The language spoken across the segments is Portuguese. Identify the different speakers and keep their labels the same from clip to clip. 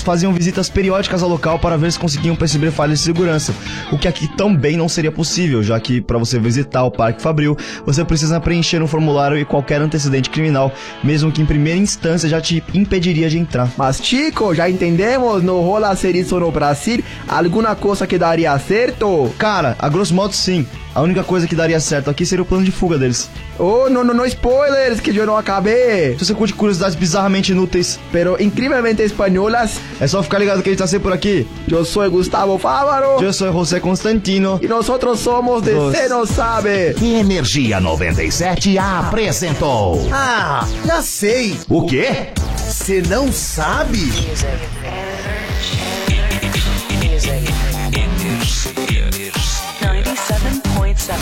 Speaker 1: faziam visitas periódicas ao local para ver se conseguiam perceber falhas de segurança, o que aqui também não seria possível, já que para você visitar o Parque Fabril, você precisa preencher um formulário e qualquer antecedente criminal, mesmo que em primeira instância já te impediria de entrar.
Speaker 2: Mas Chico, já entendemos, no rola ser isso no Brasil, alguma coisa que daria certo?
Speaker 1: Cara, a grosso modo sim. A única coisa que daria certo aqui seria o plano de fuga deles.
Speaker 2: Oh, não, não, não spoilers, que eu não acabei.
Speaker 1: Se você curte curiosidades bizarramente inúteis,
Speaker 2: pero incrivelmente espanholas,
Speaker 1: é só ficar ligado que ele tá sempre por aqui.
Speaker 2: eu sou Gustavo Fávaro.
Speaker 1: Eu sou José Constantino.
Speaker 2: E nós outros somos de
Speaker 1: Dos.
Speaker 2: Cê Não Sabe.
Speaker 3: Energia 97 apresentou.
Speaker 4: Ah, já sei.
Speaker 3: O quê?
Speaker 4: Você não sabe?
Speaker 5: Ninety-seven point seven.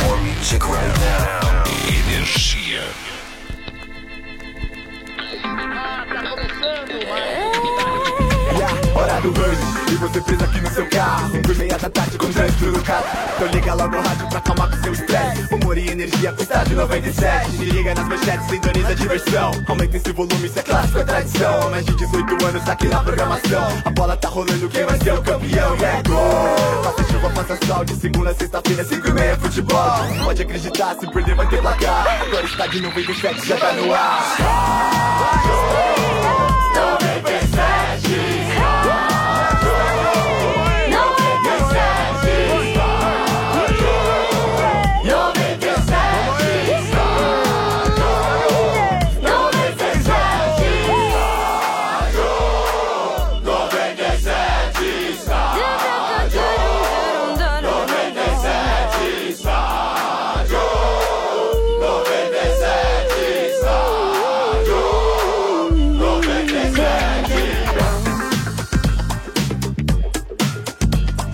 Speaker 6: Hora do Burn, e você presa aqui no seu carro. 5 e meia da tarde com trânsito no carro. Então liga logo o rádio pra acalmar com seu estresse. Humor e energia com estádio 97. Se liga nas manchetes, sintoniza a diversão. Aumenta esse volume, isso é clássico, é tradição. Há Mais de 18 anos tá aqui na programação. A bola tá rolando, quem vai ser o campeão? E é gol! Faça chuva, faça sol, de segunda a sexta-feira, 5 e meia, futebol. Pode acreditar, se perder vai ter placar. Agora está de 97, já tá no ar.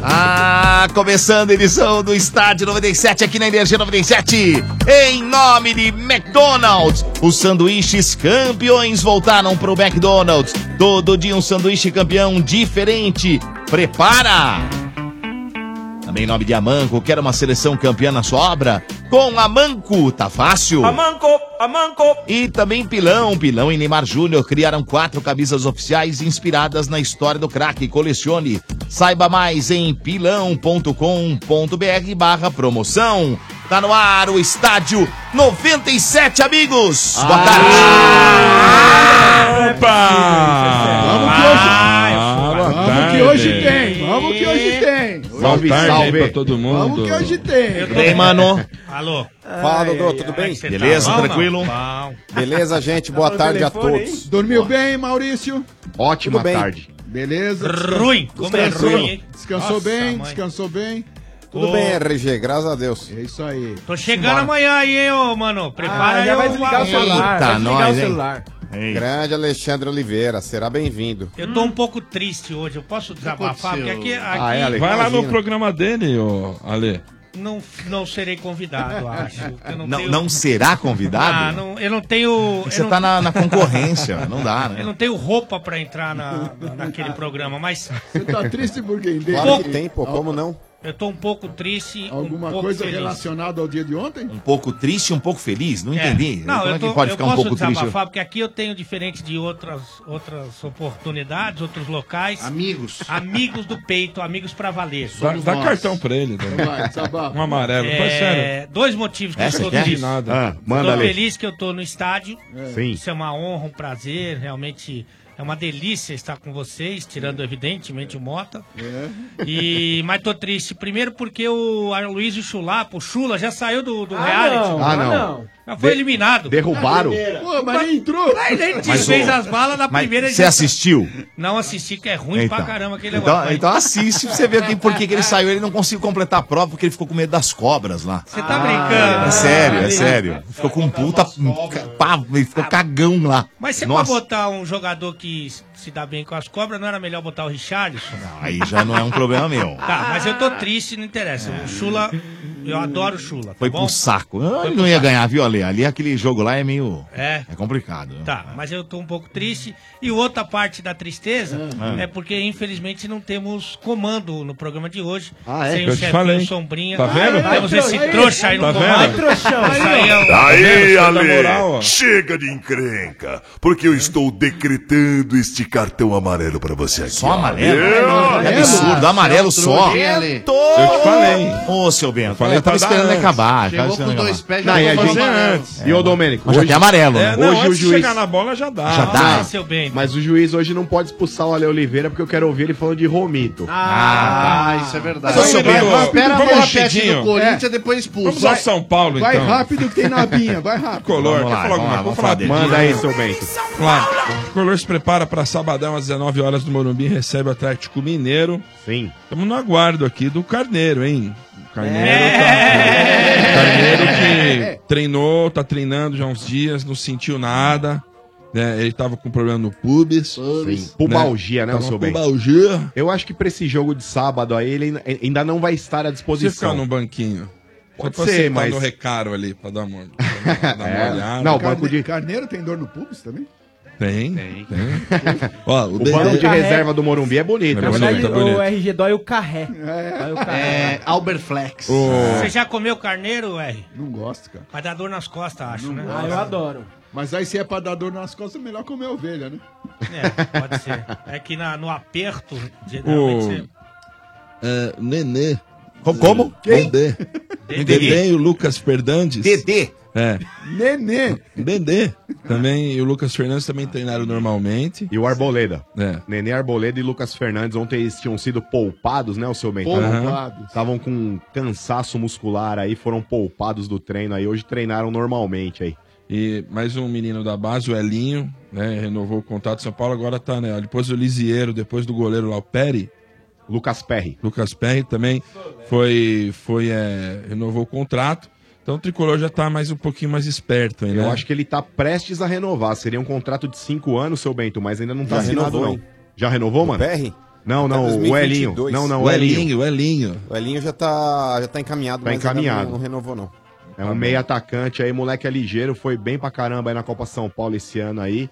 Speaker 3: Ah, começando a edição do Estádio 97 aqui na Energia 97. Em nome de McDonald's, os sanduíches campeões voltaram pro McDonald's. Todo dia um sanduíche campeão diferente. Prepara! Também em nome de Amanco, quer uma seleção campeã na sua obra? Com Amanco, tá fácil?
Speaker 7: Amanco, amanco.
Speaker 3: E também Pilão. Pilão e Neymar Júnior criaram quatro camisas oficiais inspiradas na história do craque. Colecione. Saiba mais em pilão.com.br barra promoção. Tá no ar o Estádio 97, amigos. Boa
Speaker 8: Ah,
Speaker 3: tarde.
Speaker 8: Vamos que hoje, vamos que hoje tem, vamos que hoje tem.
Speaker 9: Salve, tarde aí
Speaker 3: salve.
Speaker 9: pra todo mundo.
Speaker 8: Vamos que hoje tem.
Speaker 3: Tudo bem, mano?
Speaker 7: Alô.
Speaker 10: Fala, Dodô, tudo bem?
Speaker 3: Beleza, tranquilo?
Speaker 10: Beleza, gente? Boa tarde a todos.
Speaker 8: Dormiu bem, Maurício?
Speaker 10: Ótima tarde.
Speaker 8: Beleza?
Speaker 7: Ruim, como é ruim, hein?
Speaker 8: Descansou
Speaker 7: Nossa,
Speaker 8: bem,
Speaker 7: mãe.
Speaker 8: descansou bem.
Speaker 7: Ô,
Speaker 10: Tudo bem, RG, graças a Deus.
Speaker 8: É isso aí.
Speaker 7: Tô chegando amanhã aí, hein, ô, mano. Prepara
Speaker 2: Ah,
Speaker 7: aí,
Speaker 2: já vai
Speaker 7: ô,
Speaker 2: desligar o
Speaker 7: Mauro.
Speaker 2: celular.
Speaker 3: Eita,
Speaker 2: vai desligar
Speaker 3: nós,
Speaker 2: o
Speaker 3: hein?
Speaker 2: celular.
Speaker 10: Grande Alexandre Oliveira, será bem-vindo.
Speaker 7: Eu tô um pouco triste hoje. Eu posso desabafar? Porque aqui, aqui
Speaker 10: Ah, é, Ale?
Speaker 9: Vai lá no
Speaker 10: Imagina.
Speaker 9: programa dele, ô, Ale.
Speaker 7: não, não serei convidado, eu acho. Eu não,
Speaker 3: Não,
Speaker 7: tenho...
Speaker 3: não será convidado?
Speaker 7: Ah, não, eu não tenho.
Speaker 3: Você
Speaker 7: Eu não,
Speaker 3: tá na, na concorrência, não
Speaker 10: tá-
Speaker 3: dá,
Speaker 7: eu
Speaker 3: né?
Speaker 7: não tenho roupa pra entrar na, na- naquele programa, mas
Speaker 8: Você tá triste por quem dele?
Speaker 10: Claro que tem, pô, como não?
Speaker 7: eu tô um pouco triste. um
Speaker 8: Alguma
Speaker 7: pouco
Speaker 8: coisa
Speaker 7: feliz.
Speaker 8: relacionada ao dia de ontem?
Speaker 3: Um pouco triste, um pouco feliz? Não
Speaker 7: É.
Speaker 3: entendi.
Speaker 7: Não,
Speaker 3: Como
Speaker 7: eu,
Speaker 3: é
Speaker 7: tô,
Speaker 3: que pode
Speaker 7: eu
Speaker 3: ficar um
Speaker 7: posso
Speaker 3: pouco triste?
Speaker 7: desabafar, porque aqui eu tenho, diferente de outras, outras oportunidades, outros locais,
Speaker 10: Amigos.
Speaker 7: amigos do peito, amigos pra valer.
Speaker 9: Dá, dá
Speaker 8: nós.
Speaker 9: cartão pra ele. Dodô.
Speaker 8: Vai,
Speaker 9: Um
Speaker 8: desabafa.
Speaker 9: amarelo. Faz sério.
Speaker 7: É, dois motivos que
Speaker 3: Essa
Speaker 7: eu tô
Speaker 3: aqui é?
Speaker 7: triste.
Speaker 9: Nada.
Speaker 7: tô feliz que eu tô no estádio.
Speaker 3: Sim.
Speaker 7: Isso é uma honra, um prazer, realmente é uma delícia estar com vocês, tirando evidentemente o Mota. E, mas tô triste, primeiro porque o Aloysio Chulapa, o Chula, já saiu do, do reality.
Speaker 2: não,
Speaker 10: Ah, não.
Speaker 7: Já foi eliminado.
Speaker 3: Derrubaram?
Speaker 8: Pô, mas nem entrou.
Speaker 7: Mas ele desfez
Speaker 3: Mas, ô,
Speaker 7: as balas na
Speaker 3: Mas
Speaker 7: primeira
Speaker 3: você
Speaker 7: edição.
Speaker 3: assistiu?
Speaker 7: Não assisti, que é ruim pra caramba aquele negócio.
Speaker 3: então,
Speaker 7: mas-
Speaker 3: então assiste pra você ver que, por que, que ele saiu. Ele não conseguiu completar a prova porque ele ficou com medo das cobras lá.
Speaker 7: Você tá brincando. tá
Speaker 3: é sério, é sério. Ficou com um puta. ca- Pá, ele ficou cagão lá.
Speaker 7: Mas se é pra
Speaker 3: Nossa,
Speaker 7: botar um jogador que s- se dá bem com as cobras, não era melhor botar o Richarlison?
Speaker 3: Aí já não é um problema meu.
Speaker 7: Tá, mas eu tô triste, não interessa. O Chula, Eu adoro chula. Tá
Speaker 3: Foi
Speaker 7: bom?
Speaker 3: pro saco. Ah,
Speaker 7: Foi
Speaker 3: ele
Speaker 7: pro
Speaker 3: não ia
Speaker 7: saco.
Speaker 3: ganhar, viu, Ale? Ali aquele jogo lá é meio.
Speaker 7: É.
Speaker 3: É complicado. né?
Speaker 7: Tá, mas eu tô um pouco triste. E outra parte da tristeza
Speaker 3: Ah.
Speaker 7: é porque, infelizmente, não temos comando no programa de hoje.
Speaker 9: Ah, é?
Speaker 7: Sem
Speaker 9: Eu
Speaker 7: o
Speaker 9: te
Speaker 7: chefinho
Speaker 9: falei.
Speaker 7: Sombrinha.
Speaker 9: Tá vendo?
Speaker 7: Ah, Temos
Speaker 9: Aí,
Speaker 7: esse
Speaker 9: aí,
Speaker 7: trouxa aí no
Speaker 9: tá
Speaker 7: comando.
Speaker 9: vendo? Aí, trouxão.
Speaker 7: Isso aí é um-
Speaker 5: Aí,
Speaker 9: Tá vendo? Você dá
Speaker 5: Ale,
Speaker 9: moral, ó.
Speaker 5: chega de encrenca, porque eu estou decretando este cartão amarelo pra você aqui. Só
Speaker 3: amarelo? Que É absurdo,
Speaker 5: Ah,
Speaker 3: amarelo só.
Speaker 5: Eu te falei.
Speaker 3: Ô, seu Bento, eu
Speaker 5: falei
Speaker 3: tava
Speaker 5: pra dar
Speaker 3: esperando
Speaker 5: antes.
Speaker 3: acabar.
Speaker 5: Chegou
Speaker 3: tava
Speaker 5: com
Speaker 3: esperando
Speaker 5: dois
Speaker 3: acabar.
Speaker 5: pés,
Speaker 11: já Não, e a tomou gente- amarelo. antes. É. E o Domênico?
Speaker 3: Mas já
Speaker 11: hoje-
Speaker 3: tem amarelo, né?
Speaker 11: É, não,
Speaker 3: Hoje
Speaker 11: antes
Speaker 3: o
Speaker 11: de
Speaker 3: juiz-
Speaker 11: chegar na bola já dá.
Speaker 3: Já dá. Ah,
Speaker 7: seu bem.
Speaker 11: Mas o juiz hoje não pode expulsar o Ale Oliveira porque eu quero ouvir ele falando de Romito.
Speaker 10: tá.
Speaker 5: Ah, isso é verdade.
Speaker 11: Mas, seu Bento,
Speaker 5: espera a
Speaker 11: vamos
Speaker 5: manchete
Speaker 11: rapidinho.
Speaker 5: do Corinthians
Speaker 11: É.
Speaker 5: depois expulsa.
Speaker 11: Vamos ao São Paulo,
Speaker 5: Vai
Speaker 11: então.
Speaker 5: rápido
Speaker 11: que tem
Speaker 5: nabinha,
Speaker 11: vai rápido. Ah, Color,
Speaker 5: Vamos
Speaker 11: quer falar
Speaker 5: lá, vamos
Speaker 11: alguma
Speaker 5: lá,
Speaker 11: coisa? Vamos
Speaker 5: vamos
Speaker 11: falar
Speaker 5: falar
Speaker 11: dele.
Speaker 5: dele. Manda aí, seu
Speaker 11: Bento. Claro. O Color se prepara para sabadão às 19 horas no Morumbi, recebe o Atlético Mineiro. Sim. Estamos no aguardo aqui do Carneiro, hein? O Carneiro
Speaker 7: É.
Speaker 11: tá...
Speaker 10: É.
Speaker 11: Carneiro que treinou, tá treinando já uns dias, não sentiu nada. Né? Ele tava com problema no pubis.
Speaker 10: Sim.
Speaker 11: Pubalgia, né,
Speaker 10: Pubalgia, né,
Speaker 11: Tava com
Speaker 10: seu bem?
Speaker 11: pubalgia.
Speaker 10: Eu acho que pra esse jogo de sábado aí, ele ainda- ainda não vai estar à
Speaker 11: Você
Speaker 10: disposição.
Speaker 11: ficar num banquinho.
Speaker 10: Pode
Speaker 11: Só pra
Speaker 10: ser,
Speaker 11: você tá
Speaker 10: mas-
Speaker 11: no recaro ali, pra dar uma, pra dar uma
Speaker 10: É.
Speaker 11: olhada.
Speaker 10: Não, o banco de...
Speaker 12: Carneiro tem dor no pubis também?
Speaker 11: Tem, tem. Ó,
Speaker 10: O banco de reserva do Morumbi é bonito. né?
Speaker 13: Na verdade,
Speaker 11: tá
Speaker 10: Bonito,
Speaker 13: o
Speaker 10: bonito.
Speaker 13: RG dói o carré. Dói o carré.
Speaker 5: É, Albert Flex.
Speaker 7: Você já comeu carneiro, R?
Speaker 12: Não gosto, cara.
Speaker 7: Vai dar dor nas costas, acho, né?
Speaker 10: Ah,
Speaker 12: Mas aí se é pra dar dor nas costas, melhor comer ovelha, né?
Speaker 7: É, pode ser. É que na- no aperto, geralmente você...
Speaker 9: É, Nenê.
Speaker 3: Como?
Speaker 9: Quem? Dedê.
Speaker 7: Dedê.
Speaker 9: Dedê e o Lucas Fernandes.
Speaker 3: Dedê.
Speaker 9: É.
Speaker 12: Nenê.
Speaker 9: Dedê. Também, e o Lucas Fernandes também treinaram normalmente.
Speaker 10: E o Arboleda.
Speaker 9: É.
Speaker 10: Nenê Arboleda e Lucas Fernandes ontem eles tinham sido poupados, né, o seu Bento?
Speaker 12: Poupados.
Speaker 10: Estavam com um cansaço muscular aí, foram poupados do treino aí. Hoje treinaram normalmente aí.
Speaker 9: E mais um menino da base, o Elinho, né? Renovou o contrato. São Paulo agora tá, né? Depois do Lisieiro, depois do goleiro lá, o Peri.
Speaker 10: Lucas Perry.
Speaker 9: Lucas Perry também foi, foi é, renovou o contrato. Então o Tricolor já tá mais um pouquinho mais esperto aí, né?
Speaker 10: Eu acho que ele tá prestes a renovar. Seria um contrato de 5 anos, seu Bento, mas ainda não tá
Speaker 9: Já
Speaker 10: assinado,
Speaker 9: renovou,
Speaker 10: não. Já renovou, mano? Perry? Não, Até não, o 2022. Elinho. Não, não,
Speaker 9: O
Speaker 10: o Elinho.
Speaker 9: Elinho, o Elinho.
Speaker 10: O Elinho já tá, já tá encaminhado,
Speaker 9: mas ainda
Speaker 10: encaminhado.
Speaker 9: não- não
Speaker 10: renovou, não. É um meio atacante aí, moleque é ligeiro, foi bem pra caramba aí na Copa São Paulo esse ano aí.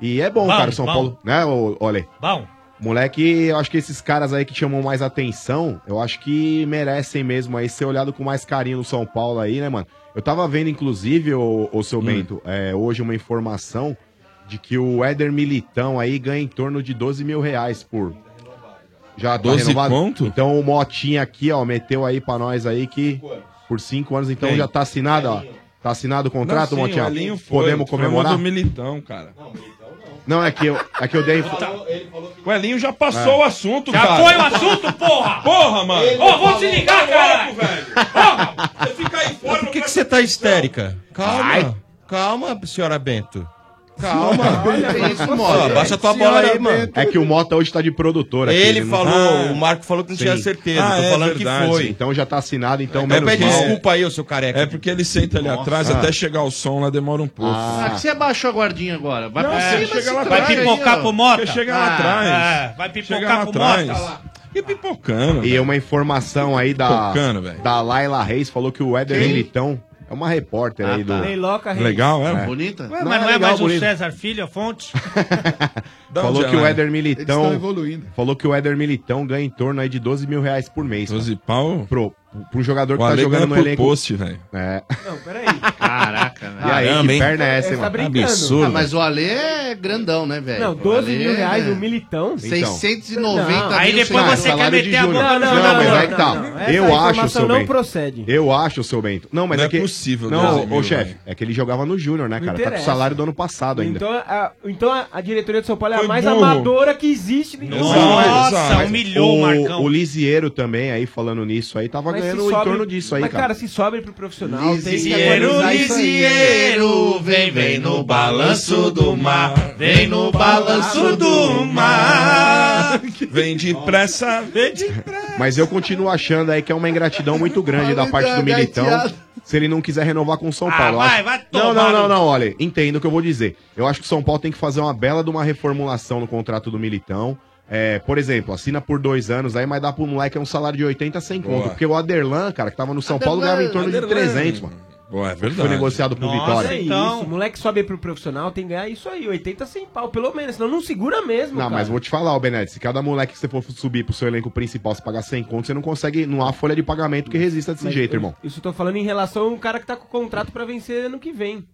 Speaker 10: E é bom,
Speaker 7: Bom,
Speaker 10: cara, o São
Speaker 7: bom.
Speaker 10: Paulo, né, ô- olha.
Speaker 7: Bom.
Speaker 10: Moleque, eu acho que esses caras aí que chamam mais atenção, eu acho que merecem mesmo aí ser olhado com mais carinho no São Paulo aí, né, mano? Eu tava vendo, inclusive, o, seu Bento, é, hoje uma informação de que o Éder Militão aí ganha em torno de 12 mil reais por. Já tá
Speaker 9: 12
Speaker 10: renovado.
Speaker 9: conto?
Speaker 10: Então o Motinha aqui, ó, meteu aí pra nós aí que por 5 anos, então
Speaker 9: Quem?
Speaker 10: já tá assinado, ó. Tá assinado o contrato,
Speaker 9: Não, sim,
Speaker 10: Motinha?
Speaker 9: o Elinho foi.
Speaker 10: Podemos
Speaker 9: Foi uma
Speaker 10: comemorar?
Speaker 9: do Militão, cara.
Speaker 10: Não, é que eu, é que eu dei.
Speaker 11: Tá.
Speaker 9: O Elinho já passou
Speaker 10: É.
Speaker 9: o assunto,
Speaker 10: Já
Speaker 9: cara.
Speaker 10: foi o
Speaker 7: assunto, porra!
Speaker 9: Porra, mano!
Speaker 7: Ô, vou te ligar, cara!
Speaker 14: Por que, que você tá histérica? Calma. Calma, senhora Bento. Calma.
Speaker 10: Olha
Speaker 14: isso, Mota. Abaixa tua bola aí, mano.
Speaker 10: É que o Mota hoje tá de produtor aqui.
Speaker 14: Ele
Speaker 10: não- Ah,
Speaker 14: falou, o Marco falou que não tinha certeza, Ah, tô é falando que foi.
Speaker 10: Então já tá assinado, então
Speaker 14: Mas
Speaker 10: menos
Speaker 14: pede
Speaker 10: mal.
Speaker 14: desculpa aí, ô seu careca.
Speaker 9: É porque ele senta ali
Speaker 14: Nossa.
Speaker 9: atrás,
Speaker 10: Ah.
Speaker 9: até chegar o som lá demora um pouco.
Speaker 5: Ah, que você abaixou a guardinha agora. Vai
Speaker 9: Não,
Speaker 5: pra É,
Speaker 9: você
Speaker 5: cima,
Speaker 9: chega lá
Speaker 5: esse
Speaker 9: atrás
Speaker 5: cara aí,
Speaker 9: pipocar
Speaker 5: ó.
Speaker 9: pro Mota? Você chega
Speaker 5: Ah,
Speaker 9: lá atrás.
Speaker 7: É, vai
Speaker 9: Chega lá
Speaker 7: pipocar pro
Speaker 9: atrás.
Speaker 7: mota lá.
Speaker 9: E pipocando.
Speaker 10: E uma informação aí da,
Speaker 9: Tocando, velho.
Speaker 10: da Laila Reis falou que o Éder
Speaker 9: Quem?
Speaker 10: Militão é uma repórter
Speaker 7: Ah,
Speaker 10: aí
Speaker 7: tá.
Speaker 10: do.
Speaker 13: Leiloca, Reis.
Speaker 9: Legal, é?
Speaker 13: Bonita?
Speaker 7: Ué, mas não é
Speaker 10: legal,
Speaker 7: mais o
Speaker 10: bonito.
Speaker 7: César Filho, a fonte?
Speaker 9: um
Speaker 7: um
Speaker 10: falou que
Speaker 9: né?
Speaker 7: né?
Speaker 10: o Éder
Speaker 12: Eles
Speaker 10: Militão.
Speaker 12: estão evoluindo.
Speaker 10: Falou que o Éder Militão ganha em torno aí de 12 mil reais por mês.
Speaker 9: 12 pau?
Speaker 10: Pro, pro jogador
Speaker 9: O
Speaker 10: que tá
Speaker 9: Ale
Speaker 10: jogando
Speaker 9: ganha
Speaker 10: no
Speaker 9: por
Speaker 10: elenco.
Speaker 9: post, velho.
Speaker 10: É.
Speaker 13: Não, peraí.
Speaker 5: Caraca, velho.
Speaker 10: E aí,
Speaker 9: Caramba,
Speaker 10: que
Speaker 9: hein?
Speaker 10: perna é essa, hein,
Speaker 13: Essa
Speaker 10: mano?
Speaker 13: brincando.
Speaker 5: Ah, mas o Ale é grandão, né, velho? é
Speaker 13: Não, 12 mil reais, um
Speaker 10: Então.
Speaker 13: militão.
Speaker 5: 690
Speaker 13: Não.
Speaker 5: Aí mil depois reais. você quer
Speaker 10: Salário de
Speaker 5: meter a
Speaker 10: júnior.
Speaker 13: boca no
Speaker 10: Não,
Speaker 13: jogo.
Speaker 10: mas
Speaker 13: Não,
Speaker 10: é que tá.
Speaker 13: não, não. Essa
Speaker 10: Eu acho,
Speaker 13: informação
Speaker 10: seu
Speaker 13: não
Speaker 10: Bento.
Speaker 13: procede.
Speaker 10: Eu acho, seu Bento. Não, mas
Speaker 9: Não
Speaker 10: é,
Speaker 9: é
Speaker 10: que...
Speaker 9: possível,
Speaker 10: Não,
Speaker 9: 12
Speaker 10: ô
Speaker 9: mil,
Speaker 10: chefe,
Speaker 9: velho.
Speaker 10: é que ele jogava no Júnior, né, cara? Tá com o
Speaker 13: interessa.
Speaker 10: salário do ano passado ainda.
Speaker 13: Então a, então a- a diretoria de São Paulo é a
Speaker 9: Foi
Speaker 13: mais
Speaker 9: burro.
Speaker 13: amadora que existe. é? no
Speaker 10: Mas o, O Lisieiro também, aí, falando nisso aí, tava
Speaker 13: Mas se
Speaker 10: ganhando em
Speaker 13: sobe-
Speaker 10: torno disso aí,
Speaker 13: mas,
Speaker 10: cara.
Speaker 13: cara, se sobe pro profissional, tem que
Speaker 14: Lisieiro,
Speaker 13: valorizar É isso aí.
Speaker 14: Lisieiro, vem, vem no balanço do mar, vem no balanço do mar.
Speaker 9: Vem depressa,
Speaker 14: vem depressa.
Speaker 10: Mas eu continuo achando aí que é uma ingratidão muito grande da
Speaker 8: é
Speaker 10: parte do Militão. Se ele não quiser renovar com o São Paulo. Eu
Speaker 7: Ah, vai,
Speaker 10: acho-
Speaker 7: vai
Speaker 10: não,
Speaker 7: tomar
Speaker 10: não, não,
Speaker 7: no-
Speaker 10: não, olha, entendo o que eu vou dizer. Eu acho que o São Paulo tem que fazer uma bela de uma reformulação no contrato do Militão. é, por exemplo, assina por dois anos aí, mas dá pro moleque um salário de 80 sem
Speaker 11: Boa.
Speaker 10: conto. Porque o Aderlan, cara, que tava no São Paulo,
Speaker 8: Aderlan,
Speaker 10: ganhava em torno
Speaker 8: Aderlan.
Speaker 10: de 300, mano.
Speaker 11: Boa, é verdade.
Speaker 10: Foi negociado pro Vitória.
Speaker 8: é isso. O moleque sobe pro profissional, tem que ganhar isso aí, 80 sem pau, pelo menos. Senão não segura mesmo,
Speaker 10: Não,
Speaker 8: cara.
Speaker 10: mas vou te falar, ô Benete, se cada moleque que você for subir pro seu elenco principal se pagar 100 conto, você não consegue, não há folha de pagamento que resista desse
Speaker 8: Mas
Speaker 10: jeito,
Speaker 8: eu-
Speaker 10: irmão.
Speaker 8: Isso eu tô falando em relação ao cara que tá com o contrato pra vencer ano que vem.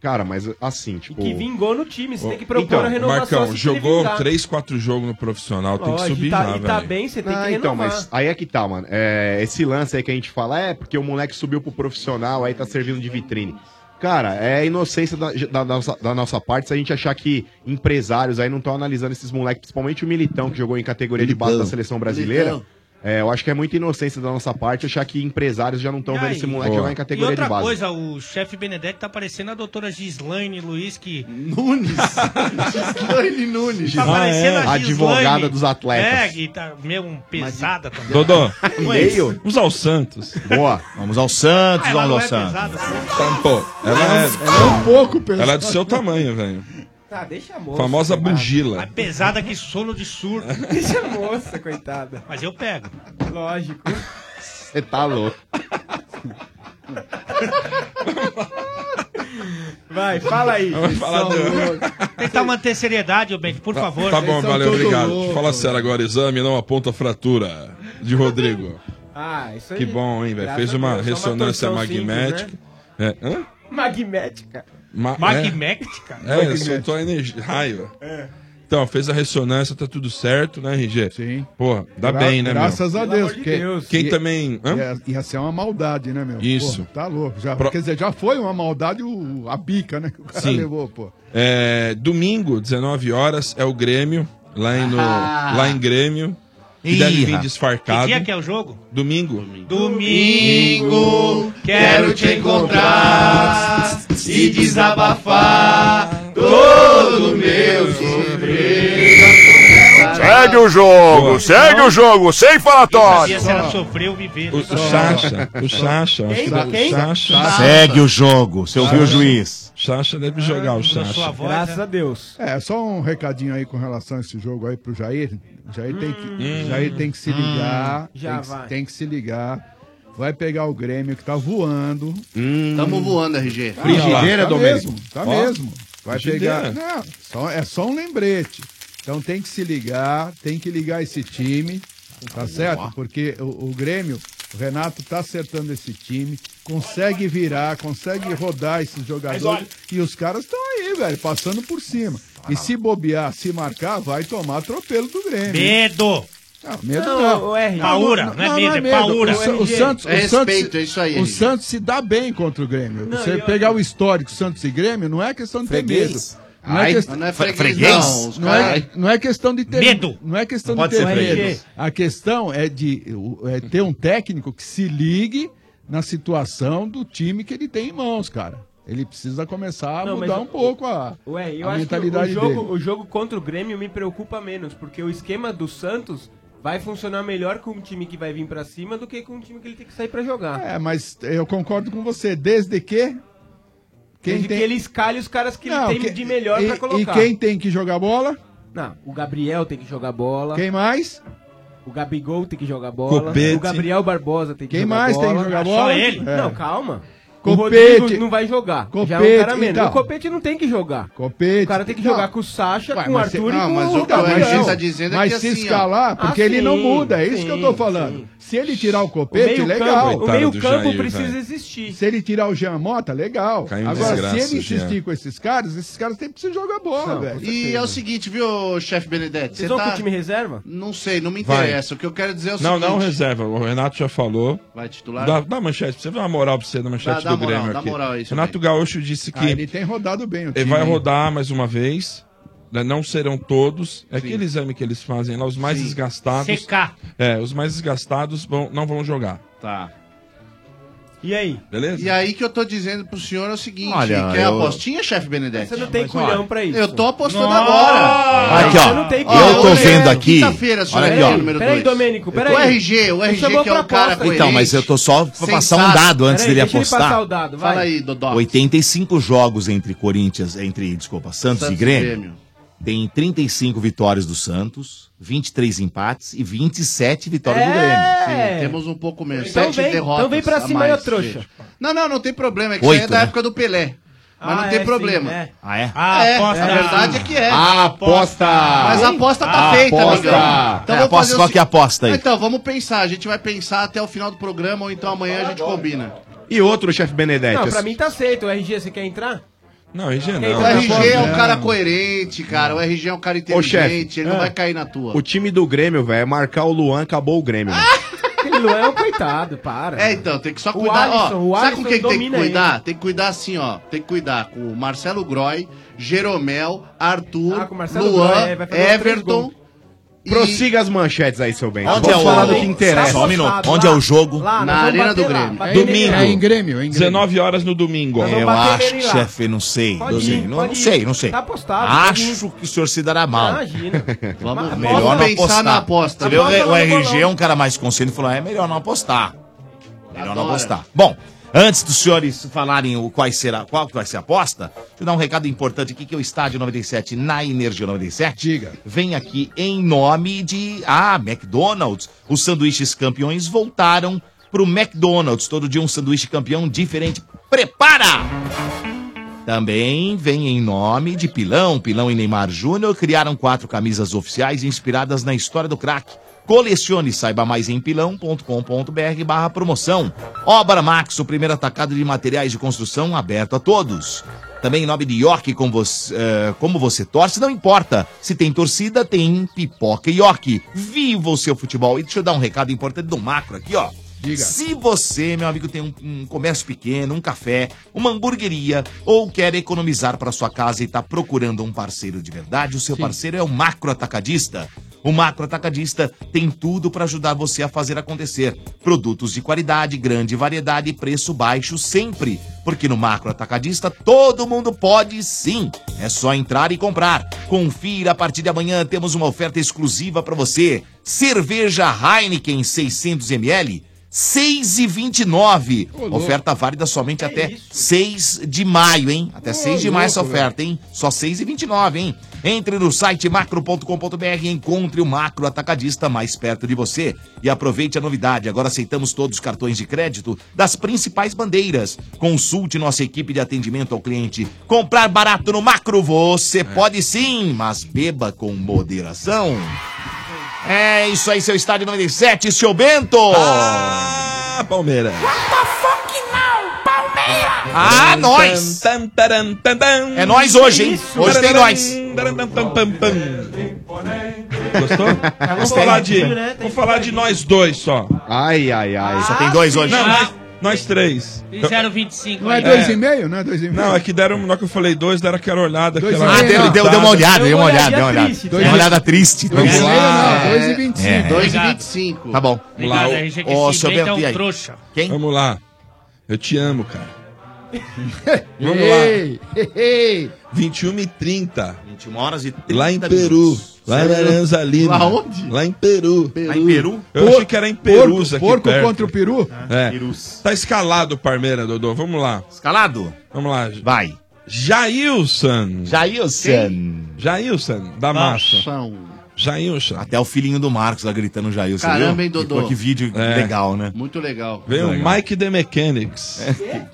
Speaker 10: Cara, mas assim, tipo...
Speaker 8: Que vingou no time, você
Speaker 10: Ô,
Speaker 8: tem que
Speaker 11: então,
Speaker 8: propor a renovação.
Speaker 10: Marcão,
Speaker 8: se
Speaker 10: jogou
Speaker 8: ele vingar.
Speaker 11: 3, 4 jogos no profissional, tem que
Speaker 8: Lógico,
Speaker 11: subir
Speaker 8: e tá-
Speaker 11: já,
Speaker 8: e tá
Speaker 11: velho.
Speaker 8: bem, você tem
Speaker 10: Ah,
Speaker 8: que
Speaker 10: então,
Speaker 8: renovar.
Speaker 10: mas aí é que tá, mano. É, esse lance aí que a gente fala é porque o moleque subiu pro profissional, aí tá servindo de vitrine. Cara, é inocência da, da nossa, da nossa parte se a gente achar que empresários aí não estão analisando esses moleques, principalmente o Militão, que jogou em categoria de base da seleção brasileira.
Speaker 15: Militão.
Speaker 10: É, eu acho que é muita inocência da nossa parte achar que empresários já não estão
Speaker 7: E
Speaker 10: vendo
Speaker 7: aí?
Speaker 10: esse moleque jogar em
Speaker 7: e
Speaker 10: categoria
Speaker 7: outra
Speaker 10: de base.
Speaker 7: coisa, o chefe Benedetti tá parecendo a doutora Gislaine Luiz que...
Speaker 4: Nunes?
Speaker 7: Gislaine Nunes. Tá
Speaker 10: Ah,
Speaker 7: parecendo
Speaker 10: é.
Speaker 7: a Gislaine.
Speaker 10: Advogada dos atletas.
Speaker 7: É, que tá meio um pesada também.
Speaker 11: Dodô,
Speaker 7: Mas-
Speaker 11: vamos ao Santos.
Speaker 10: Boa.
Speaker 3: Vamos ao Santos,
Speaker 7: Ah, ela
Speaker 11: vamos
Speaker 7: não
Speaker 11: ao Santos.
Speaker 7: é pesada.
Speaker 11: Tampou. Ela é,
Speaker 7: ela é um pouco pesada.
Speaker 11: Ela é do seu tamanho, velho.
Speaker 8: Tá, deixa a moça.
Speaker 11: Famosa
Speaker 8: coitada.
Speaker 11: bugila.
Speaker 7: É pesada que sono de surdo.
Speaker 8: Deixa a moça, coitada.
Speaker 7: Mas eu pego.
Speaker 8: Lógico.
Speaker 10: Você tá louco.
Speaker 8: Vai, fala aí.
Speaker 11: Vamos falar do-
Speaker 7: Tentar manter seriedade, ô Bento, por favor.
Speaker 11: Tá bom, valeu, obrigado. Fala sério agora, exame não aponta fratura de Rodrigo.
Speaker 8: Ah, isso aí.
Speaker 11: Que bom, hein, velho.
Speaker 8: Graças
Speaker 11: Fez
Speaker 8: a
Speaker 11: uma
Speaker 8: Deus, só
Speaker 11: ressonância
Speaker 8: torção simples,
Speaker 11: magnética.
Speaker 8: né?
Speaker 11: É, hã?
Speaker 8: Magnética.
Speaker 11: Ma-
Speaker 7: Magnética?
Speaker 11: É, é soltou a energia, raio.
Speaker 12: É.
Speaker 11: Então, fez a ressonância, tá tudo certo, né, RG? Sim. Porra, dá
Speaker 12: Gra-
Speaker 11: bem, né,
Speaker 12: Graças
Speaker 11: meu?
Speaker 12: a Deus. porque
Speaker 11: Quem
Speaker 12: i-
Speaker 11: também... hã?
Speaker 12: Ia, ia ser uma maldade, né, meu?
Speaker 11: Isso.
Speaker 12: Pô, tá louco. Já,
Speaker 11: Pro-
Speaker 12: Quer dizer, já foi uma maldade o- a bica, né? Que o cara
Speaker 11: Sim.
Speaker 12: levou, pô.
Speaker 11: É, domingo, 19 horas, é o Grêmio, lá em, no,
Speaker 7: Ah.
Speaker 11: lá em Grêmio. Que
Speaker 7: Ih,
Speaker 11: deve vir
Speaker 7: rapaz.
Speaker 11: desfarcado.
Speaker 7: Que dia que é o jogo?
Speaker 11: Domingo.
Speaker 15: Domingo, quero te encontrar e desabafar todo meu
Speaker 5: Segue o jogo, segue o jogo, sem falatório.
Speaker 7: Sabia se ela sofreu viver.
Speaker 11: O, o Sacha, o Sacha, acho que é o Sacha.
Speaker 3: Segue o jogo, seu viu o juiz.
Speaker 11: Sacha deve
Speaker 7: Ah,
Speaker 11: jogar o Sacha.
Speaker 8: Graças a Deus.
Speaker 12: É, só um recadinho aí com relação a esse jogo aí pro Jair. Jair tem que, Jair tem que se ligar.
Speaker 8: Já
Speaker 12: tem, que-
Speaker 8: vai.
Speaker 12: tem que se ligar. Vai pegar o Grêmio que tá voando.
Speaker 4: Tamo voando, RG.
Speaker 12: Hum. Tá,
Speaker 4: Frigideira,
Speaker 12: tá
Speaker 4: Domênico.
Speaker 12: mesmo, tá
Speaker 4: Ó.
Speaker 12: mesmo. Vai
Speaker 4: Frigideira.
Speaker 12: pegar. Não, só- é só um lembrete. Então tem que se ligar, tem que ligar esse time, tá certo? Porque o, o Grêmio, o Renato tá acertando esse time, consegue virar, consegue rodar esses jogadores. E os caras estão aí, velho, passando por cima. E se bobear, se marcar, vai tomar atropelo do Grêmio.
Speaker 7: Medo!
Speaker 12: Não, medo
Speaker 8: Não,
Speaker 12: não.
Speaker 8: o RG.
Speaker 7: Paura, não é medo, é paura.
Speaker 12: O, Sa- o
Speaker 7: RG.
Speaker 12: Santos,
Speaker 7: É
Speaker 12: o Santos-
Speaker 7: respeito, é isso aí,
Speaker 12: O
Speaker 7: RG.
Speaker 12: Santos se dá bem contra o Grêmio.
Speaker 4: Não,
Speaker 12: Você
Speaker 4: e eu-
Speaker 12: pegar o histórico Santos e Grêmio, não é questão de
Speaker 4: Freguês.
Speaker 12: ter medo. Não é,
Speaker 4: Ai,
Speaker 12: questão-
Speaker 4: não é freguês, Freguês? não, os
Speaker 12: Não é,
Speaker 4: caras-
Speaker 12: não é questão de ter
Speaker 4: Medo.
Speaker 12: Não é questão
Speaker 4: Não
Speaker 12: de
Speaker 4: pode
Speaker 12: ter
Speaker 4: ser
Speaker 12: medo.
Speaker 4: freguês.
Speaker 12: A questão é de o- é ter um técnico que se ligue na situação do time que ele tem em mãos, cara. Ele precisa começar a
Speaker 8: Não, mas
Speaker 12: mudar
Speaker 8: o-
Speaker 12: um pouco a,
Speaker 8: Ué, eu
Speaker 12: a
Speaker 8: acho que o
Speaker 12: mentalidade dele.
Speaker 8: jogo, o jogo contra o Grêmio me preocupa menos, porque o esquema do Santos vai funcionar melhor com um time que vai vir pra cima do que com um time que ele tem que sair pra jogar.
Speaker 12: É, mas eu concordo com você. Desde que.
Speaker 8: Quem Desde que ele escalhe os caras que ele tem
Speaker 12: que-
Speaker 8: de melhor
Speaker 12: e,
Speaker 8: pra colocar.
Speaker 12: E quem tem que jogar bola?
Speaker 8: Não, o Gabriel tem que jogar bola.
Speaker 12: Quem mais?
Speaker 8: O Gabigol tem que jogar bola.
Speaker 12: Copete.
Speaker 8: O Gabriel Barbosa tem que
Speaker 12: Quem
Speaker 8: jogar
Speaker 12: mais
Speaker 8: bola.
Speaker 12: tem que jogar
Speaker 8: Ah,
Speaker 12: bola?
Speaker 8: Só ele?
Speaker 12: É.
Speaker 8: Não, calma.
Speaker 12: Copete.
Speaker 8: O Rodrigo não vai jogar. Já é um cara
Speaker 12: Copete,
Speaker 8: menos.
Speaker 12: então.
Speaker 8: O Copete não tem que jogar.
Speaker 12: Copete.
Speaker 8: O cara tem que
Speaker 12: Não.
Speaker 8: jogar com o Sacha,
Speaker 12: Ué,
Speaker 8: com o
Speaker 12: mas se-
Speaker 8: Arthur
Speaker 12: não,
Speaker 8: e com
Speaker 12: mas
Speaker 8: o
Speaker 12: o Gabriel-
Speaker 8: Gabriel.
Speaker 4: tá
Speaker 3: tá
Speaker 12: Mas
Speaker 3: é
Speaker 12: se
Speaker 4: assim,
Speaker 3: assim,
Speaker 12: escalar, porque
Speaker 8: Ah,
Speaker 12: ele não
Speaker 8: sim,
Speaker 12: muda, é isso que eu tô
Speaker 8: sim,
Speaker 12: falando.
Speaker 8: sim.
Speaker 12: Se ele tirar o copete,
Speaker 8: meio-campo-
Speaker 12: legal.
Speaker 8: o Coitado meio-campo do Jair, precisa velho. existir.
Speaker 12: Se ele tirar o Jean Mota, legal.
Speaker 11: Caiu em
Speaker 12: Agora, se
Speaker 11: desgraça,
Speaker 12: ele
Speaker 11: Jean.
Speaker 12: insistir com esses caras, esses caras têm que jogar bola,
Speaker 4: Não,
Speaker 12: velho.
Speaker 4: E é o seguinte, viu, chefe Benedetti? tá
Speaker 8: Vocês vão com o time reserva?
Speaker 4: Não sei, não me
Speaker 11: Vai.
Speaker 4: interessa. O que eu quero dizer é o
Speaker 11: Não,
Speaker 4: seguinte.
Speaker 11: não reserva. O Renato já falou.
Speaker 4: Vai titular?
Speaker 11: Dá, dá manchete pra você ver uma moral pra você da manchete
Speaker 4: Dá- dá
Speaker 11: do
Speaker 4: moral,
Speaker 11: Grêmio
Speaker 4: dá
Speaker 11: aqui.
Speaker 4: moral aí, seu
Speaker 11: Renato Gaúcho disse que
Speaker 12: Ah, ele tem rodado bem o time.
Speaker 11: ele vai
Speaker 12: hein?
Speaker 11: rodar mais uma vez. né, Não serão todos. É aquele exame que eles fazem lá, os mais desgastados.
Speaker 7: CK.
Speaker 11: É, os mais desgastados vão- não vão jogar.
Speaker 4: Tá.
Speaker 8: E aí?
Speaker 11: Beleza?
Speaker 4: E aí que eu tô dizendo pro senhor é o seguinte:
Speaker 11: Olha,
Speaker 4: quer
Speaker 11: eu-
Speaker 4: apostinha, chefe Benedetti?
Speaker 8: Você não tem culhão pra isso.
Speaker 4: Eu tô apostando
Speaker 8: Nossa!
Speaker 4: agora.
Speaker 3: Aqui, ó.
Speaker 4: Você não tem
Speaker 3: Eu
Speaker 4: culhão.
Speaker 3: tô
Speaker 4: Olha,
Speaker 3: vendo aqui.
Speaker 4: Quinta-feira, senhor, é
Speaker 3: Olha aqui, ó.
Speaker 4: número
Speaker 8: Peraí,
Speaker 4: dois.
Speaker 8: Domênico, peraí.
Speaker 4: O RG, o
Speaker 8: Ele
Speaker 4: RG
Speaker 8: chamou
Speaker 4: que é o
Speaker 8: pra
Speaker 4: cara
Speaker 8: aposta,
Speaker 3: Então,
Speaker 4: coerente.
Speaker 3: mas eu tô só pra passar um
Speaker 4: Sensato.
Speaker 3: dado antes
Speaker 4: Peraí,
Speaker 3: dele
Speaker 4: deixa ele
Speaker 3: apostar.
Speaker 4: passar o dado, vai. Fala aí, Dodó.
Speaker 3: 85 jogos entre Corinthians, entre, desculpa, Santos,
Speaker 4: Santos
Speaker 3: e Grêmio.
Speaker 4: e Grêmio.
Speaker 3: tem 35 vitórias do Santos, 23 empates e 27 vitórias
Speaker 4: É!
Speaker 3: do Grêmio.
Speaker 4: Sim, temos um pouco menos.
Speaker 3: É. Então
Speaker 4: Sete
Speaker 3: vem-
Speaker 4: derrotas.
Speaker 3: então vem pra
Speaker 4: a
Speaker 3: cima
Speaker 4: mais,
Speaker 3: aí, ô trouxa.
Speaker 4: gente. Não, não, não tem problema. É que isso
Speaker 3: Oito,
Speaker 4: aí é da
Speaker 3: né?
Speaker 4: época do Pelé. Mas
Speaker 3: Ah,
Speaker 4: não
Speaker 3: é,
Speaker 4: tem
Speaker 3: sim,
Speaker 4: problema.
Speaker 3: é. Ah, é?
Speaker 4: Ah,
Speaker 3: É,
Speaker 4: aposta.
Speaker 3: a verdade
Speaker 4: é que é.
Speaker 3: A Ah, aposta.
Speaker 4: Mas a aposta tá
Speaker 3: A
Speaker 4: feita,
Speaker 3: aposta.
Speaker 4: amigão.
Speaker 3: É,
Speaker 4: vou
Speaker 3: aposta,
Speaker 4: fazer o
Speaker 3: qual
Speaker 4: se-
Speaker 3: que é a aposta aí?
Speaker 4: Então, vamos pensar. A gente vai pensar até o final do programa ou então amanhã a gente combina.
Speaker 10: E outro, chefe Benedetti? assim?
Speaker 13: Não, pra mim tá aceito. O RG, você quer entrar?
Speaker 9: Não, RG
Speaker 13: tá
Speaker 8: tá
Speaker 4: O
Speaker 11: né?
Speaker 4: RG é um cara coerente, cara. O RG é um cara
Speaker 10: Ô, chefe,
Speaker 4: inteligente. Ele não vai cair na tua.
Speaker 10: O time do Grêmio, velho, é marcar o Luan, acabou o Grêmio.
Speaker 13: Aquele Luan é um coitado, para.
Speaker 4: É, então, tem que só
Speaker 13: O
Speaker 4: cuidar.
Speaker 13: Alisson,
Speaker 4: ó,
Speaker 13: o
Speaker 4: sabe com quem
Speaker 13: Alisson
Speaker 4: que tem que
Speaker 13: domina
Speaker 4: cuidar?
Speaker 13: ele.
Speaker 4: Tem que cuidar assim, ó. Tem que cuidar com o Marcelo Groy, Jeromel,
Speaker 13: Ah,
Speaker 4: Arthur,
Speaker 10: Marcelo Groy, é,
Speaker 4: Luan,
Speaker 10: vai fazer uns três
Speaker 4: Everton.
Speaker 10: gols. Prossiga as manchetes aí, seu bem.
Speaker 3: Onde
Speaker 10: Vamos
Speaker 3: é o-
Speaker 10: falar do que interessa.
Speaker 3: Só um minuto. Onde é o jogo? Lá, nós
Speaker 10: Na
Speaker 3: vamos
Speaker 10: Arena do
Speaker 3: bater lá,
Speaker 10: Grêmio.
Speaker 3: bater Domingo. nele. É em
Speaker 12: Grêmio, hein?
Speaker 11: 19 horas no domingo.
Speaker 3: Eu acho, chefe, não sei.
Speaker 11: Pode
Speaker 3: não
Speaker 11: ir,
Speaker 3: sei, não,
Speaker 11: pode
Speaker 3: não
Speaker 11: ir.
Speaker 3: sei, não sei.
Speaker 11: Tá apostado,
Speaker 3: Acho que o senhor se dará mal.
Speaker 13: Imagina.
Speaker 3: Vamos
Speaker 13: Mas
Speaker 3: melhor não
Speaker 13: vamos pensar
Speaker 3: apostar.
Speaker 13: na aposta.
Speaker 3: Você vê, o,
Speaker 13: Aposta
Speaker 3: o
Speaker 13: lá no
Speaker 3: RG é
Speaker 13: bolão.
Speaker 3: um cara mais consciente e falou: é melhor não apostar. Melhor não
Speaker 13: Adora.
Speaker 3: apostar. Bom, antes dos senhores falarem o quais será, qual que vai ser a aposta, deixa eu dar um recado importante aqui que é o Estádio 97 na Energia 97. Diga. Vem aqui em nome de ah, McDonald's. Os sanduíches campeões voltaram pro McDonald's. Todo dia um sanduíche campeão diferente. Prepara! Também vem em nome de Pilão, Pilão e Neymar Júnior criaram quatro camisas oficiais inspiradas na história do craque. Colecione, saiba mais em pilão.com.br barra promoção. Obra Max, o primeiro atacado de materiais de construção aberto a todos. Também em nome de York, com você- eh, como você torce, não importa. Se tem torcida, tem pipoca e York. Viva o seu futebol. E deixa eu dar um recado importante do macro aqui, ó. Se você, meu amigo, tem um, um comércio pequeno, um café, uma hamburgueria ou quer economizar para sua casa e está procurando um parceiro de verdade, o seu parceiro é o Macro Atacadista. O Macro Atacadista tem tudo para ajudar você a fazer acontecer. Produtos de qualidade, grande variedade e preço baixo sempre. Porque no Macro Atacadista todo mundo pode sim. É só entrar e comprar. Confira a partir de amanhã temos uma oferta exclusiva para você. Cerveja Heineken 600 ml 6,29.
Speaker 11: louco. É
Speaker 3: Oferta válida somente até 6 de maio, hein? Até 6 de maio essa
Speaker 11: louco,
Speaker 3: oferta, hein? Só 6,29, hein? Entre no site macro.com.br e encontre o macro atacadista mais perto de você. E aproveite a novidade. Agora aceitamos todos os cartões de crédito das principais bandeiras. Consulte nossa equipe de atendimento ao cliente. Comprar barato no macro,
Speaker 11: É.
Speaker 3: você pode sim, mas beba com moderação. É isso aí, seu estádio 97, seu Bento! Ah,
Speaker 11: Palmeiras!
Speaker 3: Ah, nós! É nós hoje, hein? Hoje tem nós!
Speaker 11: Gostou? Vamos
Speaker 3: Gostei.
Speaker 11: falar de, vamos falar de nós dois só.
Speaker 10: Ai, ai, ai.
Speaker 11: Só
Speaker 3: tem dois hoje.
Speaker 11: Não, nós, nós três.
Speaker 7: E 0,25.
Speaker 12: Não é
Speaker 7: aí.
Speaker 12: dois e meio? Não é dois e meio?
Speaker 11: Não, é que deram, na hora que eu falei dois, deram aquela olhada. Aquela
Speaker 12: Ah, deu- deu- deu uma olhada,
Speaker 3: deu uma olhada, deu uma olhada. Deu uma olhada triste.
Speaker 11: Dois
Speaker 3: triste.
Speaker 11: e meio não,
Speaker 3: É.
Speaker 11: dois e vinte e cinco.
Speaker 3: É.
Speaker 11: Dois e vinte
Speaker 4: e cinco.
Speaker 3: Tá bom.
Speaker 11: Vamos lá,
Speaker 3: Ô, ô, seu Bento, e aí? Quem?
Speaker 11: Vamos lá. Eu te amo, cara. Vamos lá.
Speaker 12: Ei, ei, ei.
Speaker 11: 21 e 30.
Speaker 3: 21 horas e 30
Speaker 11: Lá em Peru. Lá em Aranzalina.
Speaker 3: Lá onde?
Speaker 11: Lá em Peru.
Speaker 3: Lá em Peru?
Speaker 11: Eu achei que era em Perus
Speaker 12: porco,
Speaker 11: aqui
Speaker 12: Porco
Speaker 11: perto.
Speaker 12: contra o peru?
Speaker 3: Né?
Speaker 11: É. Tá escalado o Parmeira, Dodô. Vamos lá.
Speaker 3: Escalado?
Speaker 11: Vamos lá.
Speaker 3: Vai.
Speaker 11: Jailson.
Speaker 3: Jailson.
Speaker 11: Jailson, da massa. Jailson.
Speaker 3: Até o filhinho do Marcos lá gritando Jailson. viu?
Speaker 4: Caramba, hein, Dodô?
Speaker 3: Ficou Que vídeo
Speaker 11: É.
Speaker 3: legal, né?
Speaker 4: Muito legal.
Speaker 11: Veio um o
Speaker 4: Legal.
Speaker 11: Mike The Mechanics.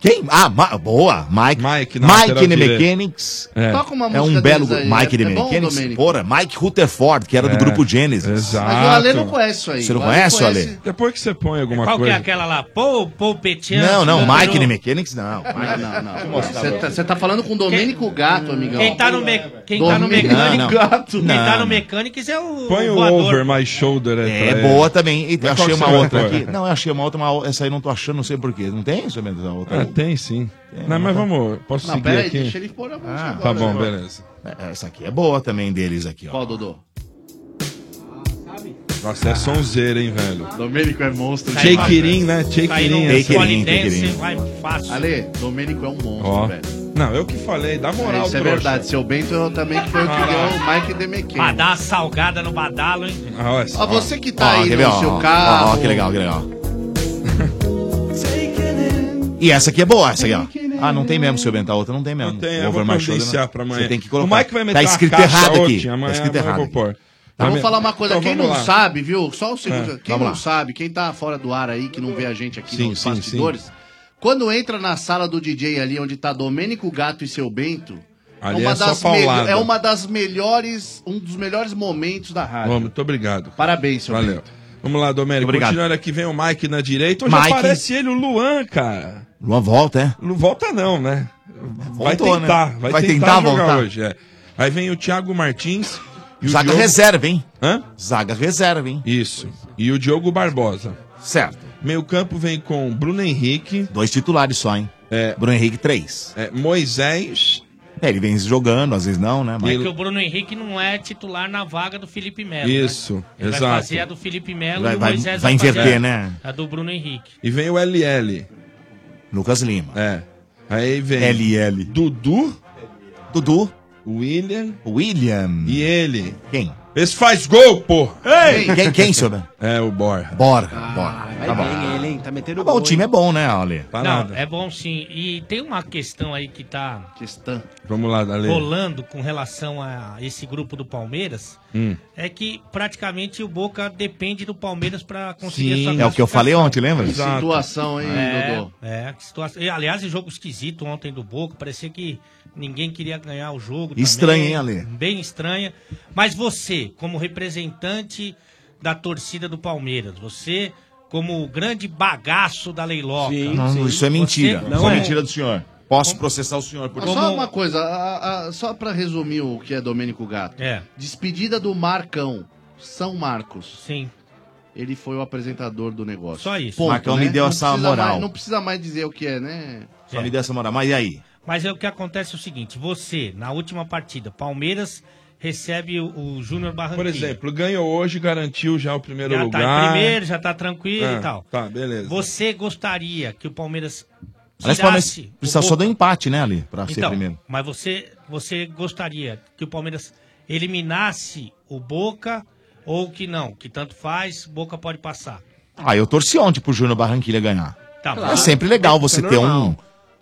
Speaker 3: Quem? Ah, Ma- boa. Mike.
Speaker 11: Mike, na
Speaker 3: Mike
Speaker 11: lateral
Speaker 3: and the
Speaker 11: direita.
Speaker 3: Mechanics.
Speaker 11: É.
Speaker 4: Toca uma
Speaker 3: é um
Speaker 4: música
Speaker 3: belo
Speaker 4: deles aí, é-
Speaker 3: Mike and the
Speaker 4: é bom,
Speaker 3: Mechanics.
Speaker 4: Domênico?
Speaker 3: Porra, Mike Rutherford, que era do
Speaker 11: É.
Speaker 3: grupo Genesis.
Speaker 11: Exato.
Speaker 4: Mas o Ale não conhece isso aí.
Speaker 3: Você não
Speaker 4: O Ale
Speaker 3: conhece, Ale?
Speaker 11: Depois que você põe alguma
Speaker 7: Qual que é
Speaker 11: coisa.
Speaker 7: aquela lá? Paul, Paul Petian.
Speaker 3: Não, não,
Speaker 7: número-
Speaker 3: Mike and the Mechanics não.
Speaker 4: Não, não, não.
Speaker 3: mostrar
Speaker 4: Você
Speaker 3: pra
Speaker 4: tá, você tá falando com o Domênico Gato, amigão.
Speaker 7: Quem tá no, me... quem tá no
Speaker 4: Domênico
Speaker 7: mecânico.
Speaker 4: Gato.
Speaker 7: Quem tá
Speaker 3: Não.
Speaker 7: no Mechanics é o
Speaker 11: Põe o
Speaker 7: voador.
Speaker 11: over my shoulder.
Speaker 3: É,
Speaker 11: pra-
Speaker 3: boa também. E
Speaker 11: Mas
Speaker 3: achei
Speaker 11: qual que
Speaker 3: uma
Speaker 11: você
Speaker 3: outra
Speaker 11: vai pôr?
Speaker 3: aqui. Não, eu achei uma outra, uma... essa aí não tô achando, não sei porquê. Não tem isso mesmo? Outra...
Speaker 11: Ah, tem sim. não, mas vamos, posso seguir aqui?
Speaker 4: pôr a
Speaker 11: Ah, tá bom, beleza.
Speaker 3: Essa aqui é boa também deles aqui, ó.
Speaker 4: Qual, Dodô?
Speaker 11: Nossa, é sonzeira, hein, velho.
Speaker 4: Domênico é monstro.
Speaker 11: Take it in, né? Take it in. essa.
Speaker 4: vai fácil. Ale, Domênico é um monstro,
Speaker 11: Ó.
Speaker 4: velho.
Speaker 11: Não, eu que falei, dá moral,
Speaker 4: Isso é
Speaker 11: trouxa.
Speaker 4: verdade. Seu Bento eu também que foi o que
Speaker 3: Ah.
Speaker 4: deu o Mike Demequim.
Speaker 7: Pra dar uma salgada no badalo, hein?
Speaker 11: Ah, olha só.
Speaker 4: Ó, você que tá aí
Speaker 3: Ó, quer
Speaker 4: no
Speaker 3: ver, ó,
Speaker 4: seu
Speaker 3: ó,
Speaker 4: carro.
Speaker 3: Ó, que legal, que legal. e essa aqui é boa, essa aqui, ó. Ah, não tem mesmo, seu Bento. A outra não tem mesmo.
Speaker 11: Não tem,
Speaker 3: O
Speaker 11: eu vou
Speaker 3: Overmar Shoulder
Speaker 11: providenciar
Speaker 3: não.
Speaker 11: pra amanhã.
Speaker 3: Você tem que colocar.
Speaker 11: O Mike vai meter
Speaker 3: tá
Speaker 11: uma
Speaker 3: escrito
Speaker 11: caixa
Speaker 3: errado
Speaker 11: hoje,
Speaker 3: aqui.
Speaker 11: amanhã-
Speaker 3: tá escrito
Speaker 11: amanhã eu
Speaker 3: errado.
Speaker 11: vou pôr.
Speaker 3: aqui.
Speaker 4: Então, vamos falar uma coisa,
Speaker 3: Então,
Speaker 4: quem
Speaker 3: vamos
Speaker 4: não
Speaker 3: lá.
Speaker 4: sabe, viu? Só um segundo.
Speaker 3: É,
Speaker 4: quem
Speaker 3: vamos
Speaker 4: não
Speaker 3: lá.
Speaker 4: sabe, quem tá fora do ar aí, que não vê a gente aqui
Speaker 3: Sim,
Speaker 4: nos
Speaker 3: sim,
Speaker 4: bastidores,
Speaker 3: sim.
Speaker 4: quando entra na sala do DJ ali, onde tá Domênico Gato e seu Bento,
Speaker 11: Ali
Speaker 4: uma
Speaker 11: é só
Speaker 4: das
Speaker 11: paulada.
Speaker 4: melho- é uma das melhores, um dos melhores momentos da rádio.
Speaker 11: Ô, muito obrigado.
Speaker 4: Parabéns, senhor.
Speaker 11: Valeu. Vamos lá, Domênico.
Speaker 3: Obrigado.
Speaker 11: Continuando aqui, vem o Mike na direita. Hoje
Speaker 3: Mike.
Speaker 11: aparece ele, o Luan, cara.
Speaker 3: Luan volta, é?
Speaker 11: Não volta não, né? Vai
Speaker 3: Voltou,
Speaker 11: tentar.
Speaker 3: né?
Speaker 11: Vai,
Speaker 3: Vai
Speaker 11: tentar,
Speaker 3: tentar
Speaker 11: jogar
Speaker 3: voltar.
Speaker 11: hoje. é. Aí vem o Thiago Martins. E
Speaker 3: Zaga reserva, hein?
Speaker 11: Hã?
Speaker 3: Zaga reserva, hein?
Speaker 11: Isso. E o Diogo Barbosa.
Speaker 3: Certo.
Speaker 11: Meio campo vem com Bruno Henrique. É.
Speaker 3: Dois titulares só, hein? Bruno Henrique, três.
Speaker 11: Moisés.
Speaker 3: É, ele vem jogando, às vezes não, né?
Speaker 7: É que o Bruno Henrique não é titular na vaga do Felipe Melo.
Speaker 11: Isso,
Speaker 7: né? Ele
Speaker 11: exato.
Speaker 7: Vai fazer a do Felipe Melo
Speaker 11: Vai-
Speaker 7: e o
Speaker 11: vai-
Speaker 7: Moisés
Speaker 11: vai
Speaker 7: fazer
Speaker 11: inverter,
Speaker 7: a-
Speaker 11: né?
Speaker 7: A do Bruno Henrique.
Speaker 11: E vem o LL.
Speaker 3: Lucas Lima.
Speaker 11: É. Aí vem.
Speaker 3: LL.
Speaker 11: Dudu.
Speaker 3: Dudu.
Speaker 11: William.
Speaker 3: William.
Speaker 11: E ele.
Speaker 3: Quem?
Speaker 11: Esse faz gol, porra!
Speaker 3: Quem? Quem- quem, seu Ben?
Speaker 11: É, o Borja. Ah.
Speaker 3: Bora,
Speaker 13: Vai
Speaker 7: Ah,
Speaker 3: Tá bom.
Speaker 13: bem ele, hein? Tá metendo
Speaker 3: Tá bom, o time é bom, né, Ale?
Speaker 7: não, é bom sim. E tem uma questão aí que tá
Speaker 4: questão.
Speaker 11: Vamos lá, Ale.
Speaker 7: rolando com relação a esse grupo do Palmeiras.
Speaker 11: Hum.
Speaker 7: É que praticamente o Boca depende do Palmeiras pra conseguir
Speaker 3: Sim.
Speaker 7: essa
Speaker 3: É o que eu falei ontem, lembra?
Speaker 4: Que situação, hein,
Speaker 7: é,
Speaker 4: Dodô?
Speaker 7: É, que situação. E, aliás, esse jogo esquisito ontem do Boca. Parecia que ninguém queria ganhar o jogo.
Speaker 3: Estranho,
Speaker 7: também.
Speaker 3: hein, Ale?
Speaker 7: Bem estranha. Mas você, como representante da torcida do Palmeiras, você, como o grande bagaço da Leiloca.
Speaker 3: Não, isso é
Speaker 7: você-
Speaker 3: mentira.
Speaker 7: Não
Speaker 3: isso é,
Speaker 7: é.
Speaker 3: mentira do senhor. Posso processar o senhor por
Speaker 4: Ah, Só uma coisa, a- a- só pra resumir o que é Domênico Gato.
Speaker 7: É.
Speaker 4: Despedida do Marcão, São Marcos.
Speaker 7: Sim.
Speaker 4: Ele foi o apresentador do negócio.
Speaker 7: Só isso.
Speaker 3: Marcão me deu essa
Speaker 4: precisa
Speaker 3: Ah, moral.
Speaker 4: mais- não precisa mais dizer o que é, né?
Speaker 3: Só me dê essa moral. Mas e aí?
Speaker 7: Mas é o que acontece é o seguinte: você, na última partida, Palmeiras recebe o, o Júnior
Speaker 11: Por
Speaker 7: Barranquilla.
Speaker 11: exemplo, ganhou hoje, garantiu já o primeiro
Speaker 7: já
Speaker 11: lugar.
Speaker 7: tá em primeiro, já tá tranquilo
Speaker 11: Ah,
Speaker 7: e tal.
Speaker 11: Tá, beleza.
Speaker 7: Você gostaria que o Palmeiras
Speaker 3: Aliás, o Palmeiras
Speaker 7: tirasse
Speaker 3: precisa
Speaker 7: o
Speaker 3: só
Speaker 7: Boca-
Speaker 3: do empate, né, Ale? Pra ser
Speaker 7: Então,
Speaker 3: primeiro.
Speaker 7: Mas você, você gostaria que o Palmeiras eliminasse o Boca ou que não? Que tanto faz, Boca pode passar.
Speaker 3: Ah, eu torci ontem pro Júnior Barranquilha ganhar.
Speaker 7: Tá,
Speaker 3: É
Speaker 7: mas-
Speaker 3: sempre legal você
Speaker 7: É
Speaker 3: ter um,
Speaker 7: normal.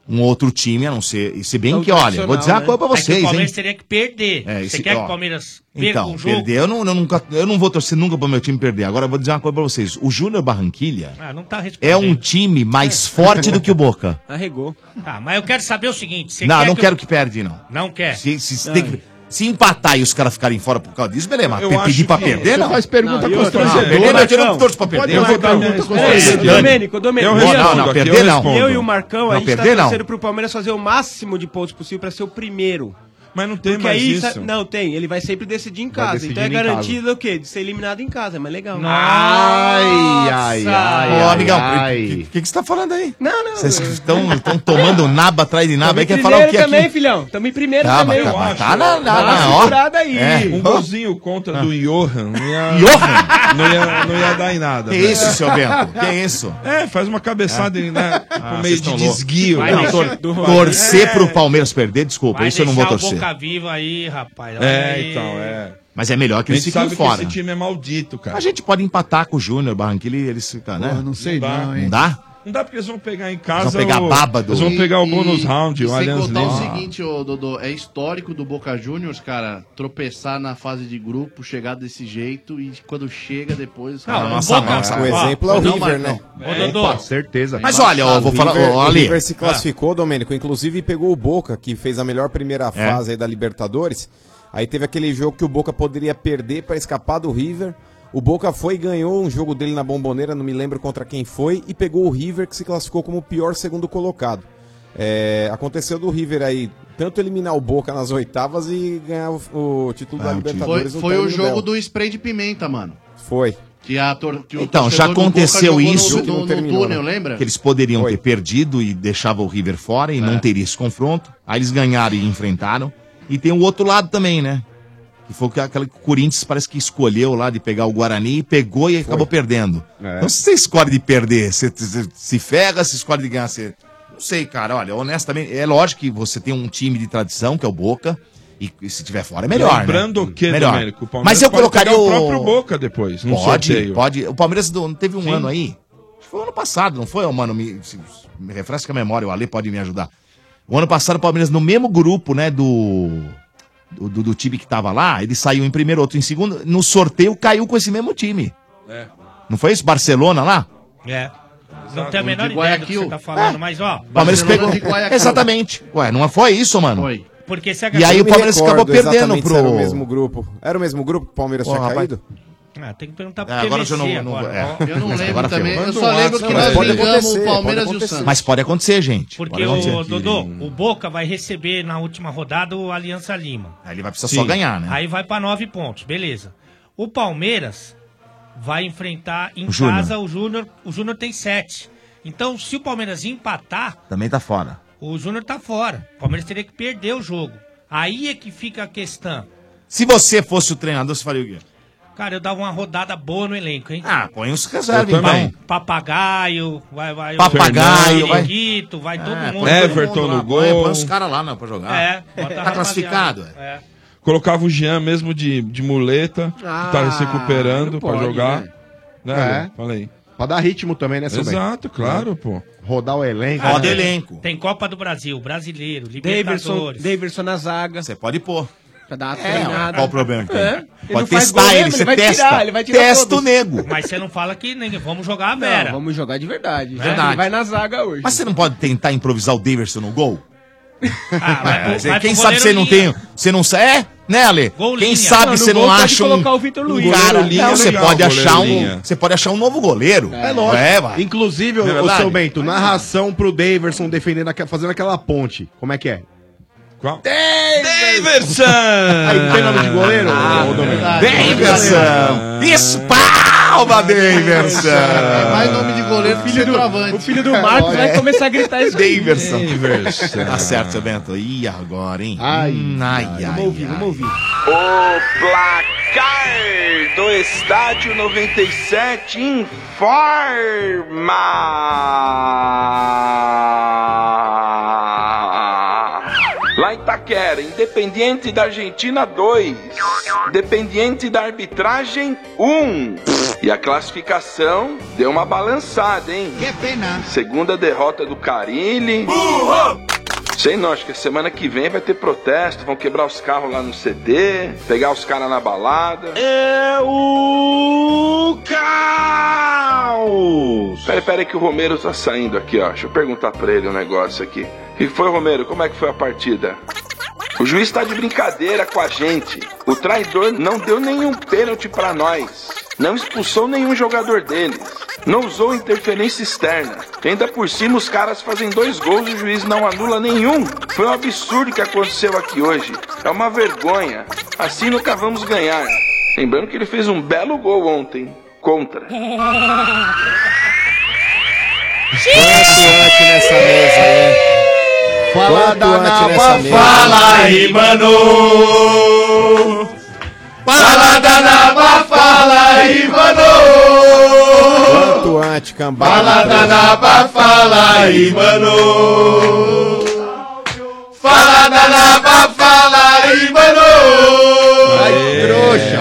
Speaker 3: um outro time, a não ser. E se bem
Speaker 7: É o
Speaker 3: que, olha, vou
Speaker 7: tradicional,
Speaker 3: dizer uma
Speaker 7: né?
Speaker 3: coisa pra
Speaker 7: É que o
Speaker 3: vocês,
Speaker 7: Palmeiras
Speaker 3: hein?
Speaker 7: teria que perder.
Speaker 3: É, esse-
Speaker 7: você quer que
Speaker 3: ó.
Speaker 7: o Palmeiras perca
Speaker 3: Então,
Speaker 7: um jogo?
Speaker 3: perder, eu não, eu, nunca, eu não vou torcer nunca pro meu time perder. Agora, eu vou dizer uma coisa pra vocês. O Júnior Barranquilha
Speaker 7: Ah, não tá respondendo.
Speaker 3: é um time mais forte do que o Boca.
Speaker 7: Arregou. Tá, mas eu quero saber o seguinte. Você
Speaker 3: não,
Speaker 7: quer
Speaker 3: não
Speaker 7: que
Speaker 3: quero
Speaker 7: eu-
Speaker 3: que perde, não.
Speaker 7: Não quer.
Speaker 3: Se, se- se tem que- se empatar e os caras ficarem fora por causa disso, beleza. Mas
Speaker 7: Eu
Speaker 3: pe-
Speaker 7: acho
Speaker 3: pedir pra
Speaker 7: que-
Speaker 3: perder,
Speaker 7: Você
Speaker 3: não.
Speaker 7: faz pergunta
Speaker 3: não,
Speaker 7: constrangedora,
Speaker 3: Não, perder, eu não
Speaker 13: Marcão.
Speaker 3: torço pra perder.
Speaker 13: Pode
Speaker 3: Eu vou
Speaker 13: dar
Speaker 3: dar
Speaker 13: pergunta
Speaker 3: um-
Speaker 13: constrangedora.
Speaker 3: Dane.
Speaker 13: Domênico, Domênico,
Speaker 3: Eu respondo, Não, não,
Speaker 13: aqui,
Speaker 3: perder não.
Speaker 13: Eu e o Marcão, a
Speaker 3: Não,
Speaker 13: gente tá
Speaker 3: perder não.
Speaker 13: torcendo pro Palmeiras fazer o máximo de pontos possível pra ser o primeiro.
Speaker 11: Mas não tem
Speaker 13: Porque
Speaker 11: mais
Speaker 13: aí,
Speaker 11: isso.
Speaker 13: sa- Não, tem. Ele vai sempre decidir em
Speaker 11: Vai
Speaker 13: casa. Então
Speaker 11: decidindo
Speaker 13: é
Speaker 11: em
Speaker 13: garantido o quê? De ser eliminado em casa. É mais legal.
Speaker 3: Ai, ai, ai. Ô, amigão, o que, que você tá falando aí?
Speaker 13: Não, não.
Speaker 3: Vocês estão estão tomando naba atrás de naba.
Speaker 13: Tamo
Speaker 3: Aí
Speaker 13: em
Speaker 3: quer falar o
Speaker 13: primeiro
Speaker 3: que
Speaker 13: também,
Speaker 3: aqui?
Speaker 13: filhão. Tamo em primeiro
Speaker 3: Tá,
Speaker 13: também.
Speaker 3: mas
Speaker 13: eu
Speaker 3: tá-
Speaker 13: acho.
Speaker 3: tá na- na-
Speaker 13: Dá uma
Speaker 3: na- ó.
Speaker 13: segurada aí.
Speaker 3: É.
Speaker 11: Um golzinho contra do Johan. Não ia,
Speaker 3: Johan?
Speaker 11: Não ia, não ia dar em nada.
Speaker 3: Que
Speaker 11: velho.
Speaker 3: isso, seu Bento? Que isso?
Speaker 11: É, faz uma cabeçada em né,
Speaker 3: Ah,
Speaker 11: por meio
Speaker 3: vocês
Speaker 11: de
Speaker 3: tão loucos.
Speaker 11: desguio.
Speaker 3: Não,
Speaker 11: né,
Speaker 3: tor-
Speaker 11: do-
Speaker 3: torcer
Speaker 11: É.
Speaker 3: pro Palmeiras perder, desculpa,
Speaker 7: Vai
Speaker 3: isso eu não vou
Speaker 7: deixar o
Speaker 3: torcer.
Speaker 7: Boca viva Tá aí, rapaz. olha
Speaker 11: É,
Speaker 7: aí.
Speaker 11: então, é.
Speaker 3: Mas é melhor que
Speaker 11: A
Speaker 3: eles
Speaker 11: gente
Speaker 3: fiquem
Speaker 11: sabe
Speaker 3: fora.
Speaker 11: que esse time é maldito, cara.
Speaker 3: A gente pode empatar com o Júnior, Barranquilla, e eles ficam, né?
Speaker 11: Porra, não sei
Speaker 3: dá.
Speaker 11: não, hein?
Speaker 3: dá?
Speaker 11: Não dá porque eles vão pegar em
Speaker 3: Eles
Speaker 11: casa.
Speaker 3: vão pegar
Speaker 11: o-
Speaker 3: baba do-
Speaker 11: Eles vão pegar o
Speaker 4: E-
Speaker 11: bônus round,
Speaker 4: e
Speaker 11: o Allianz
Speaker 4: Sem contar o
Speaker 11: Livre.
Speaker 4: seguinte, ô, Dodô, é histórico do Boca Juniors, cara, tropeçar na fase de grupo, chegar desse jeito e quando chega depois...
Speaker 3: Não, nossa, nossa,
Speaker 16: O
Speaker 3: ó,
Speaker 16: exemplo é o
Speaker 4: não,
Speaker 16: River, né?
Speaker 4: Marcão. É, opa, certeza.
Speaker 16: Mas
Speaker 4: Embaixado.
Speaker 16: olha, eu vou falar.
Speaker 4: River-
Speaker 16: ó,
Speaker 4: o
Speaker 16: ali. Ah.
Speaker 4: River
Speaker 16: se classificou, Domênico. Inclusive pegou o Boca, que fez a melhor primeira fase aí da Libertadores. Aí teve aquele jogo que o Boca poderia perder para escapar do River. O Boca foi e ganhou um jogo dele na Bomboneira, não me lembro contra quem foi, e pegou o River, que se classificou como o pior segundo colocado. É, aconteceu do River aí, tanto eliminar o Boca nas oitavas e ganhar Ah, o, o título da
Speaker 4: Foi,
Speaker 16: Libertadores. no
Speaker 4: foi o
Speaker 16: término
Speaker 4: jogo
Speaker 16: dela.
Speaker 4: do spray de pimenta, mano.
Speaker 16: Foi.
Speaker 4: Que a tor que o
Speaker 3: Então,
Speaker 4: torcedor
Speaker 3: já
Speaker 4: do Boca
Speaker 3: aconteceu
Speaker 4: jogou no-
Speaker 3: isso.
Speaker 4: No, no túnel, lembra?
Speaker 3: Que eles poderiam ter perdido e deixava o River fora e
Speaker 4: É.
Speaker 3: não teria esse confronto. Aí eles ganharam e enfrentaram. E tem o outro lado também, né? Que foi que- aquela que o Corinthians parece que escolheu lá de pegar o Guarani e pegou e acabou perdendo.
Speaker 11: É.
Speaker 10: É.
Speaker 3: Então, se você escolhe de perder, você, você se ferra, se escolhe de ganhar, você. Não sei, cara. Olha, honestamente, é lógico que você tem um time de tradição, que é o Boca, e, e se tiver fora é melhor.
Speaker 11: Lembrando
Speaker 3: né?
Speaker 11: que,
Speaker 3: melhor.
Speaker 11: Domênico, o Palmeiras
Speaker 3: Mas eu
Speaker 11: pode
Speaker 3: colocaria
Speaker 11: pegar o próprio Boca depois, num
Speaker 3: pode,
Speaker 11: sorteio.
Speaker 3: pode. O Palmeiras do- não teve um
Speaker 11: Sim.
Speaker 3: ano aí. Acho que Foi ano passado, não foi, mano? Me, se- me refresca a memória, o Ale pode me ajudar. O ano passado o Palmeiras, no mesmo grupo, né, do. Do, do- do time que tava lá, ele saiu em primeiro, outro em segundo. No sorteio caiu com esse mesmo time.
Speaker 13: É.
Speaker 3: Não foi isso? Barcelona lá?
Speaker 7: É. Não tenho a
Speaker 4: O
Speaker 7: menor
Speaker 4: de
Speaker 7: ideia do que
Speaker 4: Guayaquil.
Speaker 7: você tá falando, mas ó.
Speaker 3: O Palmeiras pegou.
Speaker 8: né?
Speaker 3: Exatamente. Ué, não foi isso, mano? Foi.
Speaker 7: Porque se a
Speaker 3: E aí o Palmeiras acabou perdendo
Speaker 16: exatamente se
Speaker 3: pro.
Speaker 16: Era o mesmo grupo. Era o mesmo grupo que o Palmeiras
Speaker 3: Pô,
Speaker 16: tinha
Speaker 3: rapaz.
Speaker 16: caído?
Speaker 7: Ah, tem que perguntar pro
Speaker 3: É, agora eu já não,
Speaker 7: PVC
Speaker 3: não-
Speaker 7: agora.
Speaker 3: é.
Speaker 7: Ó,
Speaker 3: Agora
Speaker 4: também,
Speaker 3: ferrou.
Speaker 4: eu só lembro que
Speaker 3: Manda um
Speaker 4: nós
Speaker 3: WhatsApp, pode
Speaker 4: brigamos
Speaker 3: acontecer,
Speaker 4: o
Speaker 3: pode
Speaker 4: Palmeiras e o
Speaker 3: acontecer.
Speaker 4: Santos.
Speaker 3: Mas pode acontecer, gente. Pode
Speaker 7: Porque
Speaker 3: acontecer.
Speaker 7: o Dodô, o Boca vai receber na última rodada o Aliança Lima.
Speaker 3: Aí ele vai precisar só Sim. ganhar, né?
Speaker 7: Aí vai pra nove pontos, beleza. O Palmeiras vai enfrentar em
Speaker 3: O Júnior.
Speaker 7: casa o Júnior. O Júnior tem sete. Então, se o Palmeiras empatar,
Speaker 3: Também tá fora.
Speaker 7: o Júnior tá fora. O Palmeiras teria que perder o jogo. Aí é que fica a questão.
Speaker 3: Se você fosse o treinador, você faria o quê?
Speaker 7: Cara, eu dava uma rodada boa no elenco, hein?
Speaker 3: Ah, põe os reservas, Eu também. então.
Speaker 7: Papagaio, vai, vai. o-
Speaker 3: Papagaio, vai-
Speaker 7: Periquito, vai todo
Speaker 3: É,
Speaker 7: mundo.
Speaker 3: põe todo mundo
Speaker 7: Todo mundo
Speaker 3: lá,
Speaker 7: lá.
Speaker 3: põe-
Speaker 7: Põe-
Speaker 3: É, Põe os caras lá, não, pra jogar.
Speaker 7: É, bota a
Speaker 3: Tá
Speaker 7: rapaziada.
Speaker 3: classificado, é.
Speaker 7: É.
Speaker 13: Colocava o Jean mesmo de, de muleta, que
Speaker 10: Ah,
Speaker 13: tá se recuperando
Speaker 10: não
Speaker 13: pra
Speaker 10: pode,
Speaker 13: jogar.
Speaker 10: né?
Speaker 13: Né,
Speaker 10: É.
Speaker 13: Lê? Fala aí.
Speaker 10: Pra dar ritmo também, né, seu
Speaker 13: Exato,
Speaker 10: bem?
Speaker 13: claro, pô.
Speaker 10: Rodar o elenco.
Speaker 7: Cara,
Speaker 10: né?
Speaker 7: É. Tem Copa do Brasil, Brasileiro,
Speaker 8: Davidson,
Speaker 7: Libertadores.
Speaker 8: Davidson na zaga. Você
Speaker 3: pode pôr.
Speaker 8: Pra dar uma
Speaker 7: É,
Speaker 8: treinada.
Speaker 7: qual o problema que tem?
Speaker 8: É.
Speaker 7: Pode
Speaker 8: não faz
Speaker 7: testar
Speaker 8: gol
Speaker 7: ele,
Speaker 8: mesmo,
Speaker 7: você
Speaker 8: vai
Speaker 7: testa.
Speaker 8: Tirar, ele vai tirar
Speaker 3: Testa
Speaker 8: todos. É,
Speaker 3: o nego.
Speaker 7: Mas você não fala que nem vamos jogar a
Speaker 8: Não,
Speaker 7: Vera.
Speaker 8: vamos jogar de verdade. né?
Speaker 3: Verdade.
Speaker 8: Ele vai na zaga hoje.
Speaker 3: Mas você não pode tentar improvisar o Davidson no gol? É,
Speaker 8: pro-
Speaker 3: você-
Speaker 8: Ah, vai pro
Speaker 3: quem sabe
Speaker 8: goleiro
Speaker 3: você não
Speaker 8: linha.
Speaker 3: tem. Você não sabe. É? Né, Ale?
Speaker 8: Gol
Speaker 3: quem
Speaker 8: linha.
Speaker 3: sabe
Speaker 8: Não, no
Speaker 3: você
Speaker 8: gol
Speaker 3: não
Speaker 8: pode
Speaker 3: acha um.
Speaker 8: colocar o Vitor
Speaker 3: um
Speaker 8: Luiz.
Speaker 3: Cara,
Speaker 8: Goleiro linha é
Speaker 3: você
Speaker 8: legal,
Speaker 3: pode
Speaker 10: goleiro
Speaker 3: achar um.
Speaker 10: linha.
Speaker 3: Você pode achar um novo goleiro.
Speaker 10: É lógico.
Speaker 3: vai.
Speaker 10: Inclusive,
Speaker 3: Não é
Speaker 10: o, o
Speaker 3: verdade?
Speaker 10: seu Bento, narração pro Daverson defendendo, aqua- fazendo aquela ponte. Como é que é?
Speaker 13: Qual?
Speaker 10: Daverson! Aí não tem nome de goleiro? Ah,
Speaker 3: Daverson! Espalma, Daverson! É
Speaker 4: mais nome de goleiro que centroavante. É. O filho
Speaker 8: do Marcos vai começar a gritar isso.
Speaker 3: Daverson. Tá certo, seu Bento. E agora, hein? Ai, ai, ai. Vamos ouvir, vamos ouvir.
Speaker 11: O placar do estádio 97 informa. Lá em Itaquera, Independiente da Argentina 2, Independiente da Arbitragem 1. E a classificação deu uma balançada, hein? Que pena. Segunda derrota do Carilli. Sei não, acho que a semana que vem vai ter protesto, vão quebrar os carros lá no CD, pegar os caras na balada. É o caos! Peraí, peraí que o Romero tá saindo aqui, ó. Deixa eu perguntar pra ele um negócio aqui. O que foi, Romero? Como é que foi a partida? O juiz tá de brincadeira com a gente. O traidor não deu nenhum pênalti pra nós. Não expulsou nenhum jogador deles. Não usou interferência externa. Ainda por cima os caras fazem dois gols e o juiz não anula nenhum. Foi um absurdo o que aconteceu aqui hoje. É uma vergonha. Assim nunca vamos ganhar. Lembrando que ele fez um belo gol ontem. Contra.
Speaker 5: nessa mesa,
Speaker 11: Fala da
Speaker 5: Nava, fala aí, mano. Fala da Nava, fala aí, mano.
Speaker 16: Atuante, cambá.
Speaker 5: Fala da Nava, fala aí, mano. Fala da Nava, fala aí, mano.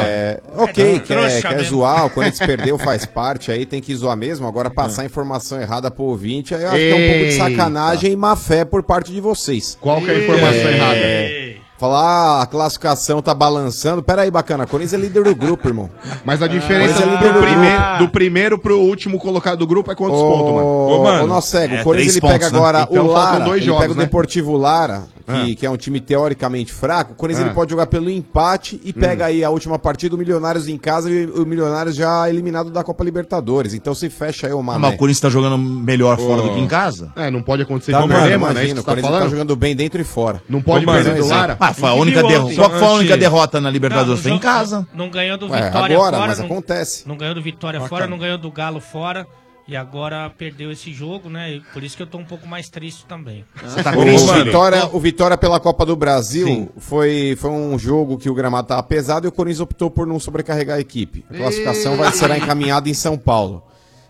Speaker 16: É, ok, quer, quer zoar, quando eles perdeu faz parte, aí tem que zoar mesmo. Agora passar informação errada pro ouvinte, aí eu acho que é um pouco de
Speaker 10: É. Eita.
Speaker 16: sacanagem e má fé por parte de vocês.
Speaker 10: Qual que é a informação errada?
Speaker 16: Falar "Ah, a classificação tá balançando. Pera aí, bacana, a Corinthians é líder do grupo, irmão.
Speaker 10: Mas a diferença
Speaker 16: Corinthians é líder
Speaker 10: do,
Speaker 16: do
Speaker 10: primeiro,
Speaker 16: grupo.
Speaker 10: do primeiro pro último colocado do grupo é quantos
Speaker 16: Ô,
Speaker 10: pontos, mano? é
Speaker 16: Ô, nosso cego,
Speaker 3: é,
Speaker 16: o Corinthians ele pega
Speaker 3: né?
Speaker 10: né?
Speaker 16: agora
Speaker 10: Então
Speaker 16: o Lara, ele pega o Deportivo Lara, que, que é um time teoricamente fraco. O Corinthians
Speaker 10: Ah. Hum.
Speaker 16: ele pode jogar pelo empate e pega aí a última partida, o Milionários em casa e o Milionários já eliminado da Copa Libertadores. Então se fecha aí o Mané.
Speaker 3: Mas o Corinthians tá jogando melhor fora do que em casa.
Speaker 10: É, não pode acontecer
Speaker 16: Tá,
Speaker 10: de
Speaker 16: mano,
Speaker 10: perder, mano. É isso que
Speaker 16: imagina, o
Speaker 10: você tá
Speaker 16: Corinthians tá
Speaker 10: falando?
Speaker 16: jogando bem dentro e fora.
Speaker 10: Não pode
Speaker 16: Ô, mano,
Speaker 10: perder do
Speaker 16: exemplo.
Speaker 10: Lara?
Speaker 3: Ah, foi a única derrota. Qual que foi a única derrota na Libertadores? Foi em casa.
Speaker 7: Não ganhou do
Speaker 16: É,
Speaker 3: Ué,
Speaker 7: Vitória
Speaker 3: agora,
Speaker 7: fora.
Speaker 3: mas
Speaker 7: não,
Speaker 16: acontece.
Speaker 7: Não ganhou do Vitória
Speaker 3: Bacana.
Speaker 7: fora, não ganhou do Galo fora. E agora perdeu esse jogo, né? E por isso que eu tô um pouco mais triste também.
Speaker 8: Ah.
Speaker 3: tá
Speaker 16: o, Vitória, o Vitória pela Copa do Brasil foi, foi um jogo que o gramado estava pesado e o Corinthians optou por não sobrecarregar a equipe. A classificação vai, será encaminhada em São Paulo.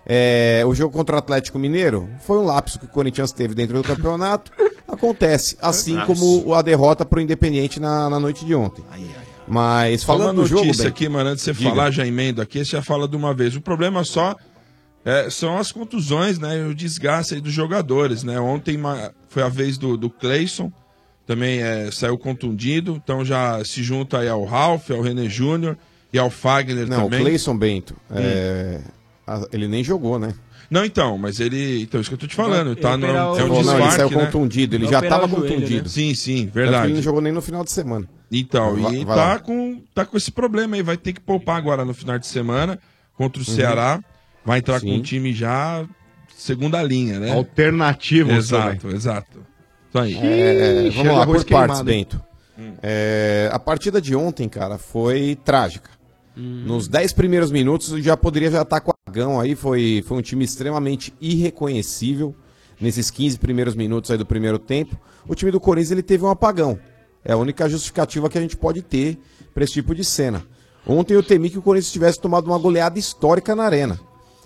Speaker 16: É, o jogo contra o Atlético Mineiro foi um lapso que o Corinthians teve dentro do campeonato. Acontece, assim
Speaker 13: Lapso.
Speaker 16: como a derrota para o Independiente na, na noite de ontem. Mas
Speaker 13: Falando
Speaker 16: falando
Speaker 13: uma
Speaker 16: do jogo,
Speaker 13: notícia
Speaker 16: Bento,
Speaker 13: aqui, mano, antes de você
Speaker 16: Diga.
Speaker 13: falar, já emendo aqui, você já fala de uma vez. O problema só
Speaker 11: é, são as contusões, né? E o desgaste aí dos jogadores, né? Ontem ma- foi a vez do, do Cleison, também é, saiu contundido, então já se junta aí ao Ralf, ao René Júnior e ao Fagner
Speaker 16: Não,
Speaker 11: também.
Speaker 16: o Cleison Bento.
Speaker 13: Hum.
Speaker 16: é, a- ele nem jogou, né?
Speaker 11: Não, então, mas ele. Então, isso que eu tô te falando.
Speaker 16: Ele
Speaker 11: Tá no,
Speaker 16: operar o-
Speaker 11: é um
Speaker 16: Não, ele
Speaker 11: desfalque,
Speaker 16: saiu
Speaker 11: né?
Speaker 16: contundido, ele Vai já operar tava o joelho, contundido. né?
Speaker 11: Sim, sim,
Speaker 16: Tanto que
Speaker 11: verdade.
Speaker 16: Ele não jogou nem no final de semana.
Speaker 11: Então,
Speaker 16: Vai-
Speaker 11: e
Speaker 16: vai
Speaker 11: tá
Speaker 16: lá.
Speaker 11: com, tá com esse problema aí. Vai ter que poupar agora no final de semana contra o
Speaker 10: Uhum.
Speaker 11: Ceará. Vai entrar com
Speaker 10: Sim.
Speaker 11: o time já segunda linha, né?
Speaker 10: Alternativo,
Speaker 11: Exato, exato. Isso aí.
Speaker 16: né? É, vamos lá, por partes, Bento.
Speaker 11: Hum.
Speaker 16: É, a partida de ontem, cara, foi trágica. Nos 10 primeiros minutos já poderia já estar com o Agão aí, foi, foi um time extremamente irreconhecível nesses 15 primeiros minutos aí do primeiro tempo. O time do Corinthians ele teve um apagão. É a única justificativa que a gente pode ter para esse tipo de cena. Ontem eu temi que o Corinthians tivesse tomado uma goleada histórica na arena.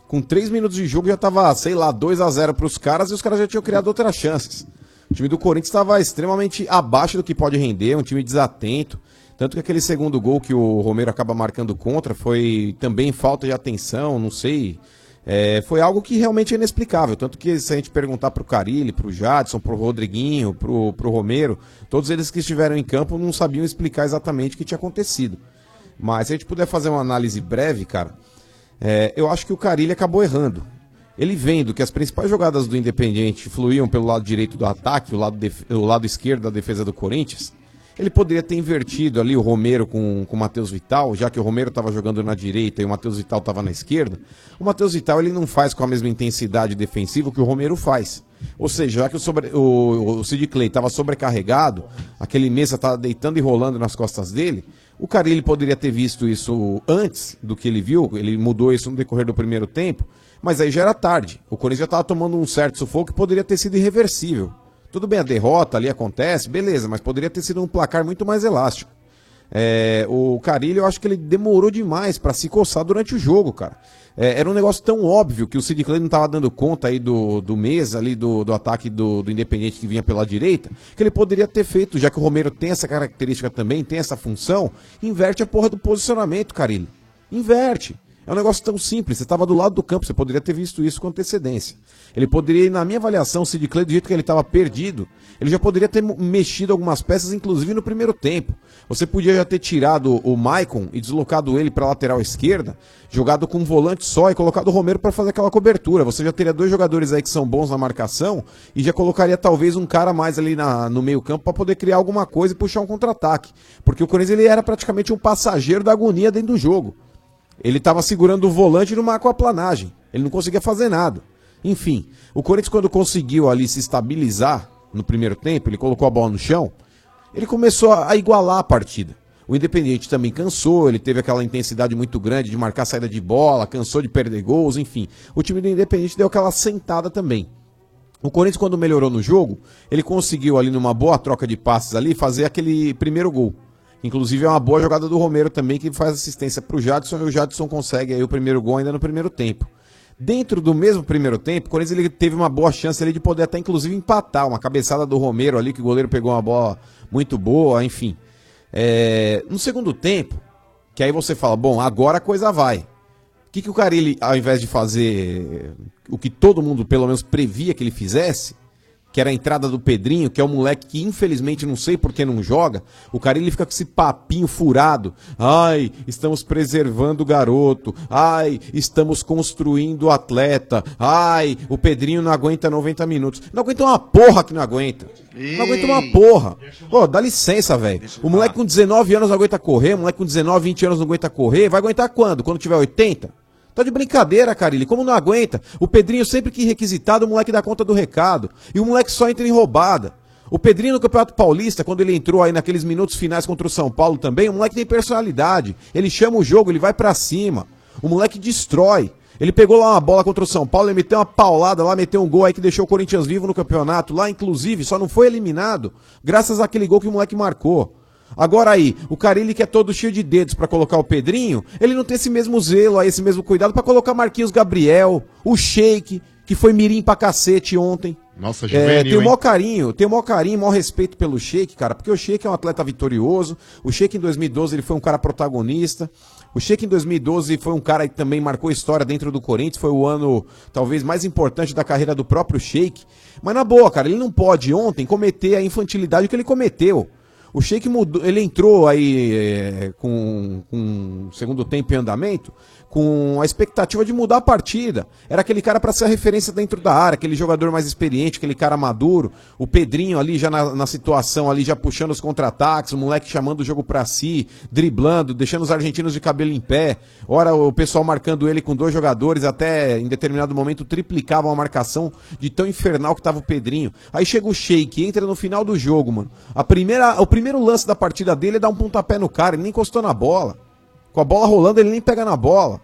Speaker 16: Com 3 minutos de jogo já tava, sei lá, 2 a 0 pros caras e os caras já tinham criado outras chances. O time do Corinthians estava extremamente abaixo do que pode render, um time desatento. Tanto que aquele segundo gol que o Romero acaba marcando contra foi também falta de atenção, não sei. É, foi algo que realmente é inexplicável. Tanto que se a gente perguntar pro Carilli, pro Jadson, pro Rodriguinho, pro, pro Romero, todos eles que estiveram em campo não sabiam explicar exatamente o que tinha acontecido. Mas se a gente puder fazer uma análise breve, cara, é, eu acho que o Carilli acabou errando. Ele vendo que as principais jogadas do Independiente fluíam pelo lado direito do ataque, o lado, def- o lado esquerdo da defesa do Corinthians, ele poderia ter invertido ali o Romero com, com o Matheus Vital, já que o Romero estava jogando na direita e o Matheus Vital estava na esquerda. O Matheus Vital ele não faz com a mesma intensidade defensiva que o Romero faz. Ou seja, já que o, sobre, o, o Sid Clay estava sobrecarregado, aquele mesa estava deitando e rolando nas costas dele, o Carilli poderia ter visto isso antes do que ele viu, ele mudou isso no decorrer do primeiro tempo, mas aí já era tarde. O Corinthians já estava tomando um certo sufoco que poderia ter sido irreversível. Tudo bem, a derrota ali acontece, beleza, mas poderia ter sido um placar muito mais elástico. É, o Carilho, eu acho que ele demorou demais pra se coçar durante o jogo, cara. É, era um negócio tão óbvio que o Sid Clay não tava dando conta aí do, do mesa ali, do, do ataque do, do Independente que vinha pela direita, que ele poderia ter feito, já que o Romero tem essa característica também, tem essa função, inverte a porra do posicionamento, Carilho. Inverte. É um negócio tão simples. Você estava do lado do campo, você poderia ter visto isso com antecedência. Ele poderia, na minha avaliação, o Sid Clay, do jeito que ele estava perdido, ele já poderia ter mo- mexido algumas peças, inclusive no primeiro tempo. Você podia já ter tirado o Maicon e deslocado ele para a lateral esquerda, jogado com um volante só e colocado o Romero para fazer aquela cobertura. Você já teria dois jogadores aí que são bons na marcação e já colocaria talvez um cara mais ali na- no meio-campo para poder criar alguma coisa e puxar um contra-ataque. Porque o Corinthians ele era praticamente um passageiro da agonia dentro do jogo. Ele estava segurando o volante numa aquaplanagem. Ele não conseguia fazer nada. Enfim, o Corinthians, quando conseguiu ali se estabilizar no primeiro tempo, ele colocou a bola no chão, ele começou a a igualar a partida. O Independiente também cansou, ele teve aquela intensidade muito grande de marcar saída de bola, cansou de perder gols, enfim. O time do Independiente deu aquela sentada também. O Corinthians, quando melhorou no jogo, ele conseguiu ali numa boa troca de passes ali fazer aquele primeiro gol. Inclusive é uma boa jogada do Romero também, que faz assistência pro Jadson e o Jadson consegue aí o primeiro gol ainda no primeiro tempo. Dentro do mesmo primeiro tempo, o Corinthians ele teve uma boa chance ali de poder até inclusive empatar, uma cabeçada do Romero ali, que o goleiro pegou uma bola muito boa, enfim. É, No segundo tempo, que aí você fala, bom, agora a coisa vai. O que, que o Carilli, ao invés de fazer eh, o que todo mundo pelo menos previa que ele fizesse, que era a entrada do Pedrinho, que é um moleque que infelizmente não sei por que não joga, o Carilli fica com esse papinho furado. Ai, estamos preservando o garoto. Ai, estamos construindo o atleta. Ai, o Pedrinho não aguenta 90 minutos. Não aguenta uma porra que não aguenta. Não aguenta uma porra. Ô, dá licença, velho. O moleque com 19 anos não aguenta correr, o moleque com 19, 20 anos não aguenta correr. Vai aguentar quando? Quando tiver 80? Tá de brincadeira, Carilli. Como não aguenta? O Pedrinho sempre que requisitado, o moleque dá conta do recado. E o moleque só entra em roubada. O Pedrinho no Campeonato Paulista, quando ele entrou aí naqueles minutos finais contra o São Paulo também, o moleque tem personalidade. Ele chama o jogo, ele vai pra cima. O moleque destrói. Ele pegou lá uma bola contra o São Paulo, ele meteu uma paulada lá, meteu um gol aí que deixou o Corinthians vivo no campeonato. Lá, inclusive, só não foi eliminado graças àquele gol que o moleque marcou. Agora aí, o Carilli que é todo cheio de dedos pra colocar o Pedrinho, ele não tem esse mesmo zelo, aí, esse mesmo cuidado pra colocar Marquinhos Gabriel, o Sheik, que foi mirim pra cacete ontem.
Speaker 10: Nossa,
Speaker 16: É,
Speaker 10: juvenil,
Speaker 16: tem o
Speaker 10: hein?
Speaker 16: maior carinho, tem o maior carinho, o maior respeito pelo Sheik, cara, porque o Sheik é um atleta vitorioso. O Sheik em 2012 ele foi um cara protagonista. O Sheik em 2012 foi um cara que também marcou história dentro do Corinthians, foi o ano talvez mais importante da carreira do próprio Sheik. Mas na boa, cara, ele não pode ontem cometer a infantilidade que ele cometeu. O Sheik mudou, ele entrou aí é, com, com segundo tempo em andamento, com a expectativa de mudar a partida. Era aquele cara para ser a referência dentro da área, aquele jogador mais experiente, aquele cara maduro, o Pedrinho ali já na, na situação ali já puxando os contra-ataques, o moleque chamando o jogo para si, driblando, deixando os argentinos de cabelo em pé. Ora o pessoal marcando ele com dois jogadores, até em determinado momento triplicavam a marcação de tão infernal que tava o Pedrinho. Aí chega o Sheik, entra no final do jogo, mano. A primeira, o primeiro lance da partida dele é dar um pontapé no cara, ele nem encostou na bola. Com a bola rolando, ele nem pega na bola.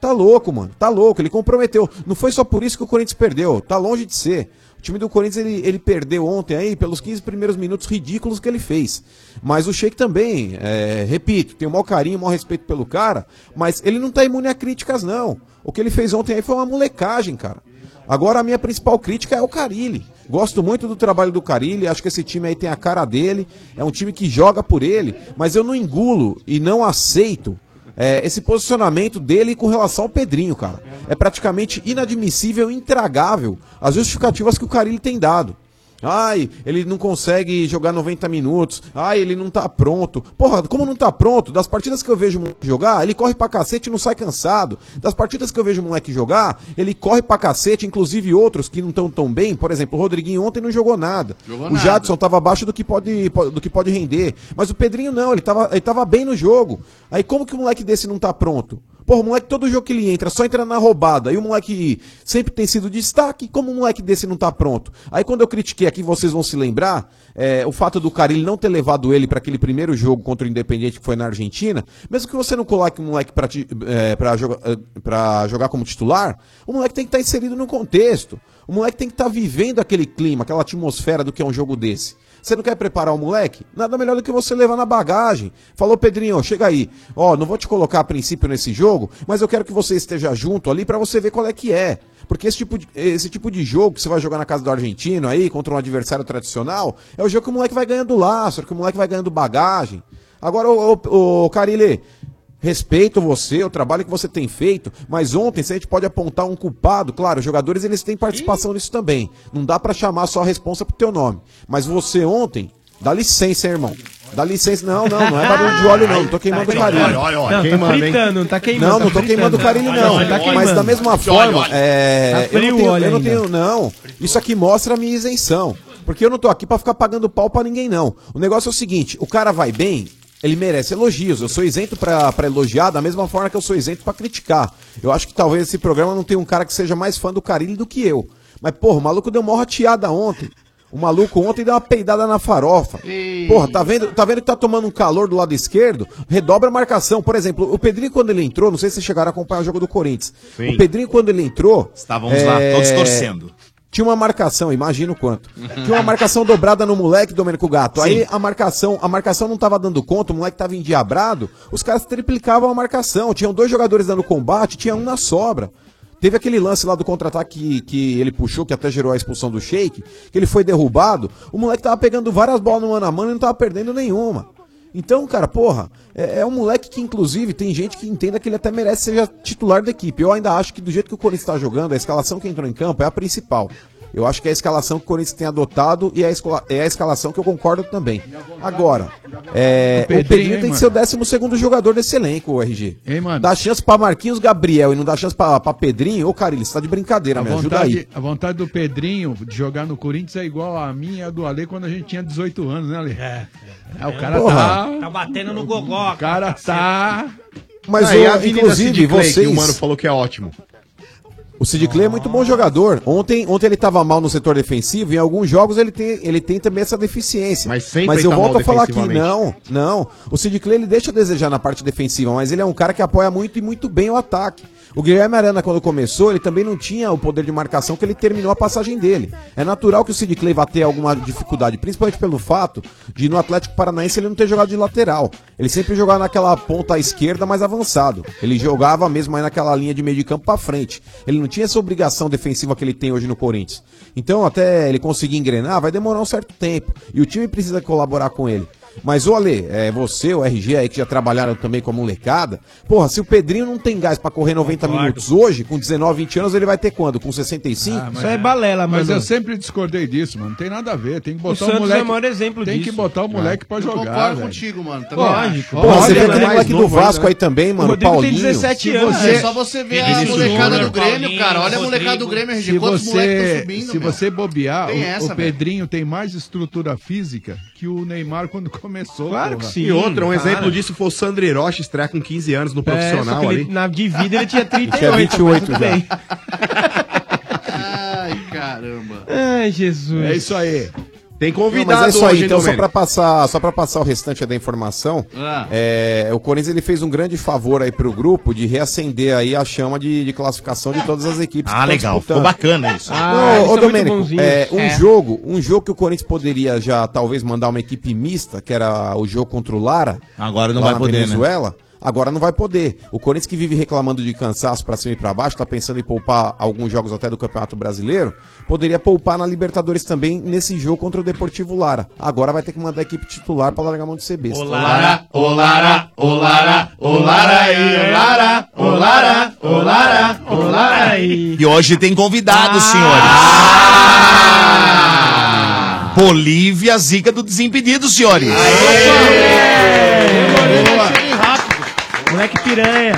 Speaker 16: Tá louco, mano. Tá louco. Ele comprometeu. Não foi só por isso que o Corinthians perdeu. Tá longe de ser. O time do Corinthians, ele, ele perdeu ontem aí pelos 15 primeiros minutos ridículos que ele fez. Mas o Sheik também, é, repito, tem o maior carinho, o maior respeito pelo cara, mas ele não tá imune a críticas, não. O que ele fez ontem aí foi uma molecagem, cara. Agora a minha principal crítica é o Carilli. Gosto muito do trabalho do Carilli, acho que esse time aí tem a cara dele, é um time que joga por ele, mas eu não engulo e não aceito é, esse posicionamento dele com relação ao Pedrinho, cara. É praticamente inadmissível, intragável as justificativas que o Carilli tem dado. Ai, ele não consegue jogar 90 minutos. Ai, ele não tá pronto. Porra, como não tá pronto? Das partidas que eu vejo o moleque jogar, ele corre pra cacete e não sai cansado. Das partidas que eu vejo o moleque jogar, ele corre pra cacete, inclusive outros que não estão tão bem. Por exemplo, o Rodriguinho ontem não jogou nada.
Speaker 4: Jogou
Speaker 16: o
Speaker 4: nada.
Speaker 16: Jadson tava abaixo do que pode, po- do que pode render. Mas o Pedrinho não, ele tava, ele tava bem no jogo. Aí como que o moleque desse não tá pronto? Porra, o moleque todo jogo que ele entra só entra na roubada. E o moleque sempre tem sido destaque. Como o moleque desse não tá pronto? Aí quando eu critiquei aqui, vocês vão se lembrar, é, o fato do Carilli não ter levado ele para aquele primeiro jogo contra o Independente que foi na Argentina, mesmo que você não coloque o moleque pra, ti- é, pra, joga- é, pra jogar como titular, o moleque tem que estar inserido no contexto. O moleque tem que estar vivendo aquele clima, aquela atmosfera do que é um jogo desse. Você não quer preparar o moleque? Nada melhor do que você levar na bagagem. Falou, Pedrinho, chega aí. Ó, não vou te colocar a princípio nesse jogo, mas eu quero que você esteja junto ali pra você ver qual é que é. Porque esse tipo, de, esse tipo de jogo que você vai jogar na casa do argentino aí, contra um adversário tradicional, é o jogo que o moleque vai ganhando laço, que o moleque vai ganhando bagagem. Agora, ô, ô, ô Carilli, Respeito você, o trabalho que você tem feito, mas ontem se a gente pode apontar um culpado, claro, os jogadores eles têm participação nisso também. Não dá pra chamar só a responsa pro teu nome. Mas você ontem, dá licença, hein, irmão. Dá licença, não, não, não é barulho de óleo não, não tô queimando o carinho.
Speaker 13: Olha, olha, olha. Não, tá fritando, não tá queimando,
Speaker 16: Não, não
Speaker 13: tá
Speaker 16: tô queimando o
Speaker 13: fritando.
Speaker 16: carinho
Speaker 13: Olha,
Speaker 16: não.
Speaker 13: olha, tá
Speaker 16: Mas
Speaker 13: queimando.
Speaker 16: da mesma
Speaker 13: Olha,
Speaker 16: forma,
Speaker 13: olha.
Speaker 16: é,
Speaker 13: Tá
Speaker 16: eu não
Speaker 13: frio o
Speaker 16: tenho,
Speaker 13: óleo
Speaker 16: eu não
Speaker 13: ainda.
Speaker 16: tenho não. Isso aqui mostra a minha isenção. Porque eu não tô aqui pra ficar pagando pau pra ninguém, não. O negócio é o seguinte: o cara vai bem, ele merece elogios. Eu sou isento pra, pra elogiar da mesma forma que eu sou isento pra criticar. Eu acho que talvez esse programa não tenha um cara que seja mais fã do Carilli do que eu. Mas, porra, o maluco deu uma rateada ontem. O maluco ontem deu uma peidada na farofa. Porra, tá vendo, tá vendo que tá tomando um calor do lado esquerdo? Redobra a marcação. Por exemplo, o Pedrinho, quando ele entrou, não sei se vocês chegaram a acompanhar o jogo do Corinthians.
Speaker 3: Sim.
Speaker 16: O Pedrinho, quando ele entrou.
Speaker 3: Estávamos lá, todos torcendo.
Speaker 16: É, Tinha uma marcação, imagina o quanto. Tinha uma marcação dobrada no moleque, Domênico Gato. Aí a marcação, a marcação não tava dando conta, o moleque tava endiabrado, os caras triplicavam a marcação. Tinham dois jogadores dando combate, tinha um na sobra. Teve aquele lance lá do contra-ataque que, que ele puxou, que até gerou a expulsão do Sheik, que ele foi derrubado, o moleque tava pegando várias bolas no mano a mano e não tava perdendo nenhuma. Então, cara, porra, é, é um moleque que, inclusive, tem gente que entenda que ele até merece ser titular da equipe. Eu ainda acho que, do jeito que o Corinthians tá jogando, a escalação que entrou em campo é a principal. Eu acho que é a escalação que o Corinthians tem adotado e é a, escola- é a escalação que eu concordo também. Agora, é,
Speaker 12: O Pedrinho,
Speaker 16: o Pedrinho
Speaker 12: hein,
Speaker 16: tem
Speaker 12: mano?
Speaker 16: que ser o 12 segundo jogador desse elenco, o RG. Dá chance pra Marquinhos Gabriel e não dá chance pra, pra Pedrinho? Ô, Carilho, você tá de brincadeira,
Speaker 12: A
Speaker 16: me ajuda
Speaker 12: vontade,
Speaker 16: aí.
Speaker 12: a vontade do Pedrinho de jogar no Corinthians é igual a minha e a do Ale quando a gente tinha 18 anos, né, Ale? É. o cara
Speaker 16: Porra.
Speaker 12: tá.
Speaker 7: Tá batendo no gogó.
Speaker 12: O cara tá.
Speaker 16: Mas,
Speaker 10: Aí
Speaker 16: ô,
Speaker 10: a Avenida
Speaker 16: inclusive,
Speaker 10: Sid Clay,
Speaker 16: vocês-
Speaker 10: que o Mano falou que é ótimo.
Speaker 16: O Sid Clay é muito bom jogador. Ontem, ontem ele estava mal no setor defensivo. Em alguns jogos ele tem, ele tem também essa deficiência. Mas
Speaker 10: sempre
Speaker 16: Mas eu
Speaker 10: tá
Speaker 16: volto
Speaker 10: mal
Speaker 16: a falar aqui, não,
Speaker 10: defensivamente.
Speaker 16: não. O Sid Clay ele deixa a desejar na parte defensiva, mas ele é um cara que apoia muito e muito bem o ataque. O Guilherme Arana, quando começou, ele também não tinha o poder de marcação que ele terminou a passagem dele. É natural que o Sid Clay vá ter alguma dificuldade, principalmente pelo fato de no Atlético Paranaense ele não ter jogado de lateral. Ele sempre jogava naquela ponta esquerda mais avançado. Ele jogava mesmo aí naquela linha de meio de campo pra frente. Ele não tinha essa obrigação defensiva que ele tem hoje no Corinthians. Então, até ele conseguir engrenar, vai demorar um certo tempo. E o time precisa colaborar com ele. Mas, ô Ale, é, você, o RG aí que já trabalharam também com a molecada, porra, se o Pedrinho não tem gás pra correr 90 minutos hoje, com 19, 20 anos, ele vai ter quando? Com 65?
Speaker 12: Ah, mas- Isso aí é balela, Mas eu sempre discordei disso, mano. Não tem nada a ver. Tem que botar o,
Speaker 16: Santos
Speaker 12: moleque.
Speaker 16: é o maior exemplo
Speaker 12: tem
Speaker 16: disso.
Speaker 12: que botar o moleque pra
Speaker 4: Eu
Speaker 12: jogar.
Speaker 4: concordo
Speaker 12: velho.
Speaker 4: contigo, mano. Também
Speaker 12: Lógico.
Speaker 4: acho.
Speaker 16: Pô, É. você tem aquele
Speaker 12: é
Speaker 16: moleque do Vasco é aí também, mano,
Speaker 12: Rodrigo tem
Speaker 16: Paulinho.
Speaker 12: 17
Speaker 16: Se
Speaker 12: anos,
Speaker 16: você-
Speaker 12: né?
Speaker 4: É só você ver a
Speaker 12: Vinícius
Speaker 4: molecada
Speaker 12: Júnior,
Speaker 4: do Grêmio,
Speaker 12: Paulinho,
Speaker 4: cara. Olha a molecada do
Speaker 12: Rodrigo.
Speaker 4: Grêmio, RG.
Speaker 12: Se
Speaker 4: Quantos moleques estão
Speaker 12: você-
Speaker 4: subindo,
Speaker 12: Se
Speaker 4: meu?
Speaker 12: você bobear,
Speaker 4: Tem
Speaker 12: o,
Speaker 4: essa,
Speaker 12: o
Speaker 4: velho.
Speaker 12: Pedrinho tem mais estrutura física que o Neymar quando começou.
Speaker 10: Claro
Speaker 12: porra.
Speaker 10: que sim. E outra, um exemplo disso foi o Sandro Hiroshi estrear com 15 anos
Speaker 16: É,
Speaker 10: no profissional
Speaker 12: só que ele-
Speaker 10: ali.
Speaker 12: na-
Speaker 13: de vida ele tinha 38.
Speaker 10: Tinha 28
Speaker 13: mas tudo
Speaker 10: já.
Speaker 13: bem.
Speaker 4: Ai, caramba.
Speaker 13: Ai, Jesus.
Speaker 12: É isso aí.
Speaker 10: Tem
Speaker 16: Não, mas é isso aí,
Speaker 12: né,
Speaker 16: então só
Speaker 10: Domênico.
Speaker 16: pra, passar, só pra passar o restante da informação,
Speaker 10: Ah.
Speaker 16: é, o Corinthians ele fez um grande favor aí pro grupo de reacender aí a chama de, de classificação de todas as equipes.
Speaker 3: Ah, legal. Ficou bacana isso.
Speaker 16: Ah,
Speaker 3: Ah,
Speaker 16: ô,
Speaker 3: eles são muito
Speaker 16: Domênico,
Speaker 3: bonzinhos.
Speaker 16: é, um,
Speaker 3: É.
Speaker 16: Jogo, um jogo que o Corinthians poderia já talvez mandar uma equipe mista, que era o jogo contra o Lara.
Speaker 3: Agora não
Speaker 16: lá
Speaker 3: vai
Speaker 16: na
Speaker 3: poder, né?
Speaker 16: Venezuela, agora não vai poder. O Corinthians que vive reclamando de cansaço pra cima e pra baixo, tá pensando em poupar alguns jogos até do Campeonato Brasileiro, poderia poupar na Libertadores também nesse jogo contra o Deportivo Lara. Agora vai ter que mandar a equipe titular pra largar a mão de ser besta.
Speaker 14: Olara, olara, olara, olara e olara, olara, olara, olara e...
Speaker 3: E hoje tem convidados, senhores. Bolívia, zica do desimpedido, senhores.
Speaker 17: Moleque piranha.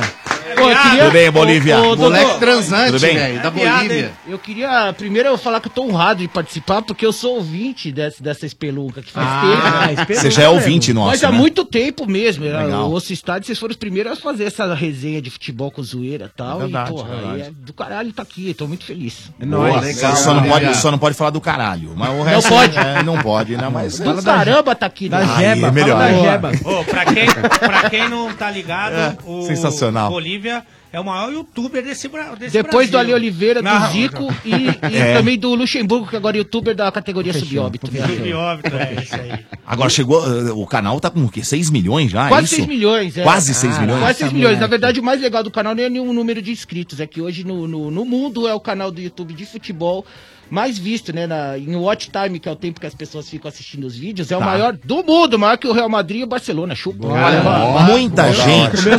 Speaker 3: Tudo bem, Bolívia? Moleque transante,
Speaker 17: Tudo bem?
Speaker 3: velho, da
Speaker 17: Piada,
Speaker 3: Bolívia.
Speaker 17: hein? Eu queria, primeiro eu falar que eu tô honrado de participar, porque eu sou ouvinte dessa, dessa espeluca que
Speaker 3: Ah,
Speaker 17: faz tempo. né?
Speaker 3: espeluca Você já é ouvinte
Speaker 17: mesmo.
Speaker 3: nosso,
Speaker 17: Mas há
Speaker 3: né?
Speaker 17: muito tempo mesmo. Eu,
Speaker 3: Legal.
Speaker 17: eu ouço estádio, vocês foram os primeiros a fazer essa resenha de futebol com zoeira e tal.
Speaker 3: Verdade,
Speaker 17: e, porra,
Speaker 3: verdade.
Speaker 17: é do caralho tá aqui, tô muito feliz.
Speaker 3: Boa, legal. Só não,
Speaker 17: né?
Speaker 3: pode, só não pode falar do caralho. Mas o resto
Speaker 17: pode.
Speaker 3: é, não pode, né? Mas
Speaker 17: Fala da Caramba, tá aqui.
Speaker 3: Da
Speaker 17: né?
Speaker 3: Aí, jeba, é melhor. fala da jeba.
Speaker 7: Ô, pra, quem, pra quem não tá ligado,
Speaker 3: É,
Speaker 7: o
Speaker 3: sensacional.
Speaker 7: Bolívia é o maior youtuber desse, Bra- desse
Speaker 17: Depois do Ale
Speaker 7: Brasil. Ah,
Speaker 17: Oliveira, do
Speaker 7: Não,
Speaker 17: Zico
Speaker 7: não.
Speaker 17: e, e
Speaker 3: É.
Speaker 17: também do Luxemburgo, que agora é youtuber da categoria subóbito.
Speaker 7: Subóbito, é isso aí.
Speaker 3: Agora chegou. eh, O canal tá com o quê? 6 milhões já? é
Speaker 17: Quase
Speaker 3: isso?
Speaker 17: 6 milhões, é.
Speaker 3: Quase 6 milhões.
Speaker 17: Quase 6 milhões. Na verdade, o mais legal do canal nem é nenhum número de inscritos. É que hoje no, no, no mundo é o canal do YouTube de futebol mais visto, né? Na, em watch time, que é o tempo que as pessoas ficam assistindo os vídeos, é o
Speaker 3: Tá.
Speaker 17: maior do mundo, maior que o Real Madrid e o Barcelona. Chupa.
Speaker 3: Cara,
Speaker 17: Olha,
Speaker 3: muita
Speaker 17: olha,
Speaker 3: gente.
Speaker 17: olha.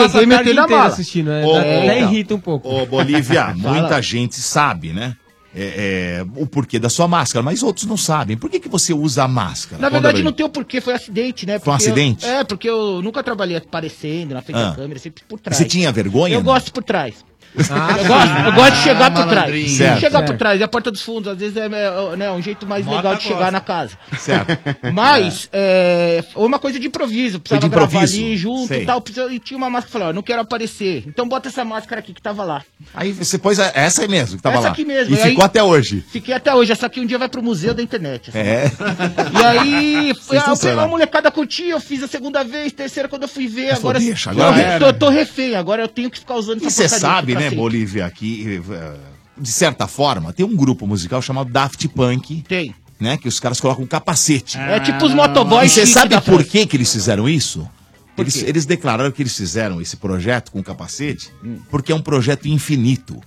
Speaker 17: Chegou e meteu na mala.
Speaker 3: Ô,
Speaker 13: até
Speaker 3: então.
Speaker 13: irrita um pouco.
Speaker 3: Ô, Bolívia,
Speaker 13: Fala.
Speaker 3: muita gente sabe, né? É, é, o porquê da sua máscara, mas outros não sabem. Por que, que você usa a máscara?
Speaker 17: Na
Speaker 3: Conta pra
Speaker 17: verdade,
Speaker 3: gente.
Speaker 17: não tem o porquê, foi um acidente, né?
Speaker 3: Foi um
Speaker 17: Porque eu-
Speaker 3: acidente?
Speaker 17: é, porque eu nunca trabalhei aparecendo na frente
Speaker 3: Ah.
Speaker 17: da câmera, sempre por
Speaker 3: E
Speaker 17: trás.
Speaker 3: Você tinha vergonha?
Speaker 17: Eu
Speaker 3: não?
Speaker 17: gosto por trás.
Speaker 3: Ah,
Speaker 17: eu,
Speaker 3: tá.
Speaker 17: gosto, eu gosto de chegar
Speaker 3: Ah,
Speaker 17: por trás.
Speaker 3: malandrinho. Certo.
Speaker 17: chegar por
Speaker 3: Certo.
Speaker 17: trás. É a porta dos fundos, às vezes é é, né, um jeito mais
Speaker 3: Mota
Speaker 17: legal de chegar
Speaker 3: gosta.
Speaker 17: na casa.
Speaker 3: Certo.
Speaker 17: Mas é, foi uma coisa de improviso. Precisava
Speaker 3: Foi de improviso?
Speaker 17: gravar ali junto
Speaker 3: Sei.
Speaker 17: e tal. precisa- E tinha uma máscara que falou, ó, não quero aparecer. Então bota essa máscara aqui que tava lá.
Speaker 3: Aí você pôs a- essa aí mesmo que tava
Speaker 17: Essa
Speaker 3: lá.
Speaker 17: aqui mesmo,
Speaker 3: E
Speaker 17: e aí-
Speaker 3: ficou até hoje.
Speaker 17: Fiquei até hoje, essa aqui um dia vai pro museu da internet. essa
Speaker 3: É.
Speaker 17: e aí, foi, ah, eu falei,
Speaker 3: Sensacional.
Speaker 17: a molecada curtia, eu fiz a segunda vez, terceira quando eu fui ver,
Speaker 3: Ela falou,
Speaker 17: agora,
Speaker 3: "Deixa, É agora
Speaker 17: eu
Speaker 3: era."
Speaker 17: tô, tô refém, agora eu tenho que ficar usando
Speaker 3: E você
Speaker 17: porcaria assim.
Speaker 3: sabe,
Speaker 17: pra
Speaker 3: né,
Speaker 17: sempre.
Speaker 3: Bolívia, que eh, de certa forma tem um grupo musical chamado Daft Punk.
Speaker 17: Tem.
Speaker 3: Né, que os caras colocam um capacete.
Speaker 17: É tipo os motoboys
Speaker 3: E você
Speaker 17: chique
Speaker 3: sabe
Speaker 17: da
Speaker 3: por
Speaker 17: França.
Speaker 3: que, que eles fizeram isso?
Speaker 17: Por
Speaker 3: Eles,
Speaker 17: quê?
Speaker 3: eles declararam que eles fizeram esse projeto com capacete
Speaker 17: Hum.
Speaker 3: porque é um projeto infinito.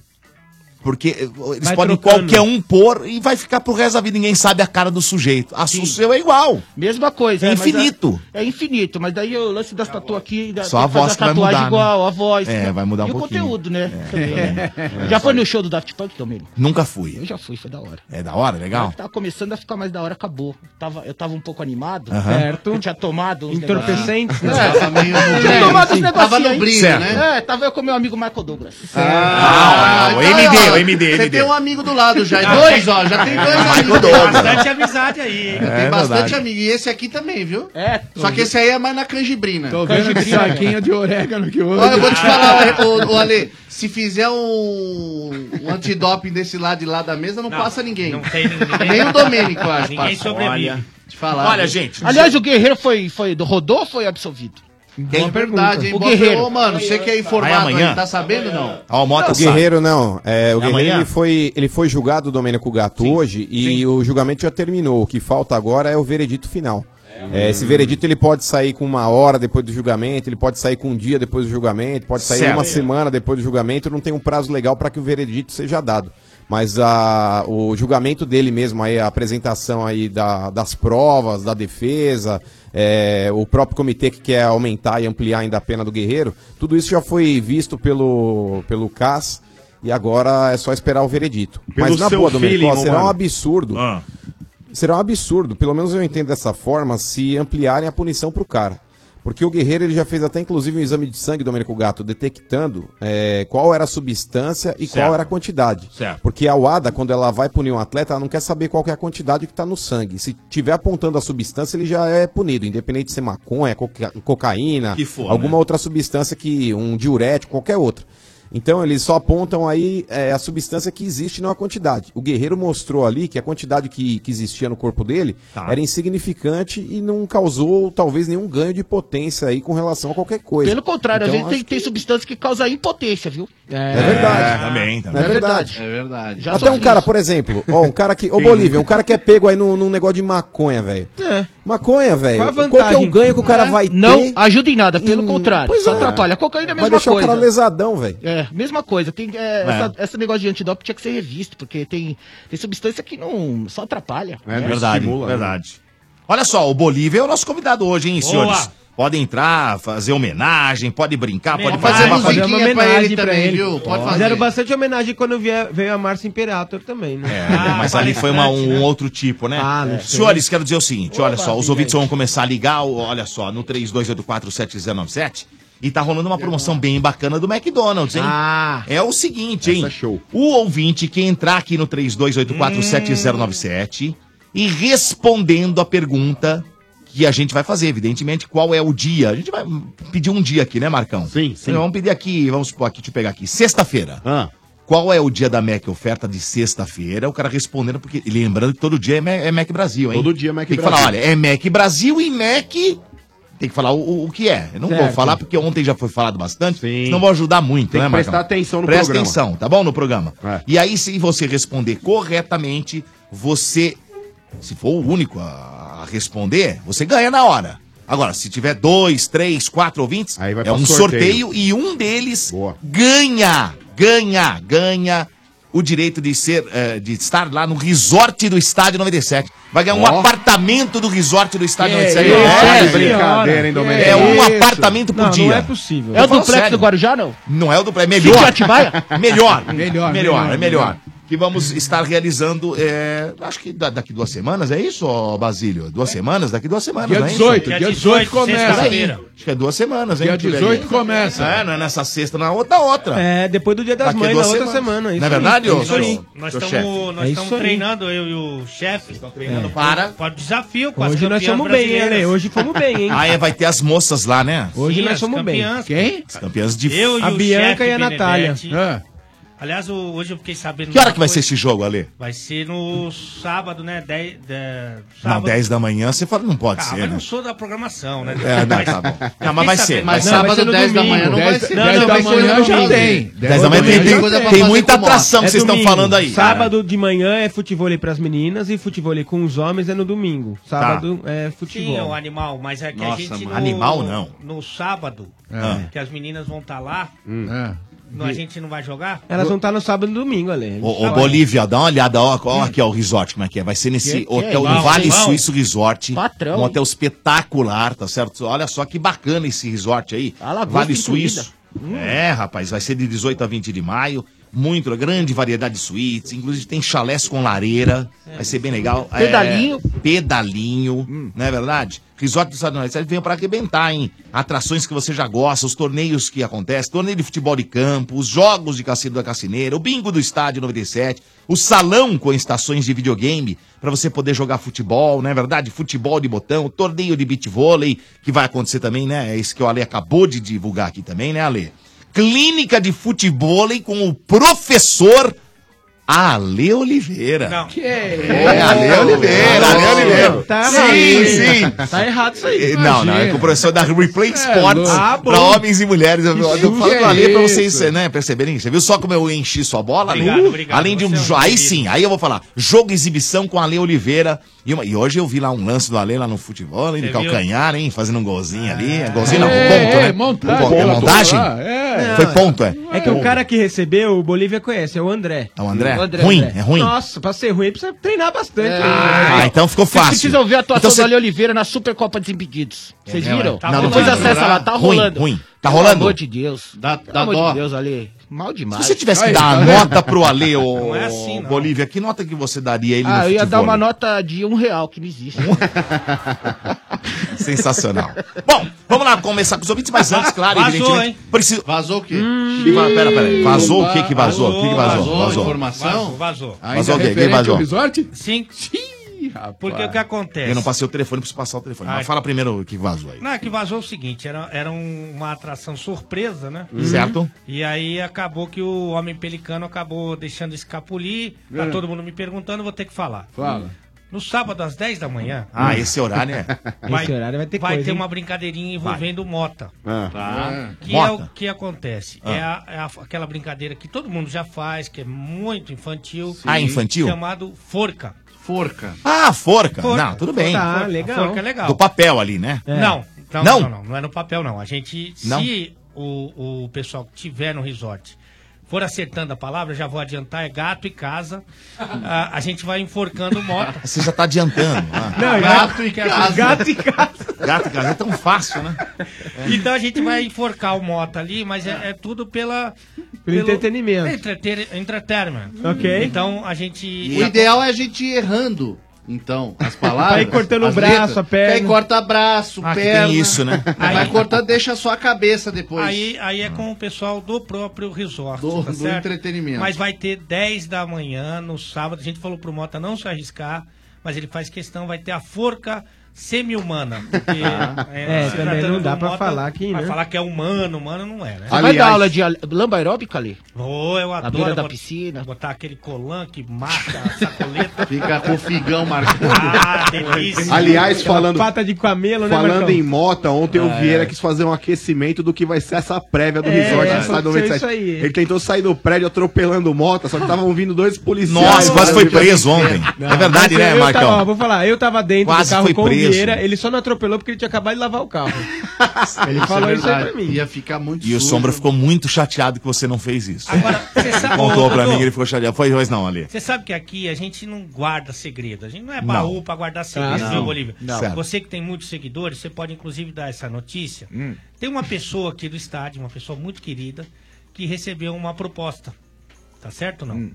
Speaker 3: Porque eh, eles
Speaker 17: Vai
Speaker 3: podem
Speaker 17: trocando.
Speaker 3: qualquer um pôr e vai ficar pro resto da vida. Ninguém sabe a cara do sujeito. A sua- o seu é igual.
Speaker 17: Mesma coisa.
Speaker 3: É
Speaker 17: mas
Speaker 3: infinito.
Speaker 17: É, é infinito, mas daí o lance das tatu aqui, da,
Speaker 3: Só
Speaker 17: tem
Speaker 3: a
Speaker 17: que fazer
Speaker 3: voz que vai
Speaker 17: tatuagem
Speaker 3: mudar, né?
Speaker 17: igual, a voz.
Speaker 3: É, vai mudar um
Speaker 17: e
Speaker 3: pouquinho.
Speaker 17: o conteúdo, né?
Speaker 3: É.
Speaker 17: Também.
Speaker 3: É,
Speaker 17: Já
Speaker 3: só
Speaker 17: foi no show do Daft Punk, Domingo?
Speaker 3: Nunca fui.
Speaker 17: Eu já fui, foi da hora. tá
Speaker 3: É da hora, legal?
Speaker 17: Tava começando a ficar mais da hora, acabou. Tava, eu tava um pouco animado,
Speaker 3: Aham.
Speaker 17: Eu tinha tomado uns
Speaker 13: Entorpecentes,
Speaker 17: negocinhos.
Speaker 13: né?
Speaker 17: É,
Speaker 13: Tava meio-
Speaker 17: eu tinha tomado uns
Speaker 4: assim.
Speaker 13: Sim. Tava
Speaker 17: negocinhos aí.
Speaker 13: no brilho, Certo. né?
Speaker 17: É, tava eu com meu amigo Michael Douglas.
Speaker 3: Ah, o MD, o MD,
Speaker 4: Você tem um amigo do lado já.
Speaker 17: Ah,
Speaker 4: Dois,
Speaker 17: tem-
Speaker 4: ó. Já tem
Speaker 17: Ah,
Speaker 4: dois
Speaker 17: Michael
Speaker 4: amigos.
Speaker 17: Douglas.
Speaker 4: Bastante
Speaker 7: amizade aí, hein?
Speaker 4: Tem
Speaker 17: É
Speaker 4: bastante
Speaker 17: verdade.
Speaker 4: amigo. E esse aqui também, viu?
Speaker 17: É.
Speaker 4: Só que esse aí é mais na canjibrina.
Speaker 12: Tô vendo que saquinho de orégano que hoje.
Speaker 4: Olha, eu vou te falar,
Speaker 7: Ah.
Speaker 4: o, Ale, se fizer um, um antidoping desse lado de lá da mesa, não, passa ninguém. Nem o Domênico, eu acho.
Speaker 7: Ninguém
Speaker 4: passa.
Speaker 7: sobrevive.
Speaker 4: Olha, um te falar.
Speaker 7: Olha,
Speaker 4: viu?
Speaker 7: gente,
Speaker 17: Aliás, o Guerreiro foi, foi do rodou ou foi absolvido?
Speaker 4: Boa É verdade, hein?
Speaker 17: O
Speaker 4: Boa
Speaker 17: Guerreiro.
Speaker 4: pergunta. Ô, mano, você que é informado
Speaker 16: Vai amanhã.
Speaker 4: aí, tá sabendo ou não?
Speaker 3: Ó, o
Speaker 16: o Guerreiro não. É, o Guerreiro
Speaker 3: amanhã?
Speaker 16: ele foi, ele foi julgado, Domênico Gato, hoje e o julgamento já terminou. O que falta agora é o veredito final. É, esse veredito ele pode sair com uma hora depois do julgamento, ele pode sair com um dia depois do julgamento, pode sair
Speaker 3: Certo.
Speaker 16: uma semana depois do julgamento, não tem um prazo legal para que o veredito seja dado. Mas a, o julgamento dele mesmo, aí, a apresentação aí da- das provas, da defesa, é, o próprio comitê que quer aumentar e ampliar ainda a pena do Guerreiro, tudo isso já foi visto pelo, pelo CAS e agora é só esperar o veredito.
Speaker 10: Pelo
Speaker 16: Mas na
Speaker 10: seu
Speaker 16: boa, Domenico, ó,
Speaker 10: feeling,
Speaker 16: será um
Speaker 10: mano. Ah.
Speaker 16: absurdo. Será um absurdo, pelo menos eu entendo dessa forma, se ampliarem a punição pro cara. Porque o Guerreiro ele já fez até inclusive um exame de sangue, Domênico Gato, detectando eh, qual era a substância e
Speaker 3: Certo.
Speaker 16: qual era a quantidade.
Speaker 3: Certo.
Speaker 16: Porque a UADA, quando ela vai punir um atleta, ela não quer saber qual que é a quantidade que está no sangue. Se tiver apontando a substância, ele já é punido, independente de ser maconha, é coca- cocaína,
Speaker 3: Que for,
Speaker 16: alguma
Speaker 3: né?
Speaker 16: outra substância que. um diurético, qualquer outra. Então eles só apontam aí eh, a substância que existe, não a quantidade. O guerreiro mostrou ali que a quantidade que, que existia no corpo dele
Speaker 3: Tá.
Speaker 16: era insignificante e não causou talvez nenhum ganho de potência aí com relação a qualquer coisa.
Speaker 17: Pelo contrário,
Speaker 16: Então,
Speaker 17: às vezes tem,
Speaker 16: acho
Speaker 17: tem substância que causa impotência, viu?
Speaker 16: É verdade.
Speaker 3: Também,
Speaker 16: também. É verdade.
Speaker 4: É verdade.
Speaker 16: Até um cara, por exemplo, ó, um cara que. Ô, Bolívia, um cara que é pego aí num, num negócio de maconha, velho.
Speaker 17: É.
Speaker 16: Maconha,
Speaker 17: Qual a
Speaker 16: velho. Qual que é
Speaker 17: vantagem?
Speaker 16: o ganho que o cara
Speaker 17: É.
Speaker 16: vai ter?
Speaker 17: Não ajuda em nada, pelo contrário.
Speaker 16: pois
Speaker 17: só
Speaker 16: é.
Speaker 17: atrapalha. A cocaína é a
Speaker 16: Vai
Speaker 17: mesma
Speaker 16: deixar o
Speaker 17: coisa.
Speaker 16: cara lesadão, velho.
Speaker 17: É, mesma coisa. Tem, é,
Speaker 16: É.
Speaker 17: Essa, esse negócio de antidoping tinha que ser revisto, porque tem, tem substância que não só atrapalha.
Speaker 3: É
Speaker 17: né?
Speaker 3: verdade, verdade. Olha só, o Bolívia é o nosso convidado hoje, hein,
Speaker 17: Boa.
Speaker 3: senhores? Pode entrar, fazer homenagem, pode brincar, pode
Speaker 13: Vamos
Speaker 3: fazer uma
Speaker 13: fazer uma
Speaker 3: musiquinha pra
Speaker 13: homenagem pra
Speaker 3: também,
Speaker 13: ele.
Speaker 3: viu? Pode
Speaker 13: Fizeram
Speaker 3: fazer.
Speaker 13: bastante homenagem quando vier- veio a Márcia Imperator também, né?
Speaker 3: É, mas ali foi uma- um outro tipo, né?
Speaker 13: Ah, não
Speaker 3: É.
Speaker 13: sei.
Speaker 3: Senhores, quero dizer o seguinte, olha
Speaker 13: Opa,
Speaker 3: só, os
Speaker 13: diga
Speaker 3: ouvintes
Speaker 13: aí.
Speaker 3: vão começar a ligar, o- olha só, no 32847097 e tá rolando uma promoção bem bacana do McDonald's, hein? Ah, é o seguinte, hein? O ouvinte que entrar aqui no 32847097 e respondendo a pergunta que a gente vai fazer, evidentemente, qual é o dia? A gente vai pedir um dia aqui, né, Marcão? Sim, sim. Vamos pedir aqui, vamos supor aqui, deixa eu pegar aqui, sexta-feira. Qual é o dia da Mac oferta de sexta-feira? O cara respondendo, porque lembrando que todo dia é Mac, é Mac Brasil, hein?
Speaker 10: Todo dia é Mac
Speaker 3: Tem que
Speaker 10: Brasil.
Speaker 3: falar, olha, é Mac Brasil e Mac... Tem que falar o- o, o que é. Eu não vou
Speaker 10: Certo.
Speaker 3: falar porque ontem já foi falado bastante. Não vou ajudar muito,
Speaker 10: Tem
Speaker 3: né,
Speaker 10: que prestar
Speaker 3: Marcão?
Speaker 10: atenção no
Speaker 3: Presta
Speaker 10: programa. É.
Speaker 3: atenção, tá bom? No programa. E aí, se você responder corretamente, você, se for o único a a responder, você ganha na hora. Agora, se tiver dois, três, quatro ouvintes, é
Speaker 10: pra
Speaker 3: um sorteio.
Speaker 10: sorteio.
Speaker 3: e um deles ganha, ganha, ganha o direito de ser, eh, de estar lá no resort do Estádio 97. Vai ganhar um
Speaker 10: Ó.
Speaker 3: apartamento do resort do Estádio
Speaker 10: Que
Speaker 3: 97.
Speaker 10: isso,
Speaker 3: Olha,
Speaker 10: de brincadeira, hein, Domênico?
Speaker 3: É um
Speaker 10: Isso.
Speaker 3: apartamento por
Speaker 10: Não, não
Speaker 3: dia.
Speaker 10: é possível.
Speaker 17: É o
Speaker 3: Eu falo
Speaker 17: duplex
Speaker 3: sério.
Speaker 17: do Guarujá, não?
Speaker 3: Não é o duplex, é
Speaker 17: Sítio
Speaker 3: melhor.
Speaker 17: Atibaia?
Speaker 3: melhor. Melhor,
Speaker 17: Melhor, melhor,
Speaker 3: é melhor.
Speaker 17: melhor.
Speaker 3: Que vamos estar realizando, é, acho que da- daqui duas semanas, é isso, ô, Basílio? Duas semanas? Daqui duas semanas,
Speaker 12: Dia
Speaker 3: não é isso?
Speaker 12: 18, dia 18 começa.
Speaker 3: Peraí, Acho que é duas semanas, hein?
Speaker 12: Dia
Speaker 3: que tiver
Speaker 12: 18
Speaker 3: aí.
Speaker 12: começa.
Speaker 3: É, não é nessa sexta, na outra, na outra.
Speaker 13: É, depois do Dia das
Speaker 3: Daqui
Speaker 13: Mães, na
Speaker 3: duas
Speaker 13: outra
Speaker 3: semanas.
Speaker 13: semana.
Speaker 3: Não é verdade, ô,
Speaker 13: isso aí.
Speaker 3: seu-
Speaker 7: Nós
Speaker 3: seu chefe?
Speaker 7: estamos
Speaker 13: É
Speaker 7: nós
Speaker 13: isso
Speaker 7: estamos
Speaker 13: aí.
Speaker 7: treinando, eu e o chefe. Estão
Speaker 13: treinando
Speaker 3: para-
Speaker 7: Para o desafio com
Speaker 13: Hoje
Speaker 7: as
Speaker 13: nós
Speaker 7: campeãs
Speaker 13: fomos bem, hein,
Speaker 7: brasileiras.
Speaker 13: Ale? Hoje fomos bem, hein?
Speaker 3: Ah, é, vai ter as moças lá, né?
Speaker 13: Hoje
Speaker 7: Sim,
Speaker 13: nós
Speaker 7: as
Speaker 13: fomos bem.
Speaker 7: campeãs.
Speaker 13: Quem?
Speaker 3: As campeãs de... É.
Speaker 7: Eu e
Speaker 13: A
Speaker 7: o
Speaker 13: Bianca
Speaker 7: chefe
Speaker 13: e a
Speaker 7: Benedetti.
Speaker 13: Natália.
Speaker 7: Aliás, o- hoje eu fiquei sabendo.
Speaker 3: Que hora
Speaker 7: uma
Speaker 3: que vai
Speaker 7: coisa.
Speaker 3: ser esse jogo, Ale?
Speaker 7: Vai ser no sábado, né? 10. de-
Speaker 3: Não,
Speaker 7: sábado.
Speaker 3: 10 da manhã, você fala, não pode
Speaker 7: Ah,
Speaker 3: ser,
Speaker 7: mas
Speaker 3: né?
Speaker 7: não sou da programação, né?
Speaker 3: É, não, tá bom. Não, mas vai
Speaker 7: Fiquei
Speaker 3: ser.
Speaker 7: sabendo.
Speaker 3: vai ser. Dez da manhã tem, tem, tem muita atração que vocês estão falando aí.
Speaker 13: É Sábado de manhã é futevôlei pras meninas e futevôlei com os homens é no domingo.
Speaker 3: Tá.
Speaker 13: Sábado é futebol.
Speaker 7: Sim, é um animal, mas é que
Speaker 13: Nossa,
Speaker 7: a gente.
Speaker 13: mano. Animal, não.
Speaker 7: No sábado,
Speaker 13: É.
Speaker 7: que as meninas vão estar lá,
Speaker 3: É.
Speaker 7: não, a gente não vai jogar.
Speaker 13: Elas vão estar no sábado e domingo, Ale.
Speaker 8: É.
Speaker 13: Tá
Speaker 3: Ô, ô, Bolívia, dá uma olhada, ó, ó aqui, ó, o resort, como é que é? Vai ser nesse
Speaker 13: Que- que
Speaker 3: hotel
Speaker 13: é
Speaker 3: no
Speaker 13: isso,
Speaker 3: Vale
Speaker 13: hein?
Speaker 3: Suíço Resort.
Speaker 13: Patrão,
Speaker 3: Um
Speaker 13: hein?
Speaker 3: hotel espetacular, tá certo? Olha só que bacana esse resort aí.
Speaker 13: lagosta
Speaker 3: vale
Speaker 13: incluída.
Speaker 3: Suíço. É, rapaz, vai ser de 18 a 20 de maio. Muito, grande variedade de suítes. Inclusive tem chalés com lareira. Vai ser bem legal. É,
Speaker 17: Pedalinho.
Speaker 3: pedalinho, não é verdade? Resort do Estado do Nordeste veio para arrebentar, hein? Atrações que você já gosta, os torneios que acontecem, torneio de futebol de campo, os jogos de cassino da cassineira, o bingo do estádio 97, o salão com estações de videogame para você poder jogar futebol, não é verdade? Futebol de botão, torneio de beat vôlei, que vai acontecer também, né? É isso que o Ale acabou de divulgar aqui também, né, Ale? Clínica de futebol com o professor Ale Oliveira.
Speaker 7: Não.
Speaker 3: É, Ale Oliveira, Ale Oliveira.
Speaker 13: Tá
Speaker 3: sim,
Speaker 13: errado.
Speaker 3: sim.
Speaker 13: Tá errado isso aí.
Speaker 3: Eh, Não, não, é que o professor é da Replay Sports
Speaker 13: louco. Ah,
Speaker 3: pra
Speaker 13: bom.
Speaker 3: homens e mulheres. Eu, eu, eu
Speaker 13: Que
Speaker 3: falo
Speaker 13: é
Speaker 3: ali pra
Speaker 13: isso?
Speaker 3: vocês né, perceberem. Você viu só como eu enchi sua bola? né?
Speaker 7: Obrigado, obrigado.
Speaker 3: Além de um. jo- aí sim, aí eu vou falar. Jogo exibição com a Ale Oliveira. E, uma- e hoje eu vi lá um lance do Ale lá no futebol, hein, de
Speaker 12: Você viu?
Speaker 3: calcanhar, hein? Fazendo um golzinho ali. Golzinho não,
Speaker 12: É,
Speaker 3: ponto,
Speaker 12: é,
Speaker 3: né?
Speaker 12: montagem.
Speaker 3: Um gol- é
Speaker 12: Ponto.
Speaker 3: montagem?
Speaker 12: Ah, é.
Speaker 3: Foi ponto, é.
Speaker 13: É que o cara que recebeu, o Bolívia conhece, é o André.
Speaker 3: É o André? né? Ruim, é ruim.
Speaker 13: Nossa, pra ser ruim precisa treinar bastante.
Speaker 17: É.
Speaker 3: Ah, então ficou
Speaker 17: Vocês
Speaker 3: fácil.
Speaker 17: precisam ver a atuação
Speaker 3: Então
Speaker 17: do
Speaker 3: cê-
Speaker 17: Ale Oliveira na Supercopa Desimpedidos. Vocês
Speaker 3: É,
Speaker 17: viram?
Speaker 3: tá rolando.
Speaker 17: Depois
Speaker 3: Tá
Speaker 17: acessa lá,
Speaker 3: rolando.
Speaker 17: tá
Speaker 3: Ruim,
Speaker 17: rolando.
Speaker 3: ruim. Tá
Speaker 17: Pelo
Speaker 3: rolando?
Speaker 17: amor de Deus. Dá, Pelo
Speaker 3: dá
Speaker 17: amor
Speaker 3: dó.
Speaker 17: de Deus, Ale. Mal demais. tá
Speaker 3: Se você tivesse que dar a nota pro Ale, ô, Bolívia, que nota que você daria ele
Speaker 17: é assim, Ah,
Speaker 3: no
Speaker 17: eu ia
Speaker 3: futebol? né?
Speaker 17: dar uma nota de um real, que não existe.
Speaker 3: Sensacional. Bom, vamos lá começar com os ouvintes, mas antes, claro,
Speaker 4: Vazou,
Speaker 3: evidentemente.
Speaker 4: hein?
Speaker 3: Preciso...
Speaker 4: Vazou o quê?
Speaker 3: Va- Pera, pera. aí. Vazou o que que vazou? O que que vazou?
Speaker 4: Vazou,
Speaker 3: Vazou. é
Speaker 4: informação?
Speaker 7: Vazou.
Speaker 3: Vazou o quê? Quem vazou?
Speaker 7: Sim. Porque o que acontece?
Speaker 3: Eu não passei o telefone, preciso passar o telefone.
Speaker 7: Ai.
Speaker 3: Mas fala primeiro o que vazou aí.
Speaker 7: Não, é que vazou o seguinte, era, era um- uma atração surpresa, né?
Speaker 3: Uhum. Certo.
Speaker 7: E aí acabou que o Homem Pelicano acabou deixando escapulir, tá
Speaker 3: É.
Speaker 7: todo mundo me perguntando, vou ter que falar.
Speaker 3: Fala.
Speaker 7: No sábado às 10 da manhã...
Speaker 3: Ah, esse horário,
Speaker 5: é.
Speaker 3: né?
Speaker 7: Vai,
Speaker 3: Esse
Speaker 7: horário vai ter Vai
Speaker 3: coisa,
Speaker 7: ter
Speaker 3: hein?
Speaker 7: uma
Speaker 3: Vai.
Speaker 7: brincadeirinha envolvendo o Mota.
Speaker 3: Ah.
Speaker 7: Tá?
Speaker 3: Ah.
Speaker 7: Que
Speaker 3: Mota.
Speaker 7: é o que acontece.
Speaker 3: Ah.
Speaker 7: É, a- é a- aquela brincadeira que todo mundo já faz, que é muito infantil.
Speaker 3: Ah, infantil?
Speaker 7: Chamado Forca. Forca.
Speaker 3: Ah, forca.
Speaker 7: Forca.
Speaker 3: Não, tudo bem.
Speaker 17: Ah,
Speaker 7: Tá, legal.
Speaker 3: Forca é legal. Do papel ali, né?
Speaker 17: É.
Speaker 7: Não, não,
Speaker 3: Não?
Speaker 7: não, não, não, é no papel, não. A gente,
Speaker 3: Não?
Speaker 7: se o, o pessoal que tiver no resort for acertando a palavra, já vou adiantar, é gato e casa. Ah, A, a gente vai enforcando o moto.
Speaker 3: Você já tá adiantando. ah.
Speaker 7: Gato e
Speaker 3: casa. Gato e casa é tão fácil, né?
Speaker 7: Então a gente vai enforcar o Mota ali, mas é, é tudo pela...
Speaker 13: Pelo entretenimento.
Speaker 7: É entreter- entertainment.
Speaker 13: Ok.
Speaker 7: Então a gente...
Speaker 4: O ideal é a gente ir errando. Então, as palavras.
Speaker 7: Vai cortando o
Speaker 4: as
Speaker 7: braço, a perna.
Speaker 4: que Aí corta braço,
Speaker 7: Ah, que
Speaker 4: perna.
Speaker 7: tem isso, né?
Speaker 4: Vai cortando, deixa só a cabeça depois.
Speaker 7: Aí, aí é com o pessoal do próprio resort.
Speaker 4: Do-
Speaker 7: tá
Speaker 4: do
Speaker 7: certo?
Speaker 4: entretenimento.
Speaker 7: Mas vai ter 10 da manhã no sábado. A gente falou pro Mota não se arriscar, mas ele faz questão. Vai ter a forca semi-humana. porque,
Speaker 18: É,
Speaker 7: se
Speaker 18: também
Speaker 7: tratando
Speaker 18: não dá
Speaker 7: do
Speaker 18: pra
Speaker 7: Mota,
Speaker 18: falar aqui,
Speaker 7: Vai
Speaker 18: né?
Speaker 7: falar que é humano, humano não é, né?
Speaker 17: Você vai dar aula de al- lamba aeróbica ali?
Speaker 7: Ô, eu
Speaker 17: Na
Speaker 7: adoro
Speaker 17: beira da
Speaker 7: bot-
Speaker 17: piscina.
Speaker 7: botar aquele colã que mata a sacoleta.
Speaker 4: Fica com o figão marcando.
Speaker 7: Ah, delícia.
Speaker 10: Aliás, falando-
Speaker 13: Pata de camelo, né,
Speaker 10: Falando
Speaker 13: Marcão?
Speaker 10: em mota, ontem
Speaker 13: Ah,
Speaker 10: o Vieira
Speaker 13: é.
Speaker 10: quis fazer um aquecimento do que vai ser essa prévia do
Speaker 13: É,
Speaker 10: resort do
Speaker 13: aconteceu
Speaker 10: Estádio 97.
Speaker 13: isso aí.
Speaker 10: Ele tentou sair do prédio atropelando mota, só que estavam vindo dois policiais.
Speaker 3: Nossa, quase foi
Speaker 10: Cara,
Speaker 3: preso
Speaker 10: eu-
Speaker 3: ontem.
Speaker 10: Não.
Speaker 3: É verdade,
Speaker 13: Eu
Speaker 3: né,
Speaker 13: tava- ó,
Speaker 3: Marcão?
Speaker 13: vou falar, eu tava dentro
Speaker 3: Quase
Speaker 13: do carro
Speaker 3: foi
Speaker 13: com o
Speaker 3: preso.
Speaker 13: Vieira, ele só não atropelou porque ele tinha acabado de lavar o carro. ele falou
Speaker 17: É
Speaker 13: isso aí pra mim.
Speaker 4: Ia ficar muito
Speaker 3: E o
Speaker 4: sujo.
Speaker 3: Sombra ficou muito chateado que você não fez isso.
Speaker 7: Você sabe-
Speaker 3: Contou pra mim
Speaker 7: Ô, Dudu,
Speaker 3: que ele ficou chateado. Foi, mas não, Ali.
Speaker 7: Você sabe que aqui a gente não guarda segredo. A gente não é
Speaker 3: Não.
Speaker 7: baú pra guardar segredo,
Speaker 3: Ah,
Speaker 7: viu,
Speaker 3: não.
Speaker 7: Bolívia?
Speaker 3: Não. Certo.
Speaker 7: Você que tem muitos seguidores, você pode inclusive dar essa notícia. Tem uma pessoa aqui do estádio, uma pessoa muito querida, que recebeu uma proposta. Tá certo ou não?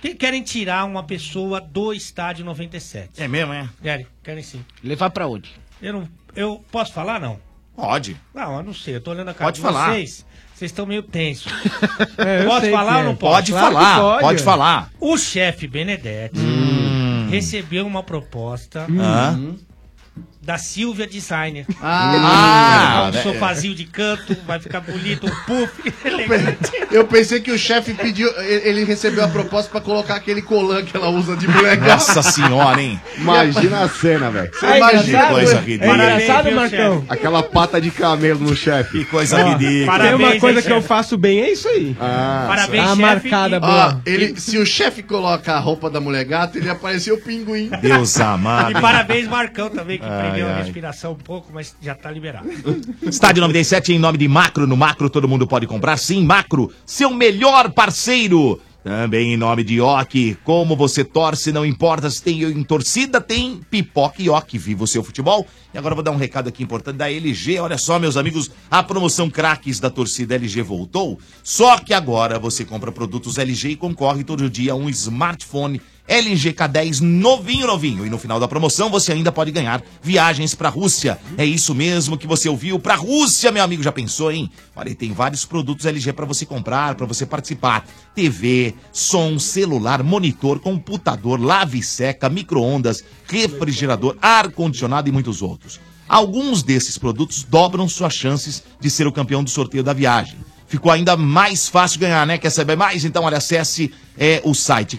Speaker 7: Que querem tirar uma pessoa do estádio 97.
Speaker 3: É mesmo, é?
Speaker 7: Querem, querem sim.
Speaker 17: Levar pra onde?
Speaker 7: Eu, não, eu posso falar, não?
Speaker 3: Pode.
Speaker 7: Não, eu não sei. Eu tô olhando a cara
Speaker 3: Pode
Speaker 7: de
Speaker 3: falar.
Speaker 7: vocês. Vocês estão meio tensos.
Speaker 3: É, eu
Speaker 7: posso
Speaker 3: sei
Speaker 7: falar
Speaker 3: que
Speaker 7: ou
Speaker 3: é.
Speaker 7: não posso?
Speaker 3: Pode Claro que falar, pode. pode falar. Hum.
Speaker 7: O chefe Benedetti recebeu uma proposta
Speaker 3: Ah.
Speaker 7: da Silvia Designer.
Speaker 4: Ah.
Speaker 7: um
Speaker 4: Ah,
Speaker 7: sofazinho de canto, vai ficar bonito, um puff.
Speaker 4: Eu pensei que o chefe pediu. Ele ele recebeu a proposta pra colocar aquele colã que ela usa de mulher.
Speaker 3: Nossa senhora, hein?
Speaker 10: Imagina a cena, velho.
Speaker 4: Você Ai, imagina.
Speaker 10: Que coisa
Speaker 4: É
Speaker 10: ridícula.
Speaker 13: engraçado, Viu, Marcão? chefe?
Speaker 10: Aquela pata de camelo no chefe. Que
Speaker 3: coisa
Speaker 13: Tem uma coisa que eu faço bem, é isso aí.
Speaker 17: Ah,
Speaker 13: Ah,
Speaker 4: Parabéns,
Speaker 8: Ah,
Speaker 13: a
Speaker 4: chefe.
Speaker 13: marcada
Speaker 4: Ó,
Speaker 13: boa.
Speaker 4: ele, se o chefe coloca a roupa da mulher gata, ele apareceu o pinguim.
Speaker 3: Deus amado.
Speaker 7: E parabéns, Marcão, também, que
Speaker 3: Ai,
Speaker 7: perdeu a
Speaker 3: ai.
Speaker 7: respiração um pouco, mas já tá liberado.
Speaker 3: Estádio 97 em nome de Macro. No Macro todo mundo pode comprar. Sim, Macro, seu melhor parceiro. Também em nome de Ioki. Como você torce, não importa se tem em torcida, tem pipoca e Ioki. Viva o seu futebol. E agora eu vou dar um recado aqui importante da LG. Olha só, meus amigos, a promoção craques da torcida LG voltou. Só que agora você compra produtos LG e concorre todo dia a um smartphone LG K10 novinho, novinho. E no final da promoção você ainda pode ganhar viagens pra Rússia. É isso mesmo que você ouviu, pra Rússia, meu amigo. Já pensou, hein? Olha, e tem vários produtos LG pra você comprar, pra você participar: TV, som, celular, monitor, computador, lave e seca, micro-ondas, refrigerador, ar-condicionado e muitos outros. Alguns desses produtos dobram suas chances de ser o campeão do sorteio da viagem. Ficou ainda mais fácil ganhar, né? Quer saber mais? Então, olha, acesse é, o site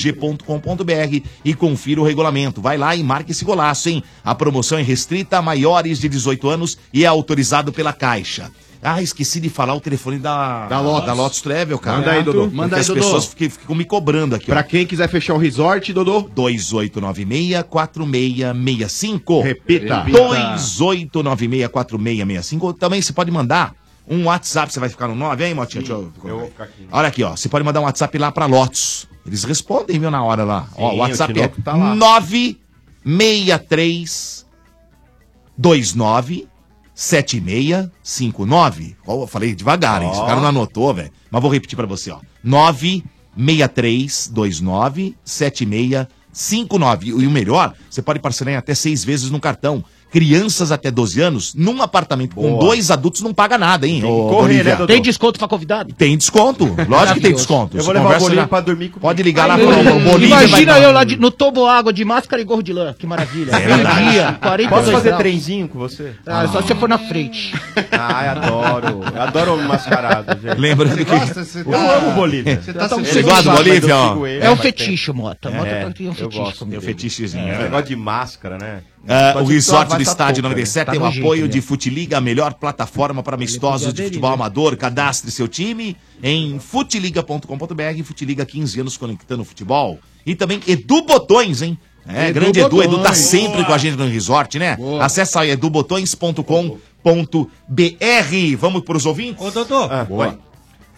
Speaker 3: craquesdatorcidalg.com.br e confira o regulamento. Vai lá e marque esse golaço, hein? A promoção é restrita a maiores de 18 anos e é autorizado pela Caixa. Ah, esqueci de falar o telefone da,
Speaker 10: Da Lotus.
Speaker 3: da Lotus Travel, cara.
Speaker 10: Manda aí, Dodô.
Speaker 3: Porque
Speaker 10: Manda aí,
Speaker 3: as
Speaker 10: Dodô.
Speaker 3: pessoas ficam, ficam me cobrando aqui.
Speaker 10: Pra quem quiser fechar o resort, Dodô.
Speaker 3: 2896-4665.
Speaker 10: Repita.
Speaker 3: 2896-4665. Também você pode mandar Um WhatsApp, você vai ficar no 9, hein, Motinha? Deixa eu-
Speaker 10: Eu vou ficar aqui.
Speaker 3: Olha aqui, ó. Você pode mandar um WhatsApp lá pra Lotus. Eles respondem, viu, na hora lá. ó,
Speaker 10: Sim,
Speaker 3: o WhatsApp
Speaker 10: o
Speaker 3: é
Speaker 10: Tinoco tá lá.
Speaker 3: 963 29 7659. Ó, eu falei devagar, hein? Esse
Speaker 10: Ó.
Speaker 3: cara não anotou, velho. Mas vou repetir pra você, ó. 963 29 7659. E o melhor, você pode parcelar em até seis vezes no cartão. Crianças até 12 anos, num apartamento com
Speaker 17: Boa.
Speaker 3: dois adultos, não paga nada, hein? ô,
Speaker 10: né,
Speaker 3: Bolívia?
Speaker 17: Tem desconto pra convidado?
Speaker 3: Tem desconto, lógico que tem desconto.
Speaker 17: Eu vou levar o Bolívia pra
Speaker 3: dormir comigo. Pode ligar lá
Speaker 17: Ai,
Speaker 3: pro
Speaker 17: meu Deus.
Speaker 3: Bolívia.
Speaker 17: Imagina
Speaker 3: vai-
Speaker 17: eu lá de- no tobo água de máscara e gorro de lã.
Speaker 8: É
Speaker 17: Que
Speaker 3: É
Speaker 17: maravilha. Meio-dia, 40
Speaker 18: Posso fazer trenzinho com você?
Speaker 17: Ah, só se você for na frente.
Speaker 18: Ai, adoro. Adoro homem mascarado, gente.
Speaker 3: Lembrando
Speaker 18: Você
Speaker 3: que-
Speaker 18: gosta? Você
Speaker 3: Eu
Speaker 18: tá-
Speaker 3: amo o Bolívia.
Speaker 18: Você
Speaker 3: Eu
Speaker 18: tá
Speaker 3: tô
Speaker 18: sendo
Speaker 3: com ele gosta do
Speaker 18: chato,
Speaker 3: Bolívia,
Speaker 18: mas eu
Speaker 3: ó.
Speaker 18: sigo ele,
Speaker 3: É um
Speaker 18: mas tem-
Speaker 3: fetiche, Mota. Mota
Speaker 18: né? É,
Speaker 3: tem um
Speaker 18: eu
Speaker 3: fetiche
Speaker 18: gosto
Speaker 3: com
Speaker 18: dele.
Speaker 3: ele. fetichezinho,
Speaker 18: É,
Speaker 3: é.
Speaker 18: Esse negócio de máscara, né?
Speaker 3: Ah, o
Speaker 18: Pode
Speaker 3: Resort
Speaker 18: tomar
Speaker 3: do Estádio
Speaker 18: vatapouca,
Speaker 3: 97
Speaker 18: né?
Speaker 3: tem o
Speaker 18: Tá no
Speaker 3: apoio
Speaker 18: jeito,
Speaker 3: de Futiliga, a melhor plataforma para amistosos de futebol amador. Cadastre seu time em futiliga.com.br. Futiliga 15 anos conectando o futebol. E também Edu Botões, hein? É,
Speaker 14: Edu
Speaker 3: grande Edu. Edu tá
Speaker 14: Botões.
Speaker 3: sempre com a gente no Resort, né? Acesse aí edubotões.com.br. Vamos para os ouvintes?
Speaker 7: Ô, Dodô.
Speaker 3: Ah,
Speaker 7: Oi.
Speaker 3: oi.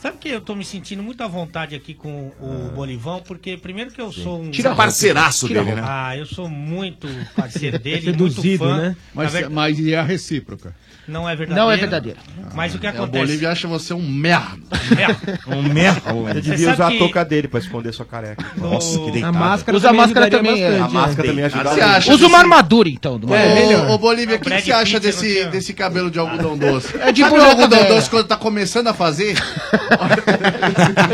Speaker 7: Sabe que eu tô me sentindo muito à vontade aqui com o Bolivão, porque primeiro que eu sou um.
Speaker 3: Tira a roupa, parceiraço tira a dele, roupa. né?
Speaker 7: Ah, eu sou muito parceiro é dele, muito
Speaker 12: Seduzido,
Speaker 7: fã. Tá
Speaker 12: né?
Speaker 7: Na
Speaker 12: Mas,
Speaker 7: ver-
Speaker 12: mas e a recíproca?
Speaker 7: Não é verdadeiro.
Speaker 12: Não é verdadeiro.
Speaker 7: Mas o que
Speaker 12: É, o
Speaker 7: acontece?
Speaker 4: Bolívia acha você um merda.
Speaker 7: Merda.
Speaker 3: Um merda.
Speaker 18: Você
Speaker 7: Você
Speaker 18: devia usar
Speaker 7: sabe
Speaker 18: a
Speaker 7: que-
Speaker 18: touca dele pra esconder sua careca.
Speaker 7: Nossa,
Speaker 18: que
Speaker 7: deitada.
Speaker 17: Usa máscara também. é.
Speaker 18: A máscara também ajuda
Speaker 4: Você
Speaker 18: muito.
Speaker 4: acha
Speaker 17: Usa uma armadura, então. de uma-
Speaker 4: Ô,
Speaker 17: melhor.
Speaker 4: Ô, Bolívia, o que,
Speaker 17: Brad
Speaker 4: que você acha
Speaker 17: Pitt, eu não
Speaker 4: desse,
Speaker 17: tinha.
Speaker 4: desse cabelo de algodão doce?
Speaker 17: É de
Speaker 4: Sabe o
Speaker 17: boneca
Speaker 4: algodão
Speaker 17: velha.
Speaker 4: doce quando tá começando a fazer?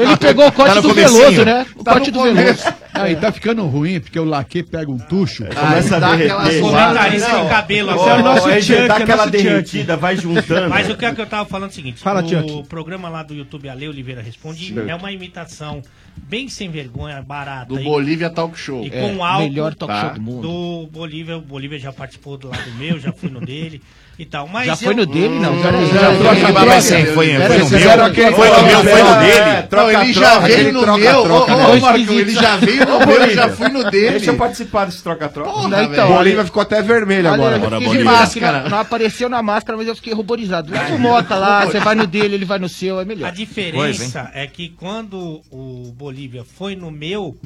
Speaker 17: Ele pegou o corte
Speaker 12: Tá no
Speaker 17: do
Speaker 12: comecinho.
Speaker 17: Veloso, né? O
Speaker 4: Tá
Speaker 17: corte
Speaker 4: no
Speaker 17: do Veloso.
Speaker 12: Aí tá ficando ruim, porque o laque pega um tucho.
Speaker 18: Começa a derreter.
Speaker 7: sem cabelo
Speaker 18: Esse
Speaker 7: agora.
Speaker 18: é o nosso
Speaker 7: Ó, ele
Speaker 18: Chuck,
Speaker 7: dá
Speaker 18: é
Speaker 7: aquela
Speaker 18: aquela derretida,
Speaker 7: derretida,
Speaker 18: vai juntando.
Speaker 7: Mas o que é que eu tava falando é o seguinte:
Speaker 18: Fala,
Speaker 7: o
Speaker 18: Chuck.
Speaker 7: programa lá do YouTube Ale Oliveira Responde
Speaker 4: Chuck.
Speaker 7: é uma imitação bem sem vergonha, barata.
Speaker 4: Do
Speaker 7: e-
Speaker 4: Bolívia Talk Show. É,
Speaker 17: É,
Speaker 7: E com álcool
Speaker 4: Tá.
Speaker 7: do Bolívia. O Bolívia já participou do lado meu, já fui no dele e tal. Mas
Speaker 17: Já foi no dele, não.
Speaker 7: Hum,
Speaker 17: Já-
Speaker 7: peraí,
Speaker 17: já
Speaker 7: peraí,
Speaker 17: troca-
Speaker 7: peraí, peraí,
Speaker 17: troca- troca-
Speaker 7: peraí,
Speaker 17: é? foi no
Speaker 7: peraí,
Speaker 17: meu,
Speaker 7: peraí,
Speaker 17: foi
Speaker 7: peraí,
Speaker 17: no
Speaker 7: peraí,
Speaker 17: meu,
Speaker 7: peraí,
Speaker 17: foi no
Speaker 7: peraí.
Speaker 17: dele.
Speaker 4: Não, ele já veio no meu. Ô, ô, ô, Marco, ele já veio no meu, eu já fui no dele.
Speaker 18: Deixa eu participar desse troca-troca.
Speaker 13: Tá
Speaker 17: Porra,
Speaker 18: Não,
Speaker 17: velho.
Speaker 10: Bolívia ficou até vermelho
Speaker 17: Olha,
Speaker 10: agora.
Speaker 17: eu fiquei de máscara. Não apareceu na máscara, mas eu fiquei ruborizado. Leva o Mota lá, você vai no dele, ele vai no seu, é melhor.
Speaker 7: A diferença é que quando o Bolívia foi no meu,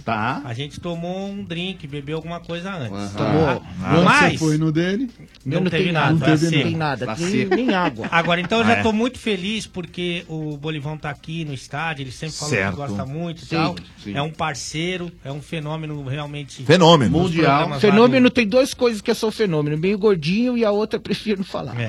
Speaker 7: a gente tomou um drink, bebeu alguma coisa antes.
Speaker 12: Tomou.
Speaker 7: Ah,
Speaker 12: Você
Speaker 7: Mas
Speaker 12: foi no dele.
Speaker 7: não, teve nada.
Speaker 12: Não
Speaker 7: foi
Speaker 12: teve
Speaker 7: seco.
Speaker 12: nada.
Speaker 7: Foi
Speaker 12: Tem-
Speaker 7: seco.
Speaker 12: nem água.
Speaker 7: Agora, então eu já
Speaker 12: Ah, é.
Speaker 7: tô muito feliz porque o Bolivão tá aqui no estádio, ele sempre falou
Speaker 3: Certo.
Speaker 7: que gosta muito e
Speaker 3: Sim,
Speaker 7: tal.
Speaker 3: sim.
Speaker 7: É um parceiro, é um fenômeno realmente...
Speaker 3: Fenômeno.
Speaker 7: nos programas lá do-
Speaker 17: Fenômeno tem duas coisas que eu sou fenômeno. Meio gordinho e a outra eu prefiro não falar.
Speaker 7: É.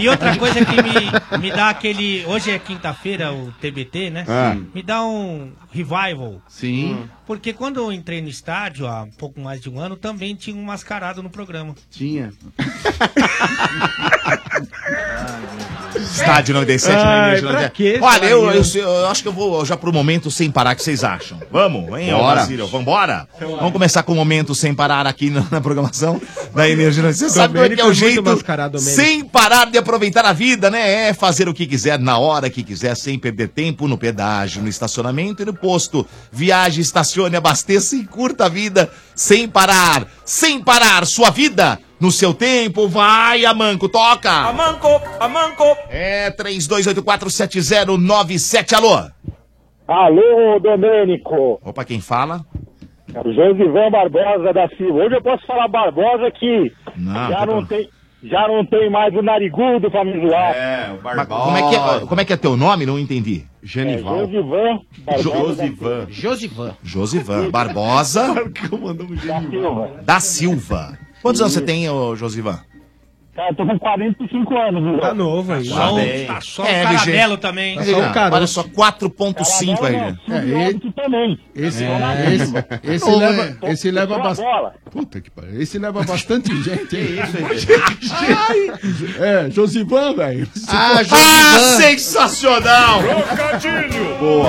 Speaker 7: E outra coisa que me, me dá aquele. Hoje é quinta-feira, o TBT, né?
Speaker 17: É.
Speaker 7: Me dá um revival. Hum.
Speaker 4: Sim.
Speaker 7: Porque quando eu entrei no estádio há um pouco mais de um ano, também tinha um mascarado no programa.
Speaker 4: Tinha.
Speaker 3: Estádio 97
Speaker 7: Ai,
Speaker 3: na né, Igreja
Speaker 7: pra
Speaker 3: Irlanda.
Speaker 7: quê,
Speaker 3: Olha, eu, eu,
Speaker 7: Flamengo?
Speaker 3: eu, acho que eu vou já pro momento sem parar, o que vocês acham? Vamos, hein,
Speaker 14: Bora.
Speaker 3: Alvazírio? Vambora? Vamos começar com o momento sem parar aqui na, na programação da Energia 97. Você sabe qual é,
Speaker 14: Domênico
Speaker 3: que
Speaker 14: é
Speaker 3: é o
Speaker 14: muito
Speaker 3: jeito
Speaker 14: mascarado, Domênico.
Speaker 3: sem parar de aproveitar a vida, né? É fazer o que quiser, na hora que quiser, sem perder tempo no pedágio, no estacionamento e no posto. Viaje, estacione, abasteça e curta a vida sem parar. Sem parar sua vida no seu tempo. Vai, Amanco, toca!
Speaker 14: Amanco, Amanco.
Speaker 3: É 32847097, alô?
Speaker 19: Alô, Domênico. É
Speaker 3: Opa, quem fala?
Speaker 19: Josivan Barbosa da Silva. Hoje eu posso falar Barbosa que
Speaker 3: Não,
Speaker 19: já,
Speaker 3: tá
Speaker 19: não
Speaker 3: bom.
Speaker 19: tem, já não tem mais o narigudo pra me zoar. É, o
Speaker 3: Mas como, é que é, como é que é teu nome? Não entendi. Genival.
Speaker 19: Josivan Barbosa da
Speaker 3: Josivan.
Speaker 17: Josivan.
Speaker 3: Josivan Barbosa um
Speaker 19: Silva.
Speaker 3: da Silva. Quantos anos você tem, ô, Josivan?
Speaker 19: Cara, eu tô com 45 anos. Tá
Speaker 18: novo aí.
Speaker 7: Tá só um- tá
Speaker 18: É,
Speaker 7: só um caramelo também. Tá só um
Speaker 3: cara. Olha só, 4.5 aí, gente.
Speaker 12: É, ele- Esse, esse, esse
Speaker 19: É. Ô,
Speaker 12: leva,
Speaker 19: velho,
Speaker 12: esse leva
Speaker 19: tô- tô a
Speaker 12: bastante. Puta que pariu. Esse leva bastante gente, hein?
Speaker 14: Ai.
Speaker 12: É, Josivan, velho.
Speaker 14: Ah, Josivan.
Speaker 3: Ah, sensacional!
Speaker 14: Trocadilho. Boa.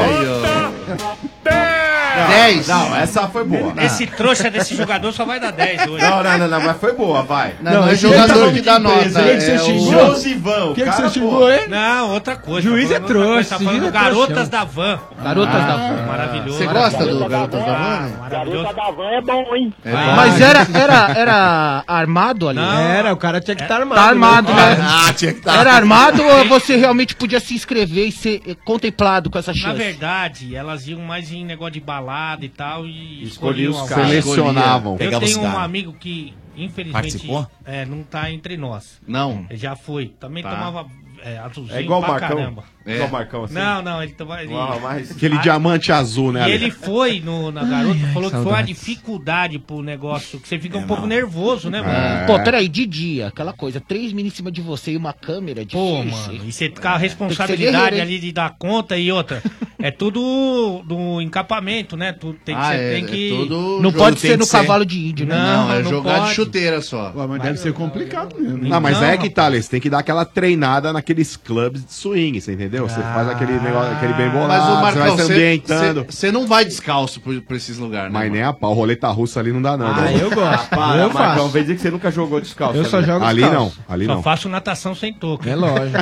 Speaker 3: Não,
Speaker 4: 10.
Speaker 18: Não, essa foi boa.
Speaker 7: Esse trouxa desse jogador só vai dar 10 hoje.
Speaker 18: Não, não, não, não, mas foi boa, vai.
Speaker 7: Não, não é jogador
Speaker 8: então,
Speaker 7: que dá nota,
Speaker 18: Quem que
Speaker 7: é
Speaker 18: você
Speaker 7: o-
Speaker 18: xingou? Josivan,
Speaker 7: Quem que
Speaker 18: cara,
Speaker 7: você
Speaker 18: pô.
Speaker 7: xingou, hein? Não, outra coisa.
Speaker 18: Juiz
Speaker 7: Tá
Speaker 18: é
Speaker 7: falando
Speaker 18: trouxa,
Speaker 7: outra coisa, Tá
Speaker 18: juiz
Speaker 7: falando
Speaker 18: é
Speaker 7: Garotas
Speaker 18: trouxão.
Speaker 7: da Van. Ah,
Speaker 18: Garotas da Van.
Speaker 7: Maravilhoso.
Speaker 18: Você gosta do
Speaker 7: Garotas
Speaker 18: Garotas da Van?
Speaker 7: Maravilhoso.
Speaker 19: da van é bom, hein?
Speaker 7: Ah,
Speaker 17: Mas era, era, era armado ali? Era, o cara tinha que
Speaker 7: É.
Speaker 17: estar armado. Tá armado, né?
Speaker 3: Ah, tinha que tá.
Speaker 17: Era armado ou você realmente podia se inscrever e ser eh, contemplado com essa
Speaker 7: Na
Speaker 17: chance?
Speaker 7: verdade, elas iam mais em negócio de balada e tal e
Speaker 10: Escolhiam os
Speaker 7: alguém.
Speaker 10: caras. Selecionavam.
Speaker 7: Eu
Speaker 10: Pegava os
Speaker 7: tenho um
Speaker 10: caras.
Speaker 7: amigo que, infelizmente,
Speaker 10: Participou?
Speaker 7: é, não tá entre nós.
Speaker 4: Não.
Speaker 7: Ele já foi. Também
Speaker 4: Tá.
Speaker 7: tomava é, azulzinho
Speaker 18: É igual o
Speaker 7: pra
Speaker 18: Marcão.
Speaker 7: caramba.
Speaker 18: É igual o Marcão, assim.
Speaker 7: Não, não, ele tomava... Ele...
Speaker 18: Uau, mas-
Speaker 10: Aquele
Speaker 7: Ah,
Speaker 10: diamante azul, né?
Speaker 7: E
Speaker 10: Ale?
Speaker 7: ele foi no, na garota,
Speaker 10: ai,
Speaker 7: falou que foi uma
Speaker 10: saudades.
Speaker 7: dificuldade pro negócio, que você fica um pouco nervoso, né,
Speaker 17: É.
Speaker 7: mano?
Speaker 17: Pô, peraí, de dia, aquela coisa, três meninos em cima de você e uma câmera de
Speaker 7: Pô, mano, e você com a
Speaker 17: Tem que ser
Speaker 7: responsabilidade
Speaker 17: é guerreiro,
Speaker 7: ali de dar conta e outra. É tudo do encapamento, né? Tu tem que,
Speaker 4: Ah,
Speaker 7: ser-
Speaker 4: é,
Speaker 7: tem que-
Speaker 4: é tudo Não jogo, pode tem ser que no ser. cavalo de índio, né?
Speaker 7: Não,
Speaker 4: Não, é
Speaker 7: não
Speaker 4: jogar de
Speaker 7: pode.
Speaker 4: chuteira só.
Speaker 12: mas deve ser complicado mesmo.
Speaker 10: Não, mas
Speaker 12: Então,
Speaker 10: é que tá, Ale, você tem que dar aquela treinada naqueles clubes de swing, você entendeu? Você faz aquele negócio, aquele bem bolado,
Speaker 4: Mas o
Speaker 10: Ah, você
Speaker 4: Marcão,
Speaker 10: vai se ambientando.
Speaker 4: você não vai descalço pro- pra esses lugares, né?
Speaker 10: Mas nem a pau, roleta russa ali não dá não. né?
Speaker 18: Para,
Speaker 10: Eu
Speaker 18: Marcão,
Speaker 10: faço.
Speaker 18: vem dizer que você nunca jogou descalço.
Speaker 10: Eu só
Speaker 18: né?
Speaker 10: jogo Ali descalço. não, ali
Speaker 7: Só
Speaker 10: não.
Speaker 7: faço natação sem touca.
Speaker 18: É lógico.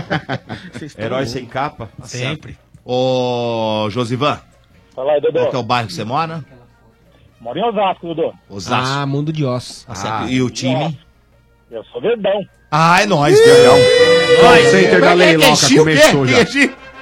Speaker 18: Herói
Speaker 7: loucos.
Speaker 18: sem capa?
Speaker 7: Sempre.
Speaker 3: Tá Ô, Josivan,
Speaker 19: Fala aí,
Speaker 3: qual que é
Speaker 19: Dodô.
Speaker 3: o bairro que você mora?
Speaker 19: Moro em Osasco, Dodô.
Speaker 3: Osasco.
Speaker 19: Ah,
Speaker 3: Mundo de Ossos. e o time?
Speaker 19: Eu sou verdão.
Speaker 3: Ah, é nóis, Verdão.
Speaker 19: Nós.
Speaker 3: Center da
Speaker 16: é
Speaker 19: Leiloca começou já.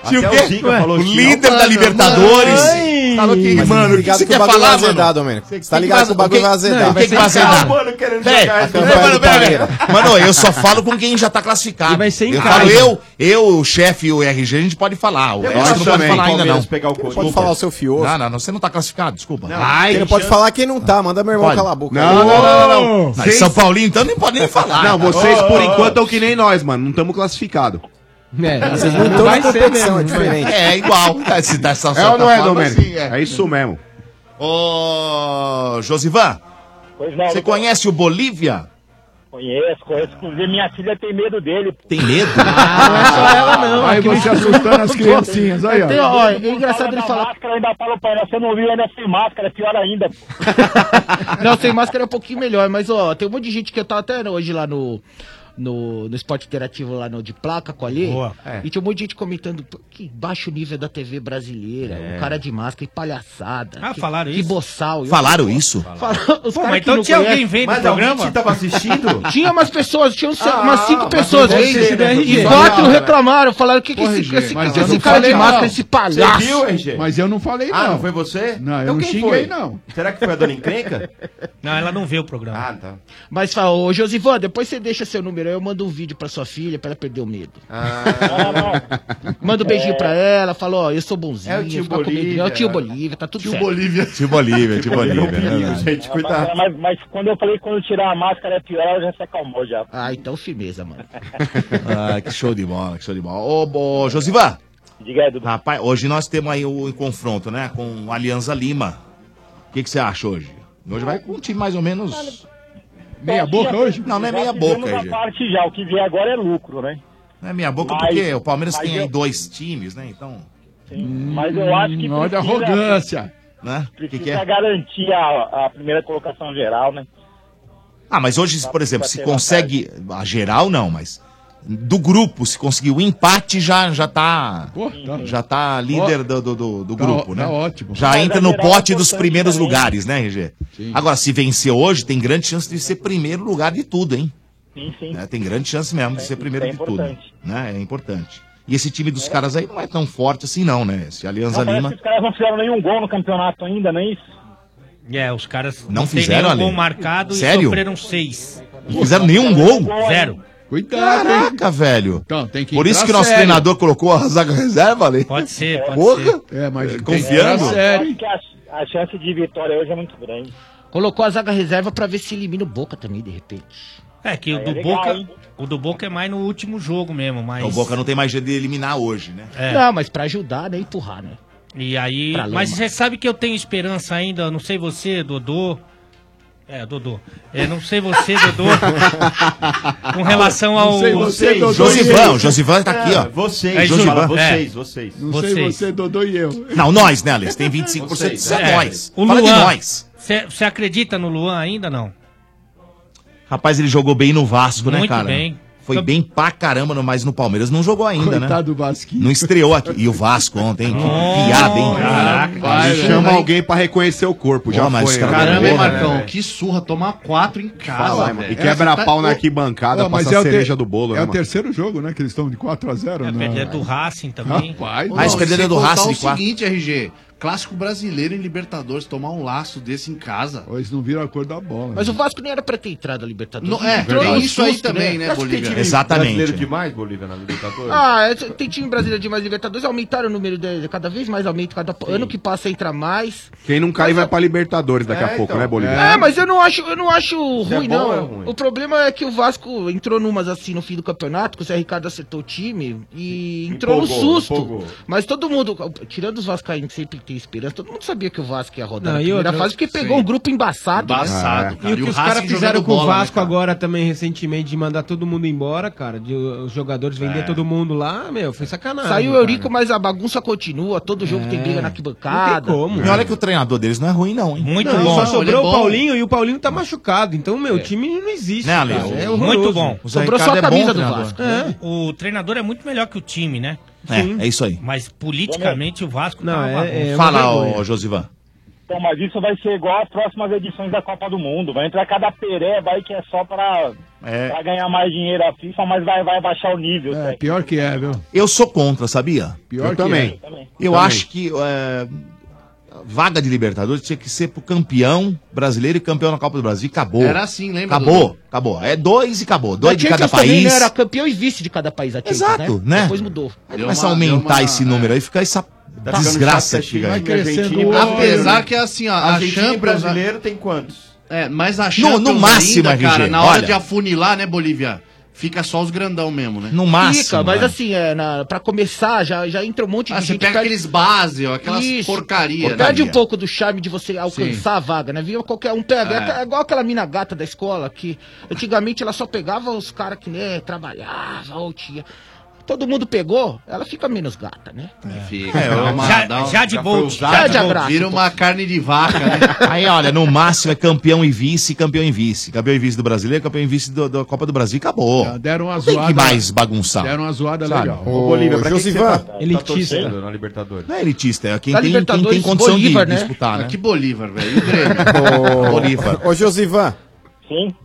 Speaker 3: Até o Zica falou
Speaker 16: o
Speaker 3: Chico.
Speaker 16: líder da Libertadores.
Speaker 3: Ai.
Speaker 16: Falou que,
Speaker 3: Mas
Speaker 16: mano, o que
Speaker 3: ligado
Speaker 16: você
Speaker 3: que o
Speaker 16: quer
Speaker 3: bagulho
Speaker 16: falar,
Speaker 3: vai azedar,
Speaker 16: Domênico?
Speaker 3: Você
Speaker 16: Você tá ligado que o bagulho vai azedar.
Speaker 3: O que, que vai azedar?
Speaker 5: É.
Speaker 3: Véi,
Speaker 16: jogar
Speaker 3: a
Speaker 16: essa
Speaker 3: campanha
Speaker 16: bola.
Speaker 3: do Palmeiras. Mano, eu só falo com quem já tá classificado. eu
Speaker 16: casa.
Speaker 3: falo, eu, eu, o chefe e o RG, a gente pode falar. O
Speaker 16: Eu
Speaker 3: resto não
Speaker 16: acho
Speaker 3: pode
Speaker 16: também,
Speaker 3: falar ainda,
Speaker 16: Palmeiras
Speaker 3: não.
Speaker 16: pegar o Corinthians.
Speaker 3: Desculpa.
Speaker 16: Pode falar o seu fioso.
Speaker 3: Não, não, não, você não tá classificado, desculpa.
Speaker 16: Ele não pode falar quem não tá, manda meu irmão
Speaker 3: Pode.
Speaker 16: calar a boca.
Speaker 10: Não, não, não, não, não.
Speaker 3: Ah, em São Paulinho, então, nem pode nem falar.
Speaker 10: Não, vocês
Speaker 3: Ô,
Speaker 10: por
Speaker 3: ô,
Speaker 10: enquanto estão que nem nós, mano. Não estamos classificados.
Speaker 16: É, vocês não estão na competição, é diferente.
Speaker 3: É igual. tá, Se dá essa
Speaker 10: É ou não é,
Speaker 3: plataforma,
Speaker 10: Domênico?
Speaker 3: sim,
Speaker 10: é. isso mesmo.
Speaker 3: Ô, Josivan,
Speaker 19: Pois não,
Speaker 3: você
Speaker 19: Dodô.
Speaker 3: conhece o Bolívia?
Speaker 19: Conheço, conheço. Inclusive, minha filha tem medo dele. pô.
Speaker 3: Tem medo?
Speaker 12: Ah,
Speaker 19: não é só ela, não.
Speaker 12: Aí você assustando as criancinhas, aí, ó.
Speaker 19: Tem, ó, é engraçado ele falar. Máscara, eu ainda falo pra ela, você não viu ainda sem máscara, é pior ainda. pô."
Speaker 17: Não, sem máscara é um pouquinho melhor, mas ó, tem um monte de gente que eu tava até hoje lá no. No, no esporte interativo lá no de placa com a Lê,
Speaker 7: Boa, é.
Speaker 17: e tinha um monte de gente comentando "Pô, que baixo nível da TV brasileira, um cara de máscara e palhaçada.
Speaker 7: É. Ah,
Speaker 17: que,
Speaker 7: falaram
Speaker 17: isso? Que boçal.
Speaker 3: Falaram isso?
Speaker 17: Falaram. Os
Speaker 7: Pô, mas
Speaker 17: cara que
Speaker 7: então
Speaker 17: não
Speaker 7: tinha alguém
Speaker 17: conhece.
Speaker 7: vendo o programa?
Speaker 17: Tinha umas pessoas, tinha uns-
Speaker 7: Ah,
Speaker 17: umas cinco
Speaker 7: mas
Speaker 17: pessoas.
Speaker 7: deve ser da
Speaker 17: E
Speaker 7: RG.
Speaker 17: quatro
Speaker 7: Não,
Speaker 17: reclamaram, falaram que, que esse, esse-
Speaker 12: É, mas
Speaker 17: esse
Speaker 12: eu não
Speaker 17: cara de
Speaker 12: falei,
Speaker 17: máscara,
Speaker 12: não.
Speaker 17: esse palhaço.
Speaker 18: Você viu, RG?
Speaker 12: Mas eu não falei, não.
Speaker 18: Ah, não foi você?
Speaker 12: Não, eu
Speaker 18: Então
Speaker 12: não
Speaker 18: quem
Speaker 12: xinguei,
Speaker 18: foi?
Speaker 12: não.
Speaker 18: Será que foi a dona encrenca?
Speaker 7: Não, ela não vê o programa.
Speaker 18: Ah, tá.
Speaker 17: Mas fala, ô Josivan, depois você deixa seu número aí, eu mando um vídeo pra sua filha pra ela perder o medo.
Speaker 18: Ah.
Speaker 17: Manda um beijinho
Speaker 18: É.
Speaker 17: pra ela, fala, ó, eu sou bonzinho,
Speaker 18: É o tio
Speaker 17: fica com medo.
Speaker 18: Bolívia.
Speaker 17: É o tio Bolívia, tá tudo
Speaker 18: Tio
Speaker 17: certo.
Speaker 18: Bolívia.
Speaker 3: Tio Bolívia, tio Bolívia. né?
Speaker 18: gente,
Speaker 19: Ah, mas-
Speaker 18: cuidado.
Speaker 19: Mas, mas quando eu falei que quando tirar a máscara é pior, ela já se acalmou já.
Speaker 17: Ah, então firmeza, mano.
Speaker 3: Ah, que show de bola, que show de bola. Ô, ô Josivan.
Speaker 19: Diga aí, Dudu.
Speaker 3: Rapaz, hoje nós temos aí o confronto, né? Com o Alianza Lima. O que que você acha hoje? Hoje vai com um time mais ou menos.
Speaker 19: Meia boca hoje?
Speaker 3: Não, não é meia
Speaker 19: Já
Speaker 3: boca,
Speaker 19: fizemos a
Speaker 3: RG.
Speaker 19: parte já, o que vier agora é lucro, né?
Speaker 3: Não é meia boca,
Speaker 19: Mas-
Speaker 3: porque o Palmeiras
Speaker 19: mas
Speaker 3: tem
Speaker 19: eu-
Speaker 3: aí dois times, né? Então.
Speaker 19: Mas eu acho que
Speaker 12: Olha a
Speaker 19: precisa-
Speaker 12: arrogância.
Speaker 3: Né? O que,
Speaker 19: Precisa
Speaker 3: que é?
Speaker 19: garantir a, a primeira colocação geral, né?
Speaker 3: Ah, mas hoje, por exemplo, se consegue. A geral não, mas. Do grupo, se conseguir o empate, já, já tá. Já tá líder do, do, do- do
Speaker 12: Tá
Speaker 3: grupo,
Speaker 12: ó-
Speaker 3: né?
Speaker 12: tá ótimo.
Speaker 3: Já
Speaker 12: Mas
Speaker 3: entra
Speaker 12: a
Speaker 3: no
Speaker 12: geral é
Speaker 3: pote dos
Speaker 12: importante
Speaker 3: primeiros
Speaker 12: também.
Speaker 3: lugares, né, RG? Agora, se vencer hoje, tem grande chance de ser primeiro lugar de tudo, hein?
Speaker 19: Sim, sim.
Speaker 3: Né? Tem grande chance mesmo de ser primeiro
Speaker 19: é
Speaker 3: de tudo.
Speaker 19: importante.
Speaker 3: Né? É importante. E esse time dos caras aí não é tão forte assim, não, né? Esse Alianza
Speaker 19: Não, Então, parece
Speaker 3: Lima.
Speaker 19: que tá os caras não fizeram nenhum gol no campeonato ainda, não é isso?
Speaker 7: É, os caras
Speaker 3: Não
Speaker 7: tem
Speaker 3: fizeram,
Speaker 7: nenhum gol
Speaker 3: Ale?
Speaker 7: marcado
Speaker 3: Sério?
Speaker 7: e sofreram seis.
Speaker 3: Não fizeram nenhum gol?
Speaker 7: Zero.
Speaker 12: Cuidado,
Speaker 3: Caraca, velho.
Speaker 12: Então, tem que
Speaker 3: Por isso
Speaker 12: entrar
Speaker 3: que nosso
Speaker 12: sério.
Speaker 3: treinador colocou a zaga reserva ali.
Speaker 7: Pode ser, pode
Speaker 3: Porra.
Speaker 12: É, mas
Speaker 3: Confiando?
Speaker 19: Eu acho que a, a chance de vitória hoje é muito grande.
Speaker 17: Colocou a zaga reserva pra ver se elimina o Boca também, de repente.
Speaker 7: É que
Speaker 19: Aí
Speaker 7: o
Speaker 19: é
Speaker 7: do
Speaker 19: legal, hein?
Speaker 7: Boca, o do Boca é mais no último jogo mesmo, mas
Speaker 3: Então, O Boca não tem mais jeito de eliminar hoje, né?
Speaker 7: É.
Speaker 17: Não, Ah, mas pra ajudar, né, empurrar, né?
Speaker 7: E aí,
Speaker 17: Pra lama.
Speaker 7: mas você sabe que eu tenho esperança ainda, não sei você, Dodô, É, Dodô. É, não sei você, Dodô. com relação ao.
Speaker 3: Não sei você, Dodô, Josivan, e eu. Josivan tá aqui, ó.
Speaker 18: É, vocês,
Speaker 7: É,
Speaker 18: Josivan,
Speaker 7: Josivan,
Speaker 18: vocês,
Speaker 7: é.
Speaker 18: vocês.
Speaker 12: Não sei você, é Dodô e eu.
Speaker 3: Não, nós, né, Alex? Tem 25%. Isso é, nós. Fala de nós.
Speaker 7: Você acredita no Luan ainda não?
Speaker 3: Rapaz, ele jogou bem no Vasco, né,
Speaker 7: Muito
Speaker 3: cara?
Speaker 7: bem.
Speaker 3: Foi bem pra caramba, no- mas no Palmeiras não jogou ainda, né?
Speaker 12: Coitado do Vasquinho.
Speaker 3: Não estreou aqui. E o Vasco ontem, hein? Que piada, hein?
Speaker 4: Caraca,
Speaker 10: Vai,
Speaker 4: Vai,
Speaker 10: chama
Speaker 4: vai.
Speaker 10: alguém pra reconhecer o corpo,
Speaker 3: Ó,
Speaker 10: já
Speaker 3: né? mas
Speaker 10: foi.
Speaker 3: cara,
Speaker 4: Caramba, hein,
Speaker 10: Porra,
Speaker 4: Marcão?
Speaker 10: né,
Speaker 4: que surra tomar quatro em casa.
Speaker 10: Fala, mano.
Speaker 4: velho.
Speaker 10: E quebra
Speaker 4: Essa tá-
Speaker 10: pau na
Speaker 4: Ô,
Speaker 10: arquibancada,
Speaker 12: Pô, mas
Speaker 10: passa
Speaker 12: é
Speaker 10: a
Speaker 12: o ter-
Speaker 10: cereja do bolo,
Speaker 12: É o
Speaker 10: né, mano?
Speaker 12: terceiro jogo, né? Que eles estão de 4x0.
Speaker 7: É,
Speaker 12: né?
Speaker 7: perder do Racing também.
Speaker 12: Rapaz,
Speaker 4: Mas
Speaker 12: perderam
Speaker 4: perderam
Speaker 12: do
Speaker 4: do
Speaker 12: Racing
Speaker 4: o
Speaker 12: de quatro.
Speaker 4: seguinte, RG. Clássico brasileiro em Libertadores, tomar um laço desse em casa.
Speaker 12: Eles não viram a cor da bola.
Speaker 10: né?
Speaker 17: Mas o Vasco nem era pra ter entrado na Libertadores.
Speaker 4: Não, é,
Speaker 17: Entrou,
Speaker 4: tem
Speaker 17: dá um
Speaker 4: isso
Speaker 17: susto,
Speaker 4: aí também, né,
Speaker 17: Acho que tem
Speaker 4: Bolívia?
Speaker 17: time-
Speaker 3: Exatamente.
Speaker 18: Brasileiro demais, Bolívia, na Libertadores?
Speaker 17: Ah, é, tem time brasileiro de mais Libertadores, aumentaram o número de cada vez mais aumenta, cada ano que passa entra mais.
Speaker 10: Quem não cair vai pra Libertadores daqui a
Speaker 17: É,
Speaker 10: pouco,
Speaker 17: então.
Speaker 10: né, Bolívia?
Speaker 17: É, mas eu não acho, eu não acho
Speaker 10: é
Speaker 17: ruim,
Speaker 10: bom
Speaker 17: não.
Speaker 10: ou é ruim?
Speaker 17: O problema é que o Vasco entrou numas assim no fim do campeonato, que o Zé Ricardo acertou o time e entrou
Speaker 18: Empolgou,
Speaker 17: no susto.
Speaker 18: empolgou.
Speaker 17: Mas todo mundo, tirando os Vascaínos que sempre tem esperança, todo mundo sabia que o Vasco ia rodar
Speaker 13: Não,
Speaker 17: na
Speaker 13: e
Speaker 17: primeira
Speaker 13: outra-
Speaker 17: fase, porque pegou um grupo embaçado. né?
Speaker 18: É.
Speaker 10: É.
Speaker 13: E o que os caras fizeram com o
Speaker 8: né?
Speaker 13: Vasco agora também, recentemente, de mandar todo mundo embora, cara, de os jogadores vender
Speaker 17: É.
Speaker 13: todo mundo lá, meu, foi sacanagem.
Speaker 17: Saiu o
Speaker 13: cara.
Speaker 17: Eurico, mas a bagunça continua, todo jogo tem briga na arquibancada.
Speaker 13: Não tem como.
Speaker 3: E olha que o treinador deles não é ruim, não, hein?
Speaker 13: Muito não, Só sobrou o Paulinho e o Paulinho tá machucado. Então, meu, o time não existe.
Speaker 3: Né, Ale?
Speaker 13: cara, é
Speaker 3: Muito
Speaker 13: horroroso.
Speaker 3: bom. O Zé Sobrou só a Ricardo é camisa bom do treinador. Vasco.
Speaker 13: É.
Speaker 7: O treinador é muito melhor que o time, né?
Speaker 3: É, Sim. é isso aí.
Speaker 7: Mas politicamente o Vasco
Speaker 13: Não,
Speaker 7: tá uma
Speaker 13: é-
Speaker 7: bagunça.
Speaker 3: Fala, ô, Josivan.
Speaker 19: Então, mas isso vai ser igual às próximas edições da Copa do Mundo. Vai entrar cada pereba aí que é só pra,
Speaker 3: É.
Speaker 19: pra ganhar mais dinheiro a FIFA, mas vai, vai baixar o nível. né?
Speaker 12: É, pior que é, viu?
Speaker 3: Eu sou contra, sabia?
Speaker 12: Pior
Speaker 3: eu
Speaker 12: que
Speaker 3: também.
Speaker 12: é.
Speaker 19: Também.
Speaker 3: Eu
Speaker 12: Também.
Speaker 3: acho que é, a vaga de Libertadores tinha que ser pro campeão brasileiro e campeão na Copa do Brasil. E Acabou.
Speaker 17: Era assim, lembra,
Speaker 3: Acabou,
Speaker 17: Dudu?
Speaker 3: acabou. É dois e acabou.
Speaker 17: Mas
Speaker 3: Dois de
Speaker 17: tinha
Speaker 3: cada
Speaker 17: que também,
Speaker 3: país.
Speaker 17: né, Era campeão e vice de cada país. a Champions,
Speaker 3: Exato, né?
Speaker 17: Depois mudou.
Speaker 3: Aí começa a aumentar esse número aí, fica essa
Speaker 18: ficando
Speaker 3: desgraça
Speaker 18: chato,
Speaker 3: que
Speaker 18: vai
Speaker 3: ganha.
Speaker 18: crescendo
Speaker 3: Argentina,
Speaker 18: o olho.
Speaker 3: Apesar
Speaker 4: Apesar
Speaker 3: que.
Speaker 4: que assim, ó, a
Speaker 18: Argentina e
Speaker 4: Champions...
Speaker 18: brasileiro tem quantos?
Speaker 4: É, mas a
Speaker 3: No-
Speaker 4: Champions
Speaker 3: no máximo,
Speaker 4: ainda, cara,
Speaker 3: RG,
Speaker 4: na hora
Speaker 3: olha.
Speaker 4: de afunilar, né, Bolívia? Fica só os grandão mesmo, né?
Speaker 3: No
Speaker 17: Fica, mas assim, é, na, pra começar, já, já entra um monte de
Speaker 4: Ah, você
Speaker 17: gente.
Speaker 4: pega aqueles base, ó, aquelas porcaria, né?
Speaker 17: Perde um pouco do charme de você alcançar
Speaker 4: Sim.
Speaker 17: a vaga, né? Viu? Qualquer um pega.
Speaker 4: É.
Speaker 17: É. igual aquela mina gata da escola que antigamente ela só pegava os caras que, né, trabalhava, ou tinha. Todo mundo pegou, ela fica menos gata, né?
Speaker 4: Fica,
Speaker 3: É,
Speaker 4: dá
Speaker 3: eu-
Speaker 4: uma-
Speaker 3: Já-
Speaker 4: dá um-
Speaker 3: já de
Speaker 4: foi
Speaker 3: Bolt,
Speaker 4: usado,
Speaker 3: já de
Speaker 4: Bolt.
Speaker 3: abraço,
Speaker 4: Vira uma carne de vaca, né?
Speaker 3: Aí, olha, no máximo é campeão e vice, campeão e vice. Campeão e vice do brasileiro, campeão e vice do- da Copa do Brasil. Acabou.
Speaker 12: Deram uma
Speaker 3: Não tem que
Speaker 12: zoada.
Speaker 3: mais bagunçar.
Speaker 12: Deram uma zoada
Speaker 3: Sabe?
Speaker 12: legal.
Speaker 3: Ô, Bolívia, pra que que você tá- tá
Speaker 18: Elitista.
Speaker 3: torcendo
Speaker 18: na Libertadores?
Speaker 3: Não é elitista, é quem,
Speaker 18: Na
Speaker 3: tem, quem tem
Speaker 18: Libertadores,
Speaker 3: condição de-
Speaker 18: Bolívar,
Speaker 3: de,
Speaker 18: né?
Speaker 3: disputar, né?
Speaker 4: Ah, que Bolívar, velho. E o Grêmio?
Speaker 16: Ô,
Speaker 3: Bolívar.
Speaker 16: Ô, Josivan.
Speaker 19: Sim.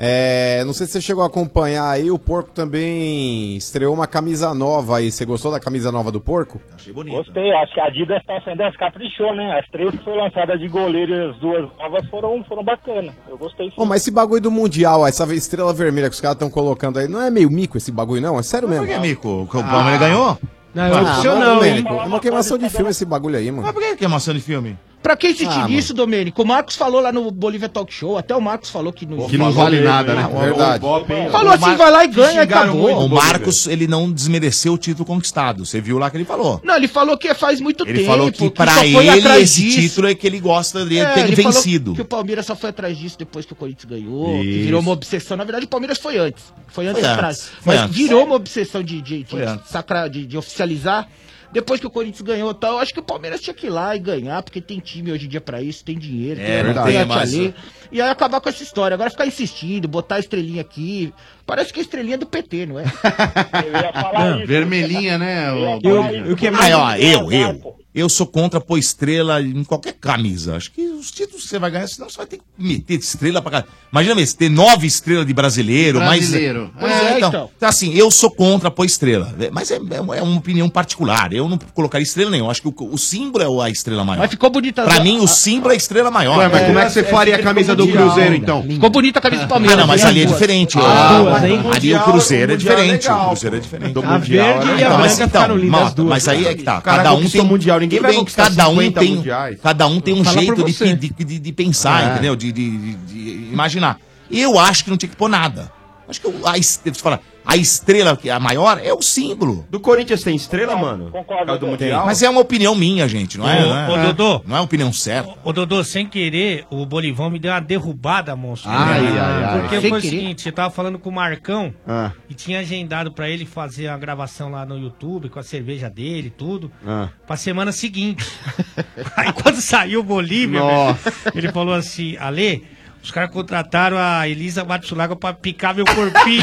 Speaker 16: É, não sei se você chegou a acompanhar aí, o Porco também estreou uma camisa nova aí. Você gostou da camisa nova do Porco?
Speaker 3: né?
Speaker 19: Gostei, acho que a Adidas tá sendo as caprichou, né? As três que foram lançadas de goleiro e as duas novas foram, foram bacanas. Eu gostei.
Speaker 16: Ô, mas esse bagulho do Mundial, essa estrela vermelha que os caras estão colocando aí, não é meio mico esse bagulho, não? É sério mesmo? Por
Speaker 3: que é mico? O
Speaker 17: Ah.
Speaker 3: Palmeiras ganhou?
Speaker 16: Não,
Speaker 3: é opcional, hein?
Speaker 16: É uma queimação de filme esse bagulho aí, mano.
Speaker 3: Por que é queimação de filme?
Speaker 17: Pra quem sentir
Speaker 16: Ah,
Speaker 17: isso, Domênico? O Marcos falou lá no Bolívia Talk Show, até o Marcos falou que não,
Speaker 3: Que não
Speaker 17: Falou
Speaker 3: vale
Speaker 17: mesmo,
Speaker 3: nada, né?
Speaker 17: O-
Speaker 3: Verdade.
Speaker 17: o- Falou assim, vai lá e ganha e acabou.
Speaker 3: o Marcos, ele não desmereceu o título conquistado. Você viu lá que ele falou.
Speaker 17: Não, ele falou que faz muito
Speaker 3: Ele
Speaker 17: tempo.
Speaker 3: falou que pra
Speaker 17: só foi
Speaker 3: ele
Speaker 17: atrás
Speaker 3: esse
Speaker 17: disso.
Speaker 3: título é que ele gosta de
Speaker 17: É,
Speaker 3: ter
Speaker 17: ele falou
Speaker 3: vencido.
Speaker 17: Que o Palmeiras só foi atrás disso depois que o Corinthians ganhou, que
Speaker 3: Isso.
Speaker 17: virou uma obsessão. Na verdade, o Palmeiras foi antes. Foi antes
Speaker 3: Foi
Speaker 17: atrás.
Speaker 3: antes, foi
Speaker 17: Mas
Speaker 3: antes.
Speaker 17: virou uma obsessão de, de, de,
Speaker 3: Foi antes.
Speaker 17: sacra- de- de oficializar. Depois que o Corinthians ganhou e tal, acho que o Palmeiras tinha que ir lá e ganhar, porque tem time hoje em dia pra isso, tem dinheiro,
Speaker 3: É,
Speaker 17: tem,
Speaker 3: não tem
Speaker 17: tem arte
Speaker 3: mais. né?
Speaker 17: ali. E aí acabar com essa história. Agora ficar insistindo, botar a estrelinha aqui. Parece que a estrelinha é do PT, não é?
Speaker 4: Vermelhinha, né? o Bolívia?
Speaker 3: Eu, Aí, ó, eu, eu. Eu sou contra pôr estrela em qualquer camisa. Acho que os títulos que você vai ganhar, senão você vai ter que meter de estrela pra caralho. Imagina mesmo, ter nove estrelas de brasileiro,
Speaker 4: Brasileiro.
Speaker 3: mas. Pois
Speaker 4: É,
Speaker 3: é, então.
Speaker 4: então.
Speaker 3: Então, assim, eu sou contra pôr estrela. É, Mas é, é- é uma opinião particular. Eu não colocaria estrela nenhuma. Acho que o, o símbolo é o- a estrela maior.
Speaker 17: Mas ficou bonita.
Speaker 3: Pra mim, o símbolo é a estrela maior.
Speaker 10: Ué, mas como é que você faria a camisa do Cruzeiro, então?
Speaker 17: né? Ficou bonita a camisa do Palmeiras.
Speaker 3: Ah, não, mas
Speaker 17: né?
Speaker 3: ali é
Speaker 17: Duas.
Speaker 3: diferente.
Speaker 17: Ah,
Speaker 3: ó.
Speaker 17: duas, hein?
Speaker 3: ali o
Speaker 17: Mundial-
Speaker 3: Cruzeiro é
Speaker 17: Mundial é
Speaker 3: diferente.
Speaker 17: legal,
Speaker 3: o Cruzeiro é diferente.
Speaker 18: A Mundial, verde né? e a
Speaker 3: Então, mas
Speaker 18: branca
Speaker 3: então,
Speaker 18: ficaram lindas
Speaker 3: malta,
Speaker 18: as duas,
Speaker 3: mas aí é que tá.
Speaker 18: cara.
Speaker 3: Cada um
Speaker 18: Conquistou
Speaker 3: tem
Speaker 18: Mundial, ninguém
Speaker 3: tudo
Speaker 18: vai
Speaker 3: bem,
Speaker 18: conquistar
Speaker 3: cada um
Speaker 18: 50
Speaker 3: tem,
Speaker 18: mundiais.
Speaker 3: Cada um tem um
Speaker 18: Fala pra
Speaker 3: jeito de,
Speaker 18: você.
Speaker 3: de, de- de pensar,
Speaker 18: É.
Speaker 3: entendeu? De, de- de- de imaginar. Eu acho que não tinha que pôr nada. Acho que a estrela, fala, a estrela que é a maior é o símbolo.
Speaker 18: Do Corinthians tem estrela, mano?
Speaker 19: Concordo.
Speaker 18: do Mundial?
Speaker 3: Mas é uma opinião minha, gente, não é?
Speaker 7: Ô,
Speaker 3: não é-
Speaker 7: ô, Dodô.
Speaker 3: Não é opinião certa.
Speaker 7: Ô, Dodô, sem querer, o Bolivão me deu uma derrubada, monstro.
Speaker 3: Ai, ai, ai.
Speaker 7: Porque
Speaker 3: Sem
Speaker 7: foi o
Speaker 3: querer.
Speaker 7: seguinte, eu tava falando com o Marcão
Speaker 10: Ah.
Speaker 7: e tinha agendado pra ele fazer uma gravação lá no YouTube com a cerveja dele e tudo.
Speaker 10: Ah.
Speaker 7: Pra semana seguinte. Aí quando saiu o Bolívia,
Speaker 10: Nossa.
Speaker 7: velho, ele falou assim, Ale, os caras contrataram a Elisa Matsulaga pra picar meu corpinho.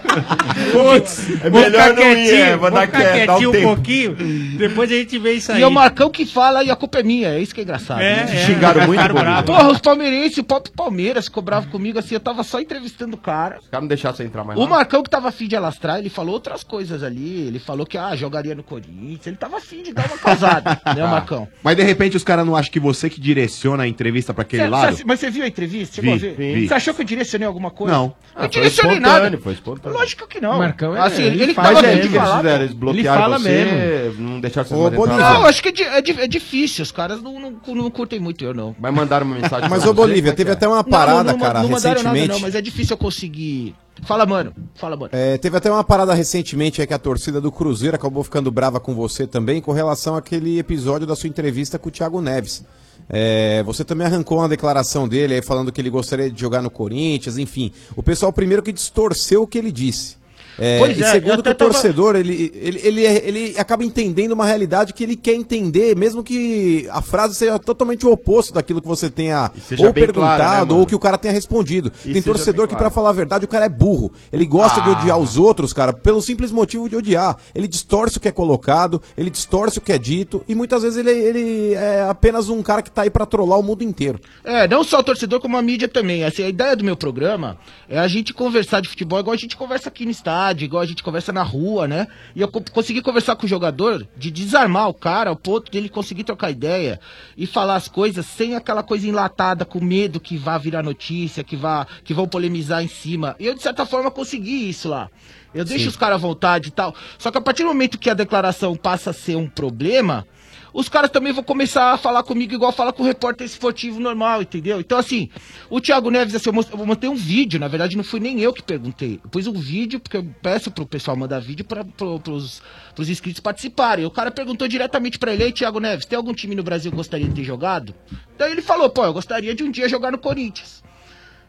Speaker 18: Putz, é
Speaker 7: Vou
Speaker 18: melhor
Speaker 7: ficar
Speaker 18: não ir,
Speaker 7: quietinho,
Speaker 18: é, vou dar
Speaker 7: ficar
Speaker 18: quieto, dá um
Speaker 7: quietinho um,
Speaker 18: tempo.
Speaker 7: pouquinho, depois a gente vê isso aí.
Speaker 17: E é o Marcão que fala e a culpa é minha, é isso que é engraçado.
Speaker 7: É,
Speaker 17: né?
Speaker 7: é. Xingaram muito, Ficaram Bolívia? bravos.
Speaker 17: Porra, os palmeirenses, o próprio Palmeiras ficou bravo comigo, assim, eu tava só entrevistando o cara.
Speaker 18: Os caras não deixaram você entrar mais
Speaker 17: O
Speaker 18: lá.
Speaker 17: Marcão que tava afim de alastrar, ele falou outras coisas ali, ele falou que, ah, jogaria no Corinthians, ele tava afim de dar uma causada, né,
Speaker 18: Ah,
Speaker 17: Marcão?
Speaker 10: Mas de repente os caras não acham que você que direciona a entrevista pra aquele
Speaker 17: Cê-
Speaker 10: lado?
Speaker 17: cê- mas você viu a entrevista? Chegou
Speaker 10: Vi,
Speaker 17: a ver?
Speaker 10: vi.
Speaker 17: Você achou que eu direcionei alguma coisa?
Speaker 10: Não.
Speaker 17: Eu
Speaker 18: Ah, foi
Speaker 17: direcionei
Speaker 18: espontâneo,
Speaker 17: nada.
Speaker 18: foi tá? espontâneo.
Speaker 17: Lógico que não.
Speaker 18: Marcão, é-
Speaker 17: assim,
Speaker 18: ele
Speaker 17: ele, ele que
Speaker 18: faz é
Speaker 17: tava afim
Speaker 18: ele
Speaker 17: de
Speaker 18: que eles
Speaker 17: falar.
Speaker 18: fizeram, eles
Speaker 17: velho.
Speaker 18: bloquearam você, não deixaram vocês
Speaker 17: Ô,
Speaker 8: então
Speaker 18: mais entrar.
Speaker 8: tá
Speaker 17: Bolívia. Não, acho que é, di- é di- é difícil. Os caras não, não, não curtem muito eu, não.
Speaker 18: Mas mandaram uma mensagem
Speaker 16: Mas,
Speaker 18: pra
Speaker 16: ô,
Speaker 18: você,
Speaker 16: Bolívia,
Speaker 18: como é que
Speaker 16: teve
Speaker 3: né?
Speaker 18: é?
Speaker 16: até uma
Speaker 17: Não,
Speaker 16: parada,
Speaker 17: não, não,
Speaker 16: cara,
Speaker 17: não mandaram nada,
Speaker 16: recentemente.
Speaker 17: não, mas é difícil eu conseguir. Fala, mano. Fala, mano.
Speaker 16: É, teve até uma parada recentemente aí que a torcida do Cruzeiro acabou ficando brava com você também com relação àquele episódio da sua entrevista com o Thiago Neves. É, você também arrancou uma declaração dele aí falando que ele gostaria de jogar no Corinthians, enfim. O pessoal primeiro que distorceu o que ele disse. É,
Speaker 17: Pois
Speaker 16: e
Speaker 17: é, eu
Speaker 16: segundo que
Speaker 17: até
Speaker 16: o
Speaker 17: tava-
Speaker 16: torcedor, ele, ele, ele, é- ele acaba entendendo uma realidade que ele quer entender, mesmo que a frase seja totalmente o oposto daquilo que você tenha
Speaker 18: seja
Speaker 16: ou
Speaker 18: bem clara,
Speaker 16: perguntado
Speaker 18: né, mano?
Speaker 16: ou que o cara tenha respondido.
Speaker 18: E
Speaker 16: Tem
Speaker 18: seja
Speaker 16: torcedor
Speaker 18: bem
Speaker 16: que, pra
Speaker 18: clara.
Speaker 16: falar a verdade, o cara é burro. Ele gosta de
Speaker 18: Ah.
Speaker 16: odiar os outros, cara, pelo simples motivo de odiar. Ele distorce o que é colocado, ele distorce o que é dito, e muitas vezes ele, ele é apenas um cara que tá aí pra trollar o mundo inteiro.
Speaker 17: É, não só o torcedor, como a mídia também. Assim, a ideia do meu programa é a gente conversar de futebol igual a gente conversa aqui no estádio, igual a gente conversa na rua, né? E eu co- consegui conversar com o jogador, de desarmar o cara ao ponto dele conseguir trocar ideia e falar as coisas sem aquela coisa enlatada, com medo que vá virar notícia, que, vá, que vão polemizar em cima. E eu, de certa forma, consegui isso lá. Eu deixo
Speaker 20: Sim.
Speaker 17: os caras à vontade e tal. Só que a partir do momento que a declaração passa a ser um problema, os caras também vão começar a falar comigo igual fala com o repórter esportivo normal, entendeu? Então, assim, o Thiago Neves, assim, eu, most- eu montei um vídeo, na verdade não fui nem eu que perguntei. Eu pus um vídeo, porque eu peço pro pessoal mandar vídeo para pro, pros, pros inscritos participarem. O cara perguntou diretamente pra ele, ei, Thiago Neves, tem algum time no Brasil que gostaria de ter jogado? Daí ele falou, pô, eu gostaria de um dia jogar no Corinthians.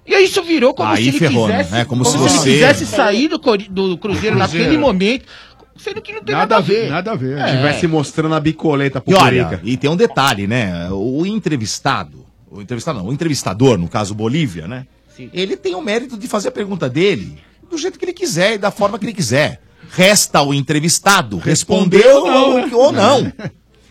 Speaker 17: E aí isso virou como
Speaker 3: Aí
Speaker 17: se ele
Speaker 3: ferrou,
Speaker 17: quisesse,
Speaker 3: né? É, como se
Speaker 17: ele
Speaker 3: você-
Speaker 17: quisesse sair do, Cori- do É. Cruzeiro
Speaker 10: Do Cruzeiro.
Speaker 17: naquele momento, sendo que não tem nada, a ver. Nada a ver.
Speaker 10: Estivesse mostrando a bicoleta pro
Speaker 3: É. E olha,
Speaker 10: Corica.
Speaker 3: e tem um detalhe, né? O entrevistado, o entrevistado não, o entrevistador, no caso Bolívia, né? Ele tem o mérito de fazer a pergunta dele do jeito que ele quiser e da forma que ele quiser. Resta ao entrevistado responder
Speaker 14: Respondeu ou
Speaker 3: ou ou-
Speaker 14: não, né?
Speaker 3: ou não.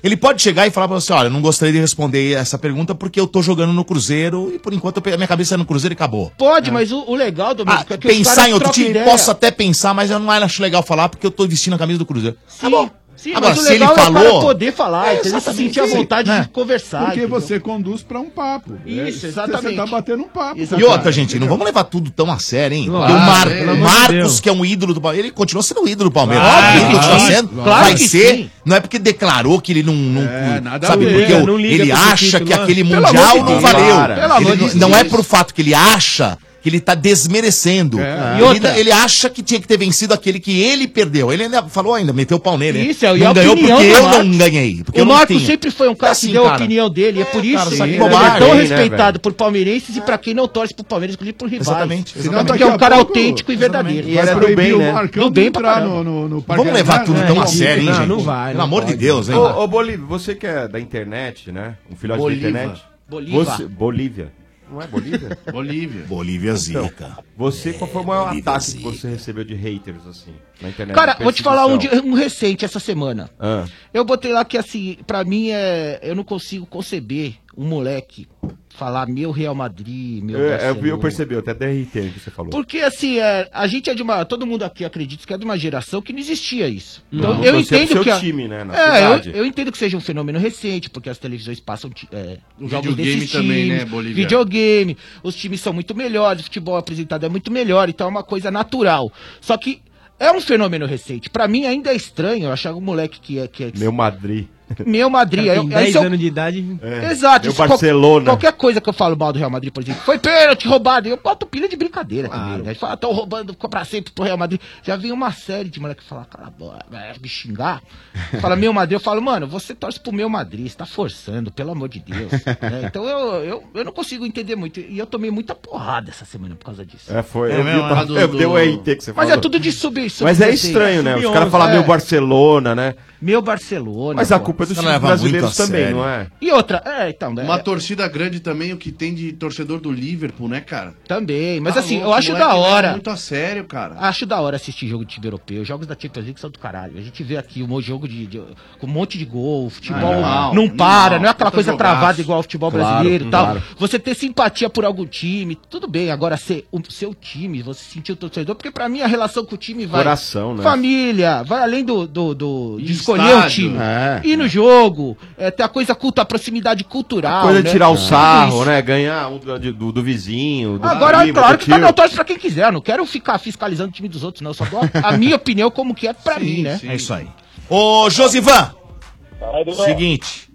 Speaker 3: Ele pode chegar e falar pra você, olha, não gostaria de responder essa pergunta porque eu tô jogando no Cruzeiro e por enquanto eu pe- minha cabeça é no Cruzeiro e acabou.
Speaker 17: Pode, mas o, o legal é do
Speaker 3: Ah, pensar em outro time, posso até pensar, mas eu não acho legal falar porque eu tô vestindo a camisa do Cruzeiro.
Speaker 17: Sim, sim
Speaker 3: Tá Agora,
Speaker 17: mas o
Speaker 3: se ele
Speaker 17: legal é
Speaker 3: falou-
Speaker 17: para poder falar,
Speaker 3: É,
Speaker 17: entendeu? Você
Speaker 3: exatamente,
Speaker 17: sentir a
Speaker 3: sim,
Speaker 17: vontade
Speaker 3: né?
Speaker 17: de conversar.
Speaker 12: Porque
Speaker 17: entendeu?
Speaker 12: você conduz pra um papo.
Speaker 17: Isso,
Speaker 12: É,
Speaker 17: exatamente.
Speaker 12: Você tá batendo um papo.
Speaker 14: é
Speaker 3: E outra, gente, não vamos levar tudo tão a sério, hein?
Speaker 12: Claro,
Speaker 3: E o Mar-
Speaker 12: pelo amor de
Speaker 3: Marcos,
Speaker 12: Deus.
Speaker 3: que é um ídolo do Palmeiras, ele continua sendo um ídolo do Palmeiras.
Speaker 14: Claro,
Speaker 3: Óbvio, ele continua
Speaker 14: claro,
Speaker 3: sendo.
Speaker 14: claro
Speaker 3: vai
Speaker 14: que
Speaker 3: ser.
Speaker 14: sim. É,
Speaker 3: Não é porque declarou que ele não. não
Speaker 14: nada
Speaker 3: sabe,
Speaker 14: a ver,
Speaker 3: porque o-
Speaker 14: não liga
Speaker 3: ele
Speaker 14: pro seu
Speaker 3: acha
Speaker 14: título,
Speaker 3: que
Speaker 14: né?
Speaker 3: aquele
Speaker 14: Pelo
Speaker 3: Mundial
Speaker 14: amor de
Speaker 3: não
Speaker 14: Deus,
Speaker 3: valeu.
Speaker 14: para. Pelo
Speaker 3: Ele
Speaker 14: amor de
Speaker 3: não- não é
Speaker 14: Deus.
Speaker 3: por fato que ele acha. Que ele tá desmerecendo.
Speaker 14: É. E
Speaker 3: Ele,
Speaker 14: outra-
Speaker 3: ele acha que tinha que ter vencido aquele que ele perdeu. Ele ainda falou ainda, meteu o pau nele.
Speaker 17: Isso, é,
Speaker 3: né?
Speaker 14: é,
Speaker 17: e a
Speaker 3: não ganhou porque
Speaker 17: opinião do
Speaker 3: eu
Speaker 17: Marcos.
Speaker 3: não ganhei. Porque
Speaker 17: o
Speaker 3: eu não
Speaker 17: Marcos
Speaker 3: tenho.
Speaker 17: sempre foi um cara
Speaker 3: Assim,
Speaker 17: que deu a
Speaker 3: cara.
Speaker 17: opinião dele, é, por isso
Speaker 3: cara,
Speaker 17: que
Speaker 3: só que
Speaker 17: ele é
Speaker 3: bobagem,
Speaker 17: tão
Speaker 3: né,
Speaker 17: respeitado
Speaker 3: velho?
Speaker 17: por palmeirenses e pra quem não torce pro Palmeiras, inclusive pro rivais.
Speaker 3: Exatamente,
Speaker 17: Porque
Speaker 3: exatamente.
Speaker 17: é um
Speaker 3: Daqui a
Speaker 17: cara
Speaker 3: pouco-
Speaker 17: autêntico e verdadeiro.
Speaker 12: Vai proibir o Marcão
Speaker 17: Do
Speaker 12: de
Speaker 17: bem pra
Speaker 12: entrar no,
Speaker 17: caramba.
Speaker 12: no, no Parque
Speaker 3: né? Vamos levar
Speaker 12: Arena,
Speaker 3: tudo
Speaker 12: né?
Speaker 3: tão a sério, hein,
Speaker 18: Não,
Speaker 3: gente?
Speaker 18: não vai,
Speaker 3: Pelo
Speaker 18: não
Speaker 3: amor de
Speaker 18: pode.
Speaker 3: Deus, hein?
Speaker 18: Ô, ô, Bolívia, você que é da internet, né? Um filhote
Speaker 3: Bolívia.
Speaker 18: da internet.
Speaker 3: Bolívia.
Speaker 18: Você- Bolívia. Não é Bolívia? Bolívia.
Speaker 3: Bolívia zica.
Speaker 18: Você, qual foi o maior ataque que você recebeu de haters, assim, na
Speaker 3: é
Speaker 18: internet?
Speaker 17: Cara,
Speaker 18: de
Speaker 17: vou te falar um, de-
Speaker 18: perseguição?
Speaker 17: um recente essa semana.
Speaker 18: Ah.
Speaker 17: Eu botei lá que, assim, pra mim é. Eu não consigo conceber um moleque falar meu Real Madrid, meu.
Speaker 18: Eu, eu, É, eu
Speaker 17: Barcelona.
Speaker 18: percebi, eu até derritei o que você falou.
Speaker 17: Porque assim, é, a gente é de uma. Todo mundo aqui acredita que é de uma geração que não existia isso. Então
Speaker 18: Não,
Speaker 17: eu
Speaker 18: você é pro
Speaker 17: entendo
Speaker 18: seu
Speaker 17: que. a-
Speaker 18: time, né, na
Speaker 17: é,
Speaker 18: cidade.
Speaker 17: eu, eu entendo que seja um fenômeno recente, porque as televisões passam ti- é,
Speaker 4: O
Speaker 17: jogos
Speaker 4: videogame
Speaker 17: desses
Speaker 4: também,
Speaker 17: times,
Speaker 4: né, Bolívia?
Speaker 17: videogame, os times são muito melhores, o futebol apresentado é muito melhor, então é uma coisa natural. Só que é um fenômeno recente. Pra mim ainda é estranho eu achar um moleque que é. Que é
Speaker 18: Meu Madrid. É,
Speaker 17: Meu Madrid.
Speaker 21: Cara,
Speaker 17: Eu,
Speaker 21: tem
Speaker 17: aí
Speaker 21: 10
Speaker 17: se eu-
Speaker 21: anos de idade.
Speaker 17: Exato.
Speaker 21: Meu
Speaker 17: isso, qual-
Speaker 21: Barcelona.
Speaker 17: qualquer coisa que eu falo mal do Real Madrid, por exemplo, foi pênalti roubado. Eu boto pilha de brincadeira também. Né? Fala, tão roubando pra sempre pro Real Madrid. Já vi uma série de moleque falar, cala a boca, é, me xingar. Fala, meu Madrid. Eu falo, mano, você torce pro meu Madrid, você tá forçando, pelo amor de Deus. né? Então eu, eu, eu não consigo entender muito. E eu tomei muita porrada essa semana por causa disso.
Speaker 8: É, foi.
Speaker 17: É
Speaker 8: eu
Speaker 17: mesmo,
Speaker 8: vi,
Speaker 3: né?
Speaker 8: o-
Speaker 17: é do-
Speaker 8: eu
Speaker 17: do-
Speaker 8: dei o RT que você
Speaker 17: Mas
Speaker 8: falou.
Speaker 17: é tudo de sub- sub-
Speaker 8: Mas é
Speaker 17: 16,
Speaker 8: estranho, né? Os
Speaker 17: sub-
Speaker 8: caras falam
Speaker 17: é.
Speaker 8: meu Barcelona, né?
Speaker 17: Meu Barcelona.
Speaker 8: Mas a
Speaker 17: pô.
Speaker 8: culpa é dos times brasileiros também, não é?
Speaker 17: E outra, é, então. né?
Speaker 4: Uma torcida grande também, o que tem de torcedor do Liverpool, né, cara? Tá
Speaker 17: Também, mas assim, eu
Speaker 4: é
Speaker 17: acho
Speaker 4: né?
Speaker 17: da hora. muito a sério, cara. Acho da hora assistir jogo de time europeu. Jogos da Champions League são do caralho. A gente vê aqui um jogo de, de- com um monte de gol, futebol
Speaker 22: animal,
Speaker 17: não para,
Speaker 22: animal.
Speaker 17: não é aquela
Speaker 22: Puta
Speaker 17: coisa
Speaker 22: jogaço.
Speaker 17: travada igual ao futebol
Speaker 22: Claro,
Speaker 17: brasileiro e tal.
Speaker 22: claro.
Speaker 17: Você ter simpatia por algum time, tudo bem. Agora, ser o seu time, você sentir o torcedor, porque pra mim a relação com o time vai.
Speaker 8: Coração, né?
Speaker 17: Família, vai além do, do, do- de
Speaker 8: E
Speaker 17: escolher o
Speaker 8: estádio.
Speaker 17: time.
Speaker 8: É.
Speaker 17: Ir no jogo, é, ter a coisa culta, a proximidade cultural.
Speaker 8: Coisa de tirar o
Speaker 17: Tudo isso.
Speaker 8: sarro, né? Ganhar um do, do- do vizinho. Do
Speaker 17: Agora,
Speaker 8: primo,
Speaker 17: claro
Speaker 8: do
Speaker 17: que tá
Speaker 8: tio.
Speaker 17: meu torce pra quem quiser. Eu não quero ficar fiscalizando o time dos outros, não. Eu só dou a, a minha opinião como que é pra mim, né?
Speaker 3: É isso aí. Ô, Josivan!
Speaker 20: Dudu.
Speaker 3: Seguinte.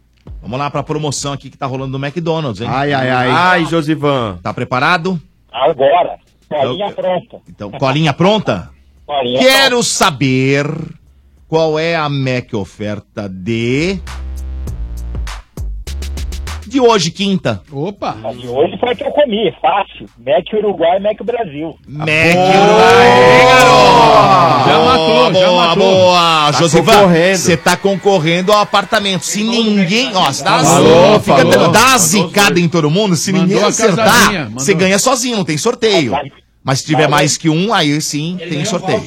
Speaker 3: Vamos lá pra promoção aqui que tá rolando no McDonald's, hein? Ah,
Speaker 8: Ai, ai, ai. Ai, Josivan.
Speaker 3: Tá preparado?
Speaker 20: Agora,
Speaker 3: colinha
Speaker 20: pronta.
Speaker 3: É Então, colinha pronta?
Speaker 20: Colinha
Speaker 3: Quero saber qual é a Mac oferta de. De hoje, quinta.
Speaker 12: Opa!
Speaker 20: E hoje foi a É que eu comi, fácil. Mete Uruguai, mete Brasil.
Speaker 3: Mete Uruguai, garoto! Já matou, já matou. Boa,
Speaker 20: Tá
Speaker 3: Josivan,
Speaker 20: concorrendo.
Speaker 3: você tá concorrendo ao apartamento. Se ninguém. Ó, você dá, a
Speaker 8: Falou,
Speaker 3: fica
Speaker 8: falou.
Speaker 3: dando- dá a zicada em todo mundo. Se
Speaker 8: Mandou
Speaker 3: ninguém
Speaker 8: a
Speaker 3: acertar,
Speaker 8: casadinha,
Speaker 3: você
Speaker 8: mandou.
Speaker 3: ganha sozinho, não tem sorteio. Mas se tiver mais que um, aí sim tem sorteio.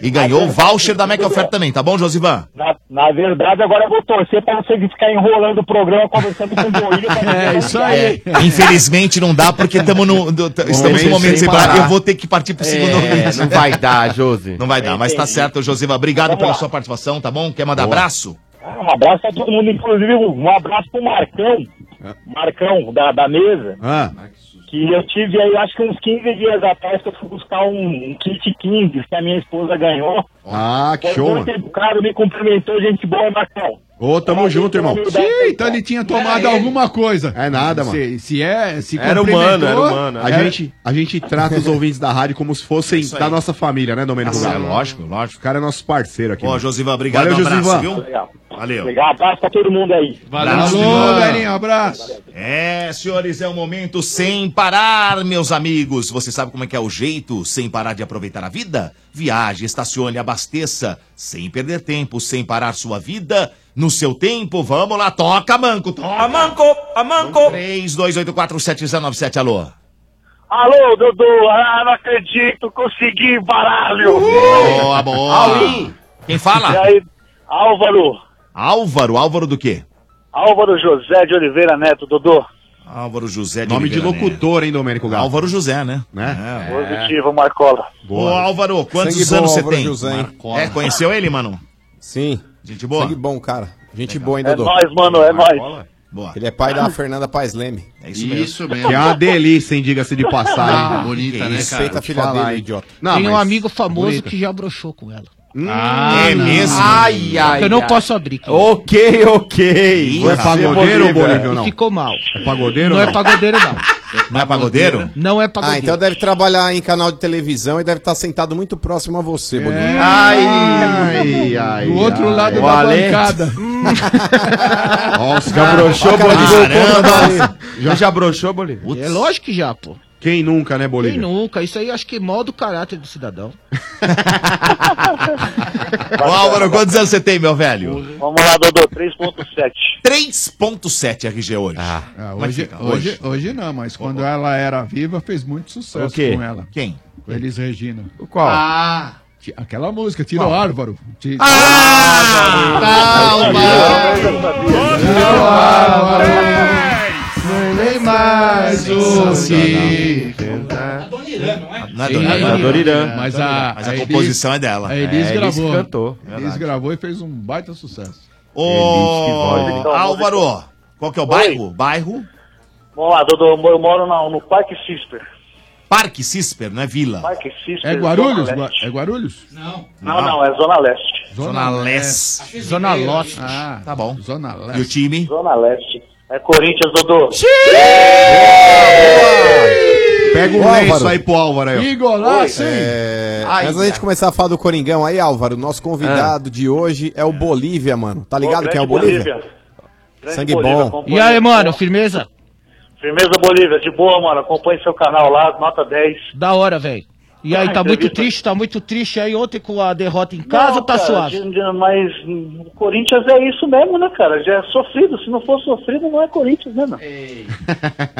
Speaker 3: E ganhou o voucher da Mac Oferta também, tá bom, Josivan?
Speaker 20: Na, na verdade, agora eu vou torcer pra você ficar enrolando o programa, conversando com o Boilho. É, isso
Speaker 3: É, infelizmente não dá porque tamo no, do- t- estamos no
Speaker 8: Momento
Speaker 3: momento
Speaker 8: sem
Speaker 3: separado.
Speaker 8: parar.
Speaker 3: Eu vou ter que partir pro segundo.
Speaker 8: É, não vai dar, Josi.
Speaker 3: Não vai dar, mas tá certo, Josiva. Obrigado pela sua participação, tá bom? Quer mandar
Speaker 20: Boa.
Speaker 3: abraço?
Speaker 20: Ah, Um abraço pra todo mundo, inclusive um abraço pro Marcão,
Speaker 3: É.
Speaker 20: Marcão da, da mesa,
Speaker 5: Ah.
Speaker 20: que eu tive aí acho que uns 15 dias atrás que eu fui buscar um, um kit 15 que a minha esposa ganhou.
Speaker 10: Ah, que
Speaker 20: Foi
Speaker 10: show,
Speaker 20: muito
Speaker 10: mano.
Speaker 20: educado, me cumprimentou, gente boa, Marcão.
Speaker 10: Ô, tamo junto, irmão.
Speaker 12: Ih, então ele tinha tomado
Speaker 17: é.
Speaker 10: Era ele.
Speaker 12: alguma coisa.
Speaker 10: É nada, mano.
Speaker 12: Se, se é, se
Speaker 10: Era humano, era
Speaker 12: cumprimentou,
Speaker 10: humano. A, gente, a gente trata os ouvintes da rádio como se fossem
Speaker 3: Isso aí.
Speaker 10: da nossa família, né, Domênico?
Speaker 3: Assim,
Speaker 10: Galo?
Speaker 3: é lógico, lógico.
Speaker 10: O cara é nosso parceiro aqui.
Speaker 3: Ó,
Speaker 10: mano.
Speaker 3: Josiva, obrigado,
Speaker 10: Valeu,
Speaker 3: um abraço,
Speaker 10: Josivan.
Speaker 3: viu? Valeu.
Speaker 20: Legal, abraço pra todo mundo aí.
Speaker 3: Abraço,
Speaker 12: Alô,
Speaker 3: Ivan.
Speaker 12: velhinho, abraço.
Speaker 3: É, senhores, é um momento sem parar, meus amigos. Você sabe como é que é o jeito sem parar de aproveitar a vida? Viaje, estacione, abasteça, sem perder tempo, sem parar sua vida. No seu tempo, vamos lá, toca, Manco, toca. Manco, a Manco. 32847097, alô.
Speaker 20: Alô, Dudu, ah, não acredito, consegui, baralho.
Speaker 3: Boa, boa.
Speaker 20: Alô.
Speaker 3: Quem fala?
Speaker 20: E aí, Álvaro,
Speaker 3: Álvaro, Álvaro do quê?
Speaker 20: Álvaro José de Oliveira Neto, Dudu.
Speaker 3: Álvaro José de
Speaker 10: Nome de
Speaker 3: Oliveira Neto.
Speaker 10: locutor, hein, Domênico Galo?
Speaker 3: Álvaro José, né?
Speaker 10: Né?
Speaker 20: Positivo, Marcola.
Speaker 3: Ô, Álvaro, quantos
Speaker 16: Sangue bom,
Speaker 3: anos você
Speaker 16: Álvaro
Speaker 3: tem?
Speaker 16: José, hein?
Speaker 3: Marcola. é, conheceu ele, mano?
Speaker 16: Sim.
Speaker 3: Gente boa?
Speaker 16: Sangue bom, cara. Gente boa, hein, Dodô?
Speaker 20: mano, é
Speaker 16: nóis.
Speaker 3: Boa.
Speaker 16: Ele é pai da Fernanda Paz Leme.
Speaker 3: É
Speaker 16: isso
Speaker 4: mesmo. Isso mesmo.
Speaker 10: Que é uma delícia, hein, diga-se de passagem.
Speaker 4: Ah, bonita, né, cara?
Speaker 16: Respeita a filha
Speaker 10: falar,
Speaker 16: dele,
Speaker 10: hein?
Speaker 16: idiota.
Speaker 10: Não,
Speaker 17: Tem um
Speaker 10: mas-
Speaker 17: amigo famoso
Speaker 10: bonita.
Speaker 17: que já broxou com ela.
Speaker 10: Ah, é não. mesmo?
Speaker 17: Ai, ai, eu não
Speaker 10: ai.
Speaker 17: posso abrir. querido.
Speaker 8: Ok, ok.
Speaker 17: Ih,
Speaker 8: Você
Speaker 17: rapaz.
Speaker 8: pagodeiro,
Speaker 17: E
Speaker 8: Bolívia, não?
Speaker 17: Ficou mal.
Speaker 10: É pagodeiro
Speaker 17: Não é pagodeiro, não.
Speaker 3: né? Não é pagodeiro?
Speaker 17: Não é
Speaker 16: Ah, então deve trabalhar em canal de televisão e deve estar sentado muito próximo a você, Boninho.
Speaker 10: Ai, ai, ai.
Speaker 16: É. Do outro lado da bancada.
Speaker 10: Nossa,
Speaker 16: Já broxou,
Speaker 10: Bolívia?
Speaker 8: Já, já broxou, Bolívia?
Speaker 17: É lógico que já, pô.
Speaker 10: Quem nunca, né,
Speaker 17: Quem
Speaker 10: Bolívia?
Speaker 17: nunca? Isso aí acho que molda o caráter do cidadão.
Speaker 3: Ô, Álvaro, quantos anos você tem, meu velho?
Speaker 20: Vamos lá, Dodô, 3.7.
Speaker 3: 3.7 RG hoje. Ah,
Speaker 12: Hoje, hoje, hoje, não, mas quando ela era viva, fez muito sucesso
Speaker 3: O quê?
Speaker 12: com ela.
Speaker 3: Quem?
Speaker 12: Com Elis Regina. O
Speaker 8: qual?
Speaker 12: Ah! Aquela música, Tira o Álvaro. Tira...
Speaker 4: Tem mais o que
Speaker 3: é Não é
Speaker 12: Sim,
Speaker 3: Doriran.
Speaker 12: é Doriran. Mas a-
Speaker 3: Doriran. Mas a
Speaker 12: a Elis-
Speaker 3: composição é dela.
Speaker 12: a Elis
Speaker 3: É,
Speaker 12: gravou.
Speaker 8: cantou.
Speaker 12: Elis gravou e fez um baita sucesso.
Speaker 20: Então,
Speaker 3: Ô, Álvaro, qual que é o bairro? Bairro?
Speaker 20: Vamos lá, Dodô, eu moro na- no Parque Cisper.
Speaker 3: Parque Cisper, não é Vila.
Speaker 20: Parque Cisper,
Speaker 23: É Guarulhos?
Speaker 20: Zona
Speaker 23: Gua-
Speaker 20: Leste.
Speaker 23: É Guarulhos?
Speaker 20: Não, não, é Zona Leste.
Speaker 3: Zona Leste.
Speaker 23: Zona Leste.
Speaker 20: Ah,
Speaker 3: tá bom.
Speaker 23: Zona
Speaker 3: E o time?
Speaker 20: Zona Leste. É Corinthians, Dodô.
Speaker 10: Pega um
Speaker 16: Ô,
Speaker 10: lenço
Speaker 16: Álvaro.
Speaker 10: aí pro Álvaro aí. ó.
Speaker 16: É,
Speaker 10: Ai,
Speaker 16: antes da gente
Speaker 10: cara.
Speaker 16: começar a falar do Coringão aí, Álvaro, nosso convidado de hoje é o Bolívia, mano. Tá ligado
Speaker 20: Ô,
Speaker 16: quem é o
Speaker 20: grande
Speaker 16: Bolívia?
Speaker 20: Grande
Speaker 16: Sangue
Speaker 20: Bolívia,
Speaker 16: bom.
Speaker 20: acompanho. E aí,
Speaker 17: mano, firmeza?
Speaker 20: Firmeza Bolívia, de boa, mano. Acompanhe seu canal lá, nota 10.
Speaker 17: Da hora, velho. E aí,
Speaker 20: Ah,
Speaker 17: tá muito
Speaker 20: entrevista.
Speaker 17: triste, tá muito triste aí ontem com a derrota em casa
Speaker 20: Não,
Speaker 17: ou tá
Speaker 20: cara,
Speaker 17: suave?
Speaker 20: de- de- Mas hum, o Corinthians é isso mesmo, né, cara? Já é sofrido. Se não for sofrido, não é Corinthians, né, mano?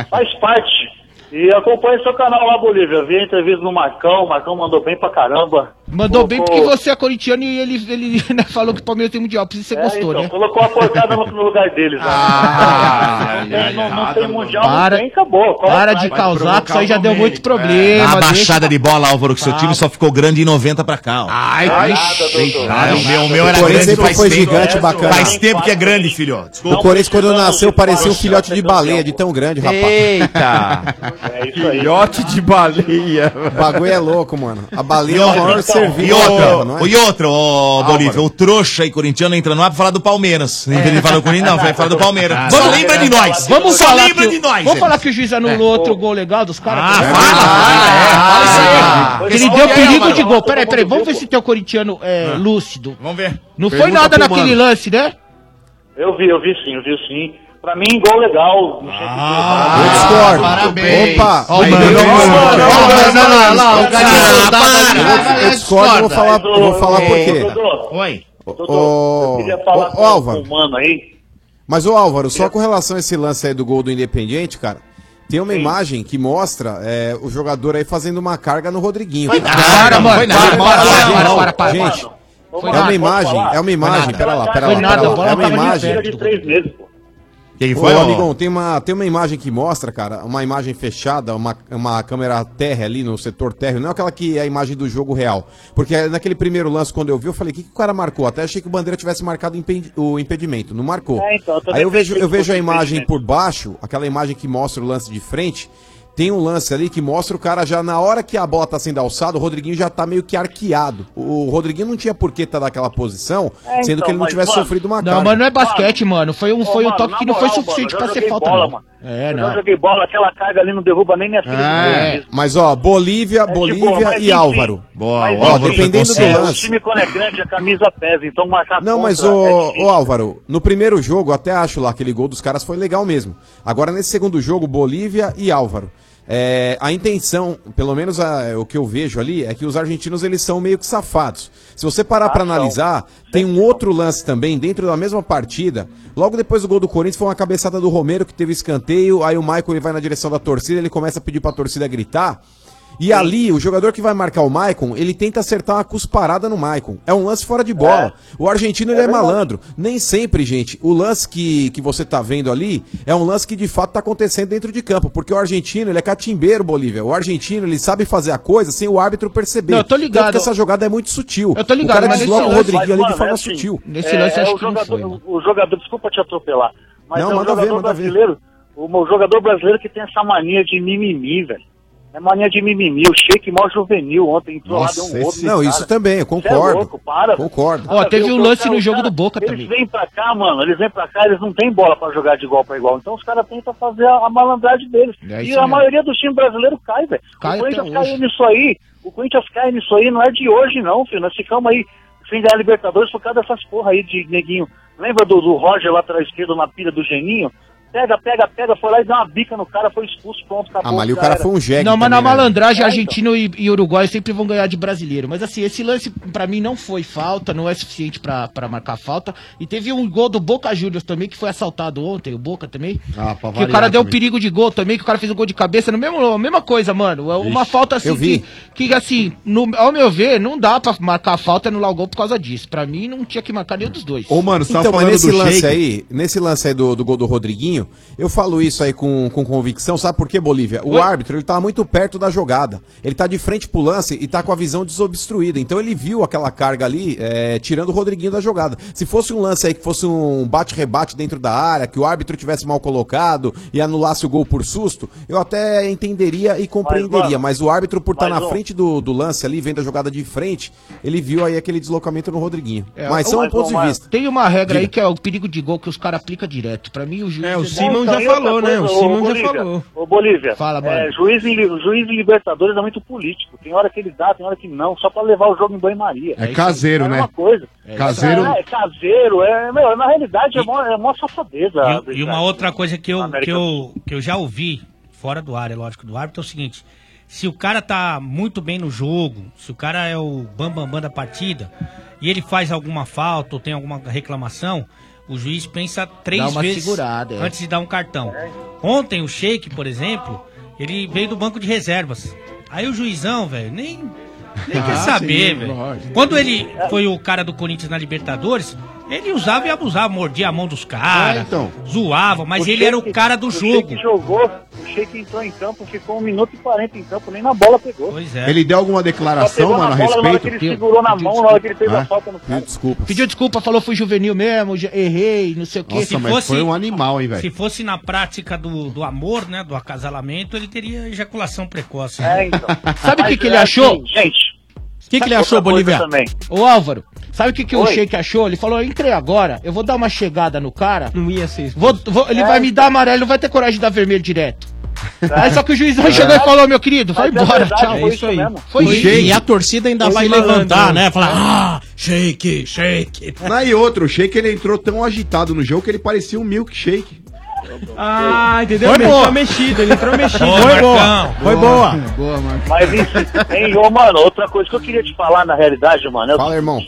Speaker 20: Faz parte. E acompanhe seu canal lá, Bolívia. Vi a entrevista no Marcão. O Marcão mandou bem pra caramba.
Speaker 17: Mandou bem
Speaker 20: Colocou-
Speaker 17: porque você é corintiano e ele, ele né, falou que o Palmeiras tem mundial, por isso você
Speaker 20: É,
Speaker 17: gostou,
Speaker 20: então,
Speaker 17: né?
Speaker 20: Colocou a porcada no, no lugar deles. né? não, tem, não- não tem mundial,
Speaker 17: Para-
Speaker 20: não tem, acabou.
Speaker 17: para de causar, que isso aí já deu
Speaker 18: É.
Speaker 17: muito problema.
Speaker 3: a
Speaker 17: deixa-
Speaker 3: baixada de bola, Álvaro, que seu time só ficou grande em 90 pra cá. ó.
Speaker 20: Ai,
Speaker 3: Ai,
Speaker 20: doutor.
Speaker 3: ah, o meu, o meu era
Speaker 16: O Corinthians
Speaker 3: grande
Speaker 16: sempre
Speaker 3: faz
Speaker 16: foi
Speaker 3: tempo.
Speaker 16: gigante, bacana.
Speaker 3: Faz tempo que é grande, filho.
Speaker 16: O Corinthians, quando nasceu, parecia um filhote
Speaker 20: é
Speaker 16: de baleia, de tão grande, rapaz.
Speaker 20: Eita! É isso aí.
Speaker 16: filhote de baleia. O bagulho é louco, mano. A baleia
Speaker 3: E
Speaker 16: é o maior
Speaker 3: outra, e
Speaker 16: serviço. da terra, não
Speaker 3: outra,
Speaker 16: é?
Speaker 3: e outra, ô Bolívia, o trouxa aí corintiano entra no ar pra falar do Palmeiras. Em vez de falar do Corinthians, não, vai falar do Palmeiras.
Speaker 17: Ah,
Speaker 3: Só
Speaker 17: não.
Speaker 3: lembra de nós.
Speaker 17: Vamos
Speaker 3: Só
Speaker 17: falar
Speaker 3: lembra
Speaker 17: que o-
Speaker 3: de nós. É.
Speaker 17: Vamos falar que o juiz anulou outro gol legal dos caras. Ah,
Speaker 3: fala.
Speaker 17: Ele deu perigo de gol. Peraí, peraí, vamos ver se teu corintiano é lúcido.
Speaker 3: Ah. Vamos ver.
Speaker 17: Não foi nada naquele lance, né?
Speaker 20: Eu vi, eu vi sim, eu vi sim. Pra mim, gol legal. Ah,
Speaker 16: eu discordo. Opa! Aí deu um discordo. Eu discordo, eu vou falar, eu vou falar por
Speaker 20: é,
Speaker 16: quê.
Speaker 3: Oi.
Speaker 16: Ô,
Speaker 20: queria falar
Speaker 16: ô, ô, Álvaro.
Speaker 20: com o mano aí.
Speaker 16: Mas, ô Álvaro, só com relação a esse lance aí do gol do Independiente, cara, tem uma imagem que mostra é, o jogador aí fazendo uma carga no Rodriguinho. cara.
Speaker 17: Para, mano,
Speaker 16: Foi
Speaker 17: para,
Speaker 16: nada.
Speaker 17: para, para, para,
Speaker 16: Não,
Speaker 17: para, para.
Speaker 16: Gente,
Speaker 17: Foi
Speaker 16: é
Speaker 17: nada.
Speaker 16: uma imagem, é uma imagem, pera lá, pera lá,
Speaker 17: Foi nada,
Speaker 16: pera
Speaker 17: a
Speaker 16: lá.
Speaker 17: bola
Speaker 16: É uma
Speaker 17: tava de
Speaker 19: Ah,
Speaker 16: imagem.
Speaker 17: perto.
Speaker 3: Quem
Speaker 16: Ô,
Speaker 3: foi, ó?
Speaker 16: amigão, tem uma, tem uma imagem que mostra, cara, uma imagem fechada, uma, uma câmera terra ali no setor térreo, não é aquela que é a imagem do jogo real. Porque naquele primeiro lance, quando eu vi, eu falei, o que, que o cara marcou? Até achei que o Bandeira tivesse marcado o impen- o impedimento, não marcou.
Speaker 20: É, então, eu também
Speaker 16: Aí eu vejo,
Speaker 20: pensei
Speaker 16: eu
Speaker 20: que
Speaker 16: vejo a
Speaker 20: fosse
Speaker 16: imagem
Speaker 20: impedimento.
Speaker 16: por baixo, aquela imagem que mostra o lance de frente, tem um lance ali que mostra o cara já na hora que a bola tá sendo alçada, o Rodriguinho já tá meio que arqueado. O Rodriguinho não tinha por que tá naquela posição,
Speaker 17: É,
Speaker 16: sendo
Speaker 17: então,
Speaker 16: que ele não
Speaker 17: mas,
Speaker 16: tivesse
Speaker 17: mano,
Speaker 16: sofrido uma
Speaker 17: Não,
Speaker 16: carga.
Speaker 17: mas não é basquete, mano. Foi um, foi
Speaker 20: Ô,
Speaker 17: um
Speaker 20: mano,
Speaker 17: toque
Speaker 20: na
Speaker 17: que não foi
Speaker 20: moral,
Speaker 17: suficiente
Speaker 20: mano,
Speaker 17: pra
Speaker 20: eu
Speaker 17: ser
Speaker 20: joguei
Speaker 17: falta.
Speaker 20: bola,
Speaker 17: não.
Speaker 20: mano.
Speaker 17: É,
Speaker 20: eu
Speaker 17: não.
Speaker 20: já joguei bola, aquela carga ali não derruba nem minha filha.
Speaker 16: É, mas ó, Bolívia, Bolívia
Speaker 20: boa, mas
Speaker 16: e
Speaker 20: enfim.
Speaker 16: Álvaro.
Speaker 3: Boa,
Speaker 16: ó, dependendo do
Speaker 20: É, o
Speaker 16: lance.
Speaker 20: time quando é grande, a camisa pesa, então marcar
Speaker 16: Não, mas
Speaker 20: contra é
Speaker 16: o,
Speaker 20: difícil.
Speaker 16: Álvaro, no primeiro jogo, até acho lá aquele gol dos caras foi legal mesmo. Agora nesse segundo jogo, Bolívia e Álvaro. É, a intenção, pelo menos a- o que eu vejo ali, é que os argentinos eles são meio que safados. Se você parar
Speaker 20: Ah,
Speaker 16: pra analisar, tem um outro lance também dentro da mesma partida. Logo depois do gol do Corinthians foi uma cabeçada do Romero que teve escanteio, aí o Michael ele vai na direção da torcida, ele começa a pedir pra torcida gritar. E ali, o jogador que vai marcar o Maicon, ele tenta acertar uma cusparada no Maicon. É um lance fora de bola. O argentino, ele é, malandro. Nem sempre, gente, o lance que, que você tá vendo ali é um lance que de fato tá acontecendo dentro de campo. Porque o argentino, ele é catimbeiro, Bolívia. O argentino, ele sabe fazer a coisa sem o árbitro perceber.
Speaker 17: Não, eu tô
Speaker 16: Tanto que
Speaker 17: ligado.
Speaker 16: essa jogada é muito sutil.
Speaker 17: Eu tô ligado,
Speaker 16: o cara
Speaker 17: mas esse
Speaker 16: desloca o
Speaker 17: lance-
Speaker 16: Rodriguinho ali
Speaker 20: Mano,
Speaker 16: de forma
Speaker 20: é assim,
Speaker 16: sutil.
Speaker 20: é, é o jogador,
Speaker 17: né?
Speaker 20: O jogador, desculpa te atropelar, mas
Speaker 16: Não,
Speaker 20: é o
Speaker 16: manda ver,
Speaker 20: jogador
Speaker 16: manda ver.
Speaker 20: brasileiro, o, o jogador brasileiro que tem essa mania de mimimi, velho. É mania de mimimi. O Sheik mó juvenil ontem entrou
Speaker 16: Nossa,
Speaker 20: lá, deu um outro.
Speaker 16: esse- não,
Speaker 20: cara.
Speaker 16: isso também, eu
Speaker 20: Cê É
Speaker 16: concordo.
Speaker 20: louco, para.
Speaker 16: Concordo.
Speaker 17: Ó, teve um
Speaker 20: é o
Speaker 17: lance
Speaker 20: cara-
Speaker 17: no
Speaker 20: os
Speaker 17: jogo
Speaker 20: cara-
Speaker 17: do Boca também.
Speaker 20: Eles vêm pra cá, mano, eles vêm pra cá, eles não têm bola pra jogar de igual pra igual. Então os caras tentam fazer a, a malandragem deles.
Speaker 17: É
Speaker 20: e
Speaker 17: isso
Speaker 20: a
Speaker 17: mesmo.
Speaker 20: maioria dos times brasileiros cai, velho.
Speaker 17: Cai
Speaker 20: o Corinthians
Speaker 17: até
Speaker 20: cai
Speaker 17: hoje.
Speaker 20: nisso aí, o Corinthians cai nisso aí, não é de hoje não, filho. Nós ficamos aí sem ganhar Libertadores por causa dessas porra aí de neguinho. Lembra do, do Roger lá atrás esquerdo na pilha do Geninho? Pega, pega, pega, foi lá e deu uma bica no cara, foi expulso, pronto,
Speaker 10: Ah,
Speaker 20: acabou. já era.
Speaker 10: um
Speaker 17: Não, mas na
Speaker 10: né?
Speaker 17: malandragem,
Speaker 20: É,
Speaker 17: argentino e,
Speaker 16: então.
Speaker 17: e uruguaio sempre vão ganhar de brasileiro. Mas assim, esse lance pra mim não foi falta, não é suficiente pra pra marcar falta. E teve um gol do Boca Juniors também, que foi assaltado ontem, o Boca também.
Speaker 10: Ah, pra
Speaker 17: Que o
Speaker 10: variar
Speaker 17: cara deu
Speaker 10: também.
Speaker 17: perigo de gol também, que o cara fez um gol de cabeça, no mesmo, mesma coisa, mano. É Uma
Speaker 10: Ixi,
Speaker 17: falta assim
Speaker 10: eu vi.
Speaker 17: Que, que, assim, no- ao meu ver, não dá pra marcar falta e anular o gol por causa disso. Pra mim, não tinha que marcar nenhum dos dois.
Speaker 10: Ô, mano, você tava
Speaker 16: Então, mas
Speaker 10: falando
Speaker 16: nesse
Speaker 10: do
Speaker 16: lance
Speaker 10: shake?
Speaker 16: aí, nesse lance aí do, do gol do Rodriguinho, Paulinho. Eu falo isso aí com, com convicção, sabe por quê, Bolívia? O
Speaker 13: Oi?
Speaker 16: árbitro, ele tá muito perto da jogada. Ele tá de frente pro lance e tá com a visão desobstruída. Então ele viu aquela carga ali, é, tirando o Rodriguinho da jogada. Se fosse um lance aí que fosse um bate-rebate dentro da área, que o árbitro tivesse mal colocado e anulasse o gol por susto, eu até entenderia e compreenderia.
Speaker 20: mano,
Speaker 16: Mas, o árbitro, por estar
Speaker 20: mas,
Speaker 16: na
Speaker 20: ó,
Speaker 16: frente do, do lance ali, vendo a jogada de frente, ele viu aí aquele deslocamento no Rodriguinho.
Speaker 24: É,
Speaker 17: É,
Speaker 16: mas são pontos de vista.
Speaker 17: Tem uma regra
Speaker 16: Diga.
Speaker 17: aí que é o perigo de gol que os caras aplicam direto. Pra mim, o juiz.
Speaker 16: É, o
Speaker 20: Simon já falou, né? O Simon já falou. Ô, Bolívia,
Speaker 17: Fala, mano.
Speaker 20: é, juiz, em, li- juiz em Libertadores é muito político. Tem hora que ele dá, tem hora que não, só pra levar o jogo em banho-maria.
Speaker 10: É É isso aí. caseiro,
Speaker 20: É a
Speaker 10: né?
Speaker 20: mesma coisa.
Speaker 10: É caseiro.
Speaker 20: É, é caseiro. É, meu, na realidade, é mó, é mó safadeza.
Speaker 7: E- E,
Speaker 20: arbitragem.
Speaker 7: uma outra coisa que eu,
Speaker 20: América
Speaker 7: que, eu, que eu já ouvi, fora do ar, é lógico, do árbitro, é o seguinte: se o cara tá muito bem no jogo, se o cara é o bambambam bam, bam da partida, e ele faz alguma falta ou tem alguma reclamação, o juiz pensa três
Speaker 17: Dá uma
Speaker 7: vezes
Speaker 17: segurada, é.
Speaker 7: antes de dar um cartão. Ontem, o Sheik, por exemplo, ele veio do banco de reservas. Aí o juizão, velho, nem, nem
Speaker 14: Ah,
Speaker 7: quer saber,
Speaker 14: sim,
Speaker 7: velho.
Speaker 14: lógico.
Speaker 7: Quando ele foi o cara do Corinthians na Libertadores, ele usava e abusava, mordia a mão dos caras,
Speaker 20: É, então.
Speaker 7: zoava, mas
Speaker 20: O
Speaker 7: ele era o
Speaker 20: Sheik-
Speaker 7: cara do
Speaker 20: O
Speaker 7: jogo.
Speaker 20: Sheik jogou, o Sheik entrou em campo, ficou 1 minuto e 40 em campo, nem na bola pegou.
Speaker 7: Pois
Speaker 10: Ele deu alguma declaração, mano, a
Speaker 20: Na hora que ele
Speaker 10: respeito?
Speaker 20: segurou na mão, na hora que ele fez
Speaker 10: É?
Speaker 20: a falta no cara.
Speaker 16: Desculpa.
Speaker 17: Pediu desculpa, falou fui juvenil mesmo, já errei, não sei o quê.
Speaker 10: Nossa, mas foi um animal, hein,
Speaker 7: Se
Speaker 10: velho?
Speaker 7: fosse na prática do, do amor, né, do acasalamento, ele teria ejaculação precoce.
Speaker 20: É, então.
Speaker 17: Sabe o que,
Speaker 7: Mas
Speaker 17: que ele
Speaker 7: é
Speaker 17: achou?
Speaker 7: assim,
Speaker 20: gente.
Speaker 17: O que, que ele
Speaker 7: Outra coisa
Speaker 17: achou, Bolívia?
Speaker 7: também.
Speaker 17: Ô Álvaro, sabe o que, que o
Speaker 7: Oi.
Speaker 17: Sheik achou? Ele falou: eu entrei agora, eu vou dar uma chegada no cara.
Speaker 13: Não ia ser
Speaker 17: vou, vou- Ele
Speaker 20: É,
Speaker 17: vai me dar amarelo, não vai ter coragem de dar vermelho direto.
Speaker 20: Tá.
Speaker 17: Aí só que o juiz
Speaker 20: É.
Speaker 17: chegou e falou: meu querido, vai
Speaker 20: Mas é
Speaker 17: embora,
Speaker 20: verdade,
Speaker 17: tchau.
Speaker 20: foi É isso isso aí. mesmo.
Speaker 17: Foi
Speaker 24: O
Speaker 17: isso.
Speaker 24: Sheik- E a torcida ainda vai levantar, né? Falar, ah,
Speaker 10: shake, shake. Não, e outro, o shake ele entrou tão agitado no jogo que ele parecia um milkshake.
Speaker 13: Ah, entendeu?
Speaker 10: Foi
Speaker 13: ele entrou
Speaker 10: boa.
Speaker 13: mexido, ele entrou mexido.
Speaker 10: Boa, Foi boa. Marcão. Foi boa.
Speaker 12: Boa, mano.
Speaker 20: Mas isso, hein, ô, mano, outra coisa que eu queria te falar na realidade, mano. É Fala,
Speaker 16: irmão.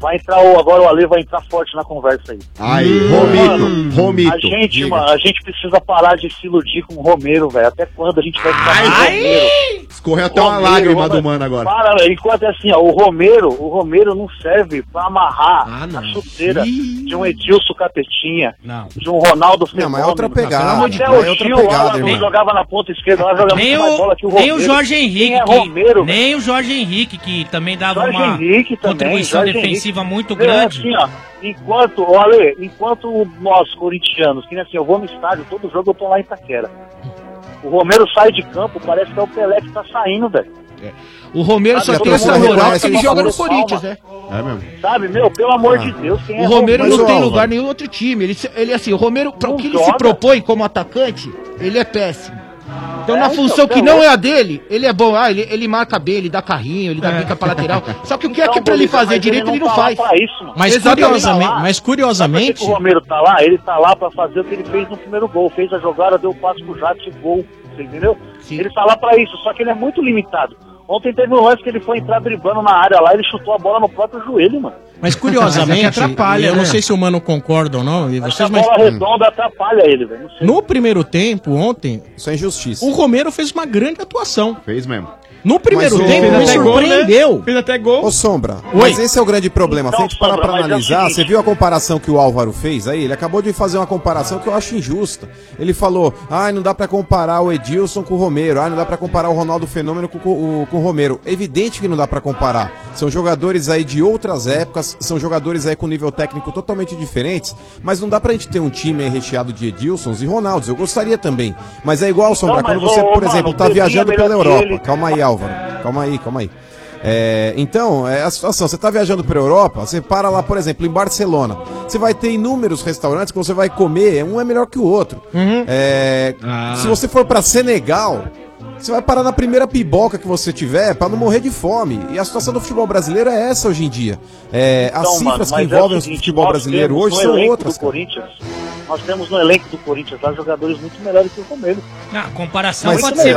Speaker 20: Vai entrar o, agora o Ale vai entrar forte na conversa aí.
Speaker 10: Aí,
Speaker 20: Hum.
Speaker 10: Romito, Romito.
Speaker 20: a gente,
Speaker 10: diga.
Speaker 20: mano, a gente precisa parar de se iludir com o Romero, velho. Até quando a gente vai ficar com o Romero?
Speaker 10: Escorreu até uma
Speaker 20: Romero,
Speaker 10: lágrima do
Speaker 20: Romero.
Speaker 10: mano agora.
Speaker 20: Para, velho. enquanto é assim, ó, o Romero, o Romero não serve pra amarrar a chuteira de um Edilson Capetinha, de um Ronaldo Fenômeno.
Speaker 16: mas é outra pegada.
Speaker 20: Pelo amor de
Speaker 16: É
Speaker 20: Deus,
Speaker 16: outra
Speaker 20: o Gil
Speaker 16: pegada,
Speaker 20: lá,
Speaker 16: irmão.
Speaker 20: não jogava na ponta esquerda, lá jogava
Speaker 7: Nem
Speaker 20: muito mais bola que o
Speaker 7: o, nem
Speaker 20: Romero.
Speaker 7: o Jorge Henrique,
Speaker 20: Quem é
Speaker 7: que-
Speaker 20: Romero, velho?
Speaker 7: nem o Jorge Henrique, que também dava
Speaker 20: Jorge
Speaker 7: uma
Speaker 20: Henrique também,
Speaker 7: contribuição
Speaker 20: Jorge
Speaker 7: defensiva
Speaker 20: Henrique.
Speaker 7: muito
Speaker 20: Meu,
Speaker 7: grande.
Speaker 20: assim, ó, enquanto, ó, Ale, enquanto nós, corintianos, que nem assim, eu vou no estádio, todo jogo eu tô lá em Itaquera. O Romero sai de campo, parece que é o Pelé que tá saindo, velho.
Speaker 17: O Romero só
Speaker 20: Sabe,
Speaker 17: tem
Speaker 20: a
Speaker 17: essa
Speaker 20: torcida
Speaker 17: moral
Speaker 20: reconhece
Speaker 17: que ele
Speaker 20: esse
Speaker 17: joga no
Speaker 20: Paulo
Speaker 17: Corinthians, né?
Speaker 20: Palma. Sabe, meu, pelo amor de Deus, quem é
Speaker 17: Ah. O Romero
Speaker 20: Mas,
Speaker 17: não
Speaker 20: ó,
Speaker 17: tem
Speaker 20: Álvaro,
Speaker 17: lugar em nenhum outro time. Ele, se- ele assim, o Romero, para o que ele se
Speaker 20: joga.
Speaker 17: propõe como atacante, ele é péssimo. Então,
Speaker 20: É,
Speaker 17: na
Speaker 20: então,
Speaker 17: função que
Speaker 20: então,
Speaker 17: não
Speaker 20: eu-
Speaker 17: é a dele, ele é bom. Ah, ele, ele marca bem, ele dá carrinho, ele dá bica pra lateral. Só que o que é
Speaker 20: Então,
Speaker 17: que é pra ele
Speaker 20: Bolívia,
Speaker 17: fazer
Speaker 20: mas
Speaker 17: direito, ele não
Speaker 20: tá
Speaker 17: faz.
Speaker 20: lá pra isso, mano.
Speaker 24: Mas
Speaker 20: Exatamente.
Speaker 24: curiosamente,
Speaker 20: Tá lá.
Speaker 24: mas
Speaker 20: Por que
Speaker 24: curiosamente
Speaker 20: que o Romero tá lá? Ele tá lá pra fazer o que ele fez no primeiro gol. Fez a jogada, deu o passo pro Jato e gol. Você entendeu? Ele tá lá pra isso, só que ele é muito limitado. Ontem teve um lance que ele foi entrar driblando na área lá, ele chutou a bola no próprio joelho, mano.
Speaker 24: mas curiosamente, Mas é que atrapalha, eu não né? sei se o mano concorda ou não, e
Speaker 20: A
Speaker 24: vocês, mas
Speaker 20: bola é redonda atrapalha ele, velho. Não sei.
Speaker 24: no primeiro tempo ontem,
Speaker 16: isso é injustiça.
Speaker 24: O Romero fez uma grande atuação.
Speaker 10: Fez mesmo.
Speaker 24: No primeiro
Speaker 16: Mas o-
Speaker 24: tempo, me
Speaker 16: Fez até gol, né?
Speaker 24: surpreendeu.
Speaker 13: Fez até gol.
Speaker 16: Ô Sombra, mas esse é o grande problema. Se a gente parar pra
Speaker 24: Sombra, mas é o
Speaker 16: analisar,
Speaker 24: seguinte.
Speaker 16: você viu a comparação que o Álvaro fez aí? Ele acabou de fazer uma comparação que eu acho injusta. Ele falou, ai, não dá pra comparar o Edilson com o Romero, ai, não dá pra comparar o Ronaldo Fenômeno com o, com o Romero. Evidente que não dá pra comparar. São jogadores aí de outras épocas, são jogadores aí com nível técnico totalmente diferentes, mas não dá pra gente ter um time aí recheado de Edilsons e Ronaldos. Eu gostaria também. Mas é igual, Sombra,
Speaker 24: Não, mas,
Speaker 16: quando você,
Speaker 24: ô,
Speaker 16: por
Speaker 24: mano,
Speaker 16: exemplo,
Speaker 24: o
Speaker 16: tá
Speaker 24: Pedrinho é
Speaker 16: viajando
Speaker 24: melhor
Speaker 16: pela
Speaker 24: que
Speaker 16: Europa.
Speaker 24: ele.
Speaker 16: Calma aí, Álvaro. Calma aí, calma aí. É, então, é a situação. Você está viajando para Europa, você para lá, por exemplo, em Barcelona. Você vai ter inúmeros restaurantes que você vai comer, um é melhor que o outro. É, Se você for para Senegal, você vai parar na primeira piboca que você tiver para não morrer de fome. E a situação do futebol brasileiro é essa hoje em dia. É, as
Speaker 20: Então, mano,
Speaker 16: cifras
Speaker 20: mas
Speaker 16: que envolvem
Speaker 20: é
Speaker 16: o
Speaker 20: seguinte,
Speaker 16: futebol
Speaker 20: nós
Speaker 16: brasileiro
Speaker 20: temos
Speaker 16: hoje
Speaker 20: no
Speaker 16: são
Speaker 20: elenco
Speaker 16: outras.
Speaker 20: Do Corinthians, nós temos no elenco do Corinthians lá jogadores muito melhores que o Romero.
Speaker 7: Ah, a comparação
Speaker 20: Mas
Speaker 7: pode
Speaker 20: isso
Speaker 7: ser
Speaker 20: é-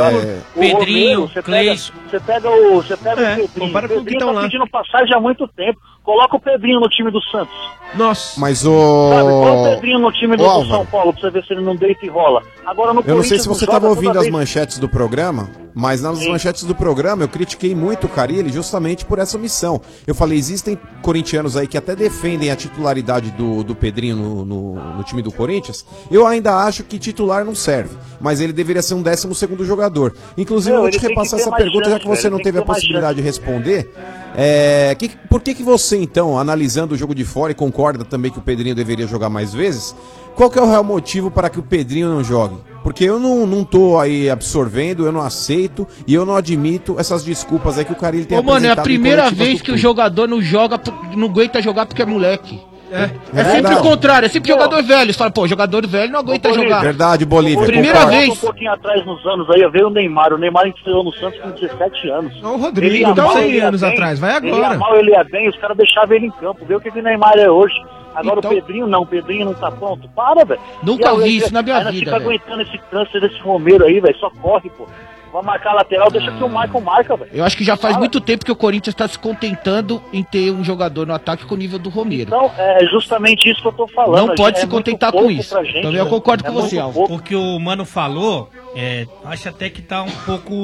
Speaker 7: com
Speaker 20: O
Speaker 7: Pedrinho,
Speaker 20: Romero, você pega-
Speaker 7: Cleis. É,
Speaker 20: Você pega o, você pega o Pedrinho.
Speaker 7: compara
Speaker 20: o
Speaker 7: com o que
Speaker 20: Pedrinho
Speaker 7: tão
Speaker 20: tá
Speaker 7: lá.
Speaker 20: pedindo passagem há muito tempo. Coloca o Pedrinho no time do Santos.
Speaker 16: Nossa. Mas
Speaker 20: Sabe, põe o
Speaker 16: o.
Speaker 20: Pedrinho no time do,
Speaker 16: Ô,
Speaker 20: do
Speaker 16: Álvaro.
Speaker 20: São Paulo pra você ver se ele não deita e rola. Agora no
Speaker 16: Eu não sei se
Speaker 20: Corinthians
Speaker 16: você
Speaker 20: joga
Speaker 16: estava
Speaker 20: toda
Speaker 16: ouvindo as
Speaker 20: vez.
Speaker 16: manchetes do programa, mas nas manchetes do programa eu critiquei muito o Carilli justamente por essa omissão. Eu falei, existem corintianos aí que até defendem a titularidade do, do Pedrinho no, no- no time do Corinthians. Eu ainda acho que titular não serve, mas ele deveria ser um décimo segundo jogador. Inclusive,
Speaker 20: Meu,
Speaker 16: eu vou
Speaker 20: ele
Speaker 16: te
Speaker 20: tem que
Speaker 16: repassar
Speaker 20: ter
Speaker 16: essa
Speaker 20: mais
Speaker 16: pergunta,
Speaker 20: chance,
Speaker 16: já que você
Speaker 20: velho,
Speaker 16: não
Speaker 20: tem que
Speaker 16: teve a
Speaker 20: ter mais
Speaker 16: possibilidade de responder. É, que- por que, que você, então, analisando o jogo de fora e concorda também que o Pedrinho deveria jogar mais vezes, qual que é o real motivo para que o Pedrinho não jogue? Porque eu não, não tô aí absorvendo, eu não aceito e eu não admito essas desculpas aí que o cara ele tem
Speaker 17: Ô, mano, é a
Speaker 16: apresentado em
Speaker 17: primeira
Speaker 16: coletivas
Speaker 17: vez
Speaker 16: do
Speaker 17: que o
Speaker 16: clube.
Speaker 17: jogador não joga, por- não aguenta jogar porque é moleque. É,
Speaker 16: É
Speaker 17: sempre
Speaker 16: verdade.
Speaker 17: o contrário, é sempre jogador velho. Você fala, pô, jogador velho não aguenta
Speaker 20: Bolívia.
Speaker 17: jogar.
Speaker 16: Verdade, Bolívia.
Speaker 17: Primeira
Speaker 16: concordo.
Speaker 17: vez.
Speaker 20: Um pouquinho atrás nos anos aí, veio o Neymar. O Neimar estreou no Santos com 17 anos. O
Speaker 1: Rodrigo,
Speaker 17: tá
Speaker 1: dá uns 100 anos atrás, vai
Speaker 20: Ele
Speaker 1: agora.
Speaker 20: ia mal, ele ia bem, os caras deixavam ele em campo. Vê o que, que o Neymar é hoje. Agora
Speaker 17: Então-
Speaker 20: o Pedrinho não, o Pedrinho não tá pronto. Para, velho.
Speaker 17: Nunca
Speaker 20: E aí,
Speaker 17: vi
Speaker 20: aí,
Speaker 17: isso na minha
Speaker 20: aí nós
Speaker 17: vida,
Speaker 20: fica
Speaker 17: velho.
Speaker 20: aguentando esse câncer desse Romero aí, velho. Só corre, pô. Vai marcar a lateral, deixa que o Michael marca, velho.
Speaker 17: Ah. Eu acho que já faz
Speaker 20: Fala.
Speaker 17: muito tempo que o Corinthians tá se contentando em ter um jogador no ataque com o nível do Romero.
Speaker 20: Então, é justamente isso que eu tô falando.
Speaker 17: Não
Speaker 20: A gente- é
Speaker 17: pode se
Speaker 20: muito
Speaker 17: contentar
Speaker 20: pouco
Speaker 17: com isso.
Speaker 20: pra gente,
Speaker 17: Também eu
Speaker 20: né?
Speaker 17: concordo
Speaker 20: É
Speaker 17: com
Speaker 20: muito
Speaker 17: você, Alves.
Speaker 20: pouco.
Speaker 7: O que o Mano falou, é, acho até que tá um pouco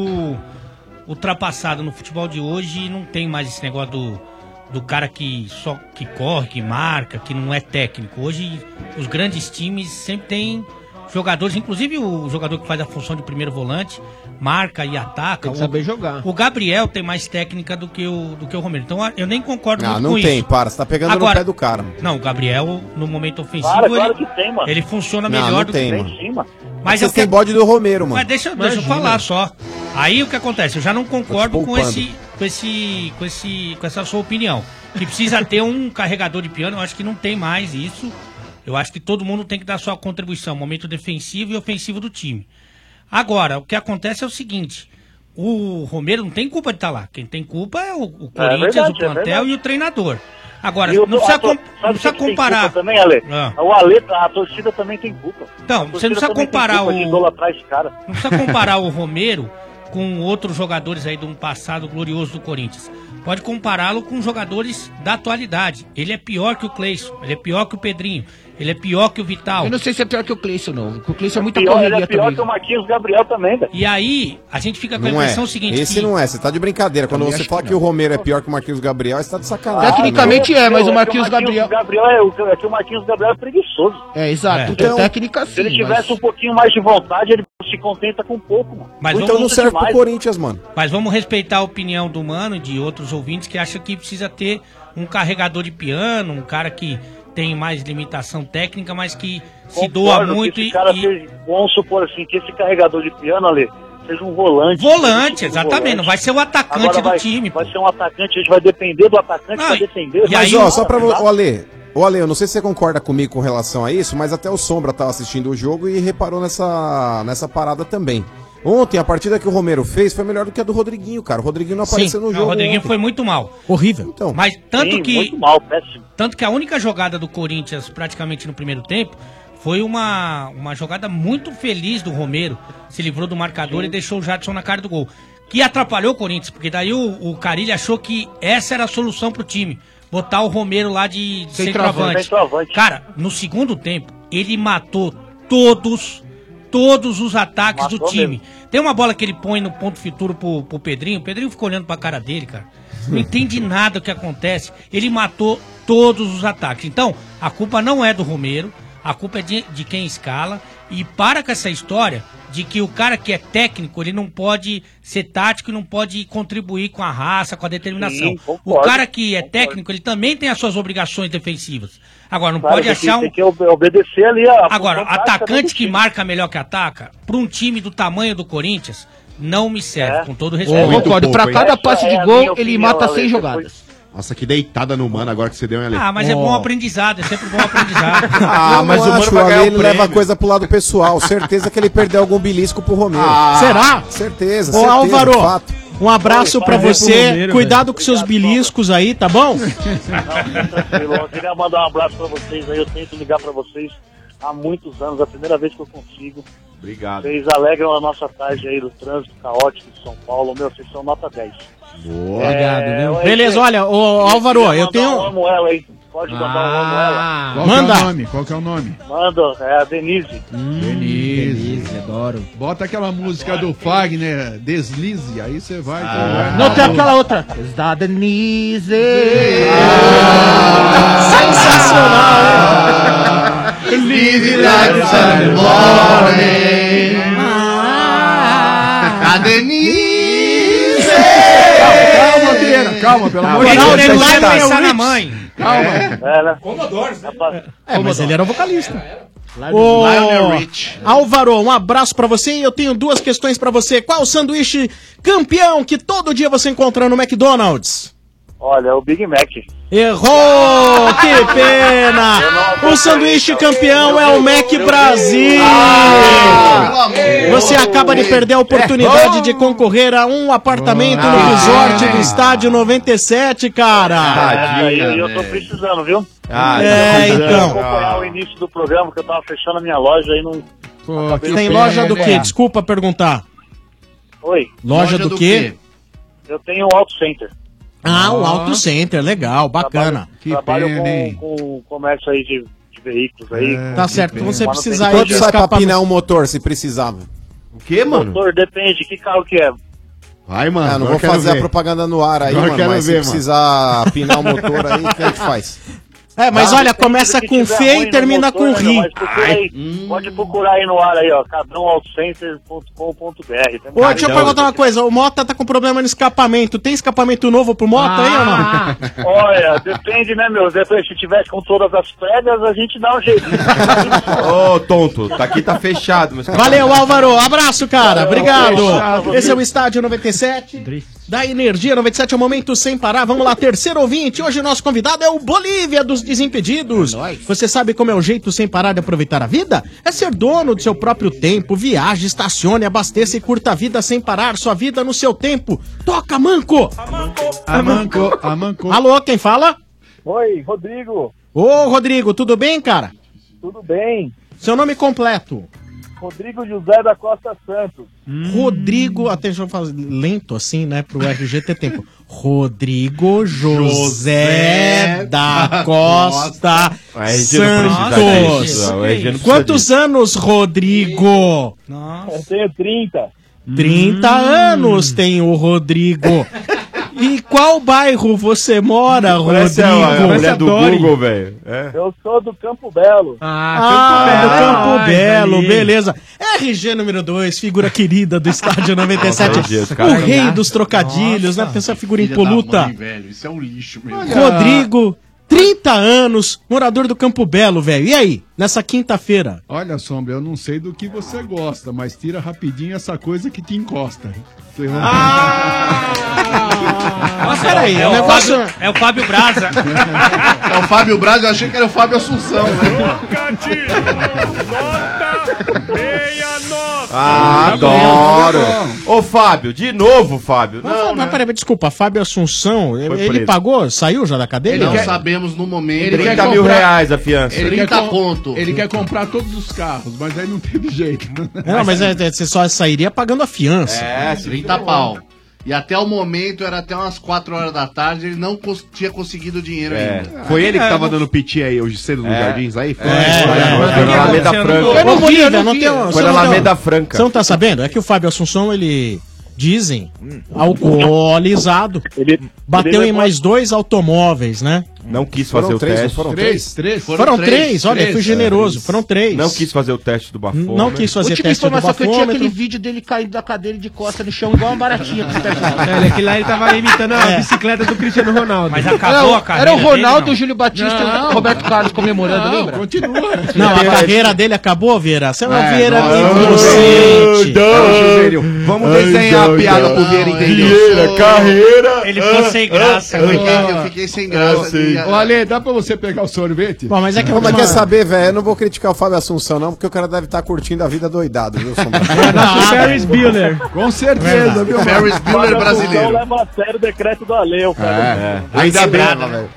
Speaker 7: ultrapassado no futebol de hoje. Não tem mais esse negócio do, do cara que só que corre, que marca, que não é técnico. Hoje os grandes times sempre têm jogadores, inclusive o jogador que faz a função de primeiro volante, marca e ataca.
Speaker 17: Tem que saber
Speaker 7: o,
Speaker 17: jogar.
Speaker 7: O Gabriel tem mais técnica do que o, do que o Romero. Então eu nem concordo
Speaker 16: Ah,
Speaker 7: muito
Speaker 16: não
Speaker 7: com
Speaker 16: tem,
Speaker 7: isso.
Speaker 16: para, você tá pegando no
Speaker 7: Agora-
Speaker 16: pé do cara. mano.
Speaker 7: Não, o Gabriel, no momento ofensivo,
Speaker 16: Claro, claro
Speaker 7: ele,
Speaker 16: que tem, mano.
Speaker 7: ele funciona
Speaker 16: Não,
Speaker 7: melhor
Speaker 16: não
Speaker 7: do
Speaker 16: tem,
Speaker 7: que
Speaker 16: mano.
Speaker 7: Mas
Speaker 16: Vocês têm
Speaker 7: eu quero-
Speaker 16: bode do Romero, mano.
Speaker 7: Mas deixa, deixa eu
Speaker 16: Imagina.
Speaker 7: falar só. Aí o que acontece? Eu já não concordo
Speaker 16: Tô te
Speaker 7: com
Speaker 16: poupando.
Speaker 7: esse, com esse, com esse, com essa sua opinião. Que precisa ter um carregador de piano. Eu acho que não tem mais isso. Eu acho que todo mundo tem que dar sua contribuição, momento defensivo e ofensivo do time. Agora, o que acontece é o seguinte: o Romero não tem culpa de estar lá. Quem tem culpa é o, o Corinthians,
Speaker 20: verdade,
Speaker 7: o
Speaker 20: é
Speaker 7: plantel
Speaker 20: verdade.
Speaker 7: e o treinador. Agora,
Speaker 20: E o-
Speaker 7: não precisa,
Speaker 20: a tor-
Speaker 7: com- não
Speaker 20: sabe
Speaker 7: precisa
Speaker 20: quem tem
Speaker 7: comparar.
Speaker 20: culpa também, Ale?
Speaker 7: Ah.
Speaker 20: O Ale, a torcida também tem culpa.
Speaker 7: Então,
Speaker 20: A
Speaker 7: você
Speaker 20: torcida
Speaker 7: não precisa
Speaker 20: também tem
Speaker 7: comparar
Speaker 20: culpa de
Speaker 7: o-
Speaker 20: idolatrar esse cara.
Speaker 7: Não precisa comparar o Romero com outros jogadores aí de um passado glorioso do Corinthians. Pode compará-lo com jogadores da atualidade. Ele é pior que o Cleison, ele é pior que o Pedrinho, ele é pior que o Vital.
Speaker 17: Eu não sei se é pior que o Cleison, não. O Cleison é muita
Speaker 20: Pior, ele
Speaker 17: correria
Speaker 20: é pior
Speaker 17: também.
Speaker 20: que o Marquinhos Gabriel também, velho.
Speaker 7: E aí, a gente fica com a
Speaker 16: Não é.
Speaker 7: impressão seguinte:
Speaker 16: Esse
Speaker 7: que-
Speaker 16: não é, você tá de brincadeira. Quando
Speaker 7: Também
Speaker 16: você
Speaker 7: acho
Speaker 16: fala
Speaker 7: que
Speaker 16: que o Romero é pior que o Marquinhos Gabriel, você tá de sacanagem.
Speaker 17: Tecnicamente
Speaker 16: né,
Speaker 17: é,
Speaker 16: meu?
Speaker 17: mas o
Speaker 20: que
Speaker 17: Marquinhos Gabriel.
Speaker 20: é, o, é que o Marquinhos Gabriel é preguiçoso.
Speaker 17: É, exato.
Speaker 20: Então,
Speaker 17: técnica sim.
Speaker 20: Se ele tivesse
Speaker 17: é assim, mas-
Speaker 20: um pouquinho mais de vontade, ele se contenta com pouco, mano.
Speaker 16: é.
Speaker 7: Mas
Speaker 16: Então
Speaker 20: Muito
Speaker 7: vamos-
Speaker 20: luta demais.
Speaker 16: Corinthians, mano.
Speaker 7: Mas vamos respeitar a opinião do Mano e de outros ouvintes que acham que precisa ter um carregador de piano, um cara que tem mais limitação técnica, mas que se
Speaker 20: Concordo
Speaker 7: doa
Speaker 20: que
Speaker 7: muito
Speaker 20: esse
Speaker 7: e-
Speaker 20: cara
Speaker 7: e,
Speaker 20: seja- vamos supor assim, que esse carregador de piano, Ale, seja um volante.
Speaker 7: Volante,
Speaker 20: Um
Speaker 7: exatamente, não vai ser o atacante
Speaker 20: Agora
Speaker 7: do
Speaker 20: vai-
Speaker 7: time,
Speaker 20: Vai ser um atacante, a gente vai depender do atacante pra defender.
Speaker 16: Mas,
Speaker 20: vai-
Speaker 16: ó, só pra
Speaker 20: Exato.
Speaker 16: você. Ô, Ale. Ô, Ale, eu não sei se você concorda comigo com relação a isso, mas até o Sombra tava assistindo o jogo e reparou nessa, nessa parada também. Ontem, a partida que o Romero fez foi melhor do que a do Rodriguinho, cara. O Rodriguinho não apareceu no
Speaker 7: Sim. Não,
Speaker 16: jogo.
Speaker 7: O Rodriguinho
Speaker 16: ontem.
Speaker 7: foi muito mal.
Speaker 16: Horrível. Então.
Speaker 7: Mas tanto
Speaker 16: Sim,
Speaker 7: que.
Speaker 16: muito
Speaker 7: Tanto que a única jogada do Corinthians, praticamente no primeiro tempo, foi uma, uma jogada muito feliz do Romero. Se livrou do marcador e deixou o Jadson na cara do gol. Que atrapalhou o Corinthians, porque daí o, o Carilli achou que essa era a solução pro time. Botar o Romero lá de, de
Speaker 20: Centroavante.
Speaker 7: centroavante. Cara, no segundo tempo, ele matou todos, todos os ataques do
Speaker 20: Matou
Speaker 7: time. Tem uma bola que ele põe no ponto futuro pro, pro Pedrinho. O Pedrinho ficou olhando pra cara dele, cara. Não entende nada o que acontece. Ele matou todos os ataques. Então, a culpa não é do Romero, a culpa é de, de quem escala. E para com essa história de que o cara que é técnico, ele não pode ser tático e não pode contribuir com a raça, com a determinação.
Speaker 20: Sim,
Speaker 7: o
Speaker 20: concordo,
Speaker 7: cara que é técnico, ele também tem as suas obrigações defensivas. Agora, não
Speaker 20: Claro,
Speaker 7: pode
Speaker 20: tem que-
Speaker 7: achar um.
Speaker 20: tem que ob- obedecer ali a
Speaker 7: Agora,
Speaker 20: função tática do
Speaker 7: atacante que marca melhor que ataca, para um time do tamanho do Corinthians, não me serve,
Speaker 20: É.
Speaker 7: com todo respeito.
Speaker 10: Muito pouco,
Speaker 17: pra
Speaker 10: hein?
Speaker 17: cada Essa passe de é a gol, minha ele opinião, mata Ale, 100 depois-
Speaker 7: jogadas.
Speaker 10: Nossa, que deitada no mano agora que você deu, hein, Ale?
Speaker 7: Ah, mas é bom aprendizado, é sempre bom aprendizado.
Speaker 16: Ah,
Speaker 10: Não,
Speaker 16: mas
Speaker 10: não
Speaker 16: o Mano
Speaker 10: acho,
Speaker 16: vai
Speaker 10: o
Speaker 16: ganhar
Speaker 10: Ale
Speaker 16: ele leva a coisa pro lado pessoal. Certeza que ele perdeu algum belisco pro Romero.
Speaker 24: Ah. Será?
Speaker 20: um.
Speaker 16: Certeza,
Speaker 24: Ô
Speaker 16: certeza.
Speaker 24: Álvaro,
Speaker 16: fato.
Speaker 24: um abraço
Speaker 16: Oi,
Speaker 24: pra
Speaker 16: valeu pro
Speaker 24: você.
Speaker 16: Romero,
Speaker 24: Cuidado com seus beliscos aí, tá bom?
Speaker 20: Tranquilo, Eu queria mandar um abraço pra vocês aí. Eu tento ligar pra vocês há muitos anos, é a primeira vez que eu consigo.
Speaker 10: Obrigado.
Speaker 20: Vocês alegram a nossa tarde aí do trânsito caótico de São Paulo. Meu, vocês são nota 10.
Speaker 10: Boa.
Speaker 24: Obrigado, viu?
Speaker 20: É,
Speaker 24: Beleza, olha, ô, Álvaro, eu tenho-
Speaker 20: um
Speaker 19: Eu amo ela, hein? Pode mandar um amo ela.
Speaker 20: Ah.
Speaker 12: Qual
Speaker 24: Manda.
Speaker 12: Que é o nome? Qual que é o nome?
Speaker 19: Manda, é a Denise.
Speaker 12: Hum, Denise. adoro. Bota aquela música do Fagner, Deslize, aí você vai.
Speaker 14: Ah.
Speaker 17: Não, tem aquela outra. Da Denise.
Speaker 12: Ah.
Speaker 14: Sensacional! Live like Sunday morning.
Speaker 7: Ah.
Speaker 4: A Denise!
Speaker 12: Calma, Vieira, calma, pelo amor de Deus.
Speaker 14: Ele
Speaker 12: Você
Speaker 14: vai
Speaker 12: está-
Speaker 14: pensar na mãe.
Speaker 12: Calma.
Speaker 19: Ela.
Speaker 24: É, mas ele era o vocalista. Ô,
Speaker 14: Lionel Rich.
Speaker 24: Álvaro, um abraço pra você e eu tenho duas questões pra você. Qual o sanduíche campeão que todo dia você encontra no McDonald's?
Speaker 20: é
Speaker 19: Olha, o Big Mac.
Speaker 24: Errou! Que pena! O sanduíche campeão é o Mac Brasil! Ah! Você acaba de perder a oportunidade de concorrer a um apartamento no resort do estádio 97, cara!
Speaker 19: É, e eu, eu tô precisando, viu?
Speaker 24: Ah, É, então.
Speaker 19: Eu vou acompanhar o início do programa, que eu tava fechando a minha loja aí não. acabei
Speaker 24: né? Tem
Speaker 19: não-
Speaker 24: loja do quê? Desculpa perguntar.
Speaker 19: Oi.
Speaker 24: Loja do quê?
Speaker 19: Eu tenho o Auto Center.
Speaker 24: Ah, o Auto Center, legal, bacana.
Speaker 19: Trabalho com, com comércio aí de, de veículos aí.
Speaker 16: É,
Speaker 20: É,
Speaker 24: Tá certo, então você precisa aí
Speaker 16: Quanto
Speaker 24: de
Speaker 16: sai pra
Speaker 24: escapar
Speaker 16: pinar um motor, se precisava?
Speaker 19: O que,
Speaker 16: mano?
Speaker 19: Motor, depende, que carro que é?
Speaker 10: Vai,
Speaker 16: Ah, não
Speaker 10: agora
Speaker 16: vou
Speaker 10: quero
Speaker 16: fazer
Speaker 10: ver.
Speaker 16: a propaganda no ar aí,
Speaker 10: Agora
Speaker 16: mano,
Speaker 10: quero
Speaker 16: mas
Speaker 10: ver,
Speaker 16: se precisar pinar o motor aí, o que a gente faz?
Speaker 24: É, mas
Speaker 16: Ah,
Speaker 24: olha,
Speaker 16: depende
Speaker 24: começa
Speaker 16: do que
Speaker 24: com
Speaker 16: tiver
Speaker 24: Fê
Speaker 16: ruim
Speaker 24: e
Speaker 16: no
Speaker 24: termina com
Speaker 19: Motor, né,
Speaker 24: Ri.
Speaker 19: mas procura aí. Pode procurar aí no ar aí, ó. Cadãoautocenter.com.br. Tem
Speaker 24: Ô, deixa eu perguntar uma coisa, o Mota tá com problema no escapamento. Tem escapamento novo pro Mota aí ou não?
Speaker 19: Olha, depende, né, meu? Depois, se tivesse com todas as pregas, a gente dá um jeito.
Speaker 18: Ô, tonto, tá aqui tá fechado, mas.
Speaker 24: Valeu, Álvaro. Abraço, cara.
Speaker 18: Valeu,
Speaker 24: Obrigado.
Speaker 18: fechado.
Speaker 24: Esse é o Estádio 97 da Energia 97. É o momento sem parar. Vamos lá, terceiro ouvinte. Hoje o nosso convidado é o Bolívia dos Desimpedidos. Você sabe como é o jeito sem parar de aproveitar a vida? É ser dono do seu próprio tempo. Viaje, estacione, abasteça e curta a vida sem parar. Sua vida no seu tempo. Toca, manco.
Speaker 12: Amanco, amanco.
Speaker 24: Alô, quem fala?
Speaker 19: Oi, Rodrigo.
Speaker 24: Ô, Rodrigo, tudo bem, cara?
Speaker 19: Tudo bem.
Speaker 24: Seu nome completo.
Speaker 19: Rodrigo José da Costa Santos.
Speaker 14: Hum.
Speaker 24: Rodrigo, até deixa eu fazer lento assim, né, pro RG ter tempo. Rodrigo José
Speaker 14: José
Speaker 24: da
Speaker 14: da
Speaker 24: Costa
Speaker 18: O RG não precisa
Speaker 24: Santos.
Speaker 18: disso, o RG não precisa
Speaker 24: Quantos anos, Rodrigo?
Speaker 19: Eu tenho 30.
Speaker 24: 30
Speaker 14: Hum.
Speaker 24: anos tem o Rodrigo. E qual bairro você mora,
Speaker 18: Parece a- a
Speaker 24: Rodrigo?
Speaker 12: é
Speaker 18: mulher do Google, velho. É.
Speaker 19: Eu sou do Campo Belo.
Speaker 24: Ah, do Campo
Speaker 12: é
Speaker 19: é
Speaker 24: Belo, beleza. RG número 2, figura querida do estádio 97.
Speaker 18: Nossa, RG, os
Speaker 24: o
Speaker 18: caras-
Speaker 24: rei dos trocadilhos, né? Pensa figura impoluta.
Speaker 4: velho, isso é um lixo mesmo.
Speaker 24: Rodrigo, 30 anos, morador do Campo Belo, velho. E aí, nessa quinta-feira?
Speaker 12: Olha, Sombra, eu não sei do que você gosta, mas tira rapidinho essa coisa que te encosta. Você não-
Speaker 7: Nossa,
Speaker 24: peraí,
Speaker 7: é,
Speaker 4: um
Speaker 12: o
Speaker 7: o
Speaker 12: um negócio-
Speaker 7: Fábio, é o Fábio Braza.
Speaker 4: É o Fábio Braz, eu achei que era o Fábio Assunção, né?
Speaker 18: Ah, adoro. Ô, Fábio, de novo, Fábio. né?
Speaker 24: Mas, mas peraí, mas desculpa, Fábio Assunção, ele
Speaker 18: preso.
Speaker 24: pagou? Saiu já da cadeia?
Speaker 4: Ele não sabemos no momento.
Speaker 18: Ele 30 mil reais a fiança.
Speaker 12: Ele quer,
Speaker 4: 30
Speaker 12: com-
Speaker 4: conto.
Speaker 12: ele quer comprar todos os carros, mas aí não teve jeito.
Speaker 24: Não, mas é, é, você só sairia pagando a fiança.
Speaker 4: É, 30 pau. E até o momento, era até umas 4 horas da tarde, ele não cons- tinha conseguido o dinheiro
Speaker 17: É.
Speaker 4: ainda.
Speaker 10: É. Foi
Speaker 13: É,
Speaker 10: ele que tava dando piti aí hoje cedo nos
Speaker 4: É.
Speaker 10: jardins aí? Foi,
Speaker 4: É,
Speaker 10: Foi,
Speaker 4: é.
Speaker 10: foi, foi na Alameda Franca.
Speaker 24: Eu não vi, eu não tenho. você
Speaker 10: Foi na
Speaker 24: não tem-
Speaker 10: Alameda Franca.
Speaker 24: é. Você não tá sabendo? É que o Fábio Assunção, ele. Dizem, alcoolizado. bateu em mais dois automóveis, né?
Speaker 18: Não quis
Speaker 24: Foram
Speaker 18: fazer
Speaker 24: três,
Speaker 18: o
Speaker 24: não
Speaker 18: teste.
Speaker 24: foram
Speaker 12: Três, três.
Speaker 24: Foram, três, olha, fui generoso. Foram três.
Speaker 18: Não quis fazer o teste do bafômetro.
Speaker 24: Não quis fazer
Speaker 8: tipo
Speaker 17: Última
Speaker 24: teste do
Speaker 17: Tipo informação que eu tinha aquele
Speaker 24: bafômetro.
Speaker 17: vídeo dele caindo da cadeira de costa no chão, igual uma baratinha. pro teclado.
Speaker 24: Ele- aquele lá ele tava imitando a
Speaker 17: bicicleta do Cristiano Ronaldo.
Speaker 24: É. Mas
Speaker 17: era, o- Era o Ronaldo,
Speaker 7: dele, não?
Speaker 17: o Júlio Batista e
Speaker 7: Não.
Speaker 17: o Roberto Carlos comemorando, lembra?
Speaker 12: Continua.
Speaker 24: Não, a carreira dele acabou, Vieira. Você é uma
Speaker 17: É,
Speaker 24: Vieira
Speaker 17: não,
Speaker 24: inocente.
Speaker 18: Vamos desenhar a piada pro Vieira entender.
Speaker 4: carreira.
Speaker 12: Ele
Speaker 4: ficou sem graça, eu fiquei- eu fiquei sem graça.
Speaker 12: Ô, Ale, dá pra você pegar o sorvete?
Speaker 24: Bom, mas é
Speaker 16: Não, mas quer saber, velho? Eu não vou criticar o Fábio Assunção, não, porque o cara deve estar curtindo a vida doidado, viu, Sombra?
Speaker 24: Ferris Bueller.
Speaker 12: Com certeza, viu?
Speaker 19: Não leva a sério o decreto do Aleu, cara.
Speaker 10: É. Ainda, bem,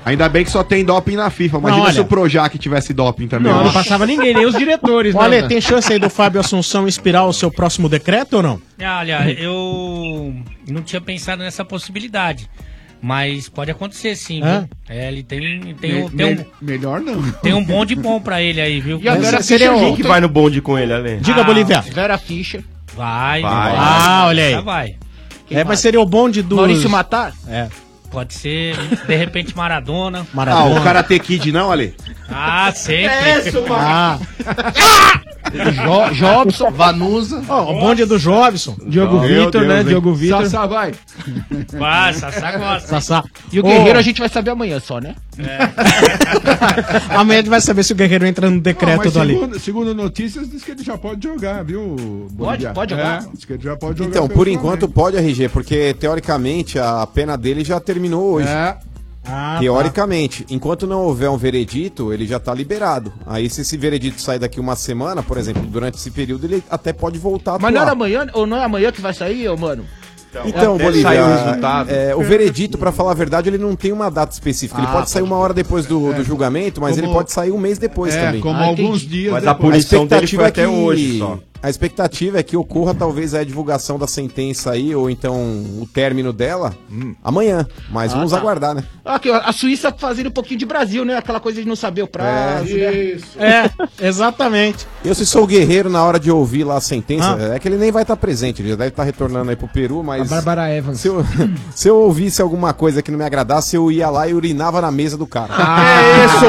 Speaker 10: ainda bem que só tem doping na FIFA. Imagina
Speaker 24: Não, olha.
Speaker 10: se o Projac tivesse doping também.
Speaker 24: Não, não
Speaker 10: Nossa.
Speaker 24: passava ninguém, nem os diretores.
Speaker 10: né,
Speaker 24: Olha,
Speaker 10: mano?
Speaker 24: tem chance aí do Fábio Assunção inspirar o seu próximo decreto ou não?
Speaker 7: Olha, É, eu não tinha pensado nessa possibilidade. Mas pode acontecer sim,
Speaker 12: Hã?
Speaker 7: viu? É, ele tem, tem,
Speaker 12: Me-
Speaker 7: um- tem um,
Speaker 12: me- Melhor não.
Speaker 7: tem um bonde bom pra ele aí, viu?
Speaker 18: E
Speaker 8: é
Speaker 18: agora seria quem que vai no bonde com ele, Ale?
Speaker 7: Ah,
Speaker 17: Vera Fischer.
Speaker 7: Vai,
Speaker 18: Vai.
Speaker 7: vai.
Speaker 18: Ah,
Speaker 24: olha aí.
Speaker 8: Tá
Speaker 7: Já vai.
Speaker 24: É, mas seria o bonde do.
Speaker 7: Maurício
Speaker 17: Matar?
Speaker 24: É.
Speaker 7: Pode ser, de repente, Maradona.
Speaker 10: Ah, o Karate Kid não, Ale?
Speaker 7: Ah, sempre.
Speaker 14: É isso, mano.
Speaker 24: Ah.
Speaker 4: Jobson, Vanusa.
Speaker 24: o bonde é do Jobson.
Speaker 12: Diogo
Speaker 24: Meu
Speaker 12: Vitor,
Speaker 24: Deus,
Speaker 12: né?
Speaker 24: hein?
Speaker 12: Diogo Vitor.
Speaker 24: Sassá, vai.
Speaker 7: Vai, Sassá gosta. É.
Speaker 24: Sassá.
Speaker 17: E o
Speaker 24: Ô,
Speaker 17: Guerreiro a gente vai saber amanhã só, né?
Speaker 24: Amanhã a gente vai saber se o Guerreiro entra no
Speaker 12: Não,
Speaker 24: decreto
Speaker 12: mas
Speaker 24: do Ali.
Speaker 12: segundo, segundo notícias, diz que ele já pode jogar, viu? Bonilha?
Speaker 16: pode jogar?
Speaker 12: É, diz que ele já pode jogar.
Speaker 16: Então,
Speaker 12: pelo
Speaker 16: por enquanto pode RG, porque teoricamente a pena dele já terminou hoje.
Speaker 12: É.
Speaker 16: Ah, tá. Teoricamente, enquanto não houver um veredito, ele já tá liberado. Aí, se esse veredito sair daqui uma semana, por exemplo, durante esse período, ele até pode voltar a
Speaker 17: Mas não
Speaker 16: atuar.
Speaker 17: era amanhã, ou não é amanhã que vai sair, ô, mano?
Speaker 16: Então,
Speaker 17: Até
Speaker 16: Bolívia,
Speaker 17: sair
Speaker 16: é,
Speaker 17: o
Speaker 16: o,
Speaker 17: resultado.
Speaker 16: veredito, pra falar a verdade, ele não tem uma data específica. ele
Speaker 17: Ah,
Speaker 16: pode sair uma hora depois do, do julgamento, mas
Speaker 12: como-
Speaker 16: ele pode sair um mês depois
Speaker 12: É,
Speaker 16: também.
Speaker 12: como Ah, alguns entendi. dias
Speaker 16: Mas a
Speaker 12: depois.
Speaker 16: punição dele foi
Speaker 12: expectativa
Speaker 16: até
Speaker 12: é que-
Speaker 16: hoje só. A expectativa é que ocorra talvez a divulgação da sentença aí, ou então o término dela, amanhã. Mas
Speaker 17: Ah,
Speaker 16: vamos
Speaker 17: tá.
Speaker 16: aguardar, né?
Speaker 17: Aqui, ó, a Suíça fazendo um pouquinho de Brasil, né? Aquela coisa de não saber o prazo, né?
Speaker 12: Isso.
Speaker 24: É, exatamente. Ah.
Speaker 16: Eu, se sou guerreiro, na hora de ouvir lá a sentença, é que ele nem vai estar presente, ele já deve estar retornando aí pro Peru, mas.
Speaker 24: A Bárbara Evans.
Speaker 16: Se eu, se eu ouvisse alguma coisa que não me agradasse, eu ia lá e urinava na mesa do cara.
Speaker 24: Ah.
Speaker 14: É isso,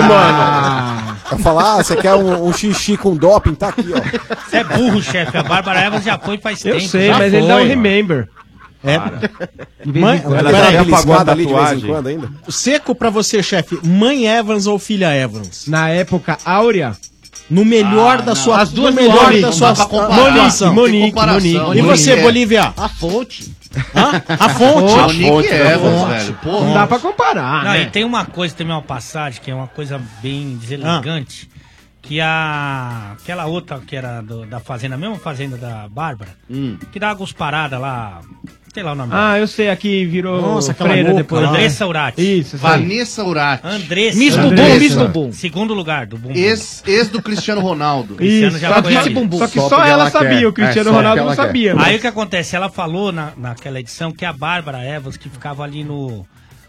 Speaker 16: mano! Pra falar, ah, você quer um, um xixi com doping? Tá aqui, ó.
Speaker 7: Você é burro, chefe. A Bárbara Evans já foi faz tempo. já foi.
Speaker 24: um
Speaker 16: um
Speaker 24: remember. É.
Speaker 7: vez
Speaker 24: Mãe-
Speaker 7: em quando.
Speaker 24: Peraí,
Speaker 7: Ela já
Speaker 24: peraí,
Speaker 7: apagou
Speaker 24: eles mandam
Speaker 16: a
Speaker 24: ali de vez em
Speaker 16: tatuagem.
Speaker 24: quando ainda. Seco pra você, chefe. Mãe Evans ou filha Evans? Na época áurea. No melhor
Speaker 17: Ah,
Speaker 24: da
Speaker 17: não.
Speaker 24: sua
Speaker 17: As duas
Speaker 24: no melhor
Speaker 17: Monique,
Speaker 24: da
Speaker 17: não
Speaker 24: sua
Speaker 17: dá pra comparar. Não, tem comparação.
Speaker 24: E
Speaker 17: Monique
Speaker 24: você,
Speaker 17: é.
Speaker 24: Bolívia?
Speaker 17: A fonte.
Speaker 24: Hã? A fonte.
Speaker 17: A fonte, Monique a Evans, fonte. velho. Pô, não dá pra
Speaker 24: comparar,
Speaker 7: Não, e tem uma coisa, também uma passagem que é uma coisa bem deselegante, que a aquela outra que era do- da fazenda, a mesma fazenda da Bárbara, que dava uns paradas lá, sei lá o nome.
Speaker 8: Ah, eu sei, aqui virou
Speaker 7: Nossa, aquela
Speaker 8: freira
Speaker 7: louca
Speaker 8: depois.
Speaker 7: lá.
Speaker 8: né?
Speaker 7: Andressa Urati.
Speaker 8: Isso, isso aí.
Speaker 4: Vanessa Urati.
Speaker 7: Andressa.
Speaker 4: Miss Bumbum,
Speaker 7: Andressa.
Speaker 4: Miss Bumbum.
Speaker 7: Segundo lugar do Bumbum.
Speaker 4: Ex, ex do Cristiano Ronaldo.
Speaker 7: Cristiano já
Speaker 4: só
Speaker 7: foi
Speaker 4: que,
Speaker 7: ali.
Speaker 8: Só que só só ela ela sabia, quer. o Cristiano É, só Ronaldo que ela não quer. sabia, mas-
Speaker 7: Aí o que acontece? Ela falou na, naquela edição que a Bárbara Evans, que ficava ali no.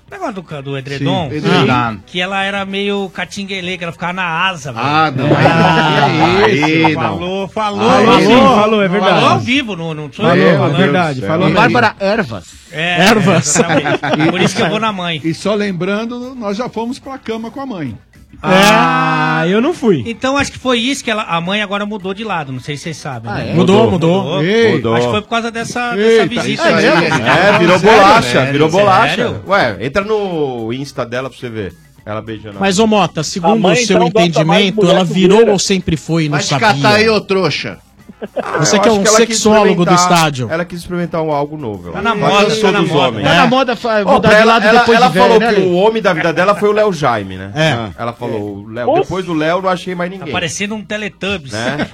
Speaker 7: Negócio do, ca- do edredom,
Speaker 4: Sim, edredom.
Speaker 7: Ah. que ela era meio catinguelê, que ela ficava na asa.
Speaker 4: Ah,
Speaker 7: velho.
Speaker 4: não.
Speaker 7: Ah,
Speaker 4: Aí,
Speaker 7: isso,
Speaker 4: aí, não.
Speaker 7: falou, falou,
Speaker 4: Aí,
Speaker 7: ao
Speaker 4: sim.
Speaker 7: vivo.
Speaker 4: Falou, é verdade.
Speaker 7: Falou ao vivo, não, não sou
Speaker 4: Falou,
Speaker 7: eu
Speaker 4: é
Speaker 7: falando.
Speaker 4: verdade, falou mesmo.
Speaker 12: Bárbara
Speaker 17: Ervas.
Speaker 7: É,
Speaker 12: Ervas.
Speaker 7: exatamente. Por isso que eu vou na mãe.
Speaker 12: E só lembrando, nós já fomos pra cama com a mãe.
Speaker 7: Ah,
Speaker 8: eu não fui.
Speaker 7: Então acho que foi isso que ela, a mãe agora mudou de lado, não sei se vocês sabem. né?
Speaker 12: é? Mudou, mudou. Ei.
Speaker 7: Acho
Speaker 12: Mudou.
Speaker 7: que foi por causa dessa, dessa
Speaker 18: Eita,
Speaker 7: visita. né?
Speaker 18: isso aí. É, virou
Speaker 7: Sério? né?
Speaker 18: bolacha,
Speaker 7: Sério?
Speaker 18: virou
Speaker 7: Sério?
Speaker 18: bolacha. É. Ué, entra no Insta dela pra você ver. Ela beijando. a
Speaker 24: Mas, ô Mota, segundo
Speaker 18: A mãe,
Speaker 24: o seu
Speaker 18: então, gosta mais de
Speaker 24: entendimento,
Speaker 18: mulher
Speaker 24: ela
Speaker 18: que
Speaker 24: virou
Speaker 18: mulher.
Speaker 24: ou sempre foi e não
Speaker 18: Vai te
Speaker 24: sabia?
Speaker 18: catar aí,
Speaker 4: ô trouxa.
Speaker 24: Você
Speaker 18: Eu
Speaker 24: que é
Speaker 18: acho
Speaker 24: um
Speaker 18: ela quis
Speaker 24: sexólogo do
Speaker 18: experimentar-
Speaker 24: estádio.
Speaker 18: Ela quis experimentar um, algo novo.
Speaker 24: Tá na moda, tá na moda.
Speaker 17: Tá na moda fa- mudar de lado
Speaker 18: É. ela,
Speaker 17: depois
Speaker 18: ela
Speaker 17: de velho,
Speaker 18: falou
Speaker 17: né,
Speaker 18: que
Speaker 17: Ale?
Speaker 18: o homem da vida dela foi o Léo Jaime, né?
Speaker 24: É.
Speaker 18: Ela falou, o Léo, depois do Léo, não achei mais ninguém.
Speaker 7: Tá parecendo um Teletubbies.
Speaker 18: Né?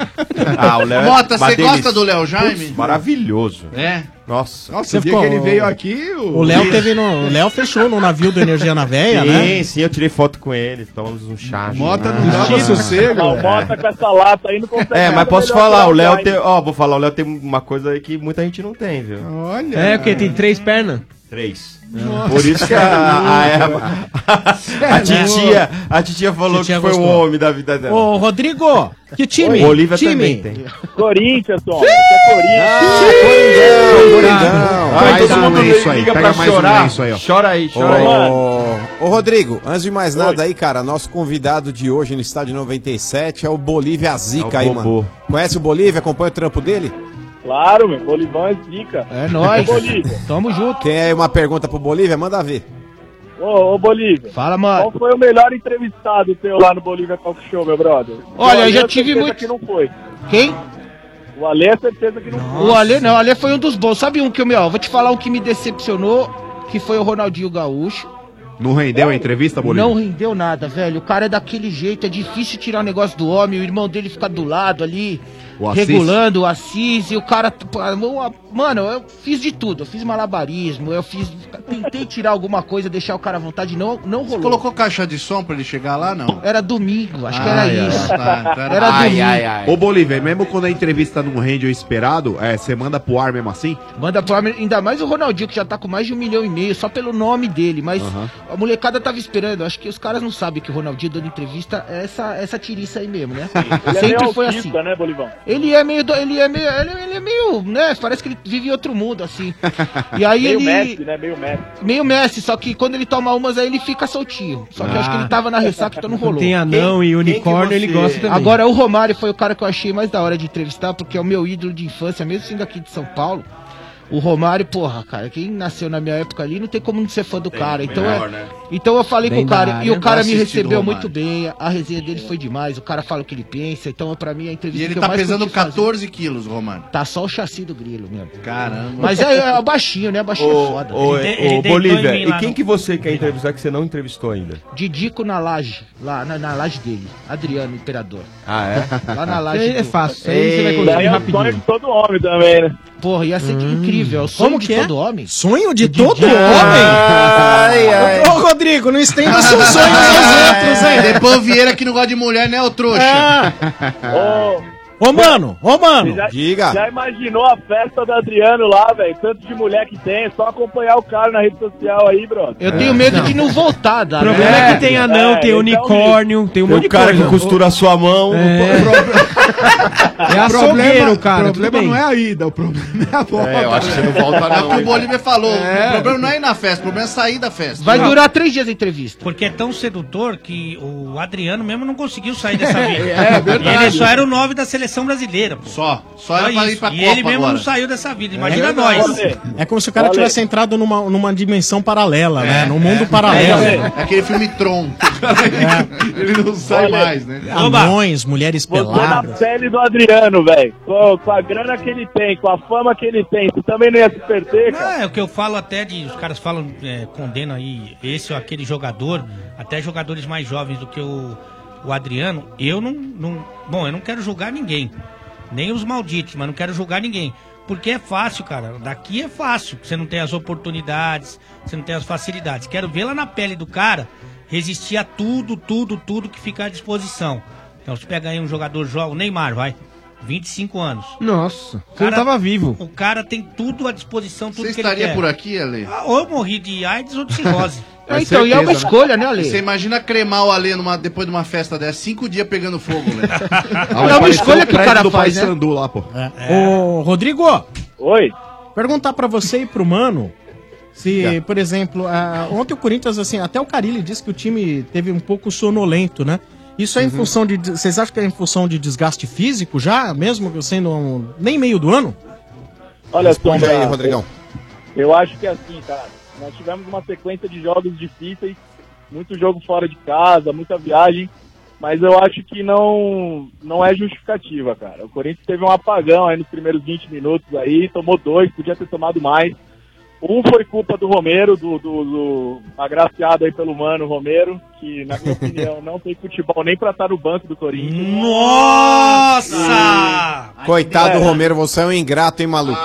Speaker 18: Ah, o Léo é
Speaker 4: Mota,
Speaker 18: uma
Speaker 4: você
Speaker 18: delícia.
Speaker 4: gosta do Léo Jaime?
Speaker 18: Putz, maravilhoso.
Speaker 4: É.
Speaker 18: Nossa.
Speaker 12: Nossa, o dia que ele veio aqui, o.
Speaker 24: O Léo teve no. O Léo fechou no navio do Energia na Véia,
Speaker 18: sim,
Speaker 24: né?
Speaker 18: sim, eu tirei foto com ele, tomamos um chá.
Speaker 12: Mota
Speaker 18: junto.
Speaker 12: não dava sossego.
Speaker 18: Não,
Speaker 19: Bota com essa lata aí, não consegue.
Speaker 18: É, mas
Speaker 19: nada
Speaker 18: posso
Speaker 19: melhor
Speaker 18: falar,
Speaker 19: que
Speaker 18: o Léo
Speaker 19: Jaime.
Speaker 18: tem. Ó, vou falar, o Léo tem uma coisa aí que muita gente não tem, viu?
Speaker 12: Olha.
Speaker 8: É, porque tem três pernas.
Speaker 18: Três.
Speaker 8: Nossa.
Speaker 18: Por isso que a, a, Eva-
Speaker 17: É,
Speaker 18: a titia, a titia falou
Speaker 24: Titia
Speaker 18: que foi
Speaker 24: gostou.
Speaker 18: o homem da vida dela.
Speaker 24: Ô, Rodrigo, que time?
Speaker 18: O Olívia
Speaker 24: time?
Speaker 18: também tem.
Speaker 19: Corinthians, Tom. É
Speaker 17: Ah,
Speaker 16: Coringão,
Speaker 19: Coringão.
Speaker 16: Vai
Speaker 19: Vai
Speaker 16: Então, todo
Speaker 19: dar um
Speaker 16: mundo
Speaker 19: lenço
Speaker 16: liga
Speaker 19: aí,
Speaker 16: pra
Speaker 19: pega mais um
Speaker 16: chorar.
Speaker 19: lenço aí, ó.
Speaker 18: Chora aí, chora aí.
Speaker 16: Ô, Rodrigo, antes de mais nada aí, cara, nosso convidado de hoje no Estádio 97 é o Bolívia Zica
Speaker 18: É
Speaker 16: aí,
Speaker 18: o Bobô.
Speaker 16: mano. Conhece o Bolívia? Acompanha o trampo dele?
Speaker 19: Claro, meu. Bolivão é zica.
Speaker 16: É
Speaker 19: nóis. Ô, Bolívia.
Speaker 16: Tamo junto. Tem aí é uma pergunta pro Bolívia? Manda ver.
Speaker 19: Ô, ô, Bolívia.
Speaker 16: Fala, mano.
Speaker 19: Qual foi o melhor entrevistado teu lá no Bolívia Talk Show, meu brother?
Speaker 17: Olha,
Speaker 19: O
Speaker 17: eu já
Speaker 19: Ale,
Speaker 17: tive
Speaker 19: certeza
Speaker 17: muito-
Speaker 19: que não foi.
Speaker 17: Quem?
Speaker 19: O Ale, é certeza que não foi.
Speaker 17: O Ale não, o Ale foi um dos bons. Sabe um que eu me, ó, vou te falar um que me decepcionou, que foi o Ronaldinho Gaúcho.
Speaker 10: Não rendeu a entrevista, Bolívia?
Speaker 17: Não rendeu um nada, velho. O cara é daquele jeito, é difícil tirar o negócio do homem, o irmão dele fica do lado ali.
Speaker 10: O Assis?
Speaker 17: regulando o Assis, e o cara. pô, eu- Mano, eu fiz de tudo. Eu fiz malabarismo, eu fiz. Tentei tirar alguma coisa, deixar o cara à vontade, não, não rolou.
Speaker 4: Colocou caixa de som pra ele chegar lá, não?
Speaker 17: Era domingo, acho que era
Speaker 4: Ai, ai,
Speaker 17: isso.
Speaker 10: Ah,
Speaker 4: tá, então era-
Speaker 17: Era
Speaker 4: Ai,
Speaker 17: domingo.
Speaker 4: ai, ai.
Speaker 10: Ô, Bolívia, mesmo quando a entrevista não rende o esperado, é, você manda pro ar mesmo assim?
Speaker 17: Manda pro Palmeiras, ainda mais o Ronaldinho, que já tá com mais de um milhão e meio, só pelo nome dele. Mas
Speaker 10: Aham.
Speaker 17: a molecada tava esperando. Acho que os caras não sabem que o Ronaldinho dando entrevista é essa, essa tiriça aí mesmo, né?
Speaker 19: Ele é
Speaker 17: Sempre
Speaker 19: meio
Speaker 17: foi assim.
Speaker 19: autista, né, Bolivão?
Speaker 17: Ele é meio. do- Ele é meio. Ele, ele é meio. né? Parece que ele vive em outro mundo, assim. E aí
Speaker 19: meio
Speaker 17: ele. É.
Speaker 19: Messi, né? Meio Messi.
Speaker 17: Meio Messi, só que quando ele toma umas aí ele fica soltinho. Só que eu acho
Speaker 18: Ah.
Speaker 19: Ah.
Speaker 17: que ele tava na ressaca, então não rolou.
Speaker 8: Tem anão e unicórnio, ele gosta também.
Speaker 17: Agora, o Romário foi o cara que eu achei mais da hora de entrevistar, porque é o meu ídolo de infância, mesmo sendo aqui de São Paulo. O Romário, porra, cara, quem nasceu na minha época ali não tem como não ser fã do cara. Então,
Speaker 4: melhor,
Speaker 17: é-
Speaker 4: né?
Speaker 17: então eu falei
Speaker 4: Bem
Speaker 17: com o cara
Speaker 4: da
Speaker 17: e o
Speaker 4: área.
Speaker 17: cara me
Speaker 4: Assistido
Speaker 17: recebeu
Speaker 4: Romário.
Speaker 17: muito bem. A resenha dele foi demais. O cara fala o que ele pensa. Então, pra mim, a
Speaker 4: E
Speaker 17: entrevista
Speaker 4: ele
Speaker 17: que eu
Speaker 4: tá
Speaker 17: mais
Speaker 4: pesando
Speaker 17: curti fazer.
Speaker 4: 14 quilos, Romano.
Speaker 17: Tá só o chassi do grilo mesmo.
Speaker 4: Caramba.
Speaker 17: Mas é, é baixinho, né? Baixinho é foda.
Speaker 18: Ô, ô, Bolívia, e quem
Speaker 17: no-
Speaker 18: que você quer entrevistar que você não entrevistou ainda?
Speaker 17: Didico na laje, lá na, na laje dele. Adriano, imperador.
Speaker 18: Ah, é?
Speaker 17: Lá na laje.
Speaker 18: Aí é
Speaker 17: do-
Speaker 18: fácil, aí você vai
Speaker 17: Ei,
Speaker 18: conseguir
Speaker 17: daí é o
Speaker 18: rapidinho.
Speaker 17: sonho de todo homem também, né? Porra, ia ser incrível. é o sonho
Speaker 24: Hum. Como
Speaker 17: de
Speaker 24: que é?
Speaker 17: todo homem.
Speaker 24: Sonho de todo homem?
Speaker 17: Ai, ai.
Speaker 24: Ô, Rodrigo, não estenda seus sonhos aos outros, hein?
Speaker 4: Depois o Vieira que não gosta de mulher, né, ô trouxa?
Speaker 17: É.
Speaker 24: Ô, mano, ô, mano.
Speaker 4: Você já-
Speaker 24: Diga.
Speaker 19: Já imaginou a festa do Adriano lá, velho? Tanto de mulher que tem, é só acompanhar o cara na rede social aí, brother.
Speaker 17: Eu tenho medo de não voltar,
Speaker 19: O
Speaker 17: da
Speaker 19: problema é que
Speaker 8: tem anão, tem unicórnio, tem um
Speaker 18: Tem
Speaker 8: monte
Speaker 18: o
Speaker 8: de
Speaker 18: cara que
Speaker 8: coisa.
Speaker 18: costura a sua mão.
Speaker 8: É açougueiro, cara.
Speaker 12: O problema não é a ida, o problema é a volta.
Speaker 18: É, eu acho que você não volta,
Speaker 4: É o que o
Speaker 12: não.
Speaker 4: Bolívia falou.
Speaker 12: É.
Speaker 4: O problema não é ir na festa, o problema é sair da festa.
Speaker 7: Vai durar
Speaker 17: três dias a entrevista.
Speaker 7: Porque é tão sedutor que o Adriano mesmo não conseguiu sair dessa vida.
Speaker 4: É, é verdade.
Speaker 7: Ele só era o 9 da seleção brasileira. Pô. Só.
Speaker 4: Só era pra ir pra
Speaker 7: e
Speaker 4: Copa
Speaker 7: ele mesmo
Speaker 4: agora.
Speaker 7: não saiu dessa vida.
Speaker 4: É
Speaker 7: Imagina
Speaker 4: verdade.
Speaker 7: nós.
Speaker 24: É como se o cara
Speaker 7: Olha.
Speaker 24: tivesse entrado numa, numa dimensão paralela, né? Num mundo paralelo.
Speaker 4: É aquele filme Tron. Ele não sai
Speaker 19: Olha.
Speaker 4: mais, né?
Speaker 24: Anões, mulheres
Speaker 19: Você na
Speaker 24: peladas.
Speaker 19: pele do Adriano, velho. Com, com a grana que ele tem, com a fama que ele tem, você também não ia se perder, cara.
Speaker 7: É, o que eu falo até de. Os caras falam, é, condenam aí esse ou aquele jogador, até jogadores mais jovens do que o, o Adriano. Eu não, não. Bom, eu não quero julgar ninguém. Nem os malditos, mas não quero julgar ninguém. Porque é fácil, cara. Daqui é fácil. Você não tem as oportunidades, você não tem as facilidades. Quero ver lá na pele do cara resistir a tudo, tudo, tudo que fica à disposição. Então, se pega aí um jogador jovem, o Neymar, vai. 25 anos.
Speaker 8: Nossa,
Speaker 7: O
Speaker 8: você não tava vivo.
Speaker 7: O cara tem tudo à disposição, tudo
Speaker 4: Você
Speaker 7: que ele quer.
Speaker 4: estaria por aqui, Ale?
Speaker 7: Ah, Ou eu morri de AIDS ou de cirrose.
Speaker 24: É então, né?
Speaker 4: Você imagina cremar o Ale numa- depois de uma festa dessa, cinco dias pegando fogo, né? velho. Ah,
Speaker 24: É uma escolha que o cara faz, né?
Speaker 10: Sandu lá, pô.
Speaker 24: Ô, Rodrigo.
Speaker 19: Oi.
Speaker 24: Perguntar pra você e pro Mano se, por exemplo, ah, ontem o Corinthians, assim, até o Carilli disse que o time teve um pouco sonolento, né? Isso é em função de. des- Vocês acham que é em função de desgaste físico já, mesmo sendo um- nem meio do ano?
Speaker 19: Olha só,
Speaker 24: Responde aí,
Speaker 19: cara,
Speaker 24: Rodrigão.
Speaker 19: Eu, eu acho que é assim, cara. Nós tivemos uma sequência de jogos difíceis, muito jogo fora de casa, muita viagem, mas eu acho que não não é justificativa, cara. O Corinthians teve um apagão aí nos primeiros 20 minutos aí, tomou dois, podia ter tomado mais. Um foi culpa do Romero, do, do, do agraciado aí pelo mano Romero, que na minha opinião não tem futebol nem pra estar no banco do Corinthians.
Speaker 7: Nossa!
Speaker 16: Coitado
Speaker 19: É.
Speaker 16: do Romero, você é um ingrato, hein, maluco?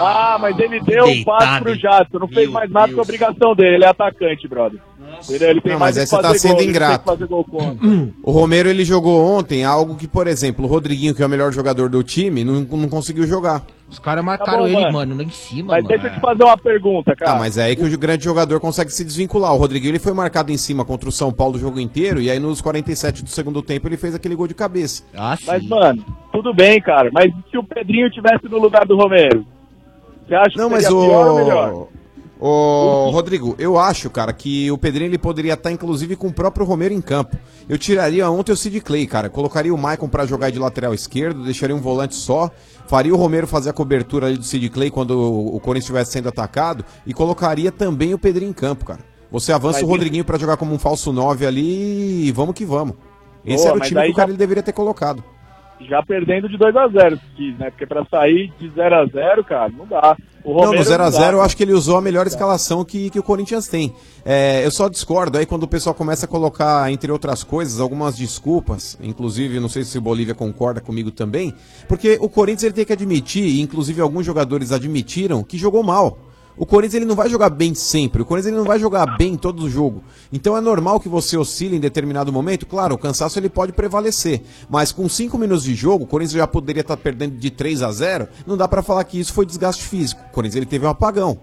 Speaker 19: Ah, mas ele deu o passo pro Jato. Não fez mais nada que a obrigação dele. Ele é atacante, brother. Entendeu? Ele tem
Speaker 16: Não,
Speaker 19: mais
Speaker 16: mas
Speaker 19: que
Speaker 16: aí você tá
Speaker 19: fazer
Speaker 16: sendo
Speaker 19: gol, ele
Speaker 16: ingrato.
Speaker 19: tem que fazer gol contra.
Speaker 16: O Romero, ele jogou ontem algo que, por exemplo, o Rodriguinho, que é o melhor jogador do time, não, não conseguiu jogar.
Speaker 17: Os caras marcaram ele, Tá mano. lá em
Speaker 19: Tá
Speaker 17: cima,
Speaker 19: Mas
Speaker 16: mano.
Speaker 19: deixa eu te fazer uma pergunta, cara.
Speaker 16: Ah, mas é aí que o grande jogador consegue se desvincular. O Rodriguinho, ele foi marcado em cima contra o São Paulo o jogo inteiro, e aí nos 47 do segundo tempo ele fez aquele gol de cabeça.
Speaker 19: Mas, mano, tudo bem, cara. Mas se o Pedrinho tivesse no lugar do Romero? Você acha
Speaker 16: Não,
Speaker 19: que
Speaker 16: mas
Speaker 19: seria
Speaker 16: o...
Speaker 19: pior ou melhor? Uhum.
Speaker 16: Ô, Rodrigo, eu acho, cara, que o Pedrinho ele poderia estar, inclusive, com o próprio Romero em campo. Eu tiraria ontem o Sid Clay, cara. Colocaria o Maicon pra jogar de lateral esquerdo, deixaria um volante só, faria o Romero fazer a cobertura ali do Sid Clay quando o o Corinthians estivesse sendo atacado e colocaria também o Pedrinho em campo, cara. Você avança
Speaker 19: Mas
Speaker 16: o
Speaker 19: isso-
Speaker 16: Rodriguinho pra jogar como um falso 9 ali e vamos que vamos. Esse
Speaker 19: Boa,
Speaker 16: era o
Speaker 19: mas
Speaker 16: time que
Speaker 19: aí
Speaker 16: o cara
Speaker 19: já-
Speaker 16: ele deveria ter colocado.
Speaker 19: Já perdendo de 2 a 0 se quis, né? Porque pra sair de 0 a 0 cara, não dá. O
Speaker 20: O
Speaker 16: Não, no
Speaker 20: Romero
Speaker 16: 0 a
Speaker 20: dá.
Speaker 16: 0 eu acho que ele usou a melhor escalação que, que o Corinthians tem. É, eu só discordo aí quando o pessoal começa a colocar, entre outras coisas, algumas desculpas, inclusive, não sei se o Bolívia concorda comigo também, porque o Corinthians ele tem que admitir, e inclusive alguns jogadores admitiram, que jogou mal. O Corinthians ele não vai jogar bem sempre, o Corinthians ele não vai jogar bem todo o jogo. Então é normal que você oscile em determinado momento. Claro, o cansaço ele pode prevalecer, mas com 5 minutos de jogo, o Corinthians já poderia estar perdendo de 3 a 0, não dá pra falar que isso foi desgaste físico. O Corinthians ele teve um apagão.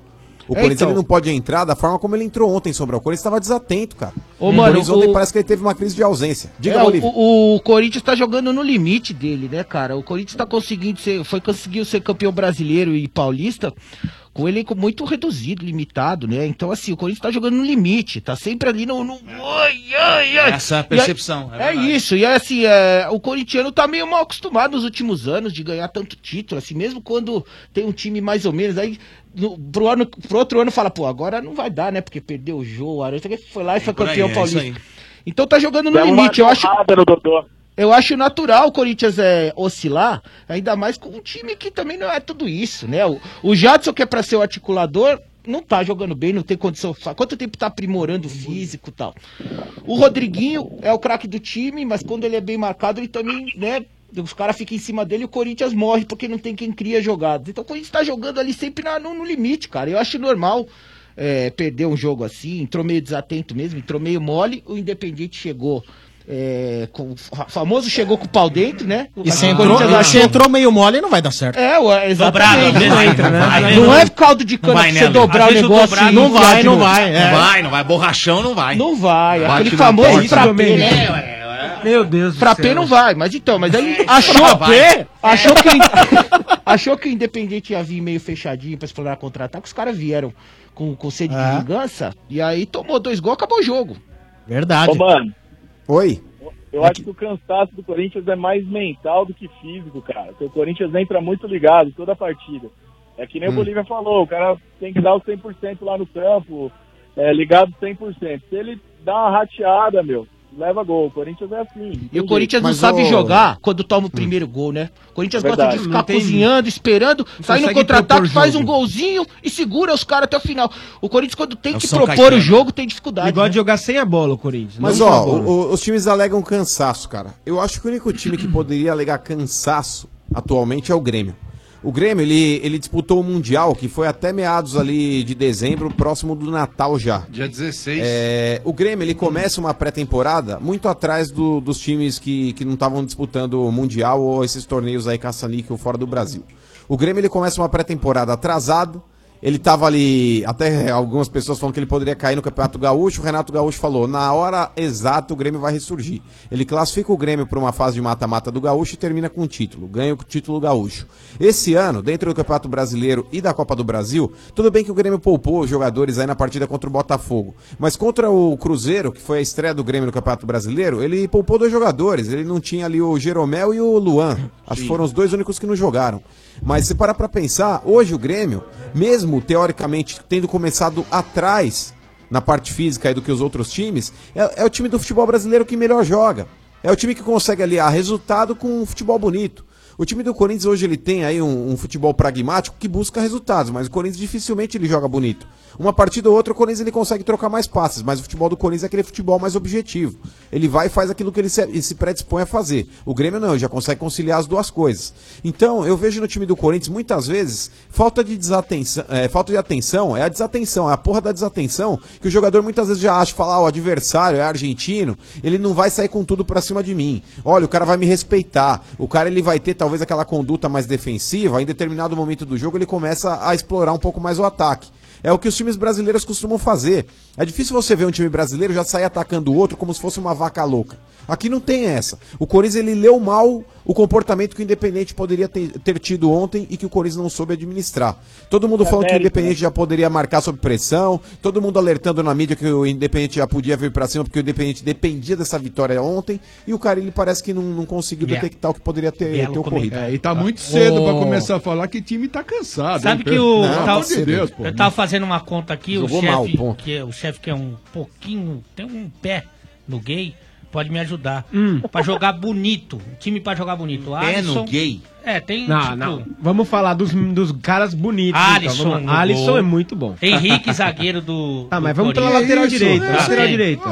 Speaker 16: O
Speaker 2: É,
Speaker 16: Corinthians
Speaker 2: então.
Speaker 16: ele não pode entrar da forma como ele entrou ontem, Sombra. O Corinthians estava desatento, cara.
Speaker 17: Ô, mano,
Speaker 16: o Corinthians ontem
Speaker 17: o-
Speaker 16: parece que ele teve uma crise de ausência. Diga,
Speaker 17: É, o-
Speaker 16: Bolívia.
Speaker 17: o, o Corinthians tá jogando no limite dele, né, cara? O Corinthians tá conseguindo ser, foi conseguiu ser campeão brasileiro e paulista com um elenco muito reduzido, limitado, né? Então, assim, o Corinthians tá jogando no limite, tá sempre ali no. no... Ai, ai, ai.
Speaker 5: Essa é a
Speaker 17: E aí-
Speaker 5: percepção, é
Speaker 17: É, isso, e é assim, é, o corintiano tá meio mal acostumado nos últimos anos de ganhar tanto título, assim, mesmo quando tem um time mais ou menos, aí no, pro, ano, pro outro ano fala, pô, agora não vai dar, né? Porque perdeu o jogo, o Aranha foi lá e foi
Speaker 5: por aí,
Speaker 17: campeão
Speaker 5: é isso
Speaker 17: paulista. Então tá jogando no
Speaker 20: Deu uma
Speaker 17: limite, eu acho.
Speaker 20: porrada no Dodô.
Speaker 17: Eu acho natural o Corinthians é, oscilar, ainda mais com um time que também não é tudo isso, né? O, o Jadson, que é pra ser o articulador, não tá jogando bem, não tem condição. Há Quanto tempo tá aprimorando o físico e tal? O Rodriguinho é o craque do time, mas quando ele é bem marcado, ele também, né? Os caras ficam em cima dele e o Corinthians morre porque não tem quem cria jogadas. Então o Corinthians tá jogando ali sempre na- no, no limite, cara. Eu acho normal é, perder um jogo assim, entrou meio desatento mesmo, entrou meio mole. O Independente chegou. É, com, o fa- famoso chegou com o pau dentro, né?
Speaker 24: E se
Speaker 17: O
Speaker 24: entrou,
Speaker 17: Corinthians
Speaker 24: se
Speaker 17: achou-
Speaker 24: entrou meio mole, não vai dar certo.
Speaker 17: É, ué,
Speaker 24: Dobrado, às
Speaker 17: exatamente.
Speaker 24: vezes
Speaker 17: não,
Speaker 24: não entra, né? vai,
Speaker 17: não
Speaker 24: né?
Speaker 17: é caldo de
Speaker 24: Não
Speaker 17: cana
Speaker 24: vai,
Speaker 17: pra
Speaker 24: né,
Speaker 17: você
Speaker 24: Leandro?
Speaker 17: dobrar
Speaker 24: Às
Speaker 17: o
Speaker 24: vezes o
Speaker 17: negócio.
Speaker 24: dobrado
Speaker 17: e
Speaker 24: não
Speaker 17: enfiar
Speaker 24: vai,
Speaker 17: de
Speaker 24: não
Speaker 17: novo.
Speaker 24: vai, é.
Speaker 5: Não vai, não vai. Borrachão não vai.
Speaker 17: Não vai.
Speaker 5: Bate
Speaker 17: Aquele
Speaker 5: na
Speaker 17: famoso
Speaker 5: porta,
Speaker 17: pra P,
Speaker 5: Domênico.
Speaker 17: né? Meu Deus pra P
Speaker 5: céu.
Speaker 17: não vai, mas então, mas aí
Speaker 5: Pra
Speaker 17: achou
Speaker 5: vai.
Speaker 17: achou que achou que o Independente ia vir meio fechadinho pra explorar contra-ataque, os caras vieram com, com sede de vingança, e aí tomou dois gols, acabou o jogo.
Speaker 24: Verdade.
Speaker 17: Ô, mano.
Speaker 16: Oi.
Speaker 20: Eu acho que o cansaço do Corinthians é mais mental do que físico, cara. Porque o Corinthians entra muito ligado toda a partida. É que nem
Speaker 25: Hum.
Speaker 20: o Bolívia falou, o cara tem que dar o 100% lá no campo, é, ligado 100%. Se ele dá uma rateada, meu, leva gol. O Corinthians é assim.
Speaker 17: E o Corinthians não sabe jogar quando toma o primeiro gol, né? O Corinthians
Speaker 20: É
Speaker 17: gosta de
Speaker 20: verdade.
Speaker 17: ficar
Speaker 20: Não tem-
Speaker 17: cozinhando, esperando,
Speaker 20: Não
Speaker 17: sair no
Speaker 20: consegue
Speaker 17: contra-ataque,
Speaker 20: propor
Speaker 17: faz
Speaker 20: jogo.
Speaker 17: um golzinho e segura os caras até o final. O Corinthians, quando tem
Speaker 24: É o
Speaker 17: que
Speaker 24: São
Speaker 17: propor
Speaker 24: Caetano.
Speaker 17: o jogo, tem dificuldade.
Speaker 24: Ele gosta
Speaker 17: né?
Speaker 24: de jogar sem a bola, o Corinthians.
Speaker 16: Mas
Speaker 24: não com a
Speaker 16: ó,
Speaker 24: bola.
Speaker 16: o- o- os times alegam cansaço, cara. Eu acho que o único time que poderia alegar cansaço atualmente é o Grêmio. O Grêmio, ele, ele disputou o Mundial, que foi até meados ali de dezembro, próximo do Natal já.
Speaker 4: Dia 16.
Speaker 16: É, o Grêmio ele começa uma pré-temporada muito atrás do- dos times que, que não estavam disputando o Mundial ou esses torneios aí caça-níquel fora do Brasil. O Grêmio ele começa uma pré-temporada atrasado. Ele tava ali, até algumas pessoas falam que ele poderia cair no Campeonato Gaúcho. O Renato Gaúcho falou: na hora exata o Grêmio vai ressurgir. Ele classifica o Grêmio para uma fase de mata-mata do Gaúcho e termina com o título. Ganha o título gaúcho. Esse ano, dentro do Campeonato Brasileiro e da Copa do Brasil, tudo bem que o Grêmio poupou jogadores aí na partida contra o Botafogo. Mas contra o Cruzeiro, que foi a estreia do Grêmio no Campeonato Brasileiro, ele poupou dois jogadores. Ele não tinha ali o Jeromel e o Luan. Acho que foram os dois únicos que não jogaram. Mas se parar pra pensar, hoje o Grêmio, mesmo teoricamente tendo começado atrás na parte física aí do que os outros times, é, é o time do futebol brasileiro que melhor joga. É o time que consegue aliar resultado com um futebol bonito. O time do Corinthians hoje ele tem aí um, um futebol pragmático que busca resultados, mas o Corinthians dificilmente ele joga bonito. Uma partida ou outra o Corinthians ele consegue trocar mais passes, mas o futebol do Corinthians é aquele futebol mais objetivo. Ele vai e faz aquilo que ele se, ele se predispõe a fazer. O Grêmio não, ele já consegue conciliar as duas coisas. Então, eu vejo no time do Corinthians muitas vezes falta de desatenção, é, falta de atenção, é a desatenção, é a porra da desatenção que o jogador muitas vezes já acha, fala, "Ah, o adversário é argentino, ele não vai sair com tudo pra cima de mim. Olha, o cara vai me respeitar. O cara ele vai ter talvez aquela conduta mais defensiva, em determinado momento do jogo ele começa a explorar um pouco mais o ataque. É o que os times brasileiros costumam fazer. É difícil você ver um time brasileiro já sair atacando o outro como se fosse uma vaca louca. Aqui não tem essa. O Corinthians ele leu mal o comportamento que o Independente poderia ter, ter tido ontem e que o Corinthians não soube administrar. Todo
Speaker 7: É
Speaker 16: mundo falando que o
Speaker 7: né?
Speaker 16: Independente já poderia marcar sob pressão, todo mundo alertando na mídia que o Independente já podia vir pra cima porque o Independente dependia dessa vitória ontem e o cara ele parece que não, não conseguiu
Speaker 7: Belo.
Speaker 16: detectar o que poderia ter,
Speaker 7: Belo
Speaker 16: ter ocorrido.
Speaker 7: comentário.
Speaker 12: E tá muito cedo pra
Speaker 16: Oh.
Speaker 12: começar a falar que time tá cansado.
Speaker 7: Sabe
Speaker 12: hein,
Speaker 7: que
Speaker 12: Pedro?
Speaker 7: o.
Speaker 12: Pelo
Speaker 7: tava-
Speaker 12: amor de Ah, Deus, pô.
Speaker 7: eu tava fazendo uma conta aqui, o
Speaker 12: Jogou mal,
Speaker 7: chefe,
Speaker 12: ponto.
Speaker 7: que é, o chefe que é um pouquinho. tem um pé no
Speaker 8: Hum.
Speaker 7: gay, pode me ajudar. Pra jogar bonito. Um time pra jogar bonito.
Speaker 5: Pé
Speaker 7: Alisson-
Speaker 5: no gay.
Speaker 7: É, tem.
Speaker 8: Não, não. Vamos falar dos, dos caras bonitos. então,
Speaker 7: Alisson
Speaker 8: vamos lá.
Speaker 7: no
Speaker 8: Alisson
Speaker 7: gol.
Speaker 8: é muito bom.
Speaker 7: Henrique, zagueiro do.
Speaker 8: Tá, mas
Speaker 7: do
Speaker 8: vamos pela
Speaker 7: Corinthians.
Speaker 8: lateral
Speaker 24: né?
Speaker 8: direita.
Speaker 7: Tá.
Speaker 8: Lateral
Speaker 7: Tem.
Speaker 8: direita.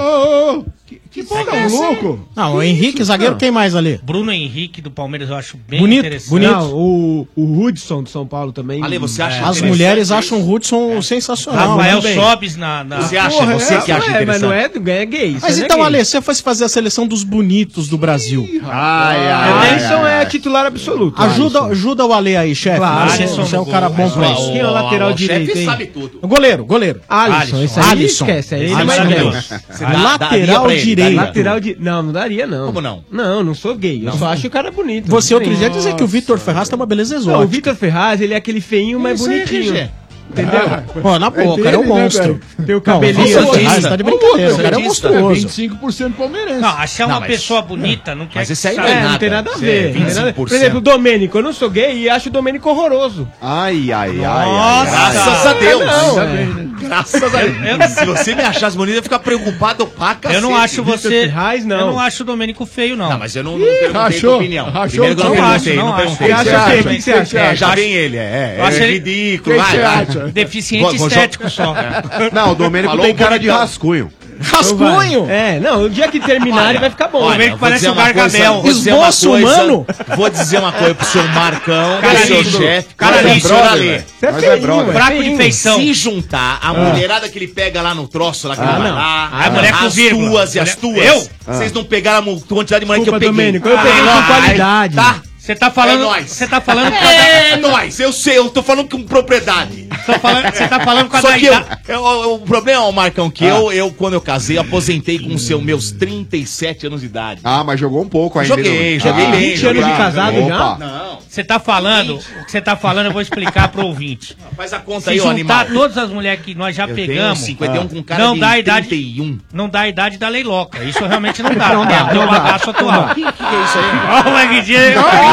Speaker 12: Que
Speaker 24: porra
Speaker 7: é essa, hein?
Speaker 24: Não, o Henrique, zagueiro, quem mais ali?
Speaker 7: Bruno Henrique do Palmeiras eu acho bem
Speaker 24: Bonito,
Speaker 7: interessante.
Speaker 24: bonito.
Speaker 8: Não, o, o Hudson do São Paulo também.
Speaker 24: Ali,
Speaker 7: você acha
Speaker 24: As
Speaker 7: interessante
Speaker 24: mulheres acham o Hudson sensacional.
Speaker 7: Rafael
Speaker 24: né?
Speaker 7: Sobis na, na-
Speaker 24: Você acha, Porra, você é, que acha
Speaker 8: é, mas não
Speaker 24: interessante.
Speaker 8: é, é gay.
Speaker 24: Mas
Speaker 8: isso não é
Speaker 24: então,
Speaker 8: gay.
Speaker 24: Ale, se você fosse fazer a seleção dos bonitos do Brasil.
Speaker 8: ai, ai, Alisson ai, é ai. titular absoluto.
Speaker 24: Ajuda, ajuda o Ale aí, chefe.
Speaker 8: Claro.
Speaker 24: Você-
Speaker 8: Alisson
Speaker 24: Você é um
Speaker 8: no
Speaker 24: cara
Speaker 8: gol.
Speaker 24: bom pra
Speaker 8: Mas
Speaker 24: isso.
Speaker 8: quem é o lateral O chefe direito, hein? sabe
Speaker 24: tudo. Goleiro, goleiro.
Speaker 8: Alisson, esse aí
Speaker 24: Alisson.
Speaker 8: esquece, aí ele
Speaker 24: Alisson
Speaker 8: vai
Speaker 24: é
Speaker 8: bem.
Speaker 24: Deus.
Speaker 8: Você
Speaker 24: Dá- daria
Speaker 8: Lateral
Speaker 24: pra ele,
Speaker 8: direito.
Speaker 24: daria.
Speaker 8: Lateral di... Não, não daria não.
Speaker 24: Como não?
Speaker 8: Não, não sou gay. Eu só acho o cara bonito.
Speaker 24: Você
Speaker 8: não
Speaker 24: outro
Speaker 8: tem.
Speaker 24: dia dizia que o Vitor Ferraz tem uma beleza
Speaker 8: Não, o
Speaker 24: exótica.
Speaker 8: Vitor Ferraz, ele é aquele feinho, mas
Speaker 24: Isso aí,
Speaker 8: bonitinho.
Speaker 24: RG.
Speaker 8: Entendeu?
Speaker 24: Pô, na boa, o cara é um
Speaker 8: dele, né,
Speaker 24: monstro.
Speaker 8: velho? Tem o
Speaker 24: Não,
Speaker 8: cabelinho.
Speaker 24: o Ferraz tá de brincadeira, o cara é um
Speaker 8: Santista.
Speaker 24: monstruoso.
Speaker 12: 25% palmeirense.
Speaker 7: Não, achar uma pessoa bonita não quer
Speaker 8: Mas esse
Speaker 7: aí
Speaker 8: É, não tem nada a ver. não tem nada a ver. Por
Speaker 7: 25%.
Speaker 8: exemplo, o Domênico. Eu não sou gay e acho o Domênico horroroso.
Speaker 10: Ai, ai, ai,
Speaker 8: Nossa!
Speaker 10: Graças a Deus.
Speaker 8: Não,
Speaker 10: Ainda bem, né?
Speaker 3: Graças a Deus. Se você me achasse bonito, eu ia ficar preocupado pra cacete.
Speaker 7: Eu não acho
Speaker 3: Vitor
Speaker 7: você.
Speaker 3: Ferraz, não.
Speaker 7: Eu não acho o Domênico feio, não. Não,
Speaker 3: mas eu não, não perguntei tua
Speaker 7: achou,
Speaker 3: opinião.
Speaker 7: achou,
Speaker 3: Primeiro que eu não
Speaker 7: não
Speaker 3: perguntei,
Speaker 7: acho,
Speaker 3: não
Speaker 7: não
Speaker 3: perguntei.
Speaker 7: acho.
Speaker 3: Você acha?
Speaker 7: O que que você acha?
Speaker 3: É,
Speaker 8: tá
Speaker 3: já
Speaker 7: Acho-
Speaker 3: vem ele, é.
Speaker 7: Eu acho
Speaker 3: É
Speaker 7: ele-
Speaker 3: ridículo.
Speaker 7: Quem
Speaker 3: vai,
Speaker 7: que você
Speaker 3: vai.
Speaker 7: acha? Deficiente
Speaker 3: Vou- vou-
Speaker 7: estético só.
Speaker 10: Não, o Domênico
Speaker 3: Falou
Speaker 10: tem cara de
Speaker 3: bonitão.
Speaker 10: rascunho.
Speaker 8: Rascunho? É, não, o dia que terminar ele vai ficar bom.
Speaker 3: Olha, vou dizer uma coisa- vou dizer uma coisa- Vou dizer uma coisa pro seu Marcão,
Speaker 8: Cara
Speaker 3: pro seu
Speaker 8: lixo.
Speaker 3: chefe,
Speaker 8: Cara
Speaker 3: pro seu
Speaker 8: lixo,
Speaker 3: brother,
Speaker 8: olha ali.
Speaker 3: velho.
Speaker 8: Você é Mas é feinho, brother.
Speaker 3: Fraco de
Speaker 8: feinho.
Speaker 3: feição. Se
Speaker 8: Se
Speaker 3: juntar a
Speaker 8: Ah.
Speaker 3: mulherada que ele pega lá no troço, lá que
Speaker 8: Ah,
Speaker 3: ele vai
Speaker 8: não.
Speaker 3: lá,
Speaker 8: Ah, mulher com
Speaker 3: as
Speaker 8: vírgula.
Speaker 3: tuas e as
Speaker 8: Mulher-
Speaker 3: tuas,
Speaker 8: Eu?
Speaker 3: vocês
Speaker 8: Ah.
Speaker 3: não pegaram a mu- quantidade de mulher que eu
Speaker 8: Desculpa,
Speaker 3: peguei.
Speaker 8: Domênico, eu peguei com
Speaker 3: nóis.
Speaker 8: qualidade.
Speaker 3: Tá?
Speaker 7: Você Ah, tá falando-
Speaker 3: É nóis.
Speaker 7: você tá falando com a-
Speaker 3: É nóis, eu sei, eu tô falando com propriedade.
Speaker 7: Você tá falando com a
Speaker 3: Só que eu,
Speaker 7: Daidá.
Speaker 3: eu- o problema, Marcão, que
Speaker 10: Ah.
Speaker 3: eu, eu, quando eu casei, aposentei com seu, meus 37 anos de idade.
Speaker 10: Ah, mas jogou um pouco ainda.
Speaker 3: Joguei,
Speaker 10: né?
Speaker 3: joguei
Speaker 10: Ah,
Speaker 3: bem,
Speaker 10: 20 anos de casado já?
Speaker 7: Não. Você tá falando, o que você tá falando, eu vou explicar pro ouvinte.
Speaker 3: Faz a conta
Speaker 7: Se
Speaker 3: aí, ó,
Speaker 7: juntar
Speaker 3: animal.
Speaker 7: todas as mulheres que nós já
Speaker 3: Eu tenho
Speaker 7: pegamos, Ah.
Speaker 3: 51 com cara
Speaker 7: não
Speaker 3: de
Speaker 7: dá a idade,
Speaker 3: 31.
Speaker 7: não dá a idade da leiloca. Isso realmente não dá.
Speaker 3: Não dá,
Speaker 7: é, tem
Speaker 3: não
Speaker 7: um
Speaker 3: dá.
Speaker 7: bagaço
Speaker 3: Não
Speaker 7: atual.
Speaker 3: dá.
Speaker 7: O que, é isso aí? Ó, o RG,
Speaker 3: RG, que é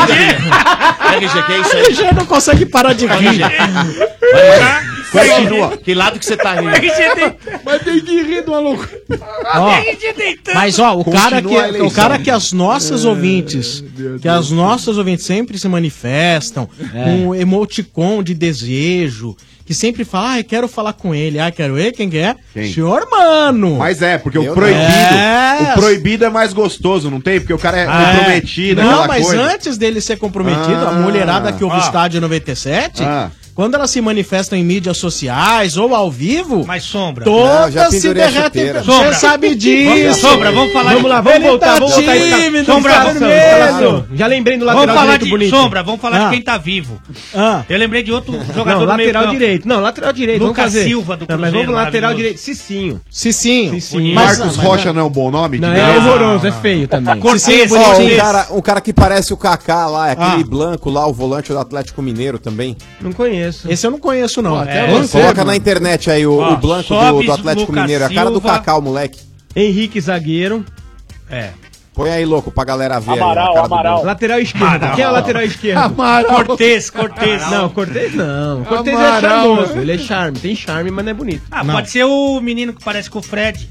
Speaker 3: isso
Speaker 24: Ele
Speaker 3: aí?
Speaker 24: já não consegue parar de rir.
Speaker 3: Continua. Que lado que você tá rindo?
Speaker 12: Mas tem que rir de uma loucura.
Speaker 24: Ó, Mas ó, o
Speaker 12: Continua
Speaker 24: cara,
Speaker 12: a
Speaker 24: que, é-
Speaker 12: eleição.
Speaker 24: o cara que as
Speaker 10: É,
Speaker 24: nossas ouvintes, que as nossas ouvintes sempre se manifestam
Speaker 8: É.
Speaker 24: com um emoticon de desejo, que sempre fala, ai, quero falar com ele, ai, quero ele, quem que é?
Speaker 10: Quem?
Speaker 24: Senhor, mano!
Speaker 10: Mas é, porque o
Speaker 24: Meu
Speaker 10: proibido.
Speaker 24: Deus.
Speaker 10: O proibido é mais gostoso, não tem? Porque o cara é
Speaker 7: Ah,
Speaker 24: É.
Speaker 10: comprometido,
Speaker 24: Não,
Speaker 10: aquela
Speaker 24: mas
Speaker 10: coisa.
Speaker 24: antes dele ser comprometido, a
Speaker 10: Ah.
Speaker 24: mulherada que ouve
Speaker 10: Ah.
Speaker 24: estádio 97,
Speaker 10: Ah.
Speaker 24: quando elas se manifestam em mídias sociais ou ao vivo,
Speaker 7: mas sombra.
Speaker 24: todas
Speaker 7: Não, já
Speaker 24: se
Speaker 7: pendurei a
Speaker 24: derretem.
Speaker 7: chuteira.
Speaker 24: Você
Speaker 7: Sombra.
Speaker 24: sabe
Speaker 7: Vamos-
Speaker 24: disso.
Speaker 7: Sombra, vamos falar
Speaker 24: Vamos
Speaker 7: de-
Speaker 24: lá, vamos
Speaker 7: Ele
Speaker 24: voltar,
Speaker 7: tá
Speaker 24: vamos voltar. esse cara.
Speaker 7: tímido,
Speaker 24: Sombra,
Speaker 7: tá
Speaker 24: vamos-
Speaker 7: vermelho.
Speaker 24: Falação. Já lembrei do
Speaker 7: Vamos
Speaker 24: lateral
Speaker 7: falar
Speaker 24: direito
Speaker 7: de
Speaker 24: bonito.
Speaker 7: sombra, vamos falar
Speaker 24: Ah.
Speaker 7: de quem tá vivo.
Speaker 24: Ah.
Speaker 7: Eu lembrei de outro jogador
Speaker 8: Não,
Speaker 7: do meio
Speaker 8: lateral
Speaker 7: campo.
Speaker 8: direito. Não, lateral direito.
Speaker 7: Lucas
Speaker 8: vamos fazer.
Speaker 7: Silva do
Speaker 8: Não, mas vamos
Speaker 7: Cruzeiro,
Speaker 8: pro lateral
Speaker 7: maravilhoso.
Speaker 8: direito. Cicinho.
Speaker 24: Cicinho.
Speaker 8: Cicinho.
Speaker 16: Mas-
Speaker 8: Marcos
Speaker 16: mas-
Speaker 8: Rocha
Speaker 10: não é um bom nome?
Speaker 8: Não,
Speaker 16: Diga
Speaker 8: é
Speaker 16: aí.
Speaker 8: horroroso, é feio também.
Speaker 16: Cortez, ó, um, cara,
Speaker 8: Cortez.
Speaker 16: um cara que parece o Kaká lá, é aquele
Speaker 8: Ah.
Speaker 16: Blanco lá, o volante do Atlético Mineiro também.
Speaker 8: Não conheço.
Speaker 24: Esse eu não conheço, não.
Speaker 16: É, coloca na internet aí o,
Speaker 8: Ó,
Speaker 16: o Blanco do,
Speaker 8: Sobis,
Speaker 16: do Atlético
Speaker 8: Lucas
Speaker 16: Mineiro, é a cara do
Speaker 8: Silva.
Speaker 16: Kaká, o moleque.
Speaker 8: Henrique Zagueiro.
Speaker 7: É.
Speaker 16: Põe aí, louco, pra galera ver. aí, a
Speaker 8: Amaral,
Speaker 16: cara do
Speaker 8: Amaral.
Speaker 16: Blanco.
Speaker 8: Lateral esquerdo.
Speaker 16: Amaral.
Speaker 8: Quem é o lateral esquerdo?
Speaker 16: Amaral.
Speaker 7: Cortez, Cortez.
Speaker 8: Não, Cortez não. Cortez é
Speaker 7: Amaral.
Speaker 8: charmoso. Ele é charme. Tem charme, mas não é bonito.
Speaker 7: Ah, pode ser o menino que parece com o Fred.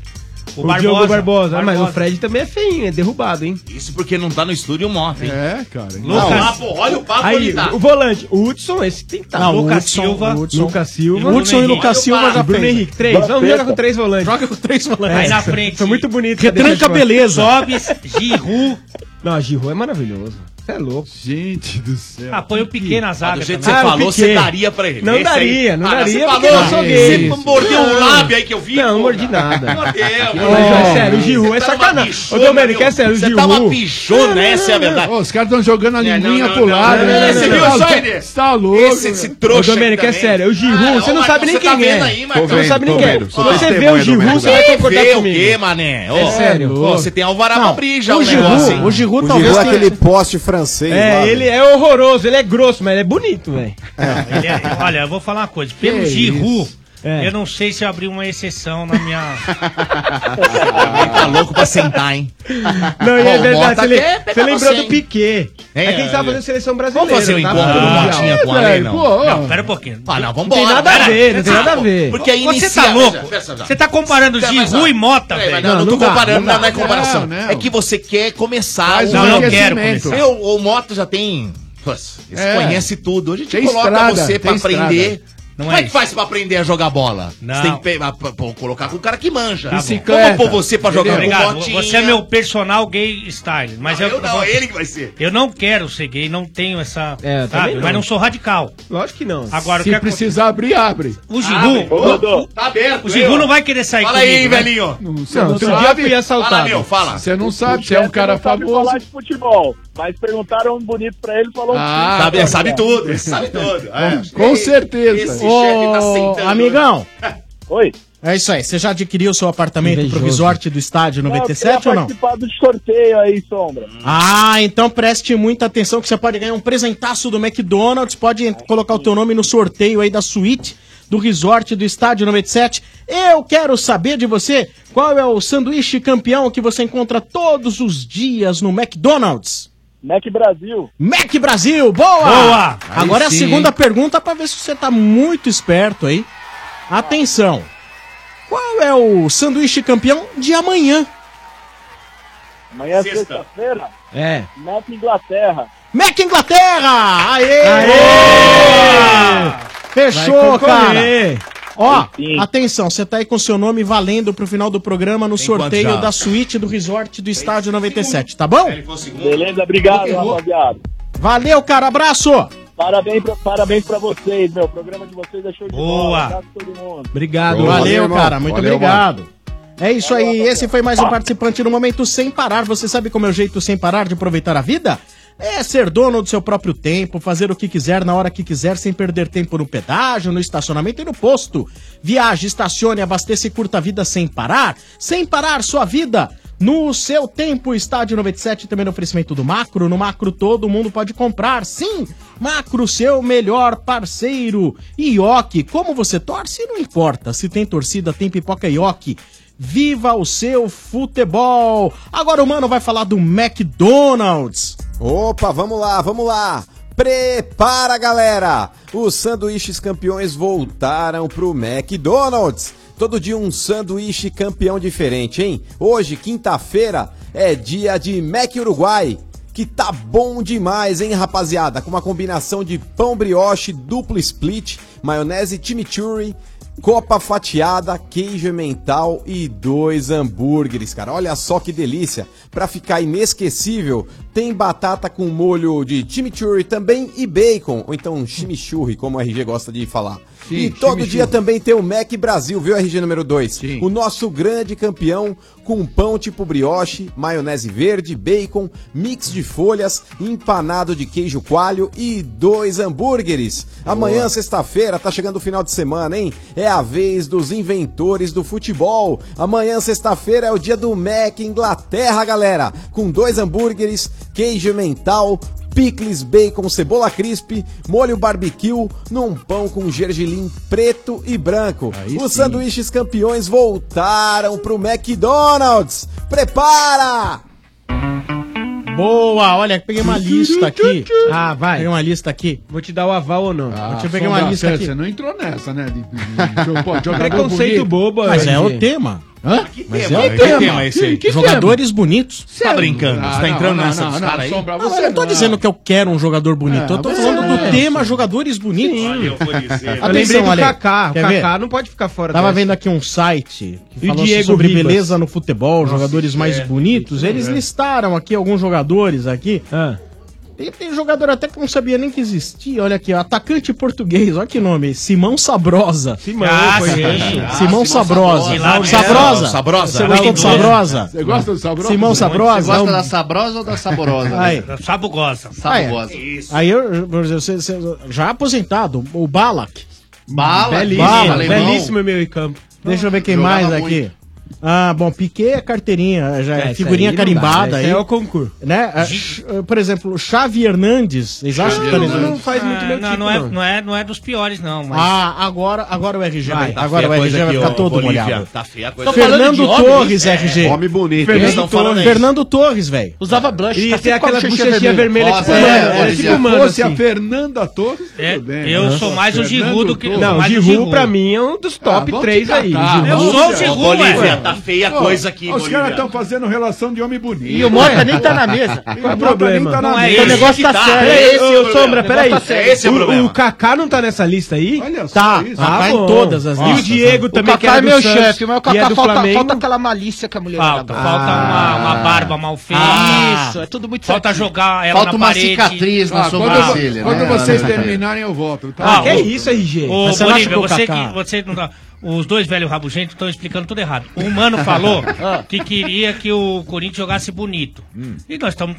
Speaker 7: O,
Speaker 8: O,
Speaker 7: Barbosa.
Speaker 8: Diogo Barbosa. Ah, mas o
Speaker 7: Barbosa.
Speaker 8: Fred também é feinho, é derrubado, hein?
Speaker 3: Isso porque não tá no estúdio morto, hein?
Speaker 12: É, cara.
Speaker 3: Louco, papo, olha o papo
Speaker 8: Aí,
Speaker 3: onde tá.
Speaker 8: o volante, o Hudson, esse tem que estar.
Speaker 3: Não, o Hudson, o Hudson.
Speaker 8: Lucas Silva.
Speaker 24: E Hudson e
Speaker 8: Bruno
Speaker 24: Lucas
Speaker 8: Henrique.
Speaker 24: Silva já
Speaker 8: Bruno
Speaker 24: fez.
Speaker 8: Henrique, três.
Speaker 24: Boa
Speaker 8: Vamos
Speaker 24: festa.
Speaker 8: jogar com três volantes.
Speaker 24: Joga com três volantes.
Speaker 8: É,
Speaker 24: Aí na
Speaker 8: são-
Speaker 24: frente.
Speaker 8: São muito bonitos.
Speaker 24: Retranca a beleza.
Speaker 7: Sobes, Giru.
Speaker 8: Não, Giru é maravilhoso. Você é louco. Ah,
Speaker 12: Gente do céu.
Speaker 7: Ah, põe o Piquet na zaga.
Speaker 3: Do jeito que você
Speaker 7: também.
Speaker 3: falou, você daria pra ele.
Speaker 8: Não
Speaker 3: Esse aí-
Speaker 8: daria, não
Speaker 3: Ah,
Speaker 8: daria,
Speaker 3: Você
Speaker 8: porque
Speaker 3: falou,
Speaker 8: eu sou gay.
Speaker 3: você mordeu um
Speaker 8: Não.
Speaker 3: lábio aí que eu vi.
Speaker 8: Não,
Speaker 3: pô.
Speaker 8: mordi nada.
Speaker 3: Mordeu,
Speaker 8: Não, mas é sério, o Giru é sacanagem. Ô, Domênico, é sério, o Giru.
Speaker 3: Você tá uma pichona, essa é a verdade. É,
Speaker 12: Ô, os caras estão jogando a linguinha pro lado.
Speaker 3: não,
Speaker 12: né?
Speaker 3: não, não, não. Esse-
Speaker 12: Tá louco.
Speaker 3: esse- esse trouxa
Speaker 8: Ô, Domênico,
Speaker 3: aí
Speaker 8: é
Speaker 3: também.
Speaker 8: sério, é o Giru,
Speaker 3: Ah,
Speaker 8: você
Speaker 3: ô,
Speaker 8: não
Speaker 3: Marcão,
Speaker 8: sabe nem
Speaker 3: você tá
Speaker 8: quem é.
Speaker 3: vendo aí, Marcão?
Speaker 8: Você não sabe nem
Speaker 3: Tô
Speaker 8: quem é.
Speaker 3: vendo,
Speaker 8: Se
Speaker 3: sou
Speaker 8: você
Speaker 3: testemunha,
Speaker 8: vê o Giru,
Speaker 3: Domênico.
Speaker 8: você vai concordar
Speaker 3: Vê o
Speaker 8: comigo.
Speaker 3: quê, mané? Ô,
Speaker 8: É sério.
Speaker 3: ô, Você tem alvará pra
Speaker 8: Não,
Speaker 3: abrir já
Speaker 8: o
Speaker 3: um
Speaker 8: Giroud,
Speaker 3: negócio, hein?
Speaker 8: o Giroud
Speaker 16: O
Speaker 8: talvez
Speaker 16: Giroud é
Speaker 8: que-
Speaker 16: aquele poste francês lá,
Speaker 8: É, ele é horroroso, ele é grosso, mas ele é bonito, velho.
Speaker 7: Ele é- olha, eu vou falar uma coisa. Pelo
Speaker 8: Que
Speaker 7: Giru,
Speaker 8: isso. É.
Speaker 7: eu não sei se eu abri uma exceção na minha.
Speaker 3: Tá louco pra sentar, hein?
Speaker 8: Não, e é
Speaker 3: Bom,
Speaker 8: verdade,
Speaker 3: Mota
Speaker 8: você, le-
Speaker 3: quer pegar
Speaker 8: você lembrou
Speaker 3: você,
Speaker 8: do Piquet.
Speaker 3: Hein,
Speaker 8: É quem
Speaker 3: olha.
Speaker 8: estava fazendo seleção brasileira.
Speaker 3: Vamos fazer um
Speaker 8: tá?
Speaker 3: encontro do
Speaker 8: Ah,
Speaker 3: Motinha com a
Speaker 8: velho,
Speaker 3: Ale, não?
Speaker 8: pô.
Speaker 3: Não, pera um pouquinho. Ah, não, vambora.
Speaker 8: Não tem nada a
Speaker 3: pera.
Speaker 8: ver, não tem
Speaker 3: Ah,
Speaker 8: nada a
Speaker 3: pô,
Speaker 8: ver.
Speaker 3: Porque aí
Speaker 7: Você
Speaker 3: inicia-
Speaker 7: tá louco?
Speaker 3: veja, veja, veja.
Speaker 7: Você tá comparando
Speaker 3: Peraí, mas, ó,
Speaker 7: Giru e Mota,
Speaker 3: peraí, mas
Speaker 7: velho?
Speaker 3: Não, não,
Speaker 8: Não,
Speaker 3: tô
Speaker 8: não dá,
Speaker 3: comparando,
Speaker 8: não
Speaker 3: não,
Speaker 8: dá.
Speaker 3: não é comparação.
Speaker 8: Não,
Speaker 3: É que você quer começar.
Speaker 7: Faz um
Speaker 3: não, não quero
Speaker 7: aquecimento.
Speaker 3: começar. Eu, o Mota já tem Puss, Eles
Speaker 5: É.
Speaker 3: conhecem tudo. A gente
Speaker 5: Tem
Speaker 3: coloca
Speaker 5: estrada,
Speaker 3: você pra
Speaker 5: tem
Speaker 3: aprender.
Speaker 5: estrada. Não
Speaker 3: Como
Speaker 5: é
Speaker 3: é que faz pra aprender a jogar bola?
Speaker 7: Não.
Speaker 3: Você tem que pe- a- p- pô, colocar com o cara que manja. Ah,
Speaker 7: Bicicleta.
Speaker 3: Vamos pôr você pra jogar com
Speaker 7: Tá Obrigado.
Speaker 3: botinha.
Speaker 7: Você é meu personal gay style. Mas
Speaker 3: Não,
Speaker 7: eu,
Speaker 3: eu não, é ele que vai ser.
Speaker 7: Eu não quero ser gay, não tenho essa.
Speaker 3: É, eu
Speaker 7: sabe?
Speaker 3: também não.
Speaker 7: Mas não sou radical.
Speaker 8: Lógico que não.
Speaker 7: Agora, o
Speaker 12: Se
Speaker 7: que acontece?
Speaker 12: precisar abrir, abre.
Speaker 7: O Giru.
Speaker 12: Rodô,
Speaker 3: tá aberto.
Speaker 7: O Giru não vai querer sair
Speaker 12: Fala
Speaker 7: comigo,
Speaker 12: aí,
Speaker 7: né?
Speaker 12: velhinho. Não, você
Speaker 7: Não,
Speaker 12: não
Speaker 7: outro
Speaker 12: sabe.
Speaker 7: dia eu fui assaltado.
Speaker 12: Fala, meu, fala. Você não sabe, você é um cara
Speaker 20: não sabe
Speaker 12: famoso.
Speaker 20: falar de futebol, mas perguntaram um bonito pra ele, falou
Speaker 12: Ah, sabe-
Speaker 20: um Agora,
Speaker 12: sabe
Speaker 20: né?
Speaker 12: tudo, ele sabe tudo,
Speaker 19: Ah,
Speaker 12: é. Com certeza.
Speaker 24: Ô, amigão.
Speaker 20: Oi.
Speaker 24: É isso aí. Você já adquiriu seu apartamento pro resort do estádio
Speaker 20: Não, é eu queria
Speaker 24: 97 ou não?
Speaker 20: participar do sorteio aí, Sombra.
Speaker 24: Ah, então preste muita atenção que você pode ganhar um presentaço do McDonald's, pode en- colocar o teu nome no sorteio aí da suíte do resort do estádio 97. Eu quero saber de você qual é o sanduíche campeão que você encontra todos os dias no McDonald's.
Speaker 20: Mac Brasil.
Speaker 24: Mac Brasil, boa!
Speaker 20: Boa! Aí
Speaker 24: Agora é a
Speaker 20: sim,
Speaker 24: segunda
Speaker 20: hein?
Speaker 24: pergunta pra ver se você tá muito esperto aí. Atenção. Qual é o sanduíche campeão de amanhã?
Speaker 20: Amanhã é sexta-feira,
Speaker 24: É.
Speaker 20: Mac Inglaterra.
Speaker 24: Mac Inglaterra! Aê! Fechou,
Speaker 20: Vai
Speaker 24: cara!
Speaker 20: concorrer.
Speaker 24: Ó, atenção, você tá aí com seu nome valendo pro final do programa no
Speaker 20: quantos
Speaker 24: sorteio
Speaker 20: já?
Speaker 24: da suíte do resort do Estádio 97, tá bom?
Speaker 20: Beleza, obrigado,
Speaker 24: Errou.
Speaker 20: rapaziada.
Speaker 24: Valeu, cara, abraço!
Speaker 20: Parabéns pra, parabéns pra vocês, meu. O programa de vocês é show de bola.
Speaker 24: Boa.
Speaker 20: Abraço a todo mundo.
Speaker 24: Obrigado, Valeu, valeu, irmão. cara, muito Valeu, obrigado. É isso aí, esse foi mais um participante no Momento Sem Parar. Você sabe como é o jeito sem parar de aproveitar a vida? É ser dono do seu próprio tempo, fazer o que quiser na hora que quiser, sem perder tempo no pedágio, no estacionamento e no posto. Viaje, estacione, abasteça e curta a vida sem parar. Sem parar sua vida. No seu tempo, Estádio 97 também no oferecimento do Macro. No Macro todo mundo pode comprar, sim. Macro, seu melhor parceiro. Ioki, como você torce, não importa. Se tem torcida, tem pipoca Ioki. Viva o seu futebol! Agora o mano vai falar do McDonald's.
Speaker 16: Opa, vamos lá, vamos lá. Prepara, galera! Os sanduíches campeões voltaram pro McDonald's. Todo dia um sanduíche campeão diferente, hein? Hoje, quinta-feira, é dia de Mac Uruguai, que tá bom demais, hein, rapaziada? Com uma combinação de pão brioche, duplo split, maionese chimichurri, Copa fatiada, queijo mental e dois hambúrgueres, cara. Olha só que delícia. Pra ficar inesquecível, tem batata com molho de chimichurri também e bacon, ou então chimichurri, como o RG gosta de falar.
Speaker 10: Sim,
Speaker 16: e todo
Speaker 10: chimichurri.
Speaker 16: dia também tem o Mac Brasil, viu, RG número 2? O nosso grande campeão com pão tipo brioche, maionese verde, bacon, mix de folhas, empanado de queijo coalho e dois hambúrgueres. Amanhã, sexta-feira, tá chegando o final de semana, hein? É a vez dos inventores do futebol. Amanhã, sexta-feira, é o dia do Mac Inglaterra, galera. Com dois hambúrgueres, queijo mental, picles, bacon, cebola crisp, molho barbecue, num pão com gergelim preto e branco. Os sanduíches campeões voltaram pro McDonald's. Prepara!
Speaker 24: Boa, olha, peguei uma lista aqui. Ah, vai. Peguei uma lista aqui. Ah,
Speaker 8: Vou te dar o aval ou não?
Speaker 24: Deixa eu pegar uma lista aqui.
Speaker 12: Você não entrou nessa, né? De, de- de- pô, jogador bonito.
Speaker 8: Preconceito bobo,
Speaker 24: Mas é o tema.
Speaker 12: Hã?
Speaker 24: Mas
Speaker 12: tema?
Speaker 24: é o
Speaker 12: Que
Speaker 24: tema.
Speaker 12: tema é esse aí? Que
Speaker 24: Jogadores bonitos.
Speaker 12: Você Tá é- brincando? Ah, Você tá não, entrando não, nessa não, dos não, caras aí? Sombra,
Speaker 24: Não, eu
Speaker 12: você
Speaker 24: não tô
Speaker 12: não.
Speaker 24: dizendo que eu quero um jogador bonito.
Speaker 12: É,
Speaker 24: eu tô
Speaker 12: você
Speaker 24: falando
Speaker 12: não
Speaker 24: do
Speaker 12: é.
Speaker 24: tema jogadores bonitos.
Speaker 12: Olha, eu vou dizer.
Speaker 24: Atenção,
Speaker 8: Eu lembrei do
Speaker 24: Ale.
Speaker 8: Kaká. O
Speaker 24: Quer ver?
Speaker 8: Kaká não pode ficar fora
Speaker 24: Tava
Speaker 8: dessa.
Speaker 24: vendo aqui um site que
Speaker 8: E
Speaker 24: falou assim
Speaker 8: Diego
Speaker 24: sobre
Speaker 8: Ribas?
Speaker 24: beleza no futebol, jogadores mais
Speaker 8: é.
Speaker 24: bonitos. Eles
Speaker 8: É. Ah.
Speaker 24: listaram aqui alguns jogadores aqui. E tem jogador até que não sabia nem que existia. Olha aqui, ó, atacante português, olha que nome. Simão Sabrosa.
Speaker 8: Simão, Ah, conheço. sim. Ah,
Speaker 24: Simão
Speaker 8: Simão
Speaker 24: Sabrosa.
Speaker 8: Sabrosa. Lá
Speaker 24: Sabrosa.
Speaker 8: mesmo. Sabrosa.
Speaker 24: Você gostou do
Speaker 8: Maravilhoso.
Speaker 24: Sabrosa?
Speaker 8: Você gosta do Sabrosa?
Speaker 24: Simão
Speaker 8: Muito.
Speaker 24: Sabrosa?
Speaker 4: Você gosta
Speaker 24: Não.
Speaker 4: da sabrosa ou da saborosa?
Speaker 24: Aí.
Speaker 4: Sabugosa.
Speaker 24: Ah, é.
Speaker 4: Sabugosa.
Speaker 24: Aí eu, por exemplo, você- você- já aposentado, o Balak.
Speaker 4: Bala,
Speaker 24: belíssimo,
Speaker 4: Bala,
Speaker 24: belíssimo.
Speaker 8: Belíssimo meio campo.
Speaker 24: Deixa eu ver quem
Speaker 8: Jogava
Speaker 24: mais
Speaker 8: muito.
Speaker 24: aqui. Ah, bom, Piquet é carteirinha, já é,
Speaker 8: É,
Speaker 24: figurinha
Speaker 8: isso aí não
Speaker 24: carimbada
Speaker 8: dá, né?
Speaker 24: aí.
Speaker 8: Isso é o concurso.
Speaker 24: Né? Ah, Ch- ah, Por exemplo, Xavi Hernandes, vocês acham que tá nesse-
Speaker 7: Ah, não, não, é, não, é, não é dos piores, não. Mas...
Speaker 24: Ah, agora, agora o RG vai.
Speaker 7: Vai, tá
Speaker 24: agora
Speaker 7: feia
Speaker 24: o
Speaker 7: a
Speaker 24: RG
Speaker 7: coisa
Speaker 24: vai
Speaker 7: aqui,
Speaker 24: ficar
Speaker 7: ô,
Speaker 24: todo
Speaker 7: Bolívia.
Speaker 24: molhado.
Speaker 7: Tá feia a
Speaker 24: Tô
Speaker 7: coisa.
Speaker 24: Fernando
Speaker 7: Falando de homem,
Speaker 24: Torres,
Speaker 7: é.
Speaker 24: RG.
Speaker 7: Homem bonito,
Speaker 24: Fernando
Speaker 7: eles tão
Speaker 24: Torres.
Speaker 7: falando isso.
Speaker 24: Fernando Torres, velho.
Speaker 17: Usava blush.
Speaker 8: E
Speaker 17: tá
Speaker 8: tem
Speaker 17: sempre com a
Speaker 8: aquelas
Speaker 17: bochechinha
Speaker 8: bochechinha vermelha,
Speaker 17: Nossa,
Speaker 8: tipo humana,
Speaker 17: é,
Speaker 8: é,
Speaker 17: é,
Speaker 8: tipo
Speaker 17: é.
Speaker 8: humana,
Speaker 12: Se fosse
Speaker 8: assim.
Speaker 12: a Fernanda Torres, tudo bem.
Speaker 8: eu sou
Speaker 5: Ah,
Speaker 8: mais o Giroud do que- Não, mais o Giroud pra mim é um dos top três aí. Giroud.
Speaker 12: Giru
Speaker 8: Eu sou o Giroud, ué.
Speaker 5: tá feia a
Speaker 12: Pô,
Speaker 5: coisa aqui,
Speaker 12: Os
Speaker 5: Bolívia.
Speaker 12: caras estão fazendo relação de homem bonito.
Speaker 5: E o Mota nem tá na mesa.
Speaker 12: E o
Speaker 5: Qual é o
Speaker 12: Mota
Speaker 5: problema?
Speaker 12: nem tá na
Speaker 5: Não é
Speaker 12: mesa.
Speaker 5: esse que tá. É esse o
Speaker 24: Ô,
Speaker 5: problema.
Speaker 24: Sombra,
Speaker 5: O
Speaker 24: peraí.
Speaker 5: negócio tá sério. Esse é o
Speaker 24: o,
Speaker 5: problema.
Speaker 24: o Kaká não tá nessa lista aí? Olha só. Tá,
Speaker 17: isso.
Speaker 24: tá
Speaker 17: Kaká em
Speaker 24: bom.
Speaker 17: todas as
Speaker 24: E o
Speaker 17: listas,
Speaker 24: Diego
Speaker 17: né?
Speaker 24: também,
Speaker 17: o
Speaker 24: que era
Speaker 17: Kaká é
Speaker 24: do
Speaker 17: meu
Speaker 24: Santos
Speaker 17: chefe, mas o
Speaker 24: e é
Speaker 17: Kaká
Speaker 24: do
Speaker 17: falta,
Speaker 24: Flamengo.
Speaker 17: falta aquela malícia que a mulher
Speaker 7: Falta, falta
Speaker 24: Ah.
Speaker 7: uma, uma barba mal feita.
Speaker 17: Isso, é tudo muito
Speaker 7: Falta
Speaker 17: certinho.
Speaker 7: jogar ela
Speaker 17: Falta
Speaker 7: na
Speaker 17: uma
Speaker 7: parede.
Speaker 17: cicatriz
Speaker 12: Ah, quando
Speaker 4: né?
Speaker 12: quando vocês terminarem, eu volto.
Speaker 7: Ah, o- Ô,
Speaker 24: Mas você não acha
Speaker 7: Bolívia,
Speaker 24: que o
Speaker 7: você
Speaker 24: Kaká-
Speaker 7: que. Você não tá- Os dois velhos rabugentos estão explicando tudo errado. O Mano falou
Speaker 12: Ah.
Speaker 7: que queria que o Corinthians jogasse bonito.
Speaker 12: Hum.
Speaker 7: E nós estamos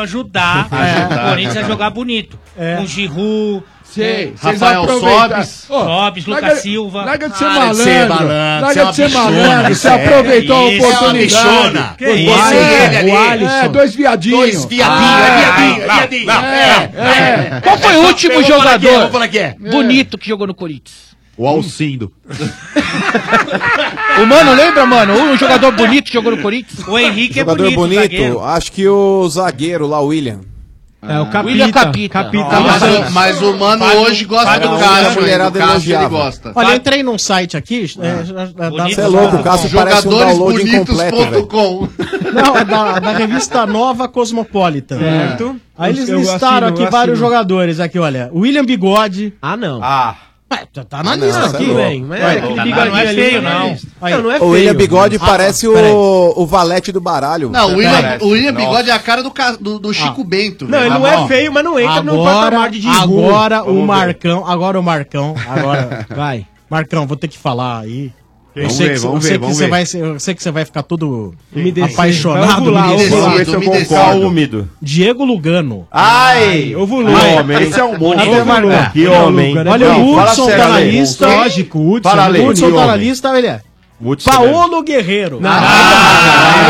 Speaker 7: ajudar
Speaker 14: Ajudar,
Speaker 7: o Corinthians a
Speaker 14: né?
Speaker 7: jogar bonito. Com Giru,
Speaker 12: É. Sei,
Speaker 7: com
Speaker 12: vocês
Speaker 7: Rafael
Speaker 12: aproveitar.
Speaker 7: Sobes,
Speaker 12: Ô,
Speaker 7: Sobes,
Speaker 12: larga-
Speaker 7: Lucas Silva.
Speaker 12: larga de ser
Speaker 7: Para
Speaker 12: malandro, larga de ser malandro, você aproveitou a
Speaker 7: Isso, é uma
Speaker 12: oportunidade.
Speaker 7: bichona.
Speaker 12: Você,
Speaker 7: Que isso, ele ali.
Speaker 12: É, dois viadinhos. Dois
Speaker 7: viadinhos,
Speaker 12: é
Speaker 7: viadinho.
Speaker 17: É. Qual foi o último
Speaker 12: Eu vou falar
Speaker 17: jogador
Speaker 12: quem é, eu vou falar quem é.
Speaker 17: bonito que jogou no Corinthians?
Speaker 10: O Alcindo.
Speaker 17: Hum. O Mano, lembra, mano? Um jogador bonito que jogou no Corinthians?
Speaker 7: O Henrique
Speaker 17: é
Speaker 16: Jogador bonito, acho que o zagueiro lá, o William.
Speaker 24: É, o
Speaker 16: Capita.
Speaker 17: William Capita.
Speaker 16: Capita.
Speaker 4: Mas o- mas o Mano hoje gosta do Cássio, hein? Do Cássio ele gosta.
Speaker 24: Olha, eu entrei num site aqui. é,
Speaker 16: Você é louco, o Cássio parece um download incompleto, velho.
Speaker 4: Jogadoresbonitos.com
Speaker 24: Não, é da, da revista Nova Cosmopolitan.
Speaker 8: É. Certo.
Speaker 24: Aí eles
Speaker 8: Eu
Speaker 24: listaram
Speaker 8: assino,
Speaker 24: aqui
Speaker 8: eu
Speaker 24: vários
Speaker 8: assino.
Speaker 24: jogadores. Aqui, olha. William Bigode.
Speaker 8: Ah, não.
Speaker 24: Ah. Ué, tá, tá na
Speaker 16: Ah, não,
Speaker 24: lista
Speaker 16: tá
Speaker 24: aqui,
Speaker 16: louco.
Speaker 24: velho.
Speaker 16: Tá
Speaker 24: Olha,
Speaker 16: louco.
Speaker 24: aquele
Speaker 16: Tá,
Speaker 24: bigodinho
Speaker 16: não é
Speaker 24: ali
Speaker 16: feio,
Speaker 24: tá na
Speaker 16: não. é
Speaker 24: lista. Aí,
Speaker 4: é
Speaker 16: o William Bigode
Speaker 24: Ah,
Speaker 16: parece
Speaker 24: peraí.
Speaker 16: o, o valete do baralho.
Speaker 4: Não, o William,
Speaker 16: Parece.
Speaker 4: o William
Speaker 16: Nossa.
Speaker 4: Bigode é a cara do, ca- do, do Chico Bento.
Speaker 24: Não,
Speaker 4: velho.
Speaker 24: ele não
Speaker 4: Ah, bom.
Speaker 24: é feio, mas não entra no patamar de desvio. Agora
Speaker 4: Vamos
Speaker 24: o
Speaker 4: ver.
Speaker 24: Marcão, agora o Marcão, agora vai. Marcão, vou ter que falar aí. Eu
Speaker 10: Vamos
Speaker 24: sei,
Speaker 10: ver,
Speaker 24: que, cê-
Speaker 10: vamos
Speaker 24: eu sei
Speaker 10: ver,
Speaker 24: que
Speaker 10: vamos
Speaker 24: você
Speaker 10: ver.
Speaker 24: vai, ser- eu sei que você vai ficar todo
Speaker 8: Umedecido. Vai
Speaker 24: apaixonado,
Speaker 8: ovular,
Speaker 24: umedecido.
Speaker 8: ovular. Vamos ver se eu
Speaker 24: Umedecido.
Speaker 8: concordo.
Speaker 24: úmido. Diego Lugano.
Speaker 8: Ai, ovulou.
Speaker 24: Vai.
Speaker 8: Homem, esse é um monstro.
Speaker 24: Até
Speaker 8: Ovulou.
Speaker 24: marcar.
Speaker 8: Que homem.
Speaker 24: Olha,
Speaker 8: Não,
Speaker 24: o
Speaker 8: fala
Speaker 24: Hudson
Speaker 8: sério,
Speaker 24: tá na
Speaker 8: Ale.
Speaker 24: tá lista.
Speaker 8: Lógico, o Hudson.
Speaker 24: Fala, Ale,
Speaker 8: Que
Speaker 24: O Hudson tá na
Speaker 8: homem.
Speaker 24: lista, ele é.
Speaker 8: Hudson
Speaker 24: Paolo Guerreiro. Ah, Não,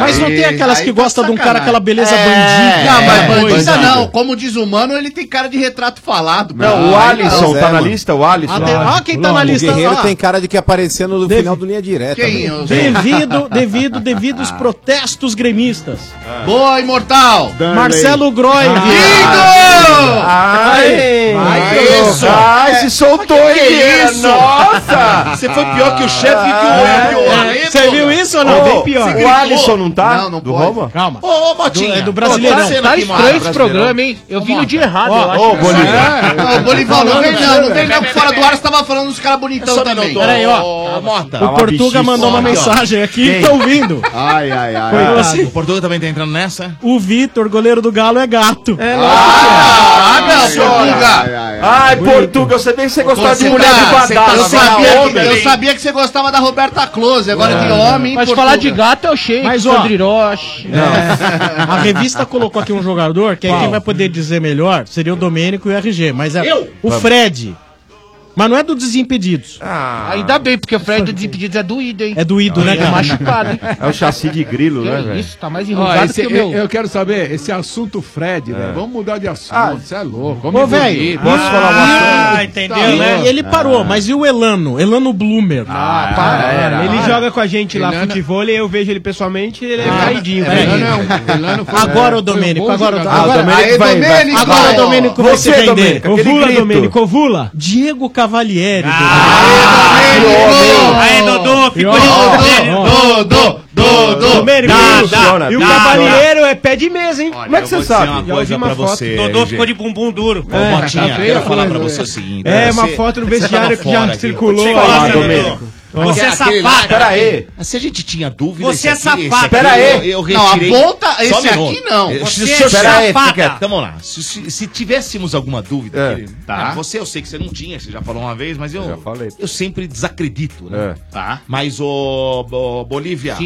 Speaker 24: Mas não tem aquelas que gostam de um cara, aquela beleza bandida.
Speaker 4: Não, Ah, mas
Speaker 24: É,
Speaker 4: bandida
Speaker 24: bandida.
Speaker 4: não. Como diz o Mano, ele tem cara de retrato falado.
Speaker 16: Não,
Speaker 4: mano.
Speaker 16: o
Speaker 4: Aí
Speaker 16: Alisson
Speaker 4: não.
Speaker 16: tá na lista? O Alisson.
Speaker 4: Ah, tem- ah, quem tá na lista?
Speaker 16: O Guerreiro
Speaker 4: Ah.
Speaker 16: tem cara de que apareceu no final do Linha Direta. né?
Speaker 4: Quem
Speaker 16: velho.
Speaker 4: é o Zé?
Speaker 24: Devido, devido, devido aos protestos gremistas.
Speaker 4: Boa, imortal!
Speaker 24: Marcelo Groy.
Speaker 4: Lindo!
Speaker 24: Ai,
Speaker 14: Ai, isso! Ai, se soltou, hein, Guerreiro? Nossa!
Speaker 24: Você foi pior que o chefe
Speaker 8: É,
Speaker 14: que o-
Speaker 24: do Você viu isso ou não?
Speaker 14: Ô,
Speaker 24: Bem pior.
Speaker 14: o Alisson não tá? do Roma?
Speaker 24: Calma.
Speaker 14: Ô, ô, Botinha.
Speaker 24: Do, é do
Speaker 14: Ô,
Speaker 24: Brasileirão.
Speaker 14: tá sendo aqui, mano, Brasileirão.
Speaker 17: hein? Eu vim no dia errado,
Speaker 24: Ó,
Speaker 17: eu acho.
Speaker 24: ô, Bolívia.
Speaker 4: Ah, o Bolivar não vem não, não vem não, que fora do ar você tava falando dos caras bonitão também.
Speaker 24: Peraí, ó.
Speaker 5: Tá
Speaker 24: o Portuga mandou uma mensagem aqui, tá ouvindo.
Speaker 10: Ai, ai, ai.
Speaker 24: Foi
Speaker 10: ai.
Speaker 24: você.
Speaker 3: O Portuga também tá entrando nessa?
Speaker 24: O Vitor, goleiro do Galo, é gato. É,
Speaker 14: Ah, não, Portuga! Ai, Portuga, eu sabia que você gostava de mulher de badala.
Speaker 4: tá- eu,
Speaker 14: você é
Speaker 4: sabia que,
Speaker 14: homem. É.
Speaker 4: eu sabia que você gostava da Roberta Close, agora
Speaker 24: É.
Speaker 4: de homem.
Speaker 17: Mas falar de gato é o Sheik,
Speaker 24: Mas, ó, É.
Speaker 17: Sandro Hiroshi.
Speaker 24: A revista colocou aqui um jogador que aí
Speaker 17: Qual?
Speaker 24: quem vai poder dizer melhor seria o Domênico e o RG, mas é
Speaker 17: Eu?
Speaker 24: o
Speaker 17: Vamos.
Speaker 24: Fred. Mas não é do Desimpedidos.
Speaker 12: Ah.
Speaker 17: Ainda bem, porque o Fred do Desimpedidos é doído, hein?
Speaker 24: É doído, né,
Speaker 17: É
Speaker 24: cara?
Speaker 17: machucado, hein?
Speaker 18: É o chassi de grilo, né, velho?
Speaker 17: Isso, tá mais
Speaker 12: Ó,
Speaker 17: enrugado
Speaker 12: esse- é-
Speaker 17: que o meu.
Speaker 12: eu, eu quero saber, esse assunto Fred, né?
Speaker 18: É.
Speaker 12: Vamos mudar de assunto,
Speaker 24: Ah.
Speaker 12: você é louco.
Speaker 24: Ô, velho,
Speaker 12: bonito.
Speaker 24: posso falar uma
Speaker 12: Ah,
Speaker 24: coisa?
Speaker 12: entendeu,
Speaker 24: E-
Speaker 12: né?
Speaker 24: e Ele parou, mas e o Elano? Elano Bloomer. Ah,
Speaker 8: Para, ele joga com a gente lá
Speaker 24: Ele não-
Speaker 8: futebol e eu vejo ele pessoalmente ele é
Speaker 24: Ah,
Speaker 8: caidinho.
Speaker 24: é, ele não Agora o Domênico, agora o
Speaker 8: Ah, o
Speaker 24: agora-
Speaker 8: Domênico vai- vai-
Speaker 24: Agora
Speaker 8: vai.
Speaker 24: o Domênico vai
Speaker 8: Você,
Speaker 24: se vender.
Speaker 8: Domênico, Ah, aquele grito.
Speaker 24: ovula. Diego Cavalieri.
Speaker 14: Aí,
Speaker 24: Dodô,
Speaker 14: ficou de
Speaker 24: Dodô, Dodô, Dodô. Domênico,
Speaker 8: E o
Speaker 14: dá,
Speaker 8: cavalheiro é pé de mesa, hein? Como é que
Speaker 3: eu vou
Speaker 8: você
Speaker 3: dizer uma
Speaker 8: sabe? Já ouvi
Speaker 3: coisa pra
Speaker 8: uma foto. É, tá
Speaker 3: você,
Speaker 8: Dodô
Speaker 3: RG.
Speaker 8: ficou de
Speaker 7: bumbum duro.
Speaker 3: Ô, Botinha, quero falar pra você o seguinte.
Speaker 8: É,
Speaker 3: você-
Speaker 8: uma foto no
Speaker 3: você
Speaker 8: vestiário
Speaker 3: tava
Speaker 8: que já
Speaker 3: fora aqui.
Speaker 8: circulou.
Speaker 3: Você fala,
Speaker 8: Olha,
Speaker 3: Domênico.
Speaker 8: Domênico.
Speaker 3: Você é
Speaker 8: Aquele lá,
Speaker 3: safado.
Speaker 8: peraí.
Speaker 3: Mas Se a gente tinha dúvida...
Speaker 8: Você
Speaker 3: esse
Speaker 8: é
Speaker 3: aqui- esse
Speaker 8: safada.
Speaker 3: aqui
Speaker 8: Peraí.
Speaker 3: eu- Eu
Speaker 8: Não,
Speaker 3: retirei...
Speaker 8: aponta
Speaker 3: Só um
Speaker 8: esse
Speaker 3: minuto.
Speaker 8: aqui não.
Speaker 3: Eu-
Speaker 8: Você
Speaker 3: se o
Speaker 8: é
Speaker 3: senhor-
Speaker 8: safada.
Speaker 3: Peraí, fica quieto. Vamos lá. Se- Se se tivéssemos alguma dúvida,
Speaker 18: É.
Speaker 3: querido, tá? Você, eu sei que você não tinha, você já falou uma vez, mas eu... Eu sempre desacredito, né? Tá? Mas, ô, ô, Bolívia...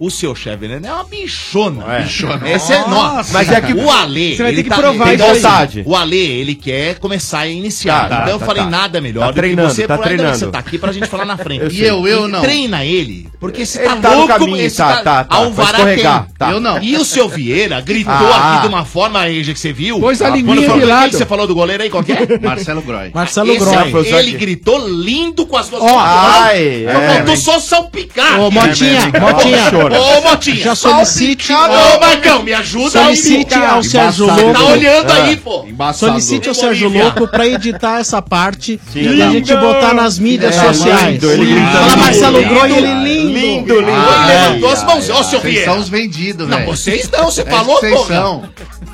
Speaker 3: O seu chefe, né? É uma bichona.
Speaker 14: Bichona.
Speaker 3: Esse é nossa.
Speaker 14: Nossa. Mas é que-
Speaker 3: o Ale.
Speaker 14: Você vai ter
Speaker 3: ele tá
Speaker 14: que provar
Speaker 3: tem
Speaker 14: isso aí.
Speaker 3: vontade. O Ale, ele quer começar a iniciar.
Speaker 14: Tá,
Speaker 3: então
Speaker 14: tá,
Speaker 3: eu
Speaker 14: tá,
Speaker 3: falei
Speaker 14: tá.
Speaker 3: nada melhor
Speaker 14: Tá
Speaker 3: do que
Speaker 14: treinando,
Speaker 3: você,
Speaker 14: tá
Speaker 3: por ainda bem que
Speaker 14: treinando.
Speaker 3: Você tá aqui pra gente falar na frente.
Speaker 14: Eu E sei. eu, eu não.
Speaker 3: Treina ele, porque esse tá,
Speaker 14: Ele tá no
Speaker 3: louco,
Speaker 14: caminho,
Speaker 3: esse
Speaker 14: tá, tá, tá. Vai
Speaker 3: Alvará tem.
Speaker 14: escorregar, tá.
Speaker 3: Eu não. E o seu Vieira gritou
Speaker 14: Ah.
Speaker 3: aqui de uma forma aí que você viu. Ah,
Speaker 14: Pôs a
Speaker 3: Quando
Speaker 14: linguinha
Speaker 3: falou,
Speaker 14: de
Speaker 3: "Quem
Speaker 14: lado."
Speaker 3: que você falou do goleiro aí, qual que é? Marcelo Groy.
Speaker 24: Marcelo
Speaker 3: Esse é
Speaker 24: Groy.
Speaker 4: é
Speaker 3: aí, Ele gritou lindo com as suas
Speaker 24: Ó,
Speaker 3: palavras.
Speaker 24: ai,
Speaker 3: Só
Speaker 24: é,
Speaker 3: faltou
Speaker 24: mas-
Speaker 3: só salpicar.
Speaker 24: Ô,
Speaker 3: aqui, né,
Speaker 24: Motinha,
Speaker 3: velho?
Speaker 24: Motinha, Moura.
Speaker 14: Ô, Motinha.
Speaker 24: Já solicite.
Speaker 14: Ô, Marcão, me ajuda
Speaker 24: Solicite
Speaker 14: aí, cara.
Speaker 24: ao Sérgio
Speaker 14: Embaçado.
Speaker 24: Louco.
Speaker 14: Tá olhando aí,
Speaker 24: É.
Speaker 14: pô.
Speaker 24: Embaçado. Solicite ao
Speaker 14: Tem
Speaker 24: Sérgio
Speaker 14: Bolívia.
Speaker 24: Louco pra editar essa parte
Speaker 14: Filha
Speaker 24: e
Speaker 14: da
Speaker 24: a gente
Speaker 14: mãe.
Speaker 24: botar nas mídias
Speaker 14: Ele é
Speaker 24: sociais.
Speaker 14: lindo, ele
Speaker 24: Fala,
Speaker 14: lindo.
Speaker 24: Marcelo
Speaker 14: Lindo,
Speaker 24: Groi, ele
Speaker 14: cara.
Speaker 24: lindo.
Speaker 14: Lindo, lindo. Ele levantou as mãos. Ó, seu
Speaker 4: Ah, é. Vocês
Speaker 14: Vieira.
Speaker 4: são os vendidos,
Speaker 14: Não,
Speaker 4: velho.
Speaker 14: vocês não, você
Speaker 4: É
Speaker 14: falou,
Speaker 4: que vocês
Speaker 14: pô.
Speaker 4: são.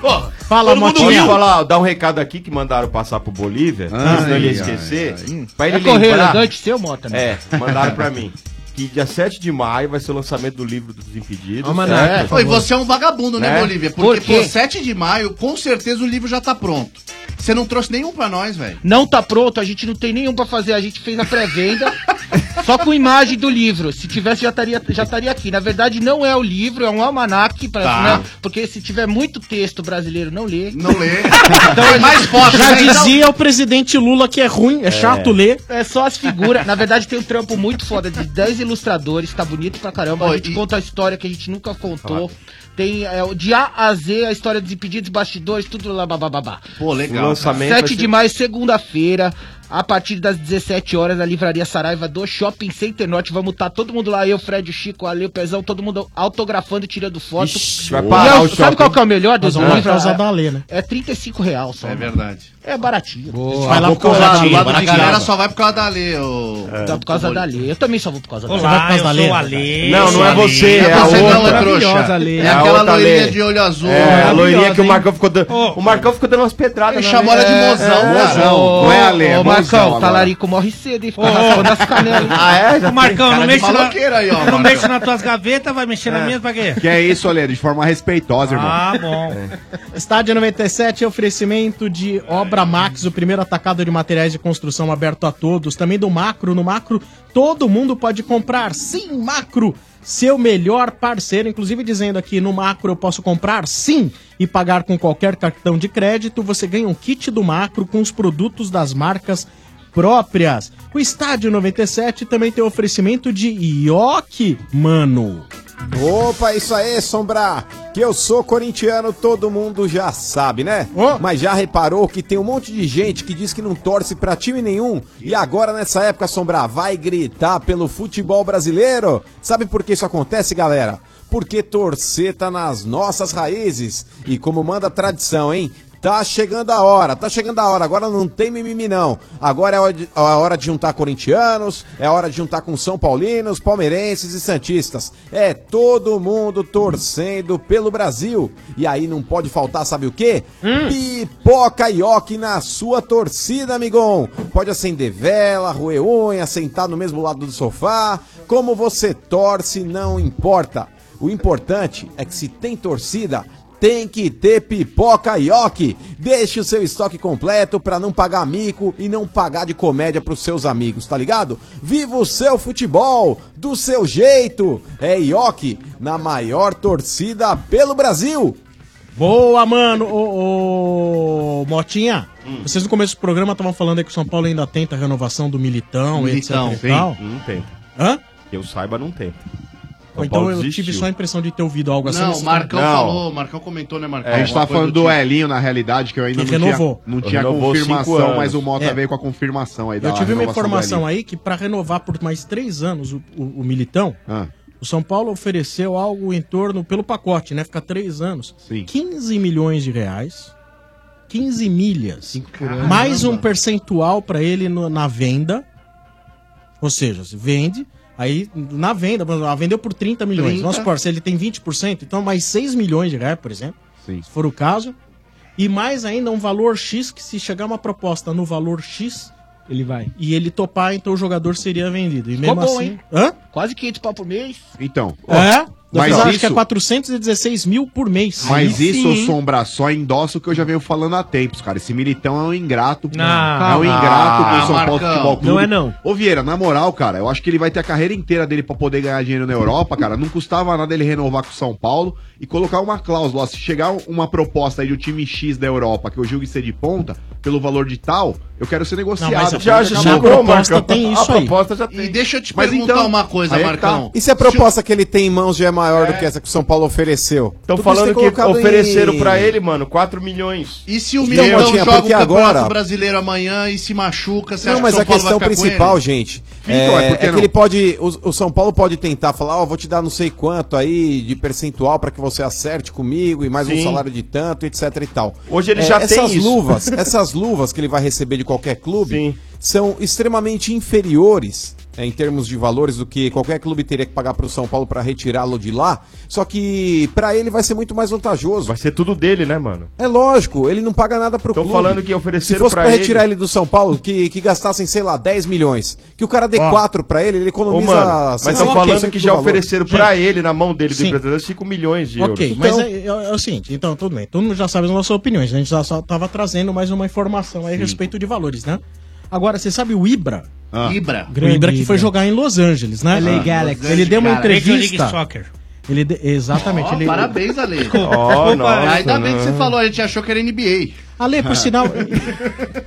Speaker 14: Pô,
Speaker 24: Fala,
Speaker 14: todo mundo
Speaker 18: Olha,
Speaker 14: viu.
Speaker 18: falar, dar um recado aqui que mandaram passar pro Bolívia,
Speaker 24: Ah,
Speaker 18: senão ele ia
Speaker 24: aí,
Speaker 8: é-
Speaker 18: esquecer.
Speaker 24: aí,
Speaker 17: Hum.
Speaker 24: aí.
Speaker 18: Pra ele
Speaker 24: É correio
Speaker 18: lembrar-
Speaker 24: elegante seu, Mota, né?
Speaker 18: É, mandaram pra mim. Que dia 7 de maio vai ser o lançamento do livro dos Impedidos.
Speaker 4: É,
Speaker 18: Certo?
Speaker 4: pô, e você é um vagabundo, né,
Speaker 18: Né?
Speaker 4: Bolívia?
Speaker 18: Por
Speaker 4: Porque
Speaker 18: quê?
Speaker 4: por, 7 de maio, com certeza o livro já tá pronto. Você não trouxe nenhum pra nós, velho.
Speaker 17: Não tá pronto, a gente não tem nenhum pra fazer. A gente fez a pré-venda só com imagem do livro. Se tivesse, já estaria já estaria aqui. Na verdade, não é o livro, é um almanac. Pra,
Speaker 14: Tá.
Speaker 17: né? Porque se tiver muito texto brasileiro, não lê.
Speaker 4: Não lê.
Speaker 17: então é mais foto.
Speaker 14: né?
Speaker 4: né?
Speaker 24: Já
Speaker 14: Então-
Speaker 24: dizia o presidente Lula que é ruim, é, chato ler.
Speaker 17: É só as figuras. Na verdade, tem um trampo muito foda de 10 ilustradores, tá bonito pra caramba. A gente conta a história que a gente nunca contou. Tem é, o de A a Z, a história dos impedidos, bastidores, tudo lá, bababá.
Speaker 4: Pô,
Speaker 18: legal, O lançamento cara. vai
Speaker 17: 7 de
Speaker 18: ser-
Speaker 17: maio, segunda-feira, a partir das 17 horas, na Livraria Saraiva do Shopping Center Norte. Vamos estar todo mundo lá, eu, Fred, o Chico, Ale, o Pezão, todo mundo autografando, tirando foto.
Speaker 18: Ixi, vai
Speaker 17: E
Speaker 18: parar
Speaker 17: é
Speaker 18: o
Speaker 17: o- sabe
Speaker 18: shopping.
Speaker 17: qual que é o melhor
Speaker 24: Nós
Speaker 17: dos
Speaker 24: vamos lá
Speaker 17: livros?
Speaker 24: pra usar da
Speaker 17: É,
Speaker 24: Alê, né?
Speaker 17: é 35 real só.
Speaker 4: É
Speaker 17: mano.
Speaker 4: verdade.
Speaker 17: É baratinho.
Speaker 4: Boa. Ah,
Speaker 17: Vai lá
Speaker 4: Vou
Speaker 17: pro
Speaker 4: colar
Speaker 17: Colorado,
Speaker 4: do
Speaker 17: lá
Speaker 4: lado
Speaker 17: do
Speaker 4: de galera
Speaker 17: Vigarada.
Speaker 4: só vai por causa da lei, ô.
Speaker 17: Tá por causa da lei. Eu também só vou por causa da lei.
Speaker 4: Olá,
Speaker 17: Você vai por causa
Speaker 4: eu
Speaker 17: da lei?
Speaker 4: sou a
Speaker 18: lei, Não, não é você, é
Speaker 4: tá
Speaker 18: a
Speaker 17: Você não
Speaker 18: outra.
Speaker 17: é trouxa.
Speaker 18: Maravilhosa lei.
Speaker 17: É
Speaker 18: É a
Speaker 17: aquela
Speaker 18: outra
Speaker 17: loirinha
Speaker 18: lei.
Speaker 17: de olho azul.
Speaker 18: É, a loirinha que o
Speaker 17: maravilhosa,
Speaker 18: Marcão ficou dando. o Marcão ficou dando umas pedradas.
Speaker 17: Ele
Speaker 18: na
Speaker 17: chamou ela de
Speaker 18: lei.
Speaker 17: mozão, cara.
Speaker 18: mozão. Não é a lei, é
Speaker 17: Ô,
Speaker 18: mozão
Speaker 17: Marcão,
Speaker 18: agora.
Speaker 17: o talarico morre cedo, hein? Fica raspando as canelas.
Speaker 18: Ah, é?
Speaker 17: Já tem
Speaker 7: Marcão,
Speaker 17: cara
Speaker 7: não
Speaker 17: de
Speaker 7: mexe, na,
Speaker 17: maloqueiro aí, ó,
Speaker 7: não
Speaker 17: Marcão.
Speaker 7: mexe nas tuas gavetas, vai mexer na minha pra quê?
Speaker 10: Que é isso, Olheiro, de forma respeitosa, irmão.
Speaker 7: Ah, bom.
Speaker 24: Estádio 97 é oferecimento de Obra Max, o primeiro atacado de materiais de construção aberto a todos. Também do Macro. No Macro, todo mundo pode comprar. Sim, Macro, seu melhor parceiro. Inclusive, dizendo aqui, no Macro eu posso comprar sim e pagar com qualquer cartão de crédito. Você ganha um kit do Macro com os produtos das marcas próprias. O Estádio 97 também tem oferecimento de Ioki, mano.
Speaker 16: Opa, isso aí, Sombra! Que eu sou corintiano, todo mundo já sabe, né? Mas já reparou que tem um monte de gente que diz que não torce pra time nenhum e agora nessa época, Sombra, vai gritar pelo futebol brasileiro? Sabe por que isso acontece, galera? Porque torcer tá nas nossas raízes e como manda a tradição, hein? Tá chegando a hora, tá chegando a hora. Agora não tem mimimi, não. Agora é hora de, a hora de juntar corintianos, é hora de juntar com São Paulinos, palmeirenses e santistas. É todo mundo torcendo pelo Brasil. E aí não pode faltar, sabe o quê? Pipoca e oque na sua torcida, amigão. Pode acender vela, roer unha, sentar no mesmo lado do sofá. Como você torce, não importa. O importante é que se tem torcida, tem que ter pipoca ioki. Deixe o seu estoque completo pra não pagar mico e não pagar de comédia pros seus amigos, tá ligado? Viva o seu futebol do seu jeito. É ioki na maior torcida pelo Brasil.
Speaker 24: Boa, mano! Ô, ô, Motinha, vocês no começo do programa estavam falando aí que o São Paulo ainda tenta a renovação do Militão, etc e tal.
Speaker 18: Não tenta.
Speaker 24: Hã?
Speaker 18: Que eu saiba, não tenta.
Speaker 24: Ou então eu tive só a impressão de ter ouvido algo assim.
Speaker 4: Não,
Speaker 24: mas-
Speaker 4: o Marcão falou, o Marcão comentou, né, Marcão?
Speaker 10: a
Speaker 24: É,
Speaker 10: gente tá
Speaker 4: Alguma coisa
Speaker 10: falando do
Speaker 4: tipo.
Speaker 10: Elinho, na realidade, que eu ainda
Speaker 24: Que
Speaker 10: não
Speaker 24: renovou.
Speaker 10: tinha, não tinha
Speaker 24: Renovou cinco
Speaker 10: confirmação,
Speaker 24: anos.
Speaker 10: mas o Mota
Speaker 24: É.
Speaker 10: veio com a confirmação aí da
Speaker 24: Eu tive uma
Speaker 10: renovação do
Speaker 24: informação
Speaker 10: Elinho.
Speaker 24: aí que pra renovar por mais três anos o, o- o Militão,
Speaker 10: Ah.
Speaker 24: o São Paulo ofereceu algo em torno, pelo pacote, né? Fica três anos. 15 milhões de reais, 15 milhas,
Speaker 14: ano.
Speaker 24: mais um percentual pra ele no- na venda. Ou seja, se vende, aí na venda, por exemplo, ela vendeu por 30 milhões.
Speaker 14: 30.
Speaker 24: Vamos supor, se ele tem 20%, então mais 6 milhões de reais, por exemplo, se for o caso. E mais ainda um valor X, que se chegar uma proposta no valor X, ele vai. E ele topar, então o jogador seria vendido. E mesmo
Speaker 17: Ficou bom,
Speaker 24: assim.
Speaker 17: hein?
Speaker 24: Hã?
Speaker 17: Quase 500 pau por mês.
Speaker 10: Então.
Speaker 24: É?
Speaker 10: Mas
Speaker 24: Mas acho
Speaker 10: isso-
Speaker 24: que é 416 mil por mês.
Speaker 10: Mas
Speaker 24: Aí
Speaker 10: isso,
Speaker 24: sim, hein?
Speaker 10: Sombra, só endossa o que eu já venho falando há tempos, cara. Esse militão é um ingrato.
Speaker 24: Não.
Speaker 10: É um ingrato com
Speaker 24: Ah,
Speaker 10: o São Paulo
Speaker 24: Marcão.
Speaker 10: Futebol Clube.
Speaker 24: Não é, não.
Speaker 10: Ô, Vieira, na moral, cara, eu acho que ele vai ter a carreira inteira dele pra poder ganhar dinheiro na Europa, cara. Não custava nada ele renovar com o São Paulo e colocar uma cláusula. ó, Se chegar uma proposta aí de um time X da Europa que eu julgue ser de ponta, pelo valor de tal, Eu quero ser negociado.
Speaker 4: mas a-
Speaker 10: Como é que
Speaker 4: já- já
Speaker 10: acabou,
Speaker 4: a proposta
Speaker 10: Marcão?
Speaker 4: tem isso
Speaker 10: A
Speaker 4: aí.
Speaker 10: proposta já tem.
Speaker 4: E deixa eu te
Speaker 10: Mas
Speaker 4: perguntar
Speaker 10: então,
Speaker 4: uma coisa,
Speaker 10: aí é que tá.
Speaker 4: Marcão.
Speaker 16: E se a proposta que ele tem em mãos já é maior do que essa que o São Paulo ofereceu? Tudo
Speaker 18: Estão
Speaker 16: isso tem
Speaker 18: falando que
Speaker 16: colocado em-
Speaker 18: ofereceram pra ele, mano, 4 milhões.
Speaker 4: é E se o
Speaker 16: Não,
Speaker 4: Militão
Speaker 16: Motinha,
Speaker 4: joga o
Speaker 16: porque
Speaker 4: Campeonato
Speaker 16: agora-
Speaker 4: Brasileiro amanhã e se machuca, você
Speaker 16: Não,
Speaker 4: acha
Speaker 16: mas
Speaker 4: que
Speaker 16: a
Speaker 4: o São Paulo
Speaker 16: questão
Speaker 4: vai ficar com
Speaker 16: principal,
Speaker 4: ele?
Speaker 16: gente,
Speaker 4: Então,
Speaker 16: é,
Speaker 4: é porque
Speaker 16: é que
Speaker 4: não?
Speaker 16: ele pode. O, o São Paulo pode tentar falar, ó, vou te dar não sei quanto aí de percentual pra que você acerte comigo e mais um
Speaker 18: Sim.
Speaker 16: salário de tanto, etc e tal. É,
Speaker 18: Hoje ele já tem
Speaker 16: essas
Speaker 18: isso.
Speaker 16: luvas, essas luvas que ele vai receber de qualquer clube são extremamente inferiores. é, em termos de valores do que qualquer clube teria que pagar pro São Paulo pra retirá-lo de lá, só que pra ele vai ser muito mais vantajoso. Vai
Speaker 18: ser tudo dele, né, mano?
Speaker 16: É lógico, ele não paga nada pro
Speaker 18: Tão
Speaker 16: clube.
Speaker 18: falando que ofereceram
Speaker 16: Se fosse pra
Speaker 18: pra ele-
Speaker 16: retirar ele do São Paulo, que, que gastassem, sei lá, 10 milhões. Que o cara dê
Speaker 18: Ó.
Speaker 16: 4 pra ele, ele
Speaker 18: Ô,
Speaker 16: economiza.
Speaker 18: mano, mas
Speaker 16: 60%
Speaker 18: estão falando que
Speaker 16: do
Speaker 18: já
Speaker 16: valor.
Speaker 18: ofereceram pra ele, na mão dele, do
Speaker 16: Sim.
Speaker 18: empresário, 5 milhões de euros.
Speaker 24: Ok,
Speaker 17: Então-
Speaker 24: mas é, é- é o seguinte, então tudo bem, todo mundo já sabe as nossas opiniões, né? a gente já só tava trazendo mais uma informação aí a
Speaker 18: Sim.
Speaker 24: respeito de valores, né? Agora, você sabe o Ibra?
Speaker 7: Ah. Ibra.
Speaker 24: O Ibra que foi jogar em Los Angeles,
Speaker 17: É
Speaker 24: né?
Speaker 7: LA
Speaker 24: Ah.
Speaker 7: Galaxy.
Speaker 24: Ele deu uma
Speaker 7: Major League
Speaker 24: entrevista.
Speaker 7: Soccer.
Speaker 24: Ele de- Exatamente.
Speaker 4: Ó,
Speaker 24: ele...
Speaker 4: Parabéns, Ale.
Speaker 24: Ó, nossa,
Speaker 4: Ainda bem que você
Speaker 24: né?
Speaker 4: falou, a gente achou que era NBA.
Speaker 24: Ale, por sinal,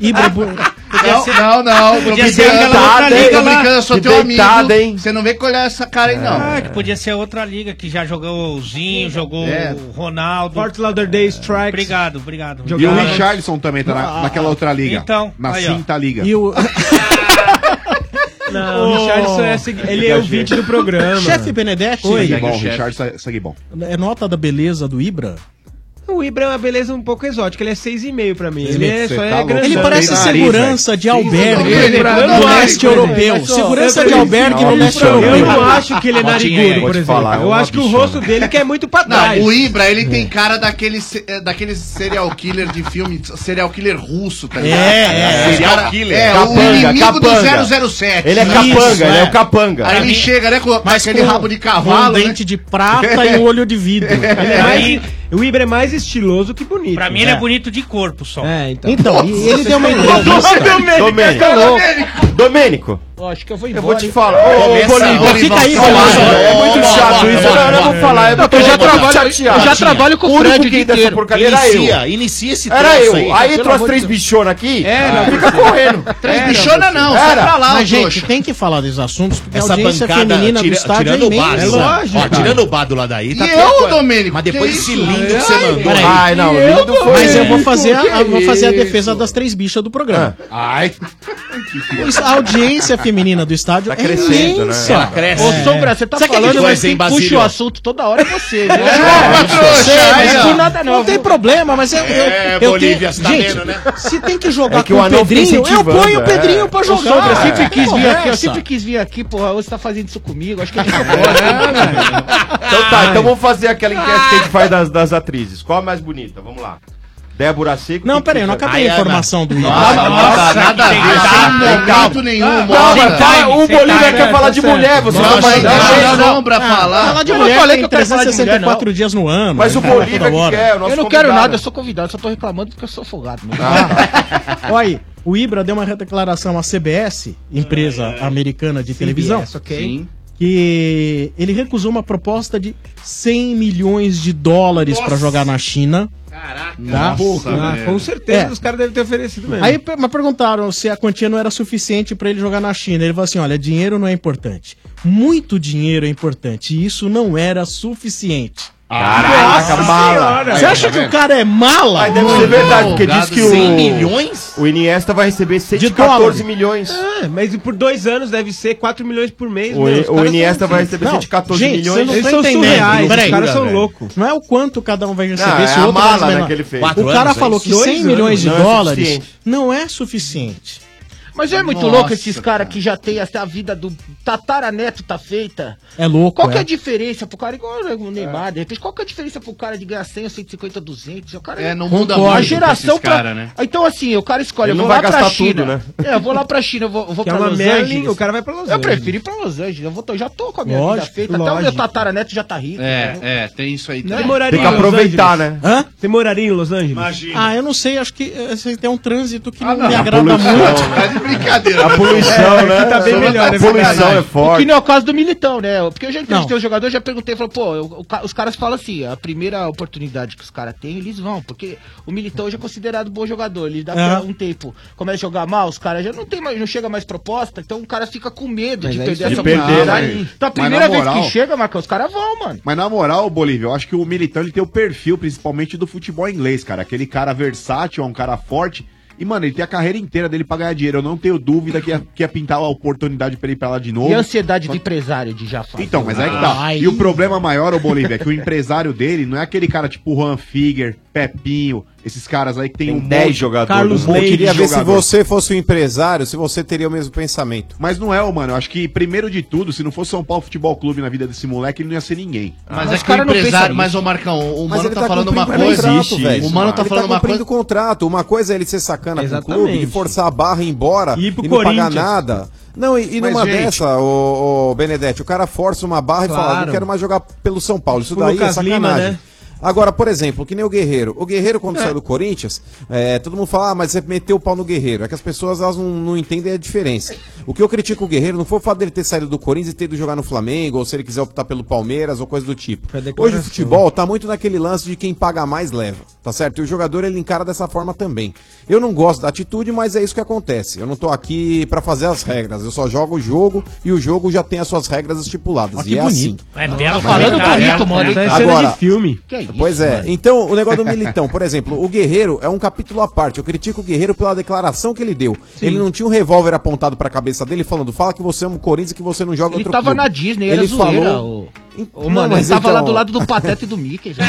Speaker 24: Ibra é bu-
Speaker 4: Não, não, não. Tô
Speaker 7: Podia ser
Speaker 24: é
Speaker 4: brincando,
Speaker 7: aquela outra
Speaker 4: tô
Speaker 7: liga lá.
Speaker 4: brincando, eu sou
Speaker 7: Que
Speaker 4: teu amigo.
Speaker 7: deitada, hein?
Speaker 4: Você não vem colher essa cara aí, não.
Speaker 7: Ah, que podia ser outra liga que já jogou o Zinho, jogou
Speaker 4: É.
Speaker 7: o Ronaldo. Fort
Speaker 24: Lauderdale Strikes.
Speaker 7: Obrigado, obrigado.
Speaker 10: E o Richarlison também tá na-
Speaker 7: Ah,
Speaker 10: naquela outra liga.
Speaker 7: então,
Speaker 10: na
Speaker 7: aí, ó.
Speaker 10: cinta liga.
Speaker 24: E o...
Speaker 8: Não, o Richardson é segui- ele é o vídeo do programa.
Speaker 24: Chefe Benedetti.
Speaker 10: Oi,
Speaker 24: Segue
Speaker 10: bom,
Speaker 24: o chefe.
Speaker 10: Richard segue bom.
Speaker 24: É nota da beleza do Ibra?
Speaker 8: O Ibra é uma beleza um pouco exótica, ele é 6,5 pra mim. Ele, é,
Speaker 24: Você
Speaker 8: só
Speaker 24: tá
Speaker 8: é
Speaker 24: louco.
Speaker 8: grande.
Speaker 24: Ele parece segurança de albergue no
Speaker 8: Ele é branco,
Speaker 24: leste
Speaker 8: né?
Speaker 24: europeu.
Speaker 8: Mas, ó,
Speaker 24: Segurança
Speaker 8: eu-
Speaker 24: de albergue no
Speaker 8: eu-
Speaker 24: leste
Speaker 8: eu
Speaker 24: europeu.
Speaker 8: não acho que ele é Botinha aí, narigudo, vou por te exemplo.
Speaker 18: um
Speaker 8: falar, é Eu uma acho que o bichona. rosto dele que é muito pra trás.
Speaker 4: o Ibra, ele
Speaker 8: É.
Speaker 4: tem cara daquele, se- é, daquele serial killer de filme, serial killer russo, tá
Speaker 18: É,
Speaker 4: ligado?
Speaker 18: é, é.
Speaker 4: Esse cara-
Speaker 18: Serial killer.
Speaker 4: É, o
Speaker 18: Capanga,
Speaker 4: inimigo
Speaker 18: capanga.
Speaker 4: do 007.
Speaker 18: Ele é capanga, ele é o capanga.
Speaker 4: Aí ele chega, né, com
Speaker 8: Mas
Speaker 4: aquele
Speaker 8: com-
Speaker 4: rabo de
Speaker 8: com um
Speaker 4: cavalo, né?
Speaker 8: dente
Speaker 24: de
Speaker 8: prata e um
Speaker 24: olho de vidro.
Speaker 8: Ele é mais- o Ibra é mais estiloso que bonito. né?
Speaker 7: Pra mim ele é bonito de corpo só.
Speaker 8: É, então.
Speaker 24: Então, e ele deu uma
Speaker 8: Nossa,
Speaker 24: entrevista.
Speaker 8: Domênico,
Speaker 24: Tá louco.
Speaker 18: Domênico.
Speaker 24: Eu acho que eu vou
Speaker 18: Eu
Speaker 24: embora.
Speaker 18: vou te falar. Ô, ô,
Speaker 24: Começa,
Speaker 18: Bolívia,
Speaker 24: Fica aí,
Speaker 3: tá
Speaker 18: Bolívia.
Speaker 3: né?
Speaker 24: Bolívia.
Speaker 18: É muito chato isso. Não, eu
Speaker 8: né?
Speaker 18: não vou falar. É
Speaker 24: Não,
Speaker 18: porque
Speaker 24: eu já
Speaker 18: tô muito
Speaker 24: trabalho-
Speaker 18: chateado.
Speaker 24: eu já trabalho com o
Speaker 18: o único
Speaker 24: Fred
Speaker 18: que
Speaker 24: o dia
Speaker 18: dessa
Speaker 24: inteiro.
Speaker 18: porcaria era
Speaker 4: Inicia,
Speaker 18: eu.
Speaker 4: inicia esse
Speaker 18: Era
Speaker 4: troço
Speaker 18: eu.
Speaker 4: aí,
Speaker 18: Aí
Speaker 4: pelo
Speaker 18: trouxe
Speaker 4: amor
Speaker 18: três
Speaker 4: de
Speaker 18: bichonas aqui.
Speaker 24: É,
Speaker 18: não,
Speaker 24: não,
Speaker 18: Fica correndo.
Speaker 4: Três bichona não, sai
Speaker 18: Era.
Speaker 4: pra lá,
Speaker 24: Mas,
Speaker 4: ô
Speaker 24: gente,
Speaker 4: trouxa.
Speaker 24: tem que falar desses assuntos, porque
Speaker 9: Essa
Speaker 24: a audiência
Speaker 9: bancada,
Speaker 24: feminina
Speaker 9: tira-
Speaker 24: do estádio
Speaker 9: tirando
Speaker 24: é
Speaker 9: o Barça.
Speaker 24: imensa.
Speaker 9: Ó, tirando o Bado lá daí,
Speaker 4: tá
Speaker 24: E
Speaker 9: pior
Speaker 24: eu,
Speaker 9: que-
Speaker 24: Domênico,
Speaker 9: Mas
Speaker 24: que
Speaker 9: depois
Speaker 24: isso?
Speaker 9: desse lindo que você
Speaker 24: Ai,
Speaker 9: mandou.
Speaker 24: peraí.
Speaker 9: Ai, não, lindo foi.
Speaker 24: Mas eu vou fazer
Speaker 9: Que
Speaker 24: a, eu vou fazer a
Speaker 9: isso?
Speaker 24: defesa das três bichas do programa.
Speaker 18: Ai.
Speaker 24: Pois A audiência feminina do estádio é
Speaker 17: Tá
Speaker 18: crescendo, né?
Speaker 24: imensa.
Speaker 18: Ela cresce.
Speaker 24: Ô, Sombra, você tá
Speaker 17: É. Sabe o que
Speaker 24: falando,
Speaker 17: que
Speaker 24: mas
Speaker 17: foi, hein,
Speaker 24: quem puxa
Speaker 17: Basílio?
Speaker 24: o assunto toda hora é você. viu?
Speaker 17: É,
Speaker 24: Eu
Speaker 17: trouxa,
Speaker 24: sei, mas
Speaker 17: aí, ó.
Speaker 24: por nada não.
Speaker 17: Não
Speaker 24: tem problema, mas eu... eu,
Speaker 17: É,
Speaker 24: eu
Speaker 17: Bolívia, você tá
Speaker 24: gente,
Speaker 17: vendo, né?
Speaker 24: se tem que jogar
Speaker 17: É que
Speaker 24: com
Speaker 17: o
Speaker 24: o
Speaker 17: anão fica
Speaker 24: Pedrinho, eu
Speaker 17: incentivando,
Speaker 24: ponho o
Speaker 17: é.
Speaker 24: Pedrinho pra
Speaker 17: Ô,
Speaker 24: jogar.
Speaker 17: Sombra,
Speaker 24: Que
Speaker 17: sempre quis vir
Speaker 24: porra
Speaker 17: aqui,
Speaker 24: é
Speaker 17: eu
Speaker 24: essa?
Speaker 17: sempre quis vir aqui, porra, você tá fazendo isso comigo, acho que a gente
Speaker 18: Então tá, então vamos fazer aquela enquete que a gente faz das, das atrizes. Qual a mais bonita? Vamos lá. Débora Seco.
Speaker 24: Não, peraí, eu não acabei a informação do Igor.
Speaker 18: Nossa, nossa, nada a ver. tá,
Speaker 24: é
Speaker 4: Sem momento
Speaker 18: Ah,
Speaker 4: nenhum,
Speaker 18: não, mas tá, o Bolívia quer falar de mulher, você tá mandando
Speaker 4: Deixa
Speaker 18: deixa
Speaker 4: a
Speaker 18: não.
Speaker 4: Sombra falar.
Speaker 24: Falar Ah, de
Speaker 4: Eu não
Speaker 24: mulher
Speaker 4: falei
Speaker 24: tem
Speaker 4: que eu quero falar de mulher,
Speaker 24: 364 dias no ano.
Speaker 4: Mas
Speaker 24: né?
Speaker 4: o
Speaker 24: Fala
Speaker 8: tá
Speaker 4: Bolívia
Speaker 24: toda
Speaker 4: que
Speaker 24: hora.
Speaker 4: quer, o nosso
Speaker 24: Eu não
Speaker 4: convidado. Ah.
Speaker 24: quero nada, eu sou convidado, só tô reclamando porque eu sou folgado. mesmo. Olha aí, o Ibra deu uma declaração à CBS, empresa americana de televisão,
Speaker 8: ok.
Speaker 24: que ele recusou uma proposta de 100 milhões de dólares pra jogar na China. Caraca,
Speaker 8: Ah, com
Speaker 24: É.
Speaker 8: certeza os caras devem ter oferecido mesmo.
Speaker 24: Aí per- me perguntaram se a quantia não era suficiente pra ele jogar na China. Ele falou assim: olha, dinheiro não é importante. Muito dinheiro é importante. E isso não era suficiente.
Speaker 18: Caraca,
Speaker 24: Nossa
Speaker 18: mala.
Speaker 24: Senhora. Você acha que o cara é mala?
Speaker 18: Aí deve ser verdade, porque diz que o.
Speaker 24: 100
Speaker 18: O Iniesta vai receber
Speaker 24: 114
Speaker 18: 114 milhões.
Speaker 8: Ah, mas e por dois anos deve ser 4 milhões por mês.
Speaker 18: O-
Speaker 8: meu, os
Speaker 18: o
Speaker 8: caras
Speaker 18: Iniesta
Speaker 8: são-
Speaker 18: vai receber
Speaker 8: Não,
Speaker 18: 114
Speaker 8: gente,
Speaker 18: milhões.
Speaker 8: vocês não
Speaker 24: Eles
Speaker 8: tão
Speaker 24: são surreais,
Speaker 8: Os caras são loucos.
Speaker 24: Não é o quanto cada um vai receber,
Speaker 18: Não, é
Speaker 24: se
Speaker 18: a
Speaker 24: o outro vai
Speaker 18: mala,
Speaker 24: receber
Speaker 18: né,
Speaker 24: não.
Speaker 18: que ele fez.
Speaker 24: O
Speaker 18: Quatro
Speaker 24: cara
Speaker 18: anos,
Speaker 24: falou
Speaker 18: é
Speaker 24: que
Speaker 18: isso?
Speaker 24: 100
Speaker 18: Dois
Speaker 24: milhões
Speaker 18: anos.
Speaker 24: de
Speaker 18: Não é
Speaker 24: dólares
Speaker 18: suficiente.
Speaker 24: não é suficiente.
Speaker 17: Mas é muito
Speaker 24: Nossa,
Speaker 17: louco esses caras que já tem até a vida do tataraneto tá feita.
Speaker 24: É louco,
Speaker 17: Qual que é
Speaker 24: é.
Speaker 17: a diferença pro cara, igual o Neymar, de repente, qual que é a diferença pro cara de ganhar 100, 150, 200? O cara
Speaker 4: É, não muda
Speaker 17: Concordo.
Speaker 4: muito
Speaker 17: A geração
Speaker 4: esses
Speaker 17: pra...
Speaker 4: cara, né?
Speaker 17: Então assim, o cara escolhe,
Speaker 4: Ele
Speaker 17: eu vou
Speaker 4: não
Speaker 17: lá
Speaker 4: vai
Speaker 17: pra
Speaker 4: gastar
Speaker 17: China.
Speaker 4: tudo, né?
Speaker 17: É, eu vou lá pra China, eu vou, eu vou
Speaker 8: Que é
Speaker 17: pra
Speaker 8: uma
Speaker 17: Los
Speaker 8: Merlin,
Speaker 17: Angeles.
Speaker 8: o cara vai pra Los
Speaker 17: Eu
Speaker 8: Angeles.
Speaker 17: prefiro ir pra Los Angeles, eu, vou, eu já tô com a minha vida
Speaker 8: Lógico,
Speaker 17: feita, até o meu
Speaker 8: lógico.
Speaker 17: tataraneto já tá rico.
Speaker 4: É, é, tem isso aí.
Speaker 8: Você
Speaker 4: também.
Speaker 8: moraria em Los Angeles?
Speaker 18: né?
Speaker 24: Hã?
Speaker 8: Você moraria em Los Angeles?
Speaker 24: Ah, eu não sei, acho que eh, assim, tem um trânsito que não,
Speaker 8: não,
Speaker 24: me
Speaker 8: a
Speaker 24: agrada
Speaker 8: poluição,
Speaker 24: muito. É, tá
Speaker 8: né?
Speaker 4: brincadeira.
Speaker 18: A poluição, né?
Speaker 17: né?
Speaker 18: A poluição é
Speaker 17: O que
Speaker 18: forte.
Speaker 17: não é o caso do Militão, né? Porque eu já entrevistei
Speaker 24: Não.
Speaker 17: o jogador, já perguntei, falou, pô, eu- o ca- os caras falam assim, a primeira oportunidade que os caras têm, eles vão, porque o Militão hoje é considerado bom jogador, ele dá pra
Speaker 24: Aham.
Speaker 17: um tempo, começa a jogar mal, os caras já não tem mais, não chega mais proposta, então o cara fica com medo
Speaker 10: Mas
Speaker 17: de
Speaker 10: é
Speaker 17: perder
Speaker 10: isso
Speaker 17: essa
Speaker 10: aí. De perder,
Speaker 17: oportunidade.
Speaker 10: né?
Speaker 17: Então a
Speaker 10: Mas
Speaker 17: primeira
Speaker 10: na
Speaker 17: vez
Speaker 10: moral-
Speaker 17: que chega, Marcão, os caras vão, mano.
Speaker 10: Mas na moral, Bolívia, eu acho que o Militão ele tem o perfil, principalmente do futebol inglês, cara. Aquele cara versátil, é um cara forte. E, mano, ele tem a carreira inteira dele pra ganhar dinheiro. Eu não tenho dúvida que ia, que ia pintar a oportunidade pra ele ir pra lá de novo.
Speaker 17: E a ansiedade do empresário de já fazer.
Speaker 10: Então, mas aí que tá.
Speaker 17: Ai.
Speaker 10: E o problema maior, ô Bolívia, é que o empresário dele não é aquele cara tipo Juan Figuer, Pepinho, esses caras aí que tem, um monte- um monte
Speaker 16: né? Eu
Speaker 10: de
Speaker 16: queria ver se
Speaker 10: jogador.
Speaker 16: você fosse o empresário, se você teria o mesmo pensamento.
Speaker 10: Mas não é, ô, mano. Eu acho que, primeiro de tudo, se não fosse São Paulo Futebol Clube na vida desse moleque, ele não ia ser ninguém.
Speaker 17: Ah,
Speaker 4: Mas é que o empresário, mas o Marcão, o
Speaker 16: Mas
Speaker 4: Mano
Speaker 16: ele
Speaker 4: tá,
Speaker 16: tá
Speaker 4: falando
Speaker 10: um
Speaker 4: uma
Speaker 16: cumprindo
Speaker 4: coisa.
Speaker 16: contrato, velho.
Speaker 4: o Mano tá
Speaker 16: Ele
Speaker 4: falando uma
Speaker 16: cumprindo
Speaker 4: coisa.
Speaker 16: o contrato. Uma coisa é ele ser sacana com o clube,
Speaker 4: Exatamente.
Speaker 16: de forçar a barra e ir embora e, não pagar
Speaker 18: Corinthians.
Speaker 16: nada. Não, e, e
Speaker 18: Mas,
Speaker 16: numa
Speaker 18: gente-
Speaker 16: dessa, o, Benedetti, o cara força uma barra e fala,
Speaker 18: Claro.
Speaker 16: não quero mais jogar pelo São Paulo. Isso
Speaker 18: O
Speaker 16: daí é
Speaker 18: Lucas
Speaker 16: sacanagem.
Speaker 18: Lima, né?
Speaker 16: Agora, por exemplo, que nem o Guerreiro. O Guerreiro, quando saiu do Corinthians, é, todo mundo fala, ah, mas você meteu o pau no Guerreiro. É que as pessoas elas não, não entendem a diferença. O que eu critico o Guerreiro não foi o fato dele ter saído do Corinthians e ter ido jogar no Flamengo, ou se ele quiser optar pelo Palmeiras, ou coisa do tipo. Hoje o futebol tá muito naquele lance de quem paga mais leva, tá certo? E o jogador ele encara dessa forma também. Eu não gosto da atitude, mas é isso que acontece. Eu não tô aqui pra fazer as regras, eu só jogo o jogo e o jogo já tem as suas regras estipuladas. e é assim.
Speaker 5: Tá
Speaker 7: É belo
Speaker 16: Falando bonito, mano.
Speaker 17: tá
Speaker 16: Agora- Pois é. Então, o negócio do Militão, por exemplo, o Guerreiro é um capítulo à parte. Eu critico o Guerreiro pela declaração que ele deu. Ele não tinha um revólver apontado pra cabeça dele falando, fala que você ama o Corinthians e que você não joga
Speaker 17: Ele
Speaker 16: outro
Speaker 17: tava
Speaker 16: clube."
Speaker 17: na Disney, era zoeira, o-
Speaker 16: Então,
Speaker 17: Ô, mano,
Speaker 16: mas
Speaker 17: ele tava lá
Speaker 16: então-
Speaker 17: do lado do Pateta e do Mickey, já.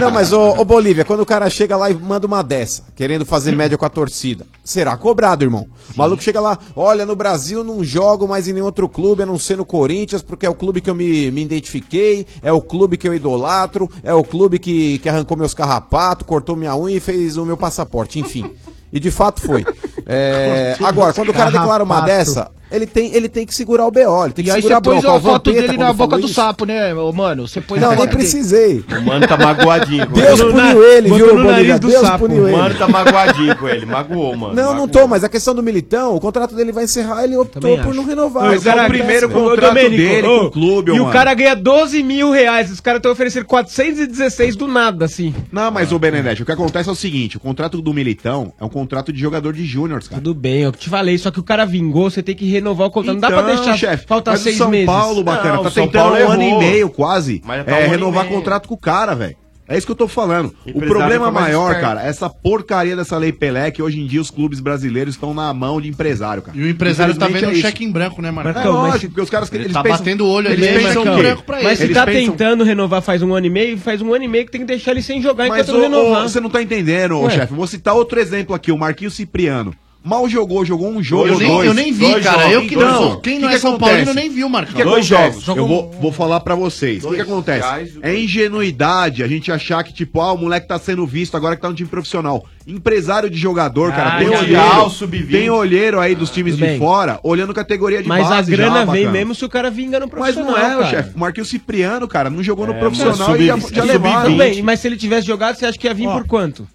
Speaker 16: Não, mas ô, ô, Bolívia, quando o cara chega lá e manda uma dessa, querendo fazer média com a torcida, será cobrado, irmão. O maluco chega lá, olha, no Brasil não jogo mais em nenhum outro clube, a não ser no Corinthians, porque é o clube que eu me, me identifiquei, é o clube que eu idolatro, é o clube que, que arrancou meus carrapatos, cortou minha unha e fez o meu passaporte, enfim. E de fato foi. É,
Speaker 17: Cortou
Speaker 16: agora,
Speaker 17: meus
Speaker 16: quando o cara declara uma
Speaker 17: carrapatos.
Speaker 16: dessa, ele tem, ele tem que segurar o BO, ele tem que
Speaker 17: E aí
Speaker 16: segurar
Speaker 17: você pôs
Speaker 16: bronca.
Speaker 17: a
Speaker 16: O
Speaker 17: foto
Speaker 16: Vampeta,
Speaker 17: dele na
Speaker 16: quando
Speaker 17: boca
Speaker 16: falou
Speaker 17: do
Speaker 16: isso-
Speaker 17: sapo, né, ô, mano? Você pôs
Speaker 16: Não,
Speaker 17: na
Speaker 16: nem
Speaker 17: boca dele.
Speaker 16: precisei.
Speaker 18: O mano tá magoadinho. com
Speaker 16: Deus
Speaker 18: ele.
Speaker 16: puniu ele, viu, Bolívia? Deus puniu
Speaker 18: O
Speaker 16: ele.
Speaker 18: mano tá magoadinho com ele. Magoou, mano.
Speaker 16: Não, não tô, mas a questão do Militão, o contrato dele vai encerrar, ele optou por não renovar.
Speaker 8: Não,
Speaker 16: Isso é péssimo.
Speaker 8: ô,
Speaker 10: clube,
Speaker 8: E
Speaker 10: ô,
Speaker 8: o
Speaker 10: mano.
Speaker 8: cara ganha 12 mil reais. Os caras estão oferecendo 416 do nada, assim.
Speaker 10: Não, mas o Benedetti, o que acontece é o seguinte: o contrato do Militão é um contrato de jogador de júniors, cara.
Speaker 8: Tudo bem, eu te falei, só que o cara vingou, você tem que renovar o contrato. não dá pra
Speaker 10: Então,
Speaker 8: deixar
Speaker 10: chefe,
Speaker 8: faltar
Speaker 10: mas o
Speaker 8: seis
Speaker 10: São
Speaker 8: meses.
Speaker 10: Paulo, Batera,
Speaker 8: Não,
Speaker 10: tá
Speaker 8: o São
Speaker 10: tentando
Speaker 8: Paulo
Speaker 10: um ano e
Speaker 8: errou.
Speaker 10: meio quase
Speaker 8: Mas tá um
Speaker 10: é,
Speaker 8: ano e
Speaker 10: renovar
Speaker 8: meio.
Speaker 10: contrato com o cara, velho. É isso que eu tô falando. O
Speaker 18: Empresário
Speaker 10: problema
Speaker 18: fica mais
Speaker 10: maior,
Speaker 18: esperto.
Speaker 10: cara, é essa porcaria dessa lei Pelé que hoje em dia os clubes brasileiros estão na mão de empresário, cara.
Speaker 4: E o empresário tá
Speaker 10: Infelizmente
Speaker 4: vendo
Speaker 10: é
Speaker 4: um
Speaker 10: isso.
Speaker 4: cheque em branco, né, Marcão?
Speaker 10: Marcão, mas se- porque os caras que-
Speaker 4: ele
Speaker 10: eles
Speaker 4: tá
Speaker 10: pensam-
Speaker 4: batendo o olho ali,
Speaker 10: eles
Speaker 4: né,
Speaker 10: pensam
Speaker 4: Marcão?
Speaker 10: o quê?
Speaker 4: branco pra ele.
Speaker 8: Mas se
Speaker 10: Eles
Speaker 8: tá
Speaker 10: pensam-
Speaker 8: tentando renovar faz um ano e meio, faz um ano e meio que tem que deixar ele sem jogar
Speaker 10: Mas
Speaker 8: enquanto
Speaker 10: ô,
Speaker 8: não
Speaker 10: ô,
Speaker 8: renovar.
Speaker 10: você não tá entendendo, ô,
Speaker 8: Ué.
Speaker 10: chefe. Vou citar outro exemplo aqui, o Marquinhos Cipriano. Mal jogou, jogou um jogo.
Speaker 4: Eu nem-
Speaker 10: dois,
Speaker 4: eu nem vi,
Speaker 10: dois
Speaker 4: cara.
Speaker 10: jogos.
Speaker 4: Eu que não
Speaker 10: Então,
Speaker 4: sou- quem
Speaker 10: o
Speaker 4: não
Speaker 10: que
Speaker 4: é
Speaker 10: que
Speaker 4: São
Speaker 10: acontece?
Speaker 4: Paulino nem viu, Marcão.
Speaker 10: O que que
Speaker 4: Dois
Speaker 10: acontece?
Speaker 4: jogos. Jogou
Speaker 10: Eu vou, vou falar pra vocês. O que, que acontece? É ingenuidade a gente achar que, tipo, ah, o moleque tá sendo visto agora que tá no time profissional. Empresário de jogador, cara.
Speaker 18: Ah,
Speaker 10: Tem
Speaker 18: já
Speaker 10: olheiro,
Speaker 18: viu, sub-vinte.
Speaker 10: tem olheiro aí dos times
Speaker 8: tudo
Speaker 10: de
Speaker 8: bem.
Speaker 10: fora, olhando categoria de
Speaker 8: Mas a
Speaker 10: base já,
Speaker 8: grana vem
Speaker 10: bacana.
Speaker 8: mesmo se o cara vinga no
Speaker 10: Mas
Speaker 8: profissional.
Speaker 10: não é,
Speaker 8: cara.
Speaker 10: o chefe. O Marquinhos Cipriano, cara, não jogou no
Speaker 8: É,
Speaker 10: profissional
Speaker 8: mas
Speaker 10: e já,
Speaker 8: sub-
Speaker 10: já
Speaker 8: sub-
Speaker 10: levaram.
Speaker 8: Tudo bem, mas se ele tivesse jogado, você acha que ia vir por quanto?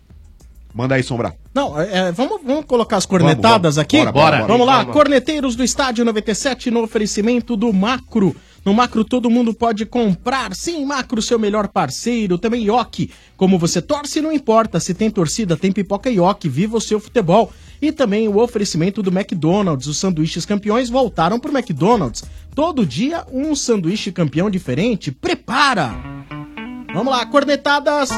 Speaker 10: Manda aí, Sombra.
Speaker 24: Não, é, é, vamos, vamos colocar as cornetadas
Speaker 10: vamos.
Speaker 24: aqui?
Speaker 10: Bora, bora, bora.
Speaker 24: Vamos lá,
Speaker 10: Vamos.
Speaker 24: corneteiros do Estádio 97 no oferecimento do Macro. No Macro todo mundo pode comprar. Sim, Macro, seu melhor parceiro. Também Ioki. Como você torce, não importa. Se tem torcida, tem pipoca Ioki. Viva o seu futebol. E também o oferecimento do McDonald's. Os sanduíches campeões voltaram pro McDonald's. Todo dia, um sanduíche campeão diferente. Prepara! Vamos lá, cornetadas!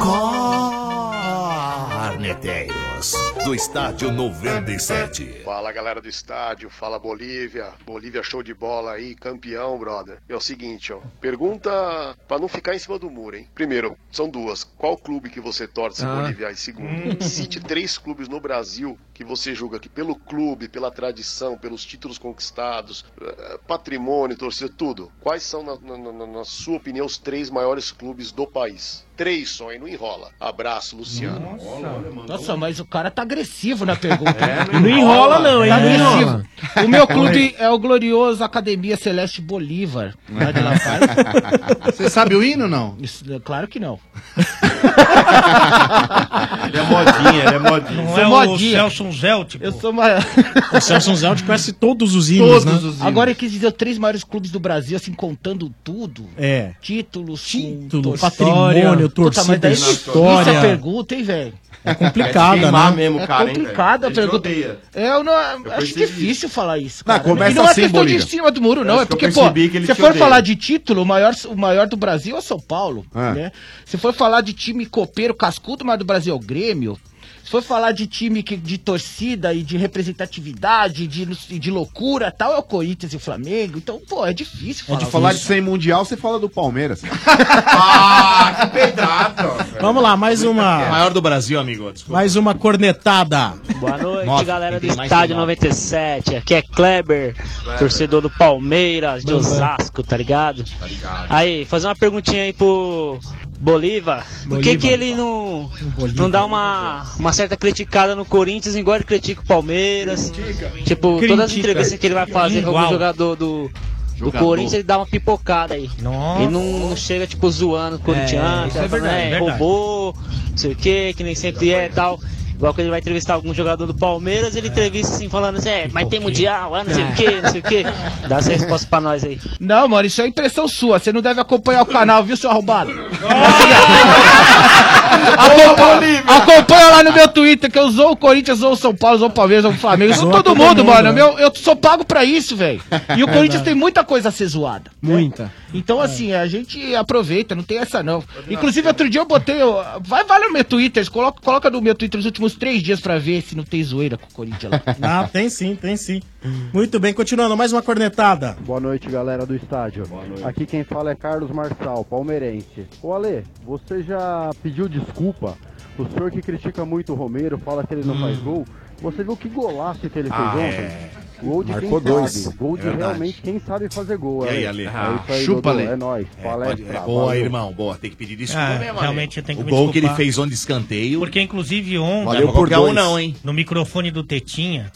Speaker 26: Arneteiros, do estádio 97.
Speaker 25: Fala galera do estádio, fala Bolívia. Bolívia show de bola aí, campeão, brother. E é o seguinte, ó. Pergunta pra não ficar em cima do muro, hein? Primeiro, são duas. Qual clube que você torce,
Speaker 27: Ah.
Speaker 25: Bolívia? E segundo, cite três clubes no Brasil que você julga que pelo clube, pela tradição, pelos títulos conquistados, eh, patrimônio, torcida, tudo. Quais são, na, na- na- na sua opinião, os três maiores clubes do país? Três só, hein? Não enrola. Abraço, Luciano.
Speaker 17: Nossa, mas o cara tá agressivo na pergunta.
Speaker 25: É,
Speaker 17: não enrola, não, hein? Tá
Speaker 25: Não enrola.
Speaker 17: agressivo. O meu clube é o glorioso Academia Celeste Bolívar. lá de La Paz.
Speaker 4: Você sabe o hino, não?
Speaker 17: Isso, é claro que não.
Speaker 7: Ele é modinha, ele é modinha. Não
Speaker 17: Sou
Speaker 7: é o
Speaker 17: modinha.
Speaker 7: Celso Zelt, tipo.
Speaker 17: Eu sou uma...
Speaker 24: O Celso Zelt conhece Uhum. todos os hinos, né?
Speaker 17: Agora eu quis dizer os três maiores clubes do Brasil, assim, contando tudo.
Speaker 24: É.
Speaker 17: Títulos,
Speaker 24: Título, patrimônio,
Speaker 17: mas
Speaker 24: torcida,
Speaker 17: daí
Speaker 24: história.
Speaker 17: Essa pergunta, hein, velho?
Speaker 24: É complicada, É de queimar né? mesmo,
Speaker 17: é
Speaker 24: cara, hein,
Speaker 17: complicada a
Speaker 24: velho? A gente
Speaker 17: pergunta. É,
Speaker 24: odeia.
Speaker 17: Eu não, acho difícil falar isso, cara.
Speaker 24: começa
Speaker 17: e não é
Speaker 24: assim,
Speaker 17: questão de
Speaker 24: Bolívia.
Speaker 17: de cima do muro, não.
Speaker 24: Acho
Speaker 17: É
Speaker 24: que eu
Speaker 17: porque, pô,
Speaker 24: percebi que ele
Speaker 17: se
Speaker 24: te
Speaker 17: for
Speaker 24: odeia.
Speaker 17: falar de título, o maior, o maior do Brasil é o São Paulo,
Speaker 24: Ah.
Speaker 17: né? Se for falar de time copeiro, cascudo, o maior do Brasil é o Grêmio. Se for falar de time que, de torcida e de representatividade, de, de loucura tal, é o Corinthians e o Flamengo. Então, pô, é difícil
Speaker 10: É
Speaker 17: falar
Speaker 10: de falar de
Speaker 17: disso.
Speaker 10: 100 mundial, você fala do Palmeiras.
Speaker 24: Vamos lá, mais uma,
Speaker 3: Maior do Brasil, amigo. Desculpa.
Speaker 24: mais uma cornetada.
Speaker 2: Boa noite,
Speaker 24: Nossa,
Speaker 2: galera do
Speaker 24: tem mais
Speaker 2: Estádio
Speaker 24: que nota.
Speaker 2: 97. Aqui é Kleber, torcedor do Palmeiras, de Osasco, tá ligado? Aí, fazer uma perguntinha aí pro Bolívar. Por que,
Speaker 28: Bolívar.
Speaker 2: que ele não, não dá uma, uma certa criticada no Corinthians, igual ele critica o Palmeiras? Tipo, todas as
Speaker 7: Critica.
Speaker 2: entrevistas que ele vai fazer com
Speaker 7: Igual.
Speaker 2: algum jogador do. Do
Speaker 7: Jogador.
Speaker 2: Corinthians ele dá uma pipocada aí.
Speaker 7: Nossa.
Speaker 2: Ele não, não chega, tipo, zoando o corintiano,
Speaker 7: isso é
Speaker 2: falando,
Speaker 7: verdade,
Speaker 2: "É,
Speaker 7: verdade.
Speaker 2: roubou, não sei o que, que nem sempre é e tal. Igual quando ele vai entrevistar algum jogador do Palmeiras,
Speaker 7: É.
Speaker 2: ele entrevista assim, falando assim, é, mas tem mundial, ah, não sei o que, não sei o que.
Speaker 3: É.
Speaker 2: Dá essa resposta pra nós aí.
Speaker 17: Não, mano, isso é impressão sua. Você não deve acompanhar o canal, viu, seu arrombado? acompanha, acompanha lá no meu Twitter, que eu sou o Corinthians, sou o São Paulo, sou o Palmeiras, sou o Flamengo. Eu sou
Speaker 29: Zoa
Speaker 17: todo,
Speaker 29: todo
Speaker 17: mundo,
Speaker 29: mundo,
Speaker 17: mano.
Speaker 29: né?
Speaker 17: Meu, eu sou pago pra isso, velho. E o
Speaker 29: É
Speaker 17: Corinthians
Speaker 29: verdade.
Speaker 17: tem muita coisa a ser zoada.
Speaker 8: É.
Speaker 29: Muita.
Speaker 17: Então, assim, a gente aproveita, não tem essa não. Inclusive, outro dia eu botei. eu- vai, vai lá no meu Twitter, coloca, coloca no meu Twitter nos últimos três dias pra ver se não tem zoeira com o Corinthians lá.
Speaker 24: Ah, tem sim, tem sim. Muito bem, continuando, mais uma cornetada.
Speaker 20: Boa noite, galera do estádio. Aqui quem fala é Carlos Marçal, palmeirense. Ô Ale, você já pediu desculpa? O senhor que critica muito o Romero, fala que ele
Speaker 10: Hum.
Speaker 20: não faz gol. Você viu que golaço que ele fez
Speaker 28: Ah,
Speaker 20: ontem?
Speaker 28: é.
Speaker 20: Gol de
Speaker 28: Marcou
Speaker 20: quem
Speaker 28: dois.
Speaker 20: sabe. Gol de
Speaker 28: Verdade.
Speaker 20: realmente quem sabe fazer gol.
Speaker 28: E aí,
Speaker 3: Ale?
Speaker 20: É
Speaker 3: Ah,
Speaker 20: isso aí,
Speaker 3: chupa,
Speaker 20: Dodô.
Speaker 3: Ale.
Speaker 20: É nóis,
Speaker 3: É,
Speaker 20: palestra.
Speaker 3: pode- é, boa,
Speaker 20: valeu.
Speaker 3: irmão, boa. Tem que pedir desculpa
Speaker 7: É,
Speaker 3: mesmo, Ale.
Speaker 7: realmente eu tenho que
Speaker 3: O
Speaker 7: me
Speaker 3: gol que ele
Speaker 7: desculpar.
Speaker 3: fez onde escanteio.
Speaker 7: Porque inclusive ontem.
Speaker 3: Valeu
Speaker 7: não é
Speaker 3: por
Speaker 7: qualquer um
Speaker 3: dois.
Speaker 7: não, hein? No microfone do Tetinha,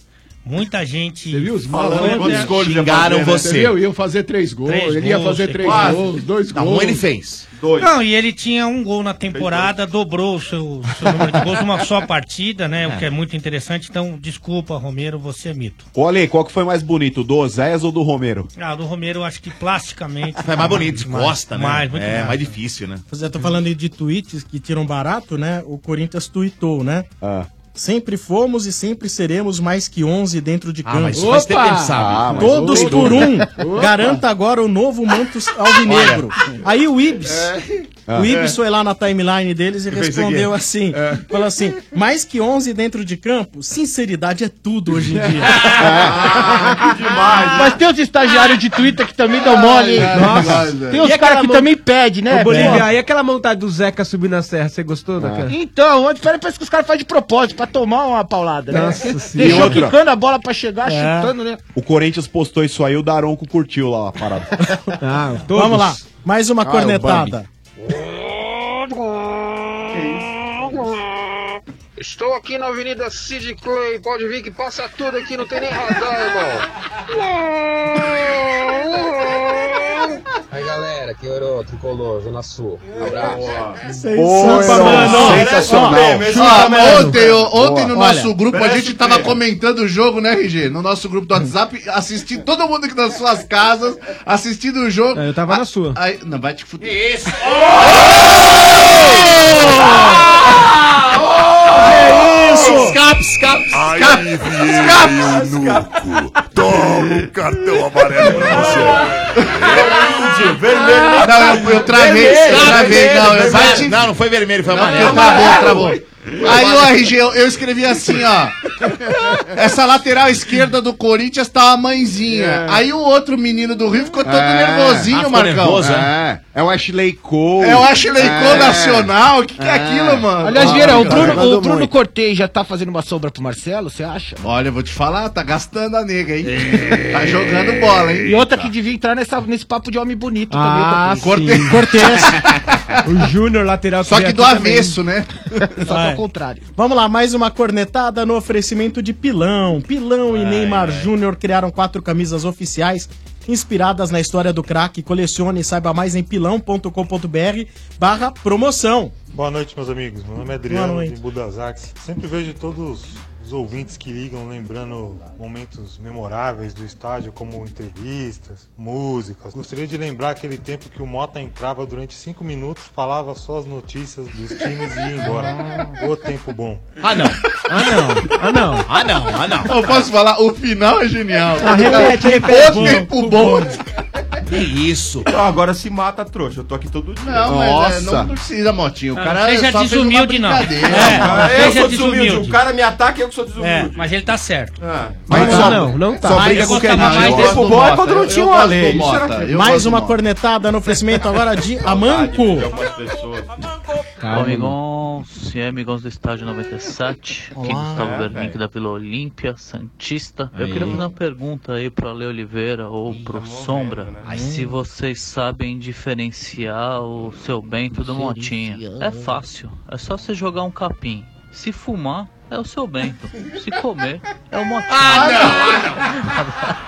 Speaker 7: muita gente. Você viu os
Speaker 12: Ah, Falando quantos gols ele ia fazer, né? Entendeu? Ia fazer três gols,
Speaker 7: Três
Speaker 12: ele ia
Speaker 7: gols,
Speaker 12: fazer
Speaker 7: tem
Speaker 12: três
Speaker 7: quase.
Speaker 12: gols, dois
Speaker 7: Não, um
Speaker 12: gols.
Speaker 7: ele fez.
Speaker 12: Dois.
Speaker 7: Não, e ele tinha um gol na temporada, dobrou o seu, seu número de gols numa só partida, né? O que é muito interessante. Então, desculpa, Romero, você é mito.
Speaker 10: Ô, Ale, qual que foi mais bonito, do Oséias ou do Romero?
Speaker 7: Ah, do Romero, eu acho que plasticamente.
Speaker 3: É mais bonito,
Speaker 7: Mais,
Speaker 3: gosta, né?
Speaker 7: mais, muito
Speaker 3: é,
Speaker 7: mais.
Speaker 3: mais difícil, né?
Speaker 24: Pois é, tô falando aí de tweets que tiram barato, né? O Corinthians tweetou, né?
Speaker 20: Ah.
Speaker 24: Sempre fomos e sempre seremos mais que 11 dentro de campo.
Speaker 3: Ah, mas isso faz tempo que ele sabe. Ah, mas
Speaker 24: Todos
Speaker 3: sem
Speaker 24: por um.
Speaker 3: dúvida. Opa.
Speaker 24: Garanta agora o novo manto alvinegro. Aí o Ibs,
Speaker 3: É.
Speaker 24: o Ibs foi lá na timeline deles e
Speaker 28: Fez o quê?
Speaker 24: respondeu assim,
Speaker 3: É.
Speaker 24: falou assim, mais que 11 dentro de campo, sinceridade é tudo hoje em dia.
Speaker 3: Ah,
Speaker 24: Ah.
Speaker 3: né?
Speaker 17: Mas tem os estagiários de Twitter que também dão mole, hein?
Speaker 24: Nossa.
Speaker 17: Tem
Speaker 24: E
Speaker 17: os caras
Speaker 24: aquela
Speaker 17: que
Speaker 24: mão-
Speaker 17: também pedem, né?
Speaker 24: Ô, Bolívia,
Speaker 17: Pô.
Speaker 24: aí
Speaker 17: aquela montagem do Zeca subindo na serra, você
Speaker 10: Ah.
Speaker 17: gostou
Speaker 24: daquela?
Speaker 17: Então, ontem pera, parece que os caras fazem de propósito, pra tomar uma paulada, né?
Speaker 10: Nossa
Speaker 17: Porque
Speaker 10: Senhora.
Speaker 17: Deixou
Speaker 10: E outra?
Speaker 17: quicando a bola pra chegar,
Speaker 10: É.
Speaker 17: chutando, né?
Speaker 10: O Corinthians postou isso aí, o Daronco curtiu lá a parada.
Speaker 24: todos. Vamos lá, mais uma
Speaker 10: Ah, é o
Speaker 24: cornetada.
Speaker 10: Bambi.
Speaker 5: Estou aqui na Avenida Sid Clay, pode vir que passa tudo aqui, não tem nem radar, irmão.
Speaker 8: Aí galera, que orou, tricolor, Zona Sul. Abraço.
Speaker 10: um
Speaker 4: Ó, ontem, ó, ontem no nosso grupo, a gente tava comentando o jogo, né, RG? No nosso grupo do WhatsApp, assisti todo mundo que nas suas casas, assistindo o jogo. É, Eu tava na sua. Aí, não, vai te fuder.
Speaker 30: Isso!
Speaker 5: Escape, escape, escape, escape,
Speaker 31: Toma o cartão amarelo pra você.
Speaker 4: Ah, Não, eu, eu travei, eu travei, não, eu vai te...
Speaker 3: Não, não foi vermelho, foi amarelo.
Speaker 4: Travou, travou. Aí, ó, RG, eu, eu escrevi assim, ó. Essa lateral esquerda do Corinthians tá uma mãezinha.
Speaker 10: É.
Speaker 4: Aí o outro menino do Rio ficou todo
Speaker 10: É. Ah,
Speaker 4: nervosinho,
Speaker 10: ficou
Speaker 4: Marcão.
Speaker 10: nervoso,
Speaker 4: é.
Speaker 10: é. É o Ashley Cole.
Speaker 4: É o Ashley Cole nacional? O que, que é aquilo, mano?
Speaker 17: Aliás, Vieira, o Bruno, o
Speaker 4: Jogando
Speaker 17: Bruno
Speaker 4: muito.
Speaker 17: Cortez já tá fazendo uma sombra pro Marcelo, você acha?
Speaker 4: Olha, eu vou te falar, tá gastando a nega, hein? tá jogando bola, hein?
Speaker 10: Ah,
Speaker 17: E outra que devia entrar nessa, nesse papo de homem bonito também. tá
Speaker 4: Ah,
Speaker 17: Cortez.
Speaker 4: sim. Cortez.
Speaker 8: O Júnior lateral
Speaker 4: Só
Speaker 8: veio
Speaker 4: que
Speaker 8: aqui
Speaker 4: do
Speaker 8: também.
Speaker 4: avesso, né?
Speaker 24: Só que ao
Speaker 17: contrário.
Speaker 24: Vamos lá, mais uma cornetada no oferecimento de Pilão. Pilão e Neymar Júnior criaram quatro camisas oficiais inspiradas na história do craque. Colecione e saiba mais em pilão.com.br barra promoção.
Speaker 1: Boa noite, meus amigos. Meu nome é Adriano,
Speaker 24: Boa noite.
Speaker 1: de Budazax. Sempre vejo todos os ouvintes que ligam lembrando momentos memoráveis do estádio, como entrevistas, músicas. Gostaria de lembrar aquele tempo que o Mota entrava durante cinco minutos, falava só as notícias dos times e ia embora. Ô tempo bom.
Speaker 4: Ah, não.
Speaker 24: Ah, não. Ah, não.
Speaker 4: Ah, não. Ah, não. Eu posso falar, o final é genial.
Speaker 3: Tá,
Speaker 18: Ah, repete, repete.
Speaker 4: O tempo bom.
Speaker 18: Que isso? agora se mata, trouxa. Eu tô aqui todo dia.
Speaker 4: Não, mas é, não precisa, Motinho. O cara só fez uma brincadeira.
Speaker 8: É,
Speaker 18: Ah, eu sou desumilde. O cara me ataca e eu que sou desumilde. Ah.
Speaker 7: É, mas ele tá certo.
Speaker 24: Mas
Speaker 7: Mas
Speaker 24: só-
Speaker 7: não, não tá.
Speaker 24: só
Speaker 7: Ah,
Speaker 24: briga
Speaker 7: eu
Speaker 24: com
Speaker 7: gostava
Speaker 24: quem não
Speaker 7: mais
Speaker 24: gosta.
Speaker 7: desse
Speaker 24: Tempo bom é
Speaker 7: Mota.
Speaker 24: quando não
Speaker 7: Eu
Speaker 24: tinha
Speaker 7: gosto
Speaker 24: uma
Speaker 7: do
Speaker 24: lei.
Speaker 7: Mota.
Speaker 24: Será que-
Speaker 7: Eu
Speaker 24: Mais
Speaker 7: gosto
Speaker 24: uma
Speaker 7: do
Speaker 24: cornetada no oferecimento agora de Amanco. Calma.
Speaker 2: amigões, e aí, amigões do Estádio 97, aqui
Speaker 24: Olá.
Speaker 2: Gustavo
Speaker 24: É,
Speaker 2: Vernick
Speaker 24: velho.
Speaker 2: da Vila Olímpia, Santista. Eu
Speaker 24: Aí.
Speaker 2: queria fazer uma pergunta aí pro Ale Oliveira ou pro Sombra, se vocês sabem diferenciar o seu Bento do Motinha. É fácil, é só você jogar um capim. Se fumar, é o seu Bento. Se comer, é o Motinha.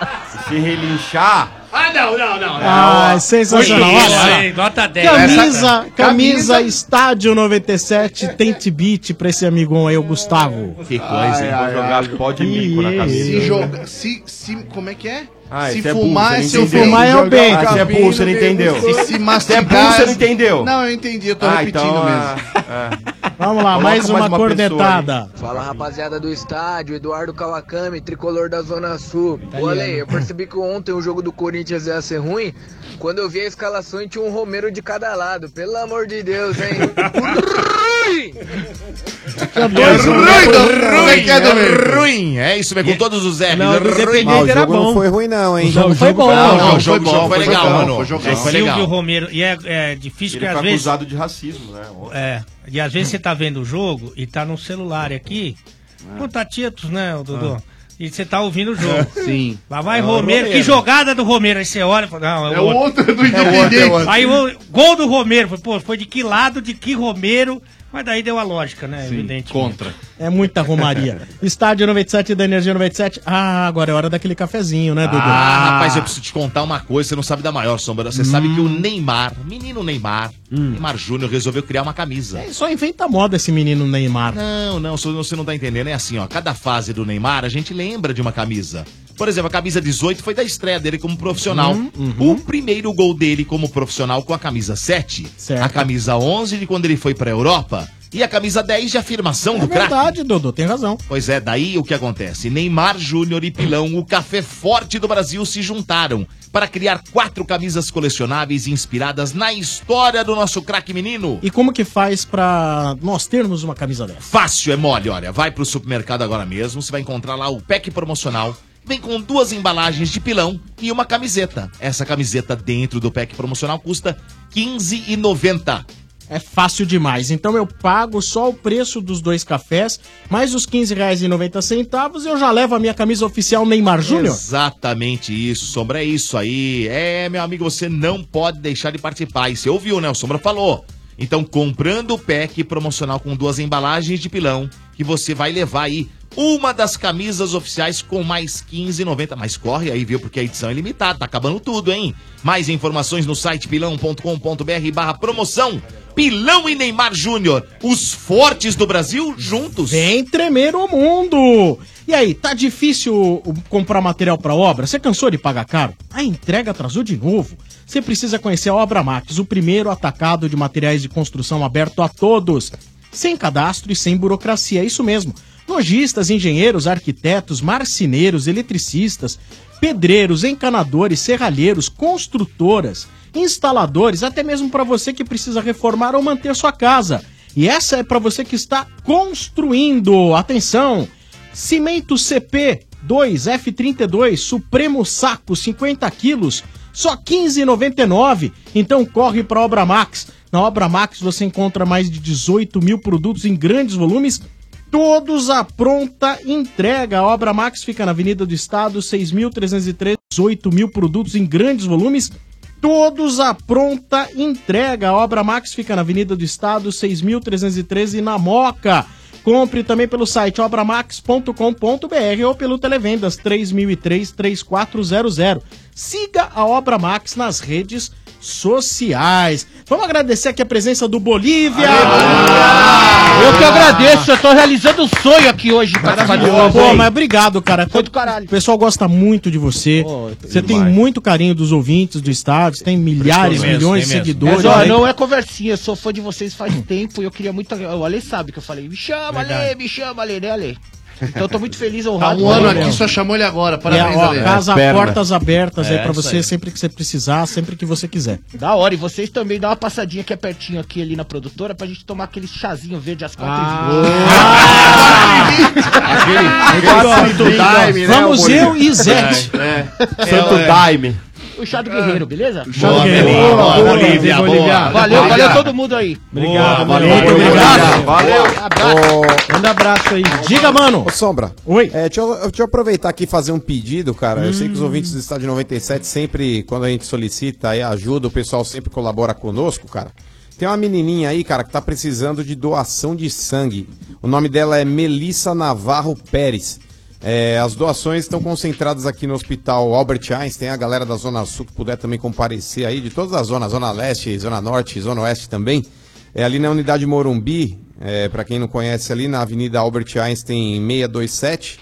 Speaker 18: Se relinchar...
Speaker 4: Ah, não, não, não.
Speaker 24: Ah, sensacional.
Speaker 7: Oi,
Speaker 24: Olha lá.
Speaker 7: hein? Nota 10.
Speaker 24: Camisa,
Speaker 7: Essa-
Speaker 24: camisa, estádio 97, tente beat pra esse amigão aí, o Gustavo.
Speaker 18: Que coisa, hein? Vou jogar pó de mico na camisa.
Speaker 4: Se joga. Se, se. Como é que é?
Speaker 24: Tá
Speaker 18: Ah,
Speaker 4: se
Speaker 18: isso é
Speaker 4: fumar
Speaker 18: burro,
Speaker 4: é
Speaker 18: você
Speaker 4: seu
Speaker 18: não entendeu.
Speaker 4: bem.
Speaker 18: Fumar é o
Speaker 4: Jogar
Speaker 18: bem.
Speaker 4: um
Speaker 18: Ah, se é burro,
Speaker 4: capim
Speaker 18: você não
Speaker 4: no meio
Speaker 18: entendeu.
Speaker 4: do corpo. E
Speaker 18: Se é
Speaker 4: se mastigar.
Speaker 18: burro, você não entendeu.
Speaker 4: Não, eu entendi, eu tô
Speaker 18: Ah,
Speaker 4: repetindo
Speaker 18: então,
Speaker 4: mesmo.
Speaker 24: Vamos lá, mais uma cornetada.
Speaker 11: Fala rapaziada do estádio, Eduardo Kawakami, tricolor da Zona Sul. Ô Ale, eu percebi que ontem o jogo do Corinthians ia ser ruim. Quando eu vi a escalação, e tinha um Romero de cada lado. Pelo amor de Deus, hein? Ruim!
Speaker 3: É
Speaker 11: dois-
Speaker 4: né?
Speaker 3: ruim,
Speaker 11: Ruim,
Speaker 3: é
Speaker 11: é
Speaker 3: ruim, é ruim. É isso, mesmo, com todos os R's.
Speaker 24: Não, do Independente
Speaker 3: Ruim.
Speaker 24: era bom. O jogo
Speaker 3: Não,
Speaker 24: foi bom.
Speaker 3: Não,
Speaker 24: Não,
Speaker 3: o jogo
Speaker 24: foi
Speaker 3: bom,
Speaker 24: bom,
Speaker 3: foi
Speaker 24: foi
Speaker 3: legal,
Speaker 24: jogão,
Speaker 3: mano.
Speaker 24: foi jogão.
Speaker 3: É, Foi
Speaker 7: Silvio
Speaker 3: legal.
Speaker 7: Romero. E é, é difícil
Speaker 18: Ele
Speaker 7: que
Speaker 8: tá
Speaker 18: foi
Speaker 7: às vezes.
Speaker 18: acusado de racismo, né?
Speaker 14: Um
Speaker 18: Ontem.
Speaker 7: É. E às vezes você tá vendo o jogo e tá no celular aqui.
Speaker 14: É.
Speaker 7: Não tá tietos, né, ô Dudu? E você tá ouvindo o jogo.
Speaker 14: Sim.
Speaker 7: Lá vai
Speaker 14: Ah. É o
Speaker 7: Romero.
Speaker 14: Romero.
Speaker 7: Que jogada do Romero. Aí você olha e fala, não,
Speaker 14: É o outro do
Speaker 7: É o outro,
Speaker 14: Independente.
Speaker 7: é o outro. Aí o gol do Romero. Foi, pô, foi de que lado, de que Romero. Mas daí deu a lógica, né? Evidente. Contra.
Speaker 24: É muita romaria. Estádio 97 da Energia 97. Ah, agora é hora daquele cafezinho, né, Dudu? Hum.
Speaker 3: Ah, rapaz, eu preciso te contar uma coisa, você não sabe da maior sombra. Você sabe que o Neymar, menino Neymar, Neymar Júnior, resolveu criar uma camisa.
Speaker 24: É, Só inventa moda esse menino Neymar.
Speaker 3: Não, não, só- você não tá entendendo. É assim, ó. Cada fase do Neymar, a gente lembra de uma camisa. Por exemplo, a camisa 18 foi da estreia dele como profissional.
Speaker 24: Uhum,
Speaker 3: O primeiro gol dele como profissional com a camisa 7. A camisa 11 de quando ele foi pra Europa. E a camisa 10 de
Speaker 24: É
Speaker 3: afirmação do craque.
Speaker 24: Verdade, Dudu, Ah, tem razão.
Speaker 3: Pois é, daí o que acontece? Neymar Júnior e Pilão, o café forte do Brasil, se juntaram para criar quatro camisas colecionáveis inspiradas na história do nosso craque menino.
Speaker 24: E como que faz pra nós termos uma camisa dessa?
Speaker 3: Fácil, é mole, olha. Vai pro supermercado agora mesmo, você vai encontrar lá o pack promocional. Vem com duas embalagens de pilão e uma camiseta. Essa camiseta dentro do pack promocional custa R$ 15,90.
Speaker 24: É fácil demais. Então eu pago só o preço dos dois cafés, mais os R$ 15,90 e eu já levo a minha camisa oficial Neymar Júnior.
Speaker 3: Exatamente isso, Sombra, é isso aí. É, meu amigo, você não pode deixar de participar. E você ouviu, né? O Sombra falou. Então, comprando o pack promocional com duas embalagens de pilão, que você vai levar aí uma das camisas oficiais com mais 15,90. Mas corre aí, viu? Porque a edição é limitada, tá acabando tudo, hein? Mais informações no site pilão.com.br barra promoção. Pilão e Neymar Júnior, os fortes do Brasil juntos.
Speaker 24: Vem tremer o mundo! E aí, tá difícil o- comprar material pra obra? Você cansou de pagar caro? A entrega atrasou de novo. Você precisa conhecer a Obra Max, o primeiro atacado de materiais de construção aberto a todos. Sem cadastro e sem burocracia, é isso mesmo. Lojistas, engenheiros, arquitetos, marceneiros, eletricistas, pedreiros, encanadores, serralheiros, construtoras, instaladores, até mesmo para você que precisa reformar ou manter sua casa. E essa é para você que está construindo. Atenção! Cimento CP 2F32 Supremo Saco 50 quilos, só 15,99. Então corre para a Obra Max. Na Obra Max você encontra mais de 18 mil produtos em grandes volumes, todos à pronta entrega. A Obra Max fica na Avenida do Estado, 6.303, 18 mil produtos em grandes volumes todos à pronta entrega. A obra Max fica na Avenida do Estado, 6.313, na Moca. Compre também pelo site obramax.com.br ou pelo Televendas 3003-3400. Siga a Obra Max nas redes sociais. Vamos agradecer aqui a presença do Bolívia. Ah,
Speaker 17: Eu que agradeço, eu tô realizando um sonho aqui hoje.
Speaker 24: Maravilhoso. Pô, mas obrigado, cara. Foi do caralho. O pessoal gosta muito de você. você tem muito carinho dos ouvintes do estádio, tem milhares,
Speaker 17: Tem mesmo,
Speaker 24: milhões de
Speaker 17: tem mesmo.
Speaker 24: seguidores.
Speaker 17: Mas, ó, não é conversinha, eu sou fã de vocês faz tempo e eu queria muito. O Ale sabe que eu falei, me chama, Ale,
Speaker 4: Verdade.
Speaker 17: me chama, Ale, né, Ale? Então eu tô muito feliz,
Speaker 4: Tá
Speaker 17: honrado.
Speaker 4: um ano aqui,
Speaker 24: Gabriel.
Speaker 4: só chamou ele agora.
Speaker 24: E,
Speaker 4: Parabéns,
Speaker 24: É, ó,
Speaker 4: Ale.
Speaker 24: casa, portas abertas
Speaker 17: É,
Speaker 24: aí pra
Speaker 17: isso
Speaker 24: você
Speaker 17: aí.
Speaker 24: sempre que você precisar, sempre que você quiser.
Speaker 17: Da hora, e vocês também dá uma passadinha que é pertinho aqui ali na produtora pra gente tomar aquele chazinho verde às quatro
Speaker 18: Ah.
Speaker 17: e
Speaker 18: né,
Speaker 17: vinte.
Speaker 24: Vamos eu e Zete.
Speaker 18: É,
Speaker 17: Santo
Speaker 7: é.
Speaker 18: Daime.
Speaker 17: O chá do guerreiro, beleza?
Speaker 18: chá do Boa, guerreiro. boa, boa, boa, Bolívia, boa.
Speaker 17: Valeu, valeu
Speaker 18: Bolívia.
Speaker 17: todo mundo aí.
Speaker 24: Obrigado,
Speaker 16: Boa,
Speaker 24: valeu,
Speaker 16: valeu,
Speaker 24: muito
Speaker 16: obrigado.
Speaker 24: obrigado.
Speaker 16: Valeu.
Speaker 24: Manda abraço aí. Diga, mano.
Speaker 16: Ô, Sombra.
Speaker 24: Oi. Hum.
Speaker 16: É, deixa, eu, deixa eu aproveitar aqui e fazer um pedido, cara. Eu sei que os ouvintes do Estádio 97 sempre, quando a gente solicita aí ajuda, o pessoal sempre colabora conosco, cara. Tem uma menininha aí, cara, que tá precisando de doação de sangue. O nome dela é Melissa Navarro Pérez. É, as doações estão concentradas aqui no Hospital Albert Einstein. A galera da Zona Sul que puder também comparecer aí, de todas as zonas, Zona Leste, Zona Norte, Zona Oeste também. É ali na unidade Morumbi, é, para quem não conhece, ali na Avenida Albert Einstein 627,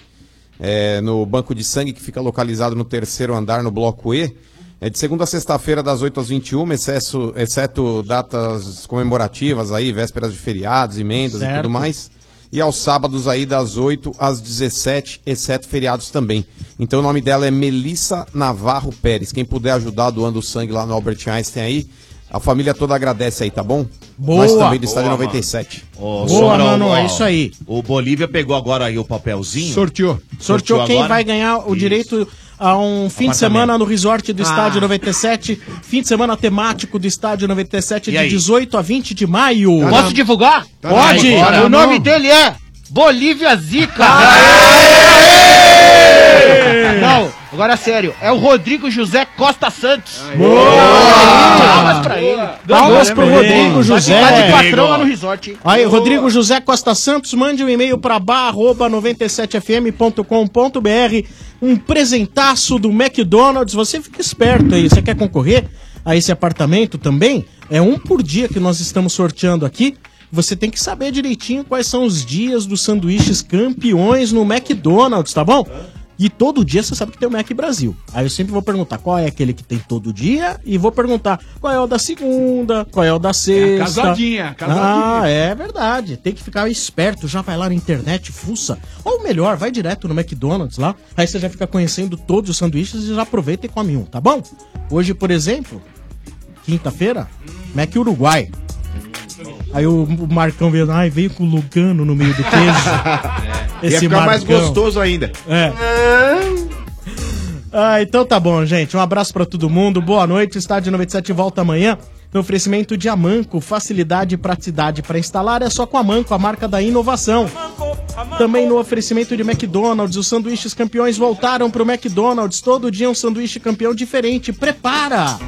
Speaker 16: é, no banco de sangue que fica localizado no terceiro andar, no bloco E. É de segunda a sexta-feira, das 8 às 21, excesso, exceto datas comemorativas aí, vésperas de feriados, emendas e
Speaker 24: Certo.
Speaker 16: tudo mais. E aos sábados aí, das 8 às 17, exceto feriados também. Então o nome dela é Melissa Navarro Pérez. Quem puder ajudar doando sangue lá no Albert Einstein aí, a família toda agradece aí, tá bom?
Speaker 24: Boa.
Speaker 16: Nós também do Estádio
Speaker 5: Boa,
Speaker 16: 97.
Speaker 5: Ô,
Speaker 24: Boa,
Speaker 5: Sombra,
Speaker 24: mano,
Speaker 5: ó,
Speaker 24: é isso aí.
Speaker 5: O Bolívia pegou agora aí o papelzinho.
Speaker 24: Sorteou. Sorteou, quem
Speaker 5: agora.
Speaker 24: vai ganhar o direito a um fim de semana no resort do Estádio 97. Fim de semana temático do Estádio 97,
Speaker 17: E
Speaker 24: de
Speaker 17: aí?
Speaker 24: 18 a 20 de maio.
Speaker 17: Posso Tá na- divulgar? Tá na-
Speaker 24: Pode.
Speaker 17: Bora,
Speaker 24: o
Speaker 17: não.
Speaker 24: nome
Speaker 17: dele é Bolívia Zica. Não, agora é sério, é o Rodrigo José Costa Santos. Palmas pra ele.
Speaker 24: Palmas pro
Speaker 17: Ganhou, né,
Speaker 24: Rodrigo
Speaker 17: mano?
Speaker 24: José.
Speaker 17: Vai ficar de patrão lá no resort. hein?
Speaker 24: Aí, Rodrigo José Costa Santos, mande um e-mail para bar@97fm.com.br, um presentaço do McDonald's. Você fica esperto aí, você quer concorrer a esse apartamento também? É um por dia que nós estamos sorteando aqui. Você tem que saber direitinho quais são os dias dos sanduíches campeões no McDonald's, tá bom? E todo dia você sabe que tem o Mac Brasil. Aí eu sempre vou perguntar qual é aquele que tem todo dia e vou perguntar qual é o da segunda, qual é o da sexta.
Speaker 14: casadinha, casadinha.
Speaker 24: Ah, é verdade. Tem que ficar esperto. Já vai lá na internet, fuça. Ou melhor, vai direto no McDonald's lá. Aí você já fica conhecendo todos os sanduíches e já aproveita e come um, tá bom? Hoje, por exemplo, quinta-feira, Mac Uruguai. Aí o o Marcão veio, ai, veio com o Lugano no meio do queijo.
Speaker 18: É. Ia ficar mais gostoso ainda.
Speaker 24: É. Ah, então tá bom, gente. Um abraço pra todo mundo. Boa noite. Estádio 97 volta amanhã. No oferecimento de Amanco, facilidade e praticidade para instalar é só com a Amanco, a marca da inovação. Também no oferecimento de McDonald's, os sanduíches campeões voltaram pro McDonald's. Todo dia um sanduíche campeão diferente. Prepara!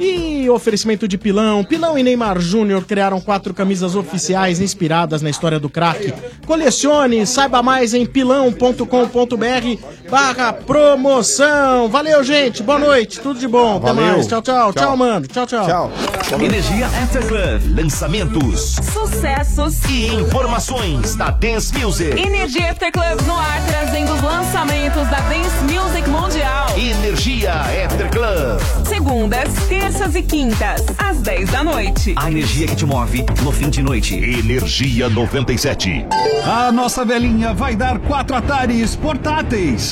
Speaker 24: E oferecimento de Pilão. Pilão e Neymar Júnior criaram quatro camisas oficiais inspiradas na história do craque. Colecione, saiba mais em pilão.com.br barra promoção. Valeu, gente. Boa noite. Tudo de bom. Até
Speaker 5: Valeu.
Speaker 24: mais. Tchau, tchau. Tchau,
Speaker 5: Tchau.
Speaker 24: mano. Tchau, tchau.
Speaker 5: Energia After Club, lançamentos
Speaker 9: Sucessos
Speaker 5: e informações da Dance Music.
Speaker 9: Energia After Club no ar, trazendo os lançamentos da Dance Music Mundial.
Speaker 5: Energia After Club.
Speaker 9: Segundas, terças e quintas, às 10 da noite.
Speaker 5: A energia que te move no fim de noite. Energia 97.
Speaker 13: A nossa velhinha vai dar quatro atares portáteis.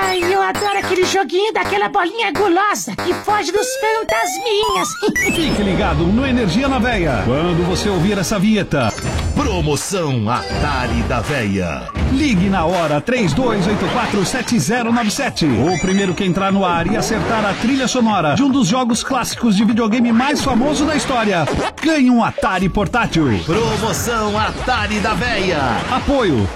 Speaker 19: Ai, eu adoro aquele joguinho daquela bolinha gulosa que foge dos fantasminhas.
Speaker 13: Fique ligado no Energia na Veia. Quando você ouvir essa vinheta,
Speaker 3: Promoção Atari da Véia.
Speaker 13: Ligue na hora 32847097. O primeiro que entrar no ar e acertar a trilha sonora de um dos jogos clássicos de videogame mais famoso da história, ganha um Atari portátil.
Speaker 3: Promoção Atari da Véia.
Speaker 13: Apoio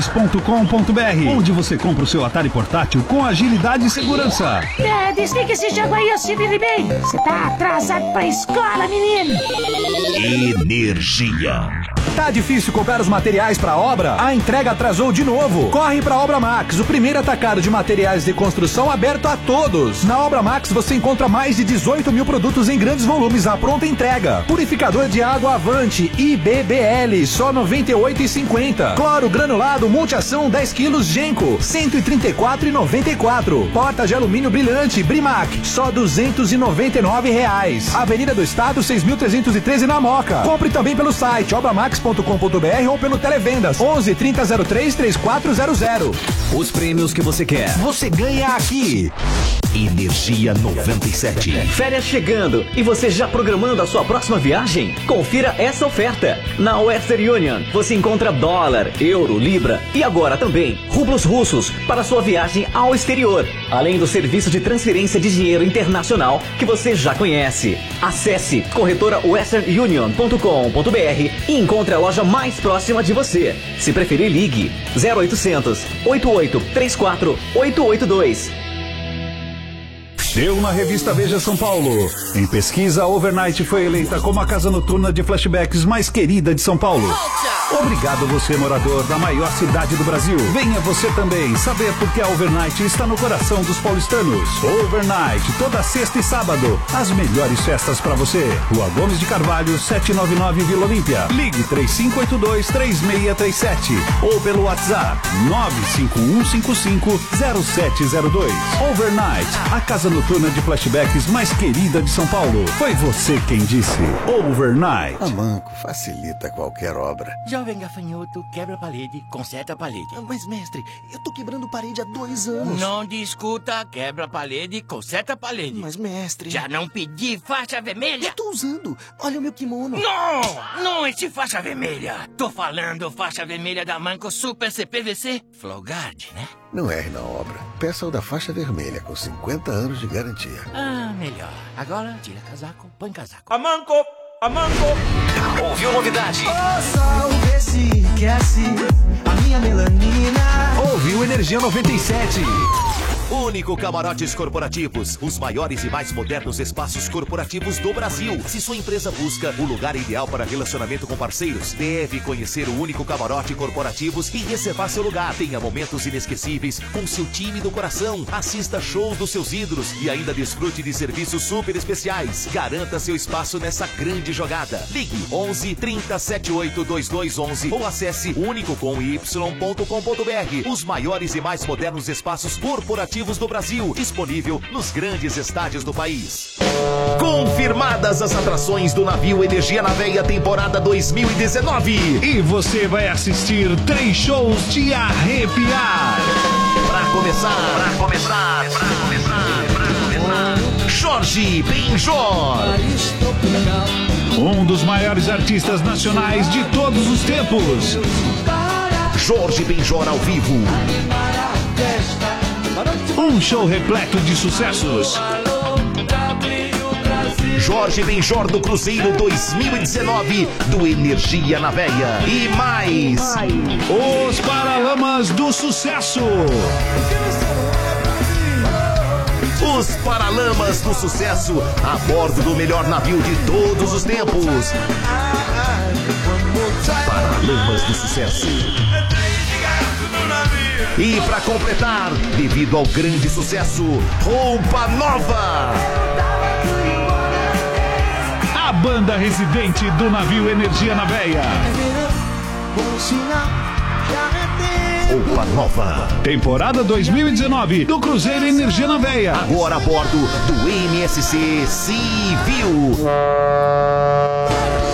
Speaker 13: tectoywebphones.com.br, onde você compra o seu Atari portátil com agilidade e segurança.
Speaker 32: É, desliga esse jogo aí, ô se vire bem. Você tá atrasado pra escola, menino.
Speaker 3: Energia.
Speaker 6: Tá difícil comprar os materiais para obra? A entrega atrasou de novo. Corre para Obra Max, o primeiro atacado de materiais de construção aberto a todos. Na Obra Max você encontra mais de 18 mil produtos em grandes volumes à pronta entrega. Purificador de água Avante IBBL só 98,50. Cloro granulado multiação 10 kg Genco 134,94. Porta de alumínio brilhante Brimac só 299 reais. Avenida do Estado 6.313 na Moca. Compre também pelo site obramax.com.br ou pelo televendas 11 3003 3400.
Speaker 3: Os prêmios que você quer, você ganha aqui. Energia 97.
Speaker 18: Férias chegando e você já programando a sua próxima viagem? Confira essa oferta. Na Western Union você encontra dólar, euro, libra e agora também rublos russos para sua viagem ao exterior, além do serviço de transferência de dinheiro internacional que você já conhece. Acesse corretorawesternunion.com.br e encontre a loja mais próxima de você. Se preferir, ligue 0800 88 34 882.
Speaker 13: Deu na revista Veja São Paulo. Em pesquisa, a Overnight foi eleita como a casa noturna de flashbacks mais querida de São Paulo. Obrigado você, morador da maior cidade do Brasil. Venha você também saber porque a Overnight está no coração dos paulistanos. Overnight, toda sexta e sábado, as melhores festas para você. Rua Gomes de Carvalho, 799 Vila Olímpia. Ligue 3582-3637 ou pelo WhatsApp 951550702. Overnight, a casa noturna de flashbacks mais querida de São Paulo. Foi você quem disse. Overnight.
Speaker 8: A Manco facilita qualquer obra.
Speaker 5: Jovem gafanhoto, quebra a parede, conserta a parede.
Speaker 8: Mas, mestre, eu tô quebrando parede há dois anos.
Speaker 5: Não discuta, quebra a parede, conserta a parede.
Speaker 8: Mas, mestre.
Speaker 5: Já não pedi faixa vermelha?
Speaker 8: Eu tô usando. Olha o meu kimono.
Speaker 5: Não! Não esse faixa vermelha! Tô falando faixa vermelha da Manco Super CPVC Flowguard, né?
Speaker 8: Não erre na obra. Peça o da faixa vermelha com 50 anos de garantia.
Speaker 5: Ah, melhor. Agora, tira casaco, põe casaco. A Manco! A Manco! Ouviu novidade?
Speaker 3: Ouviu Energia 97. Único Camarotes Corporativos, os maiores e mais modernos espaços corporativos do Brasil. Se sua empresa busca o lugar ideal para relacionamento com parceiros, deve conhecer o Único Camarote Corporativos e reservar seu lugar. Tenha momentos inesquecíveis com seu time do coração. Assista shows dos seus ídolos e ainda desfrute de serviços super especiais. Garanta seu espaço nessa grande jogada. Ligue 11 30 78 2211 ou acesse unicocomy.com.br. Os maiores e mais modernos espaços corporativos esportivos do Brasil, disponível nos grandes estádios do país.
Speaker 13: Confirmadas as atrações do navio Energia na Veia temporada 2019. E você vai assistir três shows de arrepiar.
Speaker 3: Pra começar, pra começar, pra começar, pra começar. Jorge Benjor.
Speaker 13: Um dos maiores artistas nacionais de todos os tempos.
Speaker 3: Jorge Benjor ao vivo.
Speaker 13: Um show repleto de sucessos.
Speaker 3: Jorge Benjor do Cruzeiro 2019 do Energia na Veia. E mais.
Speaker 13: Os Paralamas do Sucesso.
Speaker 3: Os Paralamas do Sucesso a bordo do melhor navio de todos os tempos. Paralamas do Sucesso. E para completar, devido ao grande sucesso, roupa nova.
Speaker 13: A banda residente do navio Energia na Veia.
Speaker 3: Roupa nova.
Speaker 13: Temporada 2019 do Cruzeiro Energia na Veia.
Speaker 3: Agora a bordo do MSC Civil.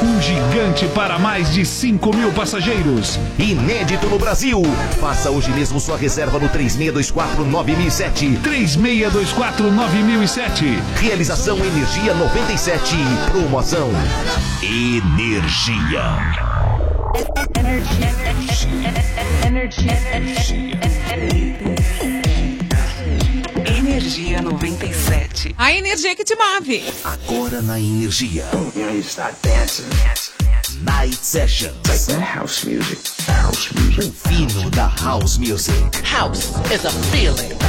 Speaker 13: Um
Speaker 33: gigante para mais de 5 mil passageiros.
Speaker 3: Inédito no Brasil. Faça hoje mesmo sua reserva no 36249007.
Speaker 33: 36249007.
Speaker 3: Realização Energia 97. Promoção Energia.
Speaker 5: Energia 97.
Speaker 34: A energia que te move.
Speaker 3: Agora na Energia. Night Session. house music. House music. O fino da house music.
Speaker 5: House is a feeling.